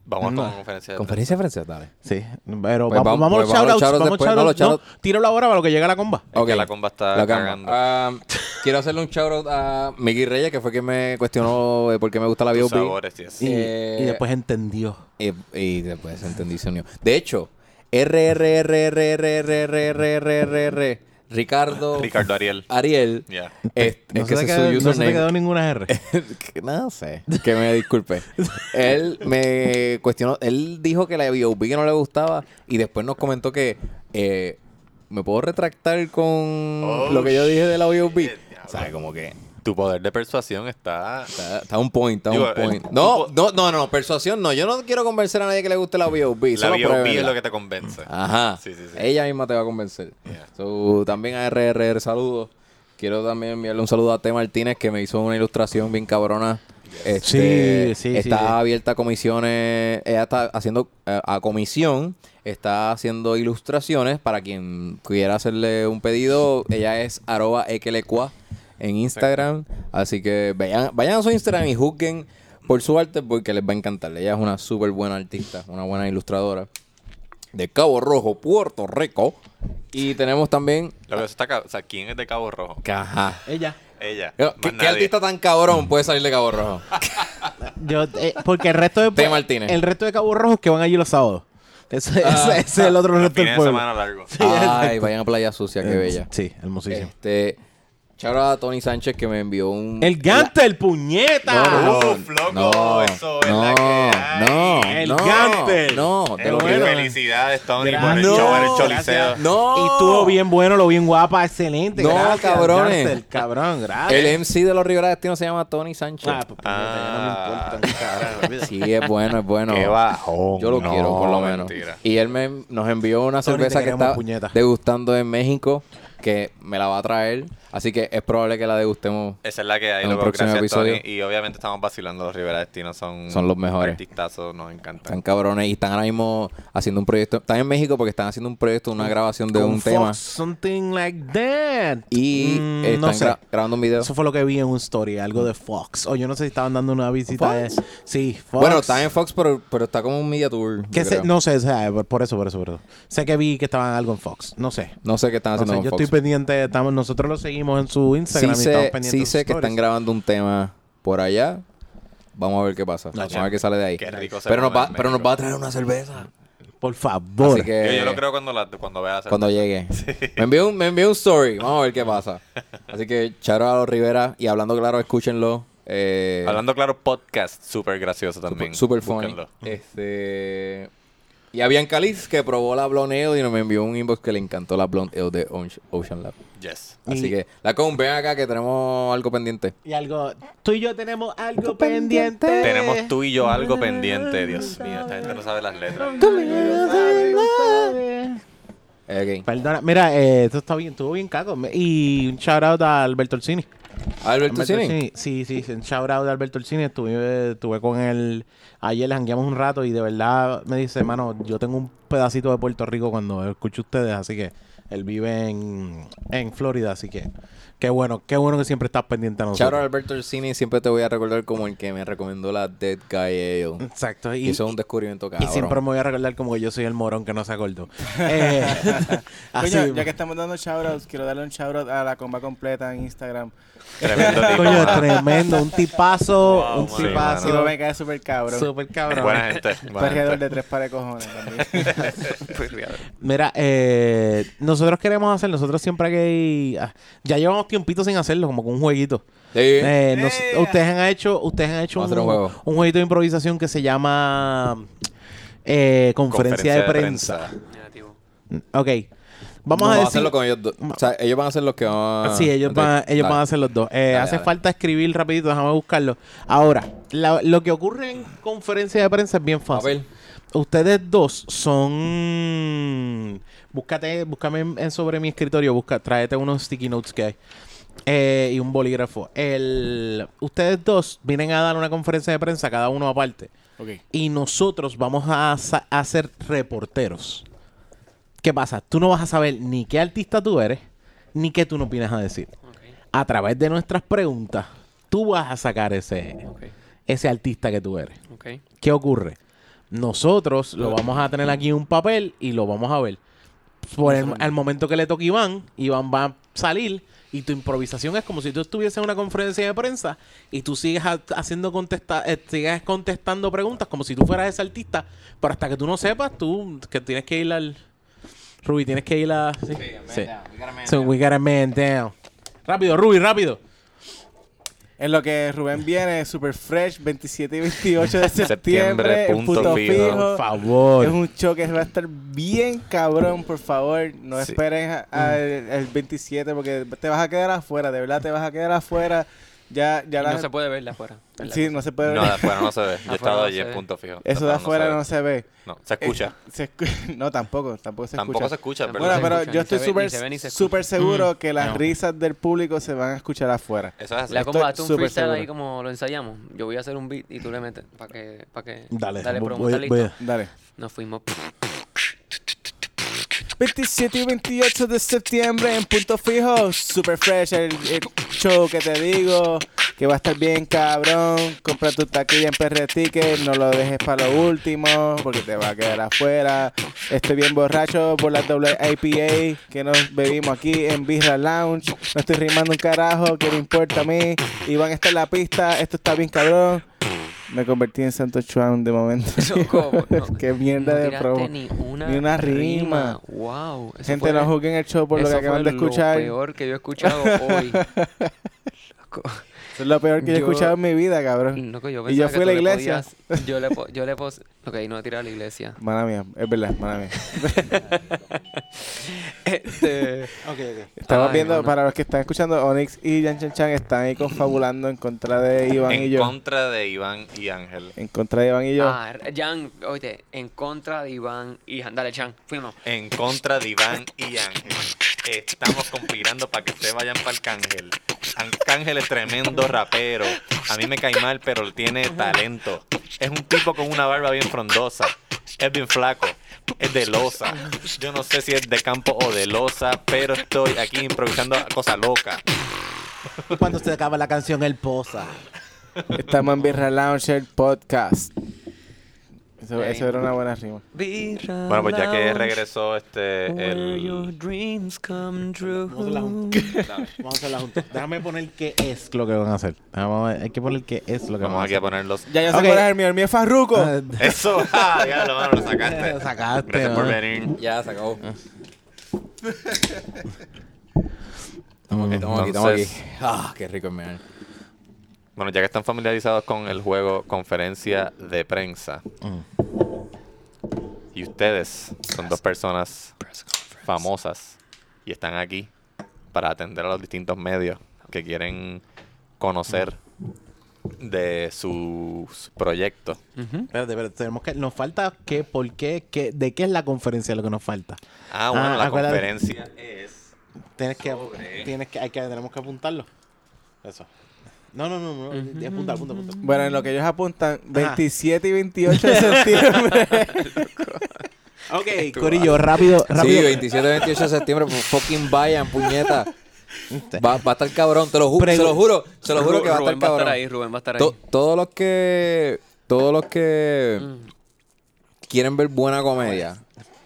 A: Vamos
D: No.
A: con conferencia de prensa.
B: Conferencia de prensa, dale.
D: Sí. Pero
B: Pues vamos-
D: vamos, vamos a los
B: pues vamos a los
D: shoutouts.
B: shoutouts
D: Vamos a los
B: después, no, los
D: shoutouts. No,
B: shoutouts.
D: tíralo ahora para lo que llega la comba.
A: Es que
B: Ok.
A: la comba está
B: La cama.
A: cagando.
B: Ah, quiero hacerle un shoutout a Miguel Reyes, que fue quien me cuestionó de por qué me gusta la
A: Tus
B: BioB.
A: sabores, yes.
D: Y,
B: Eh,
D: y después entendió.
B: Y, y después entendí se unió. De hecho, RRRRRRRRRRR Ricardo
A: Ricardo Ariel.
B: Ariel.
A: Ya.
B: Es,
D: No
B: es que
D: se te
B: ese es
D: quedó-
B: su
D: no se te quedó
B: username.
D: ninguna R.
B: Que no sé. Que me disculpe. él me cuestionó. Él dijo que la B.O.B. que no le gustaba. Y después nos comentó que. eh, ¿Me puedo retractar con
A: Oh,
B: lo que yo dije de la B.O.B.?
A: shit,
B: O sea, como que.
A: Tu poder de persuasión está.
B: Está, está un point, está
A: Digo,
B: un
A: el
B: point.
A: tipo-
B: No, no, no, no, persuación no. Yo no quiero convencer a nadie que le guste la B.O.B.
A: La
B: solo
A: BOP es
B: pruébela.
A: lo que te convence.
B: Ajá.
A: Sí, sí, sí.
B: Ella misma te va a convencer.
A: Yeah.
B: So, también a RRR, saludos. Quiero también enviarle un saludo a T. Martínez, que me hizo una ilustración bien cabrona. Este,
D: Sí, sí, sí,
B: Está
D: sí.
B: abierta a comisiones. Ella está haciendo eh, a comisión. Está haciendo ilustraciones para quien quiera hacerle un pedido. Ella es arroba equelecua en Instagram. Así que vayan, vayan a su Instagram y juzguen por su arte porque les va a encantar. Ella es una súper buena artista, una buena ilustradora de Cabo Rojo, Puerto Rico. Y tenemos también.
A: Lo que está, ca- o sea, ¿quién es de Cabo Rojo?
B: Ajá.
D: Ella.
A: Ella.
B: ¿Qué,
A: más
B: qué
A: nadie.
B: artista tan cabrón puede salir de Cabo Rojo?
D: Yo, eh, porque el resto de
B: T. Martínez. Ah.
D: el resto de Cabo Rojos que van allí los sábados. Ese, ese- ese es el otro resto
A: Fin
D: del
A: de
D: pueblo.
A: semana largo.
B: Ay, vayan a Playa Sucia, qué
D: Eh,
B: bella.
D: Sí, hermosísimo.
B: Este. Charo a Tony Sánchez que me envió un.
D: el Gante, el puñeta.
A: Uf, loco, eso es la que hay.
B: no,
D: El
B: no,
D: Gantel.
B: No, te
A: Eh,
B: lo
D: bueno.
B: pido.
A: Felicidades, Tony, por
D: Gracias.
A: el
D: No,
A: show en el
D: gracias.
A: Choliseo.
B: No.
D: Y estuvo bien bueno, lo bien guapa, excelente.
B: No,
D: gracias,
B: cabrones.
D: Gantel, cabrón, gracias.
B: El MC de los Rivera Destino se llama Tony Sánchez.
D: Ah, pues,
A: Ah.
D: puñeta, ya no me importan, cabrón.
B: Sí, es bueno, es bueno.
A: Qué bajón.
B: Yo lo
A: No,
B: quiero, por lo menos.
A: mentira.
B: Y él me, nos envió una
D: Tony, te
B: cerveza que
D: queremos,
B: está
D: puñeta.
B: degustando en México, que me la va a traer. Así que es probable que la degustemos.
A: Esa es la que hay,
B: En un
A: loco.
B: próximo
A: Gracias, Tony.
B: episodio.
A: Y obviamente estamos vacilando. Los Rivera Destino son,
B: Son los mejores.
A: Artistazos, nos encantan.
B: Están cabrones y están ahora mismo haciendo un proyecto. Están en México porque están haciendo un proyecto, una grabación de
D: Mm, Con
B: un
D: Fox,
B: tema.
D: Something like that.
B: Y
D: Mm,
B: eh, están
D: no sé.
B: gra- grabando un video.
D: Eso fue lo que vi en un story, algo de Fox. O yo no sé si estaban dando una visita. de- Sí, Fox.
B: Bueno, están en Fox, pero, pero está como un media tour. yo
D: Que sé-
B: creo.
D: no sé, o sea, por- por eso, por eso, por eso. Sé que vi que estaban algo en Fox. No sé.
B: Ah, No sé qué están
D: No
B: haciendo
D: sé,
B: con
D: yo
B: Fox.
D: estoy pendiente. Estamos, nosotros lo seguimos en su Instagram
B: sí
D: y estamos
B: sé,
D: pendientes.
B: sí
D: de sus
B: sé que están
D: stories.
B: grabando un tema por allá. Vamos a ver qué pasa. Vamos a ver qué sale de ahí.
A: Qué rico se
B: pero, nos
A: come
B: va,
A: en
B: pero nos
A: México.
B: va a traer una cerveza.
D: Por favor.
B: Así que
A: yo, yo lo creo cuando, la, cuando veas.
B: cuando llegue. Me, envió un, me envió un story. Vamos a ver qué pasa. Así que charo a los Rivera y hablando claro, escúchenlo. Eh,
A: Hablando claro, podcast súper gracioso también.
B: Super funny.
A: Búsquenlo.
B: Este. Y a Bianca Liz que probó la Blonde Ale y me envió un inbox que le encantó la Blonde Ale de Ocean- Ocean Lab.
A: Yes.
B: Así
D: Y-
B: que, la con, ven acá que tenemos algo pendiente.
D: Y algo. Tú y yo tenemos algo pendiente.
A: Tenemos tú y yo algo pendiente. Dios mío, esta gente no sabe las letras.
D: Tú me lo sabes, lo sabes.
B: Eh, Ok.
D: Perdona, mira, eh, esto está bien, estuvo bien caco. Me- Y un shout out a Alberto Orsini.
B: Alberto Cine.
D: Sí, sí, sí, un shout out a Alberto Orsini. Estuve, estuve con él ayer, le jangueamos un rato y de verdad me dice, hermano, yo tengo un pedacito de Puerto Rico cuando escucho ustedes, así que él vive en, en Florida, así que qué bueno, qué bueno que siempre estás pendiente a nosotros.
B: Shout out Alberto Cine, siempre te voy a recordar como el que me recomendó la Dead Guy Ale.
D: Exacto. Mm, Y,
B: Hizo un descubrimiento
D: y
B: cabrón.
D: siempre me voy a recordar como que yo soy el morón que no se acordó. Eh, así-
C: Coño, ya que estamos dando shoutouts, quiero darle un shoutout a la comba completa en Instagram.
A: Tremendo tipo.
D: Coño,
A: mano.
D: tremendo, un tipazo, un
A: mano.
C: Y no
D: tipazo,
C: me cae súper cabrón.
D: super cabrón.
A: Buena gente. buena
C: Perredor
A: gente.
C: de tres pares de cojones también.
D: Mira, eh, nosotros queremos hacer, nosotros siempre que hay- ah, ya llevamos tiempito sin hacerlo, como con un jueguito.
B: Sí.
D: Eh, nos- ustedes han hecho, ustedes han hecho
B: Vamos
D: un,
B: a hacer un juego.
D: un jueguito de improvisación que se llama eh, conferencia, de, prensa.
E: Negativo.
D: Ok, vamos
B: No, vamos
D: a decir. Ah,
B: a hacerlo con ellos dos. O sea, ellos van a ser los que van a...
D: Sí, ellos, van,
B: Entonces,
D: ellos
B: dale.
D: van a ser los dos. Eh,
B: Dale,
D: hace
B: dale.
D: falta escribir rapidito, déjame buscarlo. Ahora, la- lo que ocurre en conferencia de prensa es bien fácil.
B: Papel.
D: Ustedes dos son... Búscate, búscame en, en sobre mi escritorio, busca, tráete unos sticky notes que hay. Eh, y un bolígrafo. El, ustedes dos vienen a dar una conferencia de prensa, cada uno aparte. Y nosotros vamos a, sa- a ser reporteros. ¿Qué pasa? Tú no vas a saber ni qué artista tú eres, ni qué tú no opinas a decir. A través de nuestras preguntas, tú vas a sacar ese,
E: Ok,
D: ese artista que tú eres.
E: ok.
D: ¿Qué ocurre? Nosotros lo vamos a tener aquí en un papel y lo vamos a ver. Por el, al momento que le toque Iván, Iván va a salir y tu improvisación es como si tú estuvieses en una conferencia de prensa y tú sigues ha- haciendo contesta eh, sigues contestando preguntas como si tú fueras ese artista, pero hasta que tú no sepas, tú que tienes que ir al... Ruby, tienes que ir a... Sí, sí. So we gotta man down. Rápido, Ruby, rápido.
C: En lo que Rubén viene, super fresh, 27 y 28 de septiembre,
A: Septiembre,
C: en
A: punto
C: punto
A: fijo.
C: fijo.
D: Por favor.
C: Es un show que va a estar bien cabrón, por favor. No
A: Sí. Mm.
C: esperen a- al el 27 porque te vas a quedar afuera, de verdad te vas a quedar afuera. Ya, ya
E: Y
C: la-
E: no se puede ver de afuera. ¿verdad?
C: Sí, no se puede
A: No,
C: ver.
A: de afuera no se ve. Yo he
E: Afuera
A: estado
E: no
A: allí
E: se
A: en
E: ve.
A: punto fijo.
C: Eso de afuera no se ve.
A: No, se
C: Eh,
A: escucha.
C: se escu- no, tampoco, tampoco se
A: Tampoco se
C: escucha.
A: escucha,
E: Bueno,
A: ¿verdad?
C: Bueno, pero
E: escucha,
C: yo
E: ni se
C: estoy súper
E: ve- ni se ve, ni se escucha. Mm,
C: súper seguro que las
D: no.
C: risas del público se van a escuchar afuera.
A: Eso es así.
E: La comba,
C: Estoy
E: tú un
C: súper
E: freestyle
C: seguro.
E: ahí como lo ensayamos. Yo voy a hacer un beat y tú le metes para que, para que.
D: Dale,
E: dale
D: voy-
E: promo,
D: voy-
E: está listo.
D: voy a-
C: Dale.
E: Nos fuimos.
C: 27 y 28 de septiembre en Punto Fijo, super fresh el, el show que te digo, que va a estar bien cabrón, compra tu taquilla en PR Ticket, no lo dejes para lo último, porque te va a quedar afuera, estoy bien borracho por la doble IPA que nos bebimos aquí en Birra Lounge, no estoy rimando un carajo, que no importa a mí, y van a estar en la pista, esto está bien cabrón, me convertí en Santo Chuan de momento,
E: ¿Cómo? No.
C: qué mierda
E: No
C: de
E: tiraste
C: promo.
E: Ni una,
C: Ni una rima.
E: Wow. eso
C: Gente,
E: fue-
C: no juzguen el show por lo
E: eso
C: que
E: fue
C: acaban de escuchar.
E: Lo peor que yo he escuchado hoy. Loco.
C: Eso es lo peor que yo he
E: Yo-
C: escuchado en mi vida, cabrón.
E: Loco, yo
C: Y yo
E: pensaba que
C: fui a
E: tú
C: la
E: le
C: iglesia.
E: podías- yo le po- yo le pos- Ok, no tira a la iglesia.
C: Mala mía, es verdad, mala mía.
E: Este,
C: Estamos
E: Ay,
C: viendo,
E: mano.
C: para los que están escuchando, Onyx y Yan Chan Chan están ahí confabulando en contra de Iván y
A: En
C: yo.
A: contra de Iván y Ángel.
C: en contra de Iván y yo.
E: Ah, Jan, oye, en contra de Iván y Jan. Dale, Chan, fuimos.
A: En contra de Iván y Ángel. Estamos conspirando para que se vayan para Arcángel. Arcángel es tremendo rapero. A mí me cae mal, pero tiene talento. Es un tipo con una barba bien frondosa. Es bien flaco. Es de losa. Yo no sé si es de campo o de losa, pero estoy aquí improvisando cosa loca.
D: Cuando se acaba la canción, él posa.
C: Estamos en Birra Launcher Podcast. Eso,
E: Ey.
C: eso era una buena rima.
A: Bueno, pues ya que regresó este el
E: dreams come true.
D: Vamos a hacerla juntos. Vamos a hacerla juntos. Déjame poner qué es lo que van a hacer. Vamos a- hay que poner qué es lo que
A: vamos
D: van
A: aquí
D: a
A: a
D: hacer.
A: ponerlos.
C: Ya, ya se
D: Ok.
C: acuerdan el mío, el mío es Farruko.
D: Eh,
A: Eso, ah, ya lo mano, lo sacaste.
D: Lo sacaste,
A: Gracias por
D: mano.
A: venir.
B: Ya, se acabó.
D: vamos a-
B: Estamos aquí, estamos aquí.
A: Entonces-
B: Ah, qué rico es mear.
A: Bueno, ya que están familiarizados con el juego conferencia de prensa y ustedes son dos personas famosas y están aquí para atender a los distintos medios que quieren conocer de sus proyectos.
E: Ujú.
D: Espérate, espérate, tenemos que, nos falta qué, por qué, qué, de qué es la conferencia lo que nos falta.
A: Ah, bueno,
D: Ah,
A: la
D: acuérdate.
A: conferencia eh, es...
D: Tienes que, tienes que, hay que, tenemos que apuntarlo. Eso. No, no, no, no. Apunta, apunta, apunta.
C: Bueno, en lo que ellos apuntan, 27 y 28 de septiembre.
D: Ok, Corillo, rápido,
B: Sí,
D: rápido.
B: 27, 28 de septiembre, pues, fucking vayan, puñeta. Va, va a estar cabrón, te lo juro,
D: Pregu-
B: se lo juro, se lo juro que va a
E: Rubén
B: estar cabrón.
E: ahí, Rubén va a estar ahí.
B: To- todos los que todos los que quieren ver buena comedia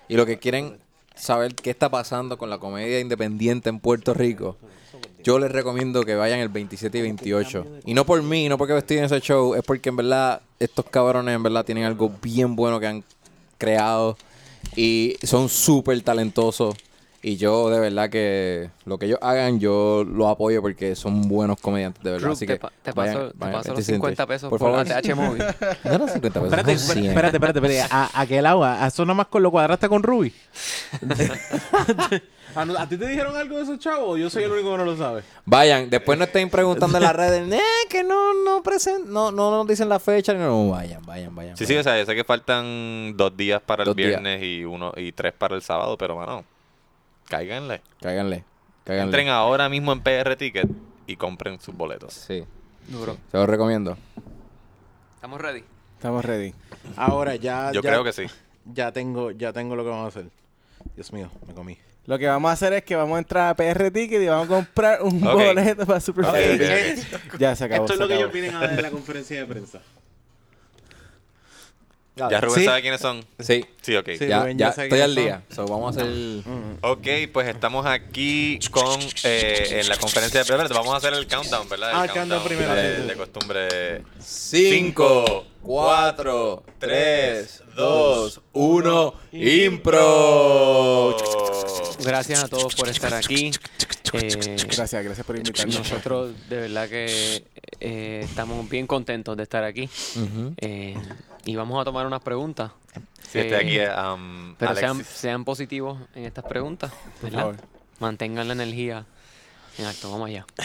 B: y los que quieren saber qué está pasando con la comedia independiente en Puerto Rico, yo les recomiendo que vayan el 27 y 28. Y no por mí, no porque estoy en ese show, es porque en verdad estos cabrones en verdad tienen algo bien bueno que han creado y son súper talentosos. Y yo de verdad que lo que ellos hagan yo lo apoyo porque son buenos comediantes de verdad.
E: Ruth,
B: Así
E: te,
B: que
E: pa- te
B: vayan-
E: paso, te
B: vayan,
E: paso los
B: 27.
E: 50 pesos
B: por
E: por,
B: favor.
E: ATH Móvil.
B: No eran 50 pesos.
D: Espérate,
B: son 100.
D: espérate, espérate, espérate. ¿A, a qué lado? ¿A eso nada más con lo cuadraste con Ruby? ¿A, Ah, no- a ti te dijeron algo de esos chavos? Yo soy el único que no lo sabe.
B: Vayan, después no estén preguntando en las redes, "Eh, que no, no, presen- no, no nos dicen la fecha. No, vayan, vayan, vayan.
A: Sí, sí, o sea, yo sé que faltan dos días para el
B: Dos días.
A: viernes y uno y tres para el sábado, pero mano, cáiganle.
B: Cáiganle, cáiganle.
A: Entren ahora mismo en PR Ticket y compren sus boletos.
B: Sí,
E: Duro.
B: se los recomiendo.
E: ¿Estamos ready?
C: Estamos ready.
D: Ahora ya.
A: Yo
D: Ah, ya-
A: creo que sí.
D: Ya tengo, ya tengo lo que vamos a hacer. Dios mío, me comí.
C: Lo que vamos a hacer es que vamos a entrar a PR Ticket y vamos a comprar un
A: Ok.
C: boleto para Super
A: Ok,
C: Fest.
A: ok, ok.
C: Ya se acabó.
J: Esto es
C: se
J: lo que ellos
C: acabó.
J: vienen a dar en la conferencia de prensa.
A: Ya Rubén
D: Sí.
A: sabe quiénes son.
B: Sí,
A: Sí, ok.
D: Sí,
B: ya,
D: Rubén, ya
B: ya
D: sé
B: estoy
D: que
B: al
D: son. Mm.
B: día. So, vamos a hacer. el- Mm.
A: Ok, pues estamos aquí con eh, en la conferencia de prensa. Vamos a hacer el countdown, ¿verdad?
D: Ah, el countdown primero,
A: De,
D: sí, sí.
A: de costumbre.
B: Cinco, cuatro, tres, dos, uno,
E: Oh,
B: impro.
A: Oh,
E: Gracias a todos por estar aquí. Eh,
C: Gracias, gracias por invitarnos.
E: Nosotros de verdad que eh, estamos bien contentos de estar aquí Eh, y vamos a tomar unas preguntas.
A: Si está
E: Eh,
A: aquí, eh, um,
E: Pero sean,
A: Alexis.
E: sean positivos en estas preguntas, ¿verdad?
C: favor.
E: Mantengan la energía en alto, vamos allá.
A: Eh,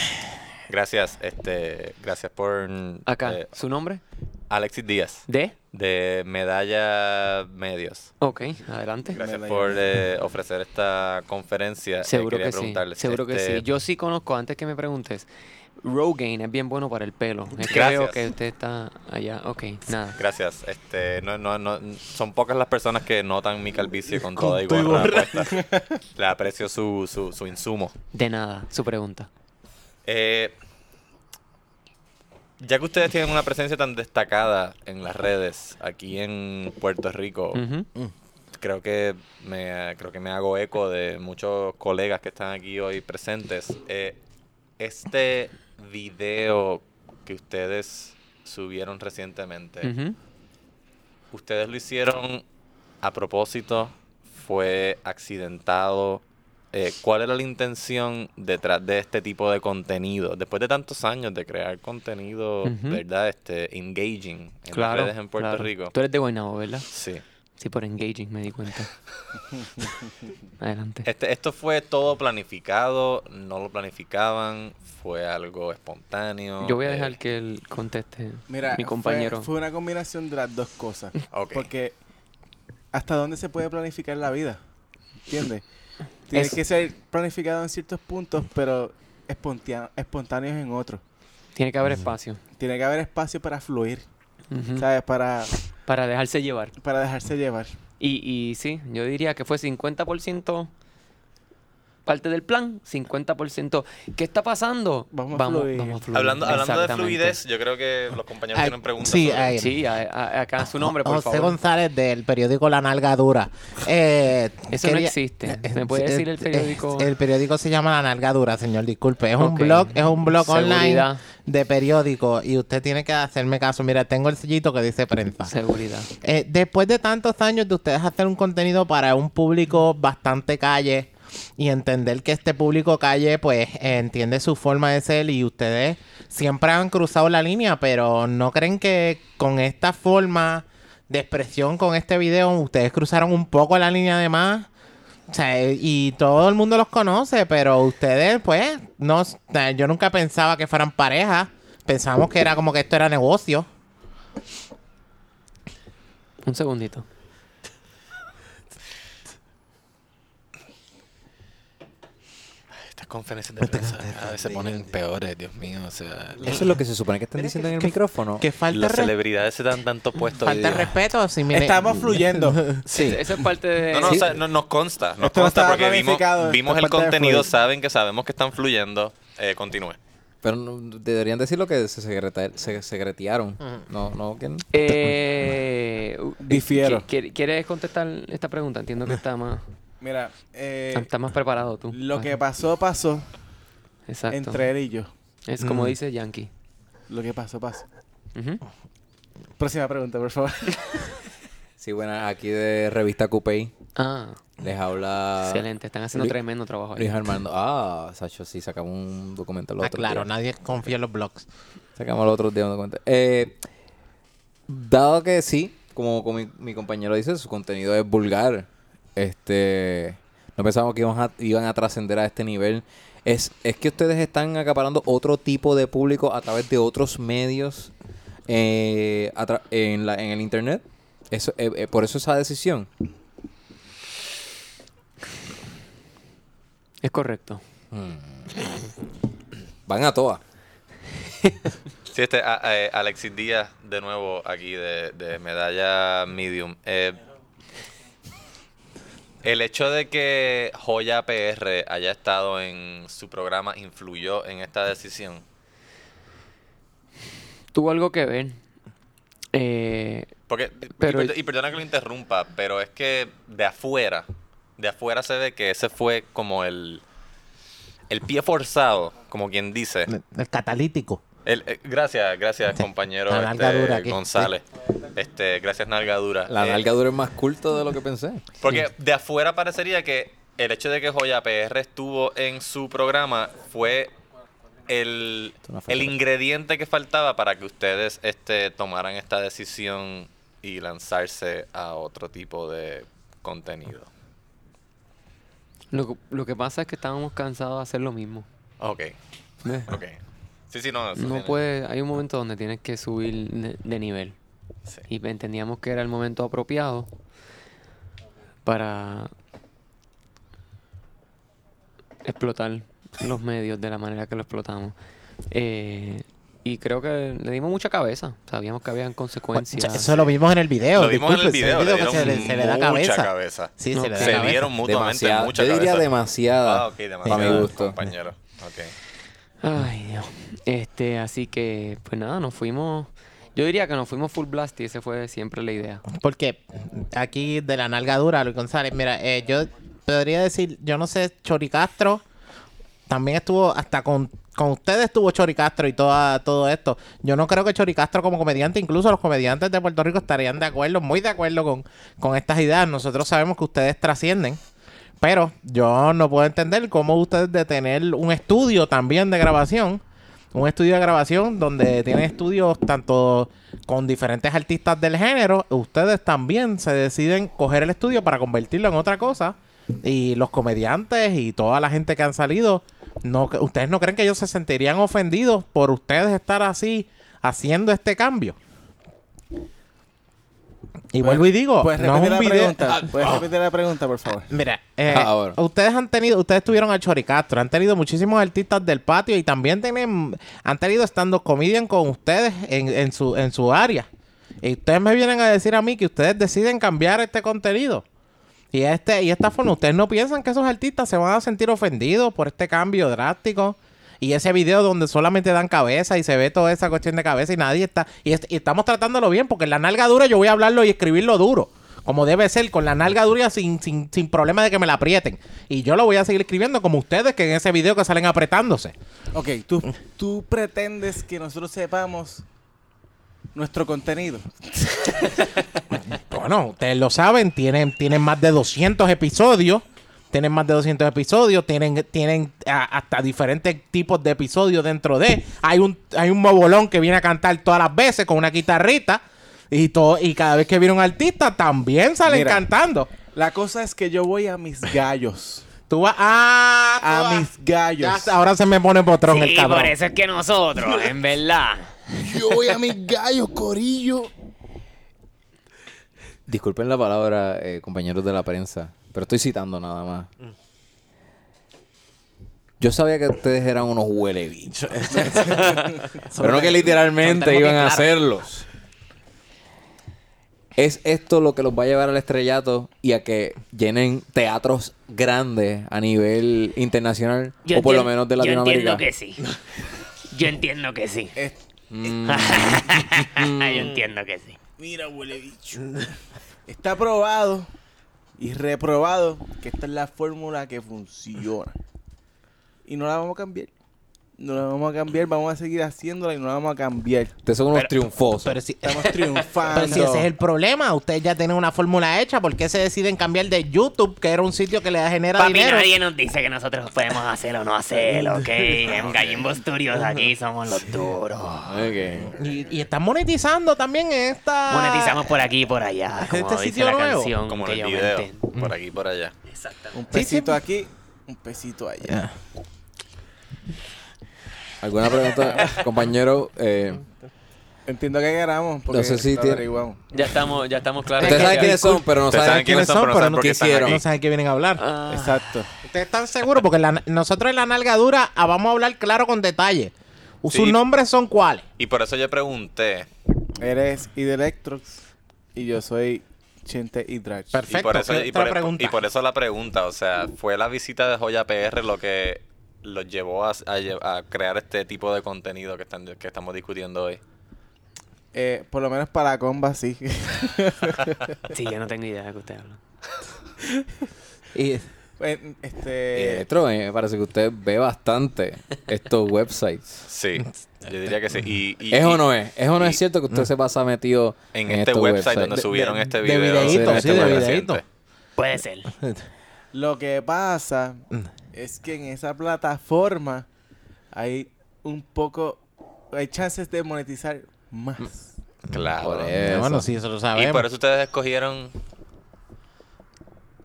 A: Gracias, este, gracias por
E: Acá,
A: eh,
E: ¿su nombre?
A: Alexis Díaz
E: ¿De?
A: de Medalla Medios.
E: Ok, adelante.
A: Gracias
C: Medalla
A: por eh, ofrecer esta conferencia. Eh,
E: Seguro
A: quería
E: que sí,
A: preguntarles,
E: seguro que
A: este,
E: sí. Yo sí conozco, antes que me preguntes, Rogaine es bien bueno para el pelo. Es que
A: Gracias.
E: veo que usted está allá. Ok, nada.
A: Gracias. Este, no, no, no, son pocas las personas que notan mi calvicie con toda y gorra puesta. Le aprecio su, su, su insumo.
E: De nada, su pregunta.
A: Eh, ya que ustedes tienen una presencia tan destacada en las redes aquí en Puerto Rico,
E: Ujú.
A: creo que me creo que me hago eco de muchos colegas que están aquí hoy presentes. Eh, este video que ustedes subieron recientemente,
E: Ujú.
A: ¿ustedes lo hicieron a propósito? ¿Fue accidentado? Eh, ¿Cuál era la intención detrás de este tipo de contenido? Después de tantos años de crear contenido,
E: Ujú.
A: ¿verdad? Este, engaging en
E: Claro.
A: las redes en Puerto
E: claro.
A: Rico.
E: Tú eres de Guaynabo, ¿verdad?
A: Sí.
E: Sí, por engaging me di cuenta. Adelante.
A: Este, esto fue todo planificado, no lo planificaban, fue algo espontáneo.
E: Yo voy a
A: eh,
E: dejar que él conteste.
C: Mira,
E: mi
C: fue-
E: compañero.
C: Fue, una combinación de las dos cosas.
A: Ok.
C: Porque hasta dónde se puede planificar la vida, ¿entiendes? Tiene
E: Es-
C: que ser planificado en ciertos puntos, pero espontia- espontáneos en otros.
E: Tiene que haber espacio
C: Tiene que haber espacio para fluir,
E: ujú,
C: ¿sabes? Para,
E: para dejarse llevar.
C: para dejarse llevar.
E: Y, y sí, yo diría que fue 50% parte del plan, 50%. ¿qué está pasando?
C: Vamos a fluir.
E: fluir,
A: Hablando, hablando de
E: exactamente.
A: fluidez, yo creo que los compañeros
D: Ay,
A: tienen preguntas.
D: sí,
A: sobre-
D: ay.
E: Sí, a- a- acá su nombre, por
D: José
E: favor.
D: González del periódico La Nalga Dura. Eh,
E: Eso no existe. ¿Me puede decir el
D: eh,
E: periódico?
D: El periódico se llama La Nalga Dura, señor, disculpe. Es un
E: Ok.
D: blog, es un blog
E: Seguridad.
D: online de periódico y usted tiene que hacerme caso. Mira, tengo el sellito que dice prensa.
E: Seguridad.
D: Eh, después de tantos años de ustedes hacer un contenido para un público bastante calle y entender que este público calle pues eh, entiende su forma de ser y ustedes siempre han cruzado la línea, pero ¿no creen que con esta forma de expresión, con este video, ustedes cruzaron un poco la línea de más? O sea, eh, y todo el mundo los conoce, pero ustedes, pues, no, o sea, yo nunca pensaba que fueran pareja. Pensamos que era como que esto era negocio.
E: Un segundito.
A: Estas conferencias de prensa a veces se ponen peores, Dios mío. O sea,
B: Eso es lo que se supone que están diciendo en el micrófono.
D: Que falta,
A: las
D: re-
A: celebridades se dan tanto puesto.
D: falta
A: y-
D: respeto. Si mire- Mm,
C: Estamos fluyendo.
B: Sí.
E: Esa es parte de...
A: No, no,
B: Sí.
A: o sea, no- nos consta. Nos
C: Esto no
A: consta
C: estaba
A: porque vimos,
C: planificado,
A: vimos
C: esta
A: el
C: parte de
A: contenido,
C: fluir.
A: saben que sabemos que están fluyendo. Eh, continúe.
B: Pero no- deberían decir lo que se, secreta- se secretearon. No, no, ¿quién?
E: Eh, u-
C: Difiero.
E: ¿qui- qui- ¿Quieres contestar esta pregunta? Entiendo que está más,
C: Mira, eh,
E: estás más preparado tú.
C: lo que
E: Ajá.
C: pasó, pasó
E: Exacto.
C: entre Mm. él y yo.
E: Es como dice Yankee.
C: Lo que pasó, pasó.
E: Ujú.
C: Próxima pregunta, por favor.
B: Sí, bueno, aquí de Revista Coupey
E: Ah,
B: les habla...
E: excelente. Están haciendo
B: Luis-
E: tremendo trabajo ahí.
B: Luis Armando. Ah, Sacho, sí, sacamos un documento el
D: Ah,
B: otro día.
D: claro, nadie confía en los blogs.
B: Sacamos el otro día un documento. Eh, dado que sí, como, como mi, mi compañero dice, su contenido es vulgar. Este, no pensábamos que iban a, iban a trascender a este nivel. Es, es que ustedes están acaparando otro tipo de público a través de otros medios eh, a tra- en, la, en el internet. Eso, eh, eh, por eso esa decisión.
E: Es correcto.
B: Van a todas.
A: Sí, este, a- a- eh, Alexis Díaz, de nuevo aquí de, de medalla medium. Eh, el hecho de que Joya PR haya estado en su programa influyó en esta decisión.
E: Tuvo algo que ver. Eh,
A: Porque, y
E: Pero-
A: perdo- y, perdona que lo interrumpa, pero es que de afuera, de afuera se ve que ese fue como el, el pie forzado, como quien dice.
D: El, Eh, el catalítico.
A: El- eh, gracias, gracias, compañero
D: La
A: este,
D: nalgadura aquí.
A: González. Este, gracias, Nalgadura.
B: La
A: Eh,
B: nalga dura es más culto de lo que pensé.
A: Porque de afuera parecería que el hecho de que Joya PR estuvo en su programa fue el,
B: Esto no fue
A: el
B: correcto.
A: ingrediente que faltaba para que ustedes este, tomaran esta decisión y lanzarse a otro tipo de contenido.
E: lo, lo que pasa es que estábamos cansados de hacer lo mismo.
A: Ok,
C: Eh.
A: ok. Sí, sí, no. eso
E: No
A: tiene-
E: puede, hay un momento donde tienes que subir de, de nivel.
A: Sí.
E: Y entendíamos que era el momento apropiado para explotar los medios de la manera que lo explotamos. Eh, y creo que le dimos mucha cabeza. Sabíamos que habían consecuencias.
D: Eso lo vimos en el video.
A: Lo vimos en el
D: disculpe,
A: video, le
D: que
A: dieron
D: se le, se le da
A: mucha
D: cabeza.
A: cabeza.
D: Sí,
E: No,
D: se le da
E: se
D: cabeza.
A: dieron mutuamente
B: Demasiada-
A: mucha
B: yo diría
A: cabeza.
B: demasiada.
A: Ah, ok,
B: Para mi
A: demasiado,
B: gusto.
A: compañero. Ok.
E: Ay, Dios. Este, así que, pues nada, nos fuimos. Yo diría que nos fuimos full blast y esa fue siempre la idea.
D: Porque aquí de la nalga dura, Luis González, mira, eh, yo podría decir, yo no sé, Chori Castro también estuvo, hasta con, con ustedes estuvo Chori Castro y toda, todo esto. Yo no creo que Chori Castro como comediante, incluso los comediantes de Puerto Rico estarían de acuerdo, muy de acuerdo con, con estas ideas. Nosotros sabemos que ustedes trascienden. Pero yo no puedo entender cómo ustedes de tener un estudio también de grabación, un estudio de grabación donde tienen estudios tanto con diferentes artistas del género, ustedes también se deciden coger el estudio para convertirlo en otra cosa. Y los comediantes y toda la gente que han salido, no, cre- ¿ustedes no creen que ellos se sentirían ofendidos por ustedes estar así haciendo este cambio? Y vuelvo y digo,
C: Pues
D: no
C: repite
D: es un
C: la
D: video.
C: pregunta. Puedes repetir la pregunta, por favor.
D: Mira, eh,
B: Ahora.
D: ustedes han tenido, ustedes tuvieron a Choricastro, han tenido muchísimos artistas del patio y también tienen, han tenido estando comedian con ustedes en, en su, en su área. Y ustedes me vienen a decir a mí que ustedes deciden cambiar este contenido. Y este, y esta forma, ustedes no piensan que esos artistas se van a sentir ofendidos por este cambio drástico. Y ese video donde solamente dan cabeza y se ve toda esa cuestión de cabeza y nadie está. Y, est- y estamos tratándolo bien, porque en la nalga dura yo voy a hablarlo y escribirlo duro. Como debe ser, con la nalga dura sin, sin, sin problema de que me la aprieten. Y yo lo voy a seguir escribiendo como ustedes que en ese video que salen apretándose.
C: Ok, tú, tú pretendes que nosotros sepamos nuestro contenido.
D: Bueno, ustedes lo saben, tienen, tienen más de 200 episodios. Tienen más de 200 episodios, tienen, tienen a- hasta diferentes tipos de episodios dentro de. Hay un, hay un mobolón que viene a cantar todas las veces con una guitarrita. Y, todo, y cada vez que viene un artista también salen
C: Mira.
D: cantando.
C: La cosa es que yo voy a mis gallos.
D: Tú vas. ¡Ah! tú
C: A
D: vas-
C: mis gallos.
D: Ya, ahora se me pone potrón el
H: Sí,
D: cabrón.
H: por eso es que nosotros, en verdad.
B: Yo voy a mis gallos, corillo. Disculpen la palabra, eh, compañeros de la prensa, pero estoy citando nada más.
H: Mm.
B: Yo sabía que ustedes eran unos huele bichos. pero no que
H: son
B: literalmente
H: términos
B: iban a
H: claros.
B: hacerlos. ¿Es esto lo que los va a llevar al estrellato y a que llenen teatros grandes a nivel internacional? o por lo
H: entien-
B: menos de Latinoamérica.
H: Yo entiendo que sí. Yo entiendo que sí. Mm. yo entiendo que sí.
C: Mira, huele bicho. Está probado y reprobado que esta es la fórmula que funciona. Y no la vamos a cambiar. No la vamos a cambiar, vamos a seguir haciéndola y no la vamos a cambiar.
B: Ustedes son unos triunfosos.
D: Pero si,
C: Estamos triunfando.
D: pero Pues si ese es el problema, ustedes ya tienen una fórmula hecha. ¿Por qué se deciden cambiar de YouTube, que era un sitio que les genera
H: Papi,
D: dinero?
H: nadie nos dice que nosotros podemos hacer o no hacer, ¿ok? En Gallimbos Studios aquí somos los duros.
B: Ah, Ok.
D: Y, y están monetizando también en esta.
H: Monetizamos por aquí y por allá, como
D: Ah. Este
H: dice
D: sitio
H: la
D: nuevo.
H: canción
A: Como
H: que
A: en
H: yo
A: el video.
H: inventé.
A: Por aquí y por allá.
C: Un
D: sí.
C: pesito aquí, un pesito allá.
B: ¿Alguna pregunta, compañero? Eh,
C: Entiendo que ganamos porque
B: No sé si
C: lo
B: tiene-
C: averiguamos.
H: Ya estamos, ya estamos claros.
B: ustedes saben
H: que-
B: quiénes son, pero no
A: Ustedes
B: saben
A: saben quiénes
B: quiénes son,
A: son, pero
B: pero
A: no saben
B: no qué
A: por qué están Ah.
B: hicieron.
D: No saben qué vienen a hablar.
C: Exacto.
D: ¿Ustedes están seguros? Porque la- nosotros en la nalga dura ah, vamos a hablar claro con detalle. ¿Sus
A: Sí.
D: nombres son cuáles?
A: Y por eso yo pregunté.
C: Eres Idelectrox y yo soy Chente y Drach.
A: Y
D: Perfecto.
A: por, eso,
D: ¿qué
A: y,
D: otra
A: por,
D: pregunta?
A: y por eso la pregunta, o sea, ¿fue la visita de Joya PR lo que los llevó a, a lle- a crear este tipo de contenido que, están, que estamos discutiendo hoy?
C: Eh, por lo menos para la comba, sí.
H: Sí, yo no tengo idea de que usted habla.
D: Y-
C: Eh, este.
B: Electro, eh, parece que usted ve bastante estos websites.
A: Sí, yo diría que sí. Y, y-
B: Este, ¿Es
A: y
B: o no es? ¿Es o no es
A: y-
B: cierto que usted se pasa metido
A: En, este website donde subieron
D: de-
A: este
D: de
A: video.
D: videíto,
A: este
B: sí, de
A: video
D: videíto.
A: reciente.
H: Puede ser.
C: Lo que pasa
B: Mm.
C: es que en esa plataforma hay un poco. Hay chances de monetizar
B: Mm.
C: más.
A: Claro.
B: Por
D: Eh,
B: eso.
D: Bueno, sí, eso lo
A: Y
D: sabemos.
A: por eso ustedes escogieron...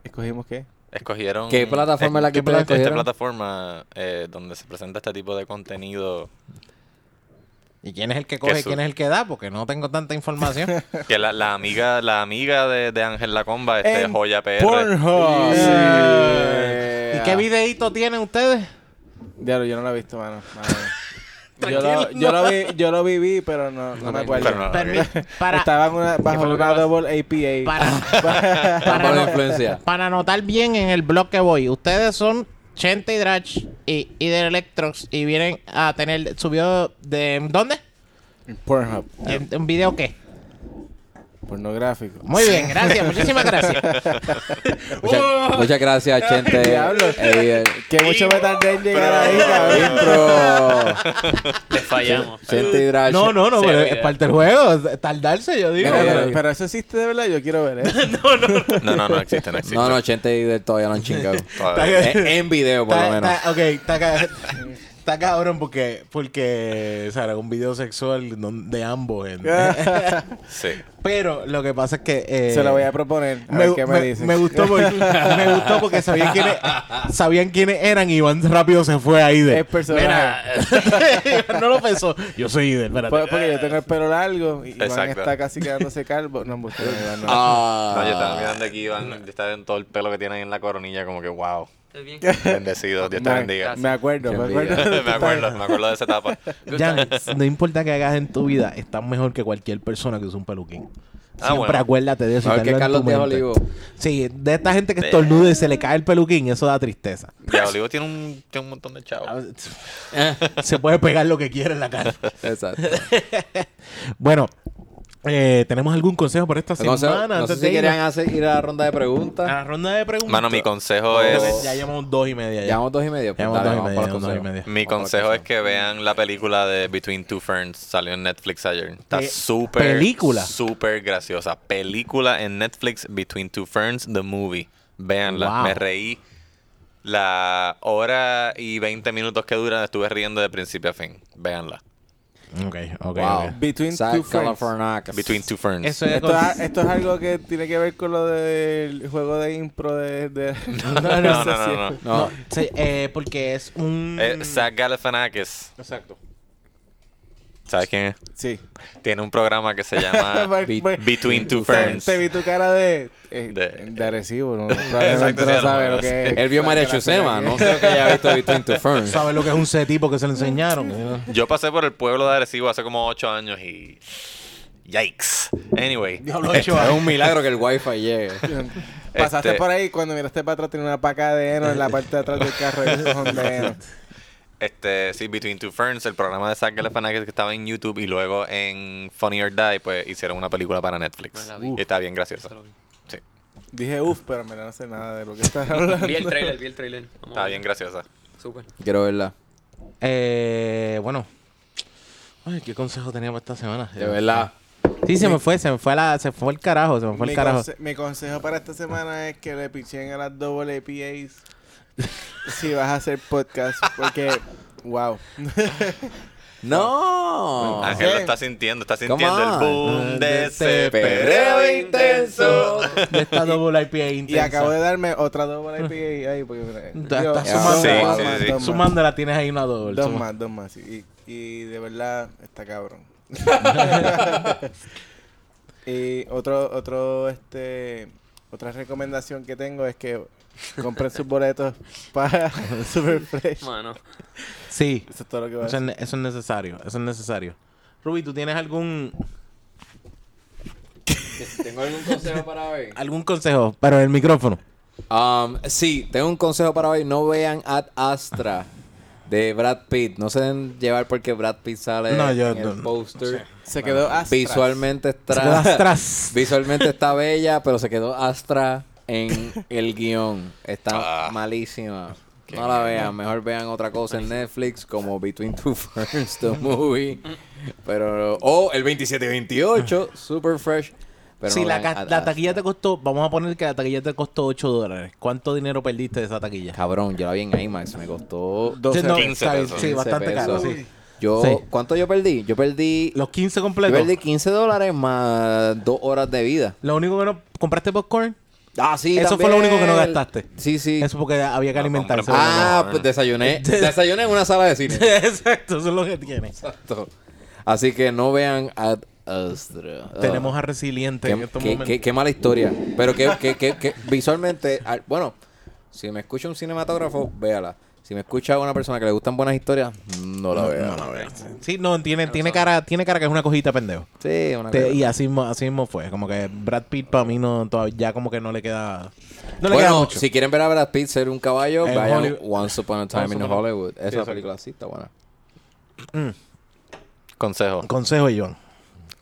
C: ¿Escogimos qué?
A: escogieron
B: ¿Qué plataforma es la que
A: ¿qué
B: ustedes
A: plata- Esta
B: escogieron?
A: plataforma eh, donde se presenta este tipo de contenido
D: ¿Y quién es el que coge y
A: Queso.
D: quién es el que da? Porque no tengo tanta información.
A: que la, la amiga la amiga de, de Ángel Lacomba este
C: En
A: joya PR
C: Pornhub.
D: ¿Y qué videíto tienen ustedes?
C: Diablo, yo no lo he visto, mano. Madre. yo, lo, yo, lo vi, yo lo viví, pero no, no me acuerdo.
A: pero no, ok.
D: Para,
C: Estaba en una,
H: fue
C: bajo
H: lo que
C: una
H: pasó?
C: double APA.
D: para,
B: Está por
D: para,
B: la
D: no-
B: influencia.
D: para anotar bien en el blog que voy, ustedes son Chente y Drach y, y de Electrox y vienen a tener. ¿Subió de dónde?
C: Pornhub.
B: Ah.
D: ¿De- de ¿Un video qué?
C: Pornográfico.
D: Muy bien, gracias, muchísimas gracias.
B: Muchas, muchas gracias, eh, gente.
C: Diablo. Que mucho me tardé en llegar ahí, cabrón.
H: Les fallamos.
D: No, no, no,
H: Sí,
D: pero
H: oye.
D: es parte del juego, tardarse, yo digo.
C: Mira,
B: Mira,
C: pero,
B: mira.
C: pero eso existe de verdad, yo quiero ver, ¿eh?
A: no no no existe no existe
B: No, no, Chente y Del todavía no han chingado.
A: Todavía.
B: en, en video, por lo
D: Está-
B: menos.
D: está- ok, está, ca- está cabrón porque, porque o sea, era un video sexual don- de ambos. gente.
A: Eh, sí
D: Pero lo que pasa es que... eh,
C: Ah. Se lo voy a proponer. A
D: me,
C: ver qué me,
D: me-
C: dicen.
D: me gustó porque, me gustó porque sabían, quiénes, sabían quiénes eran y Iván rápido se fue ahí de...
C: Es personaje.
D: Mira, no lo pensó. Yo soy Ider, espérate.
C: Por- Pues, porque yo tengo el pelo largo y Iván
A: Exacto.
C: está casi quedándose calvo. No, embuste, no, Iván, no.
B: Ah.
A: no yo estaba mirando aquí Iván yo estaba en todo el pelo que tiene ahí en la coronilla como que wow bendecido Dios te
C: Me-
A: bendiga
C: Me acuerdo,
B: Qué
C: me acuerdo.
A: me acuerdo me acuerdo de esa etapa
D: Jan, no importa que hagas en tu vida, estás mejor que cualquier persona que es un peluquín.
A: Ah,
D: Siempre
A: bueno.
D: acuérdate de eso.
B: Mejor
D: tenlo
B: que
D: en tu
B: Carlos Díaz
D: mente.
B: Olivo.
D: Sí, de esta gente que estornuda y se le cae el peluquín, eso da tristeza.
A: ya Olivo tiene un tiene un montón de chavos
D: se puede pegar lo que quiera en la cara.
B: Exacto.
D: Bueno, eh, ¿tenemos algún consejo para esta
B: No sé,
D: semana?
B: no sé
D: antes
B: si
D: de
B: querían
D: irnos? Ah.
B: hacer, ir a la ronda de preguntas.
D: a la ronda de preguntas.
A: mano mi consejo
D: Ya-
A: es
D: Ya llevamos dos y media. ya.
B: Llevamos dos y medio. pues,
D: Llevamos
B: dale,
D: dos y
B: vamos
D: media,
B: para los
D: llevamos dos y
B: consejos.
D: media.
A: Mi consejo es que vean la película de Between Two Ferns. Salió en Netflix ayer. Está
D: Pe-
A: súper.
D: película.
A: Súper graciosa. Película en Netflix, Between Two Ferns, The Movie. Véanla.
D: Wow.
A: Me reí. La hora y 20 minutos que dura, estuve riendo de principio a fin. Véanla.
D: Ok, ok.
B: Wow.
D: ok.
C: Between
B: Zach
C: two friends.
B: Galifianakis.
A: Between Two Ferns.
D: Eso es
C: Esto, es- esto es algo que tiene que ver con lo del juego de impro de... de-
A: no, no, no,
C: sé si-
A: no. no.
B: No.
D: No, se- eh, porque es un...
A: Eh, Zach Galifianakis.
K: Exacto.
A: ¿Sabes quién es?
C: Sí.
A: Tiene un programa que se llama
C: Pues- pues-
A: Between Two
C: te-
A: Ferns.
C: Te vi tu cara de... eh,
A: De-
C: de, agresivo, ¿no? Probablemente
A: sí,
C: no sabes
A: no,
C: lo que es.
B: Él vio María Chusema, no creo que haya visto Between Two Ferns.
D: ¿Sabes lo que es un C-tipo que se le enseñaron?
A: Yo pasé por el pueblo de Arecibo hace como 8 años y. Yikes. Anyway.
D: eh.
B: Es un milagro que el wifi llegue.
C: Pasaste
A: Este-
C: por ahí y cuando miraste para atrás tenía una paca de heno en la parte de atrás del carro y un cojón de heno.
A: Este, sí, Between Two Ferns, el programa de Zach Galifianakis que estaba en YouTube y luego en Funny or Die, pues hicieron una película para
E: Me
A: Netflix.
E: la vi.
A: Y está bien graciosa. Sí,
C: Dije, uff, pero me no sé nada de lo que estás hablando.
E: Vi el trailer, vi el trailer. Vamos a
A: está
E: ver.
A: bien graciosa.
E: Súper.
B: Quiero verla.
D: Eh, bueno. Ay, ¿qué consejo tenía para esta semana?
B: De verdad.
D: Sí, se me fue, se me fue, la, se fue el carajo, se me fue el
C: mi,
D: carajo.
C: conse- mi consejo para esta semana es que le pichen a las doble APAs si vas a hacer podcast, porque, wow.
B: ¡No!
A: Ángel lo está sintiendo, está sintiendo el
B: Ah. on.
A: boom de
D: De
A: ese
D: ese
A: perreo intenso.
D: De esta doble IPA
C: Y
D: intensa.
C: acabo de darme otra doble APA ahí, porque... mira,
D: Estás
C: yo-
A: Sí,
C: dos
D: sumando,
A: sí,
C: más,
A: sí.
C: dos más.
D: Sumándola tienes ahí una doble.
C: Dos
D: suma-
C: más, dos más. Y, y de verdad, está cabrón. y otro, otro, este, otra recomendación que tengo es que compren sus boletos para Super Fresh.
E: Mano.
D: Sí,
C: Eso es todo lo que va a
D: eso es,
C: decir.
D: ne- eso es necesario, eso es necesario. Ruby, ¿tú tienes algún
B: ¿Tengo algún consejo para hoy?
D: algún consejo para el micrófono?
B: Um, sí, tengo un consejo para hoy. No vean Ad Astra de Brad Pitt. No se den llevar porque Brad Pitt sale
D: No, yo
B: en el
D: no-
B: póster.
C: Se quedó astras.
B: Visualmente
D: Se quedó
B: está...
D: atrás.
B: Visualmente está bella, pero se quedó Astra en el guión. Está malísima. No la vean, mejor vean otra cosa en Netflix como Between Two Ferns, The Movie. Pero, o el 2728, Super Fresh. Pero
D: si
B: no
D: la,
B: vean ah,
D: ca-
B: Ad
D: la
B: Astra.
D: taquilla te costó, vamos a poner que la taquilla te costó 8 dólares. ¿Cuánto dinero perdiste de esa taquilla?
B: Cabrón, yo la vi en IMAX, me costó
D: Sí, no,
A: 15
D: está bien,
A: pesos.
D: Sí,
B: 15
D: bastante caro,
B: pesos.
D: sí.
B: Yo,
D: Sí.
B: ¿Cuánto yo perdí? Yo perdí,
D: Los 15
B: yo
D: completos.
B: perdí 15 dólares más dos horas de vida.
D: Lo único que no compraste popcorn,
B: Ah, sí,
D: Eso fue
B: también.
D: lo único que no gastaste.
B: Sí, sí.
D: eso porque había que
A: No,
D: alimentarse.
A: compra-
D: obviamente.
B: Ah, pues desayuné. Desayuné en una sala de cine.
D: Exacto, eso es lo que tiene.
B: Exacto. Así que no vean Ad Astra. Ah.
D: Tenemos a Resiliente en
B: qué,
D: estos
B: qué-
D: momentos.
B: qué- qué mala historia. Pero que, que- que- que visualmente, al- bueno, si me escucha un cinematógrafo, véala. Si me escucha una persona que le gustan buenas historias, no la vea.
D: Sí, no, tiene, tiene, cara, tiene cara que es una cojita pendejo.
B: Sí, una
D: Te-
B: cosa.
D: y así mismo, así mismo fue. Como que Brad Pitt para mí no, todavía, ya como que no le queda. No le queda
B: bueno,
D: mucho.
B: si quieren ver a Brad Pitt ser un caballo,
D: En
B: vayan
D: Hollywood.
B: Once Upon a Time
D: Once
B: in
D: Upon a-
B: Hollywood. Esa
D: exacto.
B: película sí está buena.
A: Consejo
D: Consejo, John.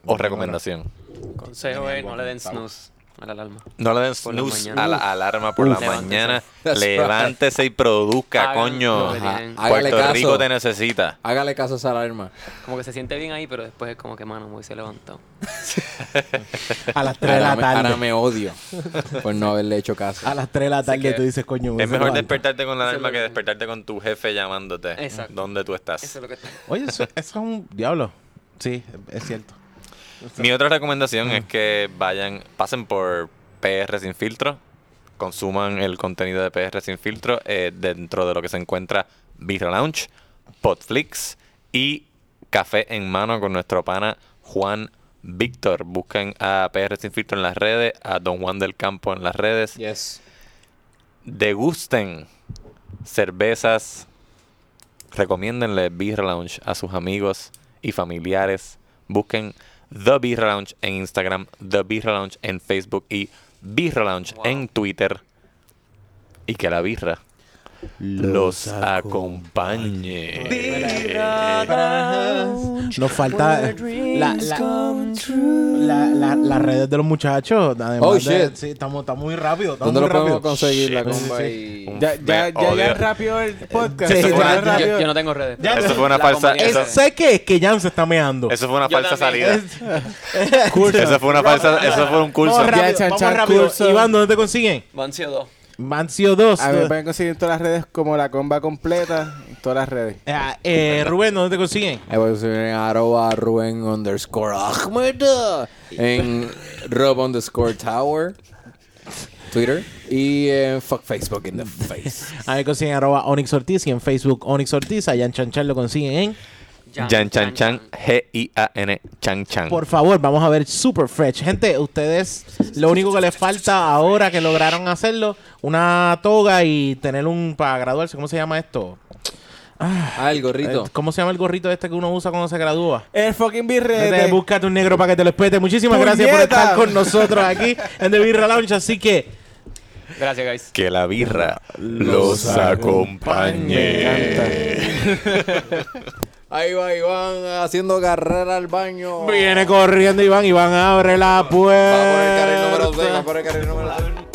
A: o recomendación.
E: Consejo es no le den snooze a la alarma.
A: No le den
E: Por la
A: snooze
E: mañana.
A: a la alarma por la
E: Levántese.
A: mañana.
B: That's right.
A: Levántese y produzca,
E: Hagan
A: coño.
E: lo que tienen.
B: Ajá. Hágale
A: Puerto
B: caso.
A: Rico te necesita.
B: Hágale caso a esa alarma.
E: Como que se siente bien ahí, pero después es como que, mano, muy se levantó.
D: A las 3 de
B: ahora,
D: la
B: me, ahora
D: tarde.
B: me odio por no haberle hecho caso.
D: A las 3 de la tarde
E: que
D: tú dices, coño.
A: Es
D: eso
A: mejor
D: lo-
A: despertarte con la
E: Eso es
A: alarma
E: lo
A: que
E: que-
A: despertarte con tu jefe llamándote.
E: Exacto.
A: ¿Dónde tú estás?
E: Eso es lo que está.
D: Oye, eso, eso es un diablo. Sí, es cierto.
A: Mi otra recomendación es que vayan, pasen por PR Sin Filtro, consuman el contenido de PR Sin Filtro eh, dentro de lo que se encuentra Birra Lounge, Podflix y Café en Mano con nuestro pana Juan Víctor. Busquen a PR Sin Filtro en las redes, a Don Juan del Campo en las redes.
B: Yes.
A: Degusten cervezas, recomiéndenle Beer Lounge a sus amigos y familiares. Busquen The Beer Lounge en Instagram, The Beer Lounge en Facebook y Beer Lounge en Twitter. Y que la birra los acompañe.
D: Nos falta la, la, la, la- las redes de los muchachos. Además
B: Oh,
D: de-
B: shit.
D: sí, estamos, estamos muy rápido. Estamos
B: ¿Dónde
D: muy
B: lo podemos
D: rápido.
B: conseguir la
A: Shit.
B: comba
D: Sí, sí,
B: y-
A: Un-
C: Ya, ya,
A: me
C: ya, ya
A: odio.
C: rápido el podcast.
D: Sí,
C: Ya, ya
D: ya, yo-
C: rápido.
E: Yo no tengo redes.
D: Ya-
A: Eso fue una
E: La
A: falsa.
E: compañía
A: Eso,
E: de-
D: Eh, sé que, que Jan se está meando.
A: eso fue una
E: Yo
A: falsa
E: también.
A: salida. Eso fue una falsa. Eso fue un curso.
D: Vamos rápido,
C: Ya, chan,
D: vamos
C: chan,
D: rápido.
C: curso.
D: Iván, ¿dónde te consiguen?
E: Van sido dos.
D: Mancio 2.
C: A ver, pueden conseguir en todas las redes como la comba completa. todas las redes.
D: Ah, eh, Rubén, ¿dónde te consiguen?
B: Ahí pueden seguir en arroba Rubén underscore Ahmed. En Rob underscore Tower. Twitter. Y en fuck Facebook in the face.
D: A mí me consiguen arroba Onyx Ortiz y en Facebook Onyx Ortiz. A Jan Chanchan lo consiguen en...
H: Jan Chan Chan, G-I-A-N, Chan Chan.
D: Por favor, vamos a ver Super Fresh. Gente, ustedes, lo único que les falta ahora que lograron hacerlo, una toga y tener un para graduarse. ¿Cómo se llama esto?
B: Ah, el gorrito.
D: Eh, ¿Cómo se llama el gorrito este que uno usa cuando se gradúa?
C: El fucking
D: Entonces,
C: birrete.
D: búscate un negro para que te lo espete. Muchísimas gracias por
C: Eh, ¡Puñeta!
D: estar con nosotros aquí en The Birra Lounge. Así que,
E: Gracias, guys.
H: Que la birra los acompañe.
B: Ahí va Iván haciendo carrera al baño.
D: viene corriendo Iván. Iván abre la puerta.
B: Va por el carril número 6. Va por el carril número 6.